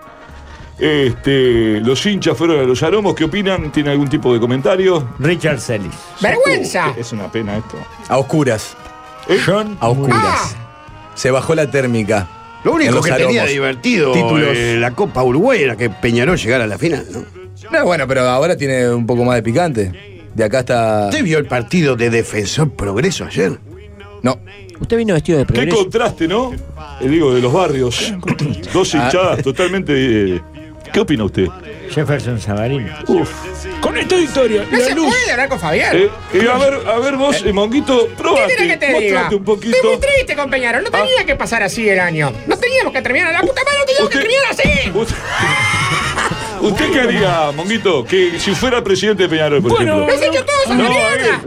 Speaker 10: Este, los hinchas fueron a los aromos. ¿Qué opinan? ¿Tiene algún tipo de comentario?
Speaker 16: Richard Celis.
Speaker 10: ¡Vergüenza! Es una pena esto.
Speaker 13: A oscuras. a oscuras. Se bajó la térmica.
Speaker 17: Lo
Speaker 13: En
Speaker 17: único
Speaker 13: los
Speaker 17: que tenía
Speaker 13: aromos.
Speaker 17: divertido
Speaker 13: Títulos.
Speaker 17: eh, la Copa Uruguay era que Peñarol llegara a la final, ¿no?
Speaker 13: No, bueno, pero ahora tiene un poco más de picante. De acá hasta.
Speaker 17: ¿Usted vio el partido de Defensor Progreso ayer?
Speaker 13: No.
Speaker 8: Usted Este vino vestido de
Speaker 10: Qué contraste, ¿no? Eh, digo, de los barrios. Dos
Speaker 16: Ah.
Speaker 10: hinchadas totalmente. eh, ¿Qué opina usted?
Speaker 16: Jefferson Sabarín.
Speaker 10: Uf.
Speaker 12: Con esta victoria,
Speaker 10: No
Speaker 12: la
Speaker 10: se
Speaker 12: luz.
Speaker 10: puede
Speaker 12: hablar con Fabián.
Speaker 10: Eh, eh, a ver, a ver vos, eh, Monguito,
Speaker 12: ¿Qué
Speaker 10: probate,
Speaker 12: querés que te diga?
Speaker 10: mostrate un poquito. Ah.
Speaker 12: Estoy muy triste, compañero. No tenía que pasar así el año. No teníamos que terminar. La puta madre no teníamos que terminar así.
Speaker 10: ¿Usted qué haría, Monguito? Que si fuera presidente de Peñarol, por
Speaker 12: Bueno,
Speaker 10: ejemplo.
Speaker 12: los he hecho todos a la
Speaker 10: No,
Speaker 12: mierda.
Speaker 10: eh.
Speaker 12: Los he hecho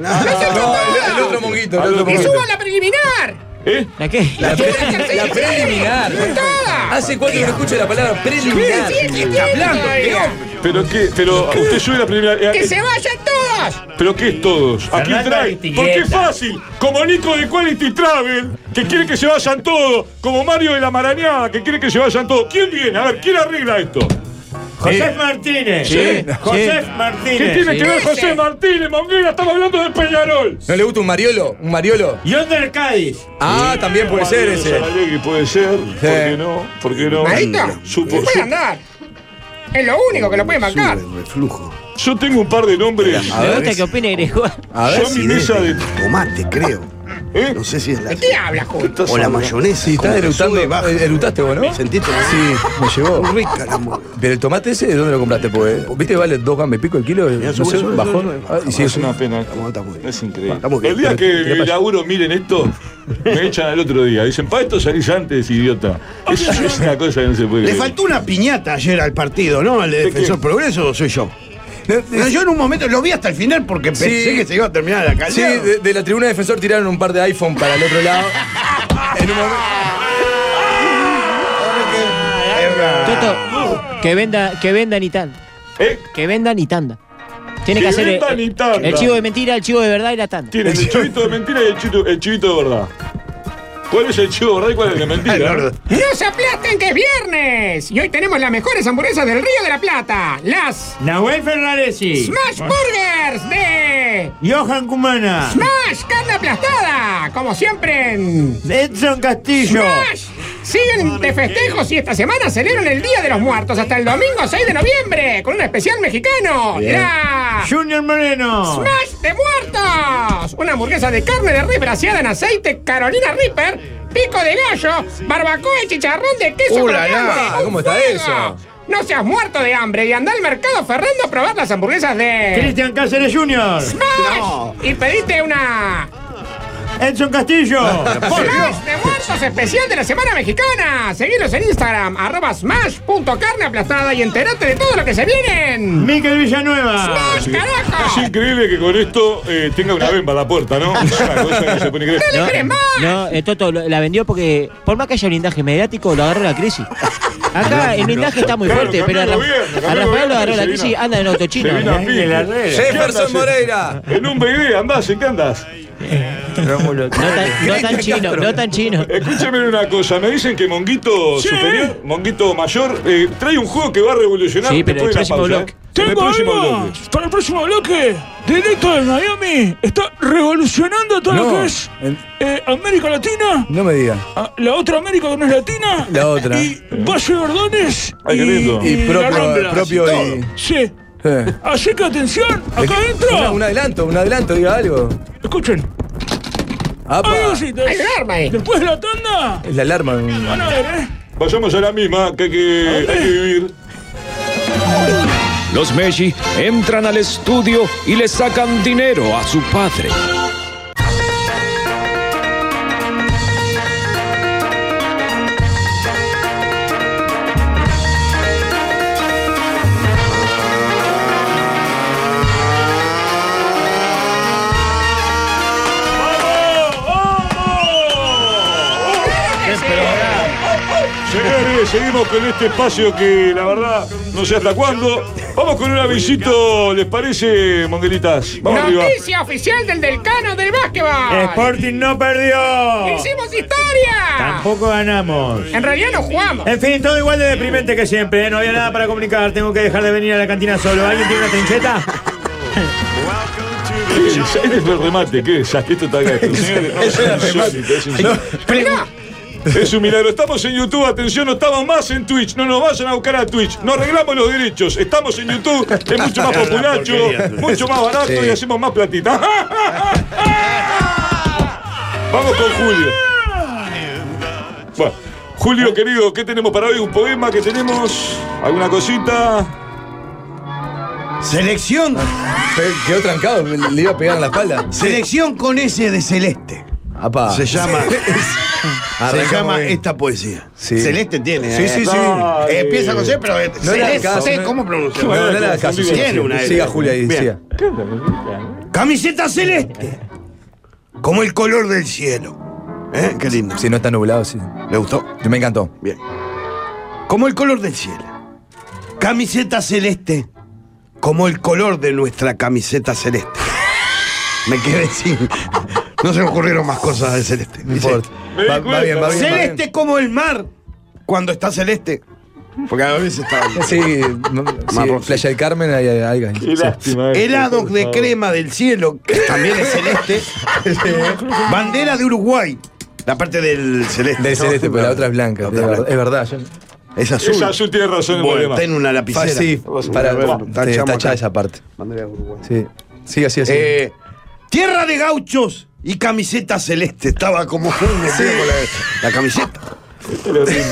Speaker 10: No,
Speaker 12: todos.
Speaker 10: el- el otro Monguito, el
Speaker 12: Que
Speaker 10: otro Monguito.
Speaker 12: suban la preliminar.
Speaker 10: ¿Eh?
Speaker 8: ¿La qué?
Speaker 13: La, pre-
Speaker 12: Sí,
Speaker 13: la
Speaker 12: sí,
Speaker 13: preliminar.
Speaker 12: Toda.
Speaker 13: Hace cuánto Ah, que no escucho la palabra preliminar.
Speaker 12: Sí, sí, sí, sí, todavía.
Speaker 10: Pero qué, pero usted sube la primera. eh,
Speaker 12: ¡Que
Speaker 10: eh,
Speaker 12: se vayan todos!
Speaker 10: ¿Pero qué es todos? ¿A quién
Speaker 12: Fernando
Speaker 10: trae?
Speaker 12: Aristigueta.
Speaker 10: Porque es fácil. Como Nico de Quality Travel, que quiere que se vayan todos. Como Mario de la Marañada, que quiere que se vayan todos. ¿Quién viene? A ver, ¿quién arregla esto?
Speaker 16: José Martínez.
Speaker 10: Sí.
Speaker 16: José
Speaker 10: Sí.
Speaker 16: Martínez.
Speaker 10: ¿Qué tiene que ver José Martínez, Monguera? Estamos hablando de Peñarol.
Speaker 13: ¿No le gusta un Mariolo? ¿Un Mariolo?
Speaker 16: Y del Cádiz.
Speaker 13: Ah, también puede ser
Speaker 10: Mario
Speaker 13: ese.
Speaker 10: Saralegui puede ser. ¿Por qué no? ¿Por qué no?
Speaker 12: Marito,
Speaker 10: Supo-
Speaker 12: se puede
Speaker 10: su-
Speaker 12: andar. Es lo único que lo puede bancar.
Speaker 10: Yo tengo un par de nombres.
Speaker 8: Me gusta que opine Gregor.
Speaker 10: Yo mi mesa de.
Speaker 17: Tomate, creo. No sé si es la.
Speaker 12: ¿De qué hablas, joven?
Speaker 17: O la mayonesa.
Speaker 13: Sí, estás eructando. Erutaste vos, ¿no?
Speaker 17: ¿Sentiste?
Speaker 13: Sí, me llevó. Rica la Pero el tomate ese, ¿de dónde lo compraste? Pues, ¿viste? Vale dos gambas y pico el kilo. No
Speaker 10: sube,
Speaker 13: sé,
Speaker 10: sube,
Speaker 13: bajó.
Speaker 10: sube.
Speaker 13: Ah, y sí,
Speaker 10: es
Speaker 13: sí.
Speaker 10: una pena. Es increíble.
Speaker 13: Está muy bien,
Speaker 10: el día
Speaker 13: pero
Speaker 10: que
Speaker 13: tira para
Speaker 10: el laburo miren esto, me echan al otro día. Dicen, para esto salís antes, idiota.
Speaker 8: Ah,
Speaker 10: Es, es una cosa que no se puede
Speaker 17: Le
Speaker 10: creer.
Speaker 17: faltó una piñata ayer al partido, ¿no? Al de Defensor Progreso, ¿o soy yo. No, yo en un momento lo vi hasta el final porque
Speaker 13: Sí.
Speaker 17: pensé que se iba a terminar la
Speaker 13: Sí,
Speaker 17: calle.
Speaker 13: de, de la tribuna de defensor tiraron un par de iPhone para el
Speaker 17: *laughs*
Speaker 13: otro lado. en un momento.
Speaker 8: Toto, que venda, que vendan y tal. Que vendan y tanda. Tiene
Speaker 10: ¿Eh?
Speaker 8: que,
Speaker 10: Que
Speaker 8: hacer eh,
Speaker 10: vendan y tanda.
Speaker 8: el chivo de mentira, el chivo de verdad y la tanda.
Speaker 10: Tienen el chivito de mentira y el chivito, el chivito de verdad. ¿Cuál es el chivo verdad y cuál es el de mentira?
Speaker 12: ¡Nos aplastan que es viernes! Y hoy tenemos las mejores hamburguesas del Río de la Plata. Las
Speaker 5: Nahuel Ferraresi.
Speaker 12: Smash Burgers de
Speaker 5: Johan Cumana.
Speaker 12: Smash Carne Aplastada. Como siempre en...
Speaker 5: Edson Castillo.
Speaker 12: Smash. Siguen de festejos y esta semana celebran el Día de los Muertos hasta el domingo 6 de noviembre con un especial mexicano.
Speaker 5: Bien.
Speaker 12: La...
Speaker 5: Junior Moreno.
Speaker 12: ¡Smash de muertos! Una hamburguesa de carne de res braseada en aceite Carolina Reaper, pico de gallo, barbacoa y chicharrón de queso
Speaker 13: ¡Uh, la,
Speaker 12: crocante.
Speaker 13: la!
Speaker 12: ¡Un
Speaker 13: ¿Cómo está
Speaker 12: fuego!
Speaker 13: eso?
Speaker 12: No seas muerto de hambre y anda al mercado Fernando a probar las hamburguesas de...
Speaker 5: Cristian Cáceres Jr.
Speaker 12: ¡Smash! Y pediste una...
Speaker 5: Edson Castillo. Por Dios.
Speaker 12: ¡Smash de muertos especial de la Semana Mexicana! Seguilos en Instagram, arroba smash.carne aplastada y enterate de todo lo que se vienen.
Speaker 5: Miquel Villanueva.
Speaker 12: ¡Smash, carajo!
Speaker 10: Ah, Es increíble que con esto eh, tenga una bemba a la puerta,
Speaker 8: *laughs*
Speaker 10: ¿no? Es una cosa que se pone increíble.
Speaker 8: No, eh, Toto lo- la vendió porque por más que haya blindaje mediático, lo agarró la
Speaker 10: *laughs*
Speaker 8: crisis. Acá el blindaje está muy
Speaker 10: Claro,
Speaker 8: fuerte,
Speaker 10: cambió
Speaker 8: pero a,
Speaker 10: el
Speaker 8: Ra-
Speaker 10: gobierno,
Speaker 8: a
Speaker 10: cambió el
Speaker 8: Rafael
Speaker 10: gobierno
Speaker 8: lo agarró
Speaker 10: y
Speaker 8: la
Speaker 10: se
Speaker 8: crisis y
Speaker 10: vino-
Speaker 8: anda en otro chino.
Speaker 10: se vino a pique.
Speaker 13: Jefferson
Speaker 10: ¿Qué andas, eh? En un BD, andás, ¿en
Speaker 8: *laughs*
Speaker 10: qué andás?
Speaker 5: Rómulo, no
Speaker 8: tan, no tan chino, no tan chino.
Speaker 10: Escúchame una cosa, me dicen que Monguito Superior, Monguito Mayor, eh, trae un juego que va a revolucionar
Speaker 8: Sí, pero
Speaker 10: después
Speaker 8: el
Speaker 10: de la
Speaker 8: próximo
Speaker 10: pausa,
Speaker 8: bloque.
Speaker 10: ¿eh? En el
Speaker 18: Tengo
Speaker 10: próximo
Speaker 18: algo
Speaker 10: bloque.
Speaker 18: para el próximo bloque. Directo de Miami. Está revolucionando todo lo
Speaker 13: No.
Speaker 18: que es eh, América Latina.
Speaker 13: No me digan.
Speaker 18: Ah, La otra América que no es latina.
Speaker 13: La otra.
Speaker 18: Y Valle Verdones.
Speaker 13: Ay, qué lindo.
Speaker 18: Y,
Speaker 13: Y propio-
Speaker 18: la Rambla.
Speaker 13: propio
Speaker 18: Todo.
Speaker 13: y-
Speaker 18: Sí.
Speaker 13: Eh.
Speaker 18: Así que atención, acá
Speaker 13: Una-
Speaker 18: adentro.
Speaker 13: un adelanto, un adelanto, diga algo.
Speaker 18: Escuchen.
Speaker 13: Apa.
Speaker 18: Hay cositas.
Speaker 12: Hay alarma ahí.
Speaker 18: Después de la tanda.
Speaker 13: Es la alarma.
Speaker 18: Van a ver, ¿eh?
Speaker 10: Vayamos a la misma que hay que, hay que vivir.
Speaker 19: Los Messi entran al estudio y le sacan dinero a su padre.
Speaker 10: Señores, seguimos con este espacio que la verdad no sé hasta cuándo. Vamos con un avisito, ¿les parece, Monguelitas? Vamos arriba.
Speaker 12: Noticia oficial del Delcano del básquetbol.
Speaker 5: Sporting no perdió.
Speaker 12: ¡Hicimos historia!
Speaker 5: Tampoco ganamos.
Speaker 12: En realidad no jugamos.
Speaker 5: En fin, todo igual de deprimente que siempre. ¿eh? No había nada para comunicar. Tengo que dejar de venir a la cantina solo. ¿Alguien tiene una trincheta?
Speaker 10: Este fue el remate, qué desastre, esto está
Speaker 18: *laughs*
Speaker 10: acá. Señores, este no, es insólito, es insólito. Es un milagro. Estamos en YouTube, atención, no estamos más en Twitch. No nos vayan a buscar a Twitch. No arreglamos los derechos. Estamos en YouTube, es mucho más populacho, mucho más barato
Speaker 13: Sí.
Speaker 10: y hacemos más platita. *laughs* Vamos con Julio. Bueno, Julio, querido, ¿qué tenemos para hoy? ¿Un poema que tenemos? ¿Alguna cosita?
Speaker 6: Selección.
Speaker 13: Quedó trancado, me- le iba a pegar en la espalda.
Speaker 6: *laughs* Selección con S de celeste.
Speaker 13: Apa.
Speaker 6: Se
Speaker 13: *laughs*
Speaker 6: llama- *laughs*
Speaker 13: Arrancamos
Speaker 6: se llama
Speaker 13: bien.
Speaker 6: esta poesía.
Speaker 13: Sí.
Speaker 6: Celeste tiene.
Speaker 13: Sí,
Speaker 6: ¿eh?
Speaker 13: sí, sí.
Speaker 6: Eh, empieza con C, pero eh,
Speaker 13: No le hagas
Speaker 6: Celeste,
Speaker 13: caso,
Speaker 6: C,
Speaker 13: no-
Speaker 6: ¿cómo pronunciar?
Speaker 13: No, no le hagas caso, siga,
Speaker 6: Tiene una
Speaker 13: siga,
Speaker 6: S.
Speaker 13: Julia, ahí,
Speaker 6: Bien.
Speaker 13: siga.
Speaker 6: Camiseta celeste. Como el color del cielo. ¿Eh? Qué lindo.
Speaker 13: Si no está nublado, sí.
Speaker 6: ¿Le gustó?
Speaker 13: Me encantó.
Speaker 6: Bien. Como el color del cielo. Camiseta celeste. Como el color de nuestra camiseta celeste.
Speaker 13: *laughs*
Speaker 6: Me quedé sin. *laughs* No se me ocurrieron más cosas de celeste. Dice,
Speaker 13: Me di Va- va cuenta. bien, va bien, va
Speaker 6: celeste como el mar. Cuando está celeste. Porque a veces está.
Speaker 13: *laughs* Sí, no- sí, Playa del Carmen, hay hay algo. ahí. Sí.
Speaker 6: Helados de crema del cielo, que también es
Speaker 13: *laughs*
Speaker 6: celeste. Bandera de Uruguay. La parte del celeste.
Speaker 13: Del celeste, pero la otra es blanca. es verdad- Es verdad. yo-
Speaker 6: Es azul.
Speaker 10: Es azul, tiene razón el
Speaker 6: Bueno,
Speaker 10: problema.
Speaker 6: ten una lapicera.
Speaker 13: Ah, Sí,
Speaker 6: Vos,
Speaker 13: para
Speaker 6: bueno,
Speaker 13: te
Speaker 6: tachamos
Speaker 13: tachá
Speaker 6: acá.
Speaker 13: esa parte.
Speaker 6: Bandera de Uruguay.
Speaker 13: Sí. Sí, así, así.
Speaker 6: Eh, tierra de gauchos y camiseta celeste. Estaba como
Speaker 13: *laughs*
Speaker 6: metido con la, la camiseta.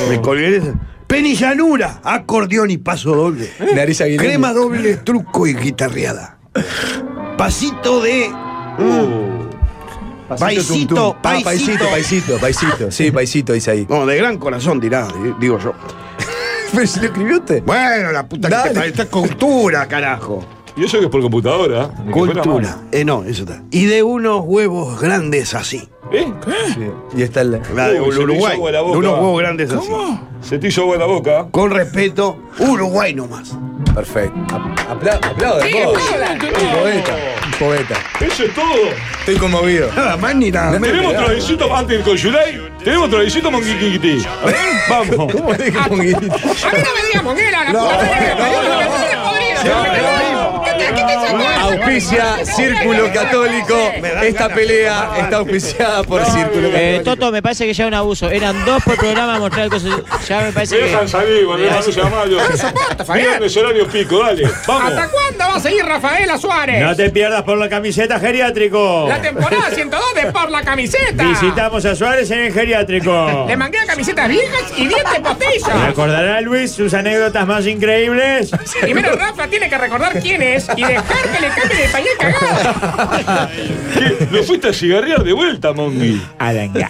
Speaker 6: Me colgué. en esa. Penillanura, acordeón y paso doble.
Speaker 13: Eh. Nariz aguilera.
Speaker 6: Crema doble, truco y guitarreada. Pasito de.
Speaker 13: Uh. Pasito,
Speaker 6: Paisito,
Speaker 13: tum, tum. Ah,
Speaker 6: paisito.
Speaker 13: paisito, paisito, paisito. Sí, paisito, dice ahí.
Speaker 6: No, de gran corazón dirá, di- digo yo.
Speaker 13: *laughs* Pero si lo escribió usted.
Speaker 6: Bueno, la puta que
Speaker 13: Dale.
Speaker 6: te parió. Esta es cultura, carajo.
Speaker 10: Y eso que es por computadora. ni que fuera
Speaker 6: Cultura.
Speaker 10: mano.
Speaker 6: Eh, no, eso está. Y de unos huevos grandes así.
Speaker 10: ¿Eh?
Speaker 13: Y está el.
Speaker 6: La de
Speaker 10: Uy, se me hizo
Speaker 6: Uruguay.
Speaker 10: agua la
Speaker 6: De
Speaker 10: boca.
Speaker 6: unos huevos grandes así.
Speaker 10: Se te hizo agua en la boca.
Speaker 6: Con respeto, Uruguay nomás.
Speaker 13: Perfecto. Apla aplaudo,
Speaker 10: Sí,
Speaker 13: vos.
Speaker 10: aplaudan.
Speaker 13: Un Poeta, un poeta.
Speaker 10: Eso es todo.
Speaker 13: Estoy conmovido.
Speaker 10: Nada
Speaker 13: más ni nada menos.
Speaker 10: Tenemos otro visito antes con Yulay. Tenemos otro visito con Kikikiti. A ver,
Speaker 13: *laughs*
Speaker 10: Vamos.
Speaker 13: ¿Cómo dije con
Speaker 12: A mí no me digas monguera, la
Speaker 10: No,
Speaker 12: puta madre que me parió,
Speaker 10: no,
Speaker 12: la
Speaker 10: no.
Speaker 12: verdadera podrida.
Speaker 10: No,
Speaker 12: ¿Qué te- qué te sacaste?
Speaker 13: Auspicia Círculo Católico. Esta pelea está auspiciada por Círculo
Speaker 8: Eh,
Speaker 13: Católico.
Speaker 8: Toto, me parece que ya es un abuso. Eran dos por programa mostrar cosas. Ya me parece
Speaker 10: Me dejan
Speaker 8: que.
Speaker 10: salir, cuando
Speaker 8: Eh,
Speaker 10: hermano
Speaker 8: así-
Speaker 10: se llama yo. Viernes, horario pico, dale. Vamos.
Speaker 12: ¿Hasta cuándo va a seguir Rafaela Suárez?
Speaker 16: No te pierdas por la camiseta geriátrico.
Speaker 12: La temporada 102 de Por la Camiseta.
Speaker 16: Visitamos a Suárez en el geriátrico.
Speaker 12: Le mangué camisetas viejas y dientes postizos.
Speaker 16: ¿Recordará Luis sus anécdotas más increíbles?
Speaker 12: Primero Rafa tiene que recordar quién es y dejar que le cambie de pañal cagado.
Speaker 10: ¿Qué? Lo fuiste a cigarrear de vuelta, Mongi.
Speaker 16: Alanga.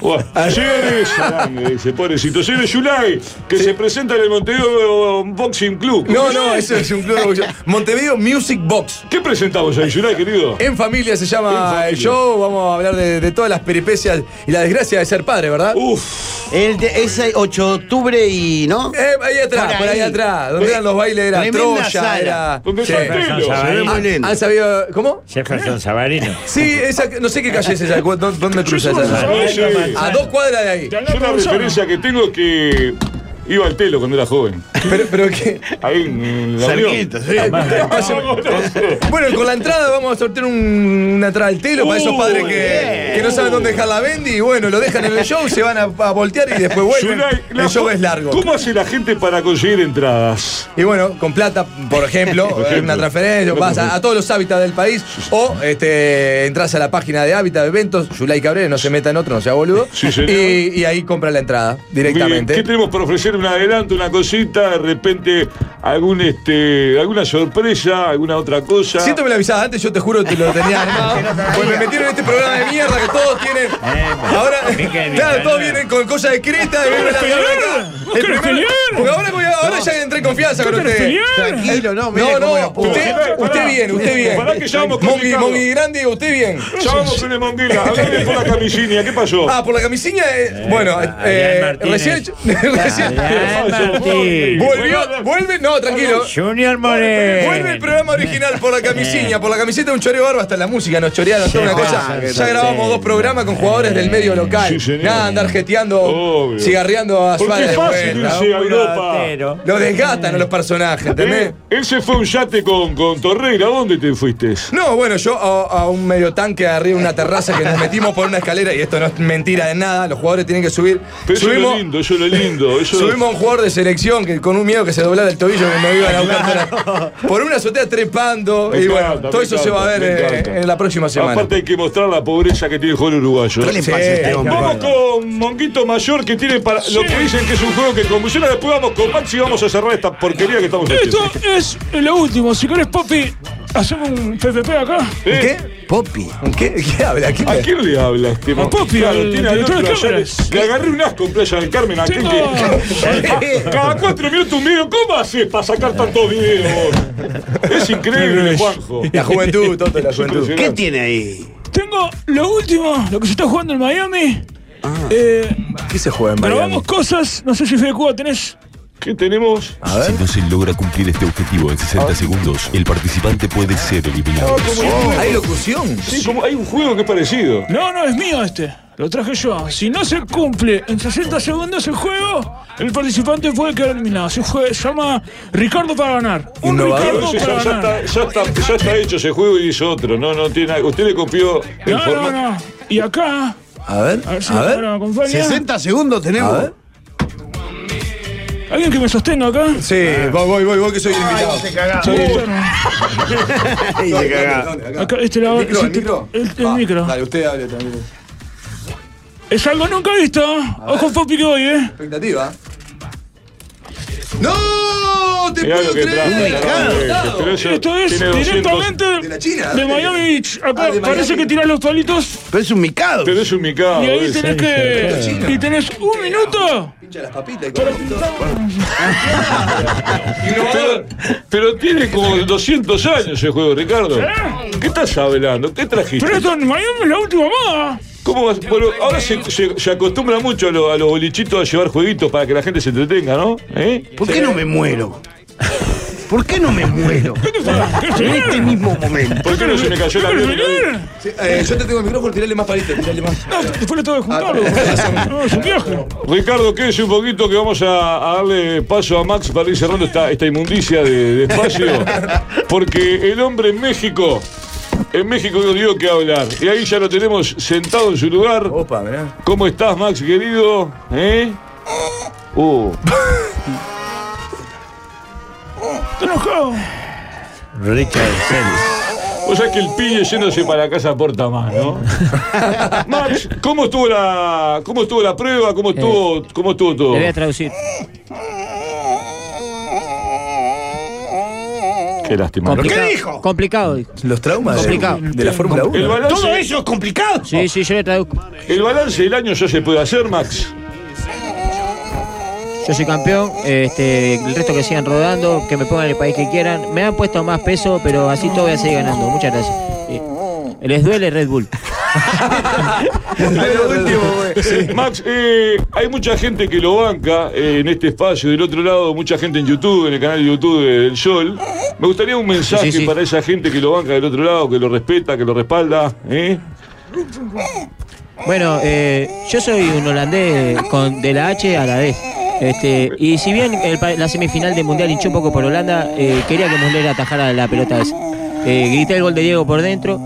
Speaker 10: Señores, Aranga, dice, pobrecito. Señor Yulay, que se presenta en el Montevideo Boxing Club.
Speaker 13: No, no, eso es un club de boxeo. Montevideo Music Box.
Speaker 10: ¿Qué presentamos ahí, Yulay, querido?
Speaker 13: En familia se
Speaker 10: En
Speaker 13: llama
Speaker 10: familia.
Speaker 13: el show. Vamos a hablar de, de todas las peripecias y la desgracia de ser padre, ¿verdad?
Speaker 10: Uf.
Speaker 6: El de- es el 8 de octubre y no.
Speaker 13: Eh, ahí atrás, por ahí, atrás, donde eran los bailes, era
Speaker 6: Tremenda
Speaker 13: Troya,
Speaker 6: sala.
Speaker 13: era.
Speaker 16: Empezó el
Speaker 13: Sí.
Speaker 16: pelo, se ve muy
Speaker 13: Ah,
Speaker 16: lindo.
Speaker 13: ¿Han sabido cómo?
Speaker 16: Jefferson Sabarino.
Speaker 13: Sí, esa, no sé qué calle es esa, cu- dó- ¿dónde cruza esa?
Speaker 10: Yo soy un
Speaker 13: A dos cuadras de ahí.
Speaker 10: Yo una referencia que tengo es que iba al telo cuando era joven.
Speaker 13: Pero, pero que.
Speaker 10: Ahí en la
Speaker 13: Cerquita,
Speaker 10: Unión.
Speaker 13: sí.
Speaker 10: *laughs* No, no, no sé.
Speaker 13: Bueno, y con la entrada vamos a sortear un- una entrada al telo para esos padres que,
Speaker 10: Uh, bien.
Speaker 13: que no saben dónde dejar la bendy y bueno, lo dejan en el show, se van a, a voltear y después vuelven.
Speaker 10: Yulay, la
Speaker 13: el show
Speaker 10: co-
Speaker 13: es largo.
Speaker 10: ¿Cómo hace la gente para conseguir entradas?
Speaker 13: Y bueno, con plata, por ejemplo,
Speaker 10: Por ejemplo.
Speaker 13: una transferencia, vas a, a todos los hábitats del país o este, entras a la página de hábitat de eventos, Yulay Cabrera, no se meta en otro, no sea boludo,
Speaker 10: señor.
Speaker 13: y, y ahí compra la entrada
Speaker 10: Bien, ¿Qué
Speaker 13: directamente.
Speaker 10: tenemos para ofrecer? Un adelanto, una cosita, de repente algún este, alguna sorpresa, alguna otra cosa.
Speaker 13: Siento que me lo avisabas antes, yo te juro que lo
Speaker 10: *laughs*
Speaker 13: tenía armado. Pues me metieron en este programa de mierda que todos tienen.
Speaker 10: Eh,
Speaker 13: Ahora, claro, todos vienen con cosas de Creta y vienen a la El primero- Porque ahora, voy a- ahora ya entré en confianza con usted.
Speaker 6: Tranquilo, no, mire
Speaker 13: No,
Speaker 6: cómo
Speaker 13: no,
Speaker 6: lo puso.
Speaker 13: usted, usted bien, usted bien.
Speaker 10: Pará que ya vamos con
Speaker 13: Mongi,
Speaker 10: Ricardo.
Speaker 13: Mongi Grande, usted bien.
Speaker 10: Ya vamos con el Monguila, hablame por la camisinha, ¿qué pasó?
Speaker 13: Ah, por la camisinha, eh, bueno, eh, recién, *laughs* recién
Speaker 16: Martín.
Speaker 13: volvió, vuelve, no, tranquilo.
Speaker 16: Junior Moreno.
Speaker 13: Vuelve el programa original por la camisinha, por la camiseta de un choreo barba, hasta la música nos chorearon, toda una cosa. Ya grabamos dos programas con jugadores del medio local. Nada, andar jeteando,
Speaker 10: Obvio.
Speaker 13: cigarreando a
Speaker 10: Porque
Speaker 13: Suárez.
Speaker 10: es fácil
Speaker 13: Bueno,
Speaker 10: irse a
Speaker 13: un
Speaker 10: Europa.
Speaker 13: ratero. Lo desgastan a los personajes, ¿entendés?
Speaker 10: Eh, Él se fue a un yate con, con Torreira, ¿a dónde te fuiste?
Speaker 13: No, bueno, yo a, a un medio tanque arriba de una terraza que nos metimos por una escalera, y esto no es mentira de nada, los jugadores tienen que subir.
Speaker 10: Pero eso es lo
Speaker 13: Subimos,
Speaker 10: lindo, eso es
Speaker 13: *laughs*
Speaker 10: lo lindo. Eso
Speaker 13: subimos a un jugador de selección que con un miedo que se doblara el tobillo que me iban a buscar por- por una azotea trepando.
Speaker 10: Me
Speaker 13: y
Speaker 10: encanta,
Speaker 13: bueno,
Speaker 10: me
Speaker 13: todo eso se va a
Speaker 10: encanta,
Speaker 13: ver
Speaker 10: me
Speaker 13: eh,
Speaker 10: encanta.
Speaker 13: en la próxima semana.
Speaker 10: Aparte hay que mostrar la pobreza que tiene el juego uruguayo.
Speaker 13: ¿Qué le pasa a este
Speaker 10: Sí.
Speaker 13: hombre?
Speaker 10: Vamos con Monquito Mayor que tiene para lo que dicen que es un juego que convulsiona. Después vamos con Maxi y vamos a cerrar esta porquería que estamos haciendo.
Speaker 18: Esto es lo último. Si querés, papi, hacemos un PPP acá.
Speaker 13: ¿Qué? ¿Popi? ¿Qué, qué habla? ¿Qué
Speaker 10: ¿A quién le habla este
Speaker 18: A Popi,
Speaker 10: Claro,
Speaker 18: al
Speaker 10: tiene al
Speaker 18: director de
Speaker 10: otro allá.
Speaker 18: cámaras.
Speaker 10: Le agarré un asco en Playa del Carmen a aquel que. *laughs* Cada cuatro minutos un video. ¿Cómo haces para sacar tantos videos? Es increíble, Juanjo.
Speaker 13: La juventud, Toto, la juventud.
Speaker 10: ¿Qué
Speaker 13: tiene ahí?
Speaker 18: Tengo lo último, lo que se está jugando en Miami.
Speaker 10: Ah.
Speaker 18: Eh,
Speaker 13: ¿Qué se juega en Miami?
Speaker 18: grabamos cosas. No sé si Fede Cuba tenés.
Speaker 10: ¿Qué tenemos?
Speaker 20: Si no se logra cumplir este objetivo en
Speaker 10: Ah.
Speaker 20: 60 segundos, el participante puede ser
Speaker 18: Ah,
Speaker 20: eliminado.
Speaker 13: ¿Hay locución?
Speaker 10: Sí, como hay un juego que es parecido.
Speaker 18: No, no, es mío este. Lo traje yo. Si no se cumple en 60 segundos el juego, el participante puede quedar eliminado. Se, juega- se llama Ricardo para ganar. Un
Speaker 10: Pero
Speaker 18: Ricardo
Speaker 10: ese
Speaker 18: para
Speaker 10: ya, ya
Speaker 18: ganar.
Speaker 10: está, ya, está, ya está hecho ese juego y hizo otro. No, no tiene nada. Usted le copió el
Speaker 18: No, no,
Speaker 10: formato.
Speaker 18: no. Y acá.
Speaker 13: A ver,
Speaker 18: A ver si ahora me acompaña.
Speaker 6: 60 segundos tenemos.
Speaker 18: ¿Alguien que me sostenga acá?
Speaker 13: Sí, voy, voy, voy, voy, que soy el invitado.
Speaker 18: Sí,
Speaker 13: Y *laughs* se
Speaker 18: cagá. Acá, este lado.
Speaker 13: ¿El micro?
Speaker 18: sí,
Speaker 13: ¿El micro? Ah,
Speaker 18: te- el- el micro.
Speaker 13: Dale, usted hable también.
Speaker 18: Es algo nunca visto. Ojo, Popi, que voy, eh.
Speaker 13: Expectativa. ¡No! ¡Te
Speaker 10: Mirá lo
Speaker 13: puedo
Speaker 10: que trae.
Speaker 13: creer! *laughs*
Speaker 10: Claro. Pero eso
Speaker 18: Esto es
Speaker 10: tiene 200.
Speaker 18: directamente de,
Speaker 13: China.
Speaker 18: Miami Beach. Acá
Speaker 13: Ah, de
Speaker 18: parece
Speaker 13: Miami.
Speaker 18: que tirás los palitos
Speaker 6: Pero es un micado.
Speaker 10: Pero es un micado.
Speaker 18: y ahí
Speaker 10: es.
Speaker 18: tenés
Speaker 13: China.
Speaker 18: que. Y tenés un minuto.
Speaker 13: Pincha las papitas y
Speaker 18: Pero-
Speaker 10: Pero, pero tiene como 200 años ese juego, Ricardo. ¿Qué estás hablando? ¿Qué trajiste?
Speaker 18: ¿Eh? Pero esto en Miami es la última moda.
Speaker 10: ¿Cómo vas? Bueno, ahora se, se- se acostumbra mucho a, lo- a los bolichitos a llevar jueguitos para que la gente se entretenga, ¿no? ¿Eh?
Speaker 6: ¿Por qué no me muero?
Speaker 17: ¿Por qué no me muero? en este mismo momento.
Speaker 10: ¿Por qué no se me cayó el avión en el-
Speaker 13: Sí, eh, yo te tengo el micrófono, tirale más palito, tirale más. No,
Speaker 18: después le tengo que juntarlo.
Speaker 10: Ah,
Speaker 18: es un viaje.
Speaker 10: Ricardo, quédese un poquito que vamos a, a darle paso a Max para ir cerrando esta, esta inmundicia de, de espacio. Porque el hombre en México, en México no dio que hablar. Y ahí ya lo tenemos sentado en su lugar. Opa, ¿Cómo estás, Max, querido? ¿Eh? Uh.
Speaker 18: Estoy enojado.
Speaker 10: Richard Celis. O sea Pues que el pillo yéndose para casa aporta más, ¿no? Max, ¿cómo estuvo la, cómo estuvo la prueba? ¿Cómo estuvo, cómo estuvo todo?
Speaker 8: Le Eh, voy a traducir.
Speaker 10: Qué lástima.
Speaker 8: Complicado- Complicado, dijo.
Speaker 13: Los traumas de-
Speaker 8: Complicado.
Speaker 13: de la Fórmula
Speaker 10: El
Speaker 13: 1.
Speaker 10: balance-
Speaker 8: ¿Todo
Speaker 17: eso es complicado?
Speaker 8: Sí, sí, yo le traduzco.
Speaker 10: El balance del año ya se puede hacer, Max.
Speaker 8: Yo soy campeón, este, el resto que sigan rodando, que me pongan el país que quieran. Me han puesto más peso, pero así todo voy a seguir ganando. Muchas gracias. Eh, Les duele Red Bull.
Speaker 10: Sí. Max, eh, hay mucha gente que lo banca eh, en este espacio. Del otro lado, mucha gente en YouTube, en el canal de YouTube de- del Sol. Me gustaría un mensaje
Speaker 8: sí.
Speaker 10: para esa gente que lo banca del otro lado, que lo respeta, que lo respalda. ¿eh?
Speaker 8: Bueno, eh, yo soy un holandés con, de la H a la D. Este, y si bien el pa- la semifinal del Mundial hinchó un poco por Holanda, eh, quería que Muslera atajara la pelota esa. Eh, grité el gol de Diego por dentro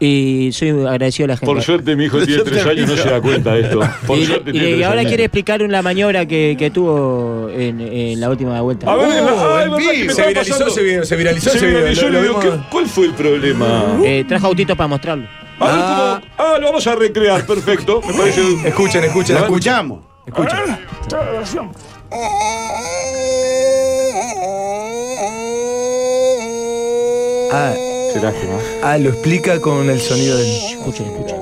Speaker 8: y soy agradecido a la gente.
Speaker 10: Por suerte, mi hijo
Speaker 8: *laughs*
Speaker 10: tiene tres años no se da cuenta de esto. Por
Speaker 8: y,
Speaker 10: *laughs* suerte,
Speaker 8: y-
Speaker 10: tiene
Speaker 8: y
Speaker 10: tres
Speaker 8: ahora
Speaker 10: años.
Speaker 8: quiere explicar la maniobra que, que tuvo en, Uh, en la última vuelta.
Speaker 10: A ver, ay, verdad que me
Speaker 13: Uh, Se
Speaker 10: estaba
Speaker 13: viralizó
Speaker 10: pasando.
Speaker 13: ese video, se viralizó
Speaker 10: Se
Speaker 13: ese video,
Speaker 10: viralizó
Speaker 13: lo-
Speaker 10: el
Speaker 13: lo
Speaker 10: video.
Speaker 13: vimos. Ah.
Speaker 10: ¿Qué- ¿Cuál fue el problema?
Speaker 8: Eh, trajo autito para mostrarlo.
Speaker 10: A ver cómo- Ah, lo vamos a recrear, perfecto. Me parece.
Speaker 13: Escuchen, escuchen,
Speaker 10: ¿Lo
Speaker 13: escuchamos. Ah, ah, lo explica con el sonido del.
Speaker 8: Escuchen, escuchen.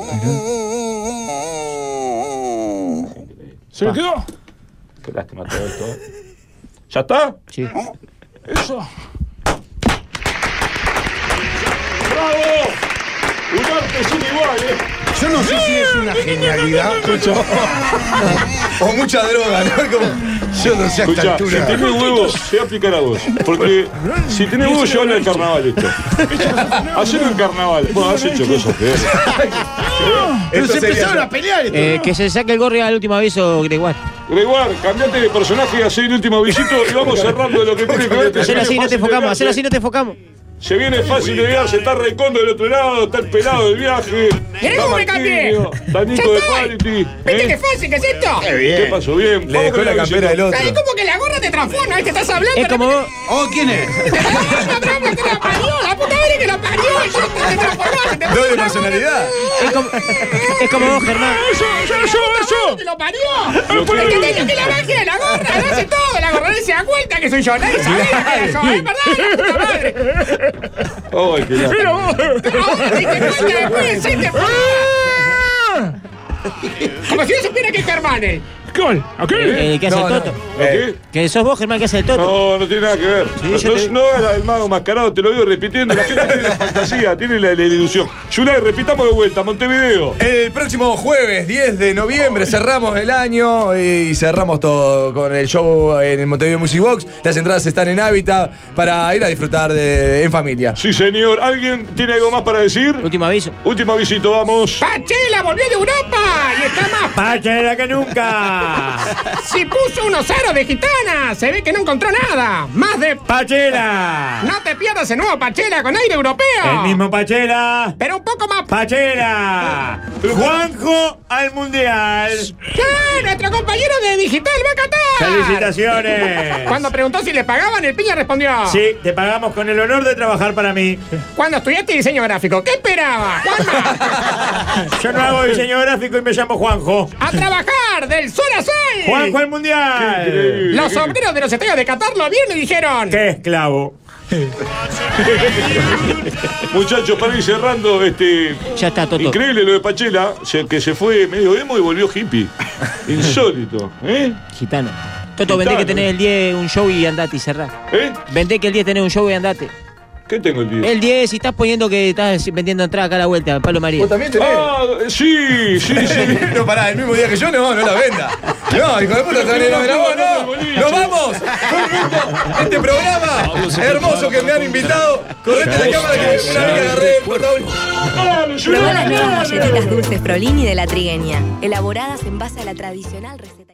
Speaker 18: ¿Se le quedó?
Speaker 10: Qué lástima todo esto. ¿Ya está?
Speaker 8: Sí.
Speaker 18: Eso.
Speaker 10: ¡Bravo! Un arte sin igual, ¿eh?
Speaker 17: Yo no sé si es una
Speaker 10: *laughs*
Speaker 17: genialidad
Speaker 13: o mucha droga, ¿no? Como- yo no sé a esta
Speaker 10: Escuchá,
Speaker 13: altura.
Speaker 10: si tenés huevos, te voy a aplicar a vos. Porque si tenés huevos, yo hablo del carnaval esto.
Speaker 12: *laughs*
Speaker 10: Hacelo en carnaval. Bueno, has hecho cosas peores.
Speaker 17: Pero se empezaron
Speaker 10: Ah. a pelear
Speaker 8: Eh, que se saque el gorri al último aviso, Gregoire.
Speaker 10: Gregoire, cambiate de personaje y hacé el último visito y vamos cerrando lo que tiene que ver. que se
Speaker 8: Hacer
Speaker 10: viene
Speaker 8: así, no te
Speaker 10: fácil de
Speaker 8: enfocamos, hacer
Speaker 10: viaje.
Speaker 8: así, no te enfocamos.
Speaker 10: Se viene fácil de viaje, está Recondo del otro lado, está el pelado del viaje.
Speaker 12: Mirá
Speaker 10: está
Speaker 12: cómo me cambié.
Speaker 10: Martinio, Está Nico de
Speaker 12: Ya estoy.
Speaker 10: Quality.
Speaker 12: ¿Viste
Speaker 10: ¿eh?
Speaker 12: qué fácil que es esto?
Speaker 10: ¿Qué pasó? Bien.
Speaker 13: Le dejó la campera del otro.
Speaker 12: Es como que la gorra te transforma, ¿viste? Estás hablando.
Speaker 8: Es como vos.
Speaker 13: Oh, ¿quién es?
Speaker 12: ¡La parió! ¡La puta madre que la parió! ¡Yo te transformaste! te
Speaker 13: Doble personalidad.
Speaker 8: Es como, es como vos, Germán.
Speaker 18: ¡Eso, eso, eso! eso.
Speaker 12: ¡Te lo parió! Porque tenés que la magia de la gorra, lo hace todo, la gorra no se da cuenta que soy yo, nadie sabía que era yo, ¿eh? ¿Verdad? ¡La puta madre!
Speaker 10: Ay, qué lástima.
Speaker 18: ¡Mira vos!
Speaker 16: *laughs*
Speaker 12: Ahora te diste cuenta después, sí, te
Speaker 16: ¡Ah!
Speaker 12: Como si no supiera que es Germán, ¿eh?
Speaker 18: ¿Cuál? ¿A qué?
Speaker 8: Eh, ¿Qué hace
Speaker 10: No,
Speaker 8: el
Speaker 10: no.
Speaker 8: Toto?
Speaker 10: ¿Qué?
Speaker 8: Que sos vos, Germán, que hace el Toto.
Speaker 10: No, no tiene nada que ver.
Speaker 8: yo
Speaker 10: no
Speaker 8: te-
Speaker 10: no hagas la del mago mascarado, te lo digo repitiendo. La gente tiene la fantasía, tiene la, la ilusión. Yulay, repitamos de vuelta, Montevideo.
Speaker 13: El próximo jueves 10 de noviembre cerramos el año y cerramos todo con el show en el Montevideo Music Box. Las entradas están en Habitat para ir a disfrutar de, en familia.
Speaker 10: Sí, señor. ¿Alguien tiene algo más para decir?
Speaker 8: Último aviso.
Speaker 10: Último avisito, vamos.
Speaker 12: ¡Pachela volvió de Europa! ¡Y está más
Speaker 16: Pachera que nunca.
Speaker 12: Si puso unos aros de gitana, se ve que no encontró nada. Más de...
Speaker 16: Pachela.
Speaker 12: No te pierdas el nuevo Pachela con aire
Speaker 16: El
Speaker 12: europeo.
Speaker 16: mismo Pachela.
Speaker 12: Pero un poco más...
Speaker 16: Pachela. Juanjo al mundial.
Speaker 12: ¡Sí! ¡Nuestro compañero de digital va a catar!
Speaker 16: Felicitaciones.
Speaker 12: Cuando preguntó si le pagaban, el piña respondió.
Speaker 16: Sí, te pagamos con el honor de trabajar para mí.
Speaker 12: Ah. Cuando estudiaste diseño gráfico, ¿qué esperaba?
Speaker 16: Yo no hago diseño gráfico y me llamo Juanjo.
Speaker 12: ¡A trabajar del sol a sol!
Speaker 16: Juanjo al mundial.
Speaker 12: Los obreros de los estadios de Qatar lo vieron y dijeron...
Speaker 16: ¡Qué
Speaker 12: *laughs*
Speaker 16: esclavo!
Speaker 10: Muchachos, para ir cerrando, este.
Speaker 8: Ya está, Toto.
Speaker 10: Increíble lo de Pachela, se- que se fue medio emo y volvió hippie. Insólito, ¿eh?
Speaker 8: Gitano. Toto,
Speaker 10: Gitano.
Speaker 8: vendé que tenés el 10 un show y andate y cerrá.
Speaker 10: ¿Eh?
Speaker 8: Vendé que el 10 tenés un show y andate.
Speaker 10: ¿Qué tengo el 10?
Speaker 8: El 10, si estás poniendo que estás vendiendo entrada acá a la vuelta, Pablo María. ¿Vos
Speaker 13: también tenés?
Speaker 10: Ah, sí, sí, sí.
Speaker 13: *laughs* no, pará, el mismo día que yo, no, no la venda. No, hijo de puta, también no, no, no, nos vamos. Fue un gusto este programa hermoso que me han invitado. Correte la cámara que una vez que agarré el portable.
Speaker 21: Probá las nuevas galletas dulces Prolini de la Trigueña, elaboradas en base a la tradicional receta.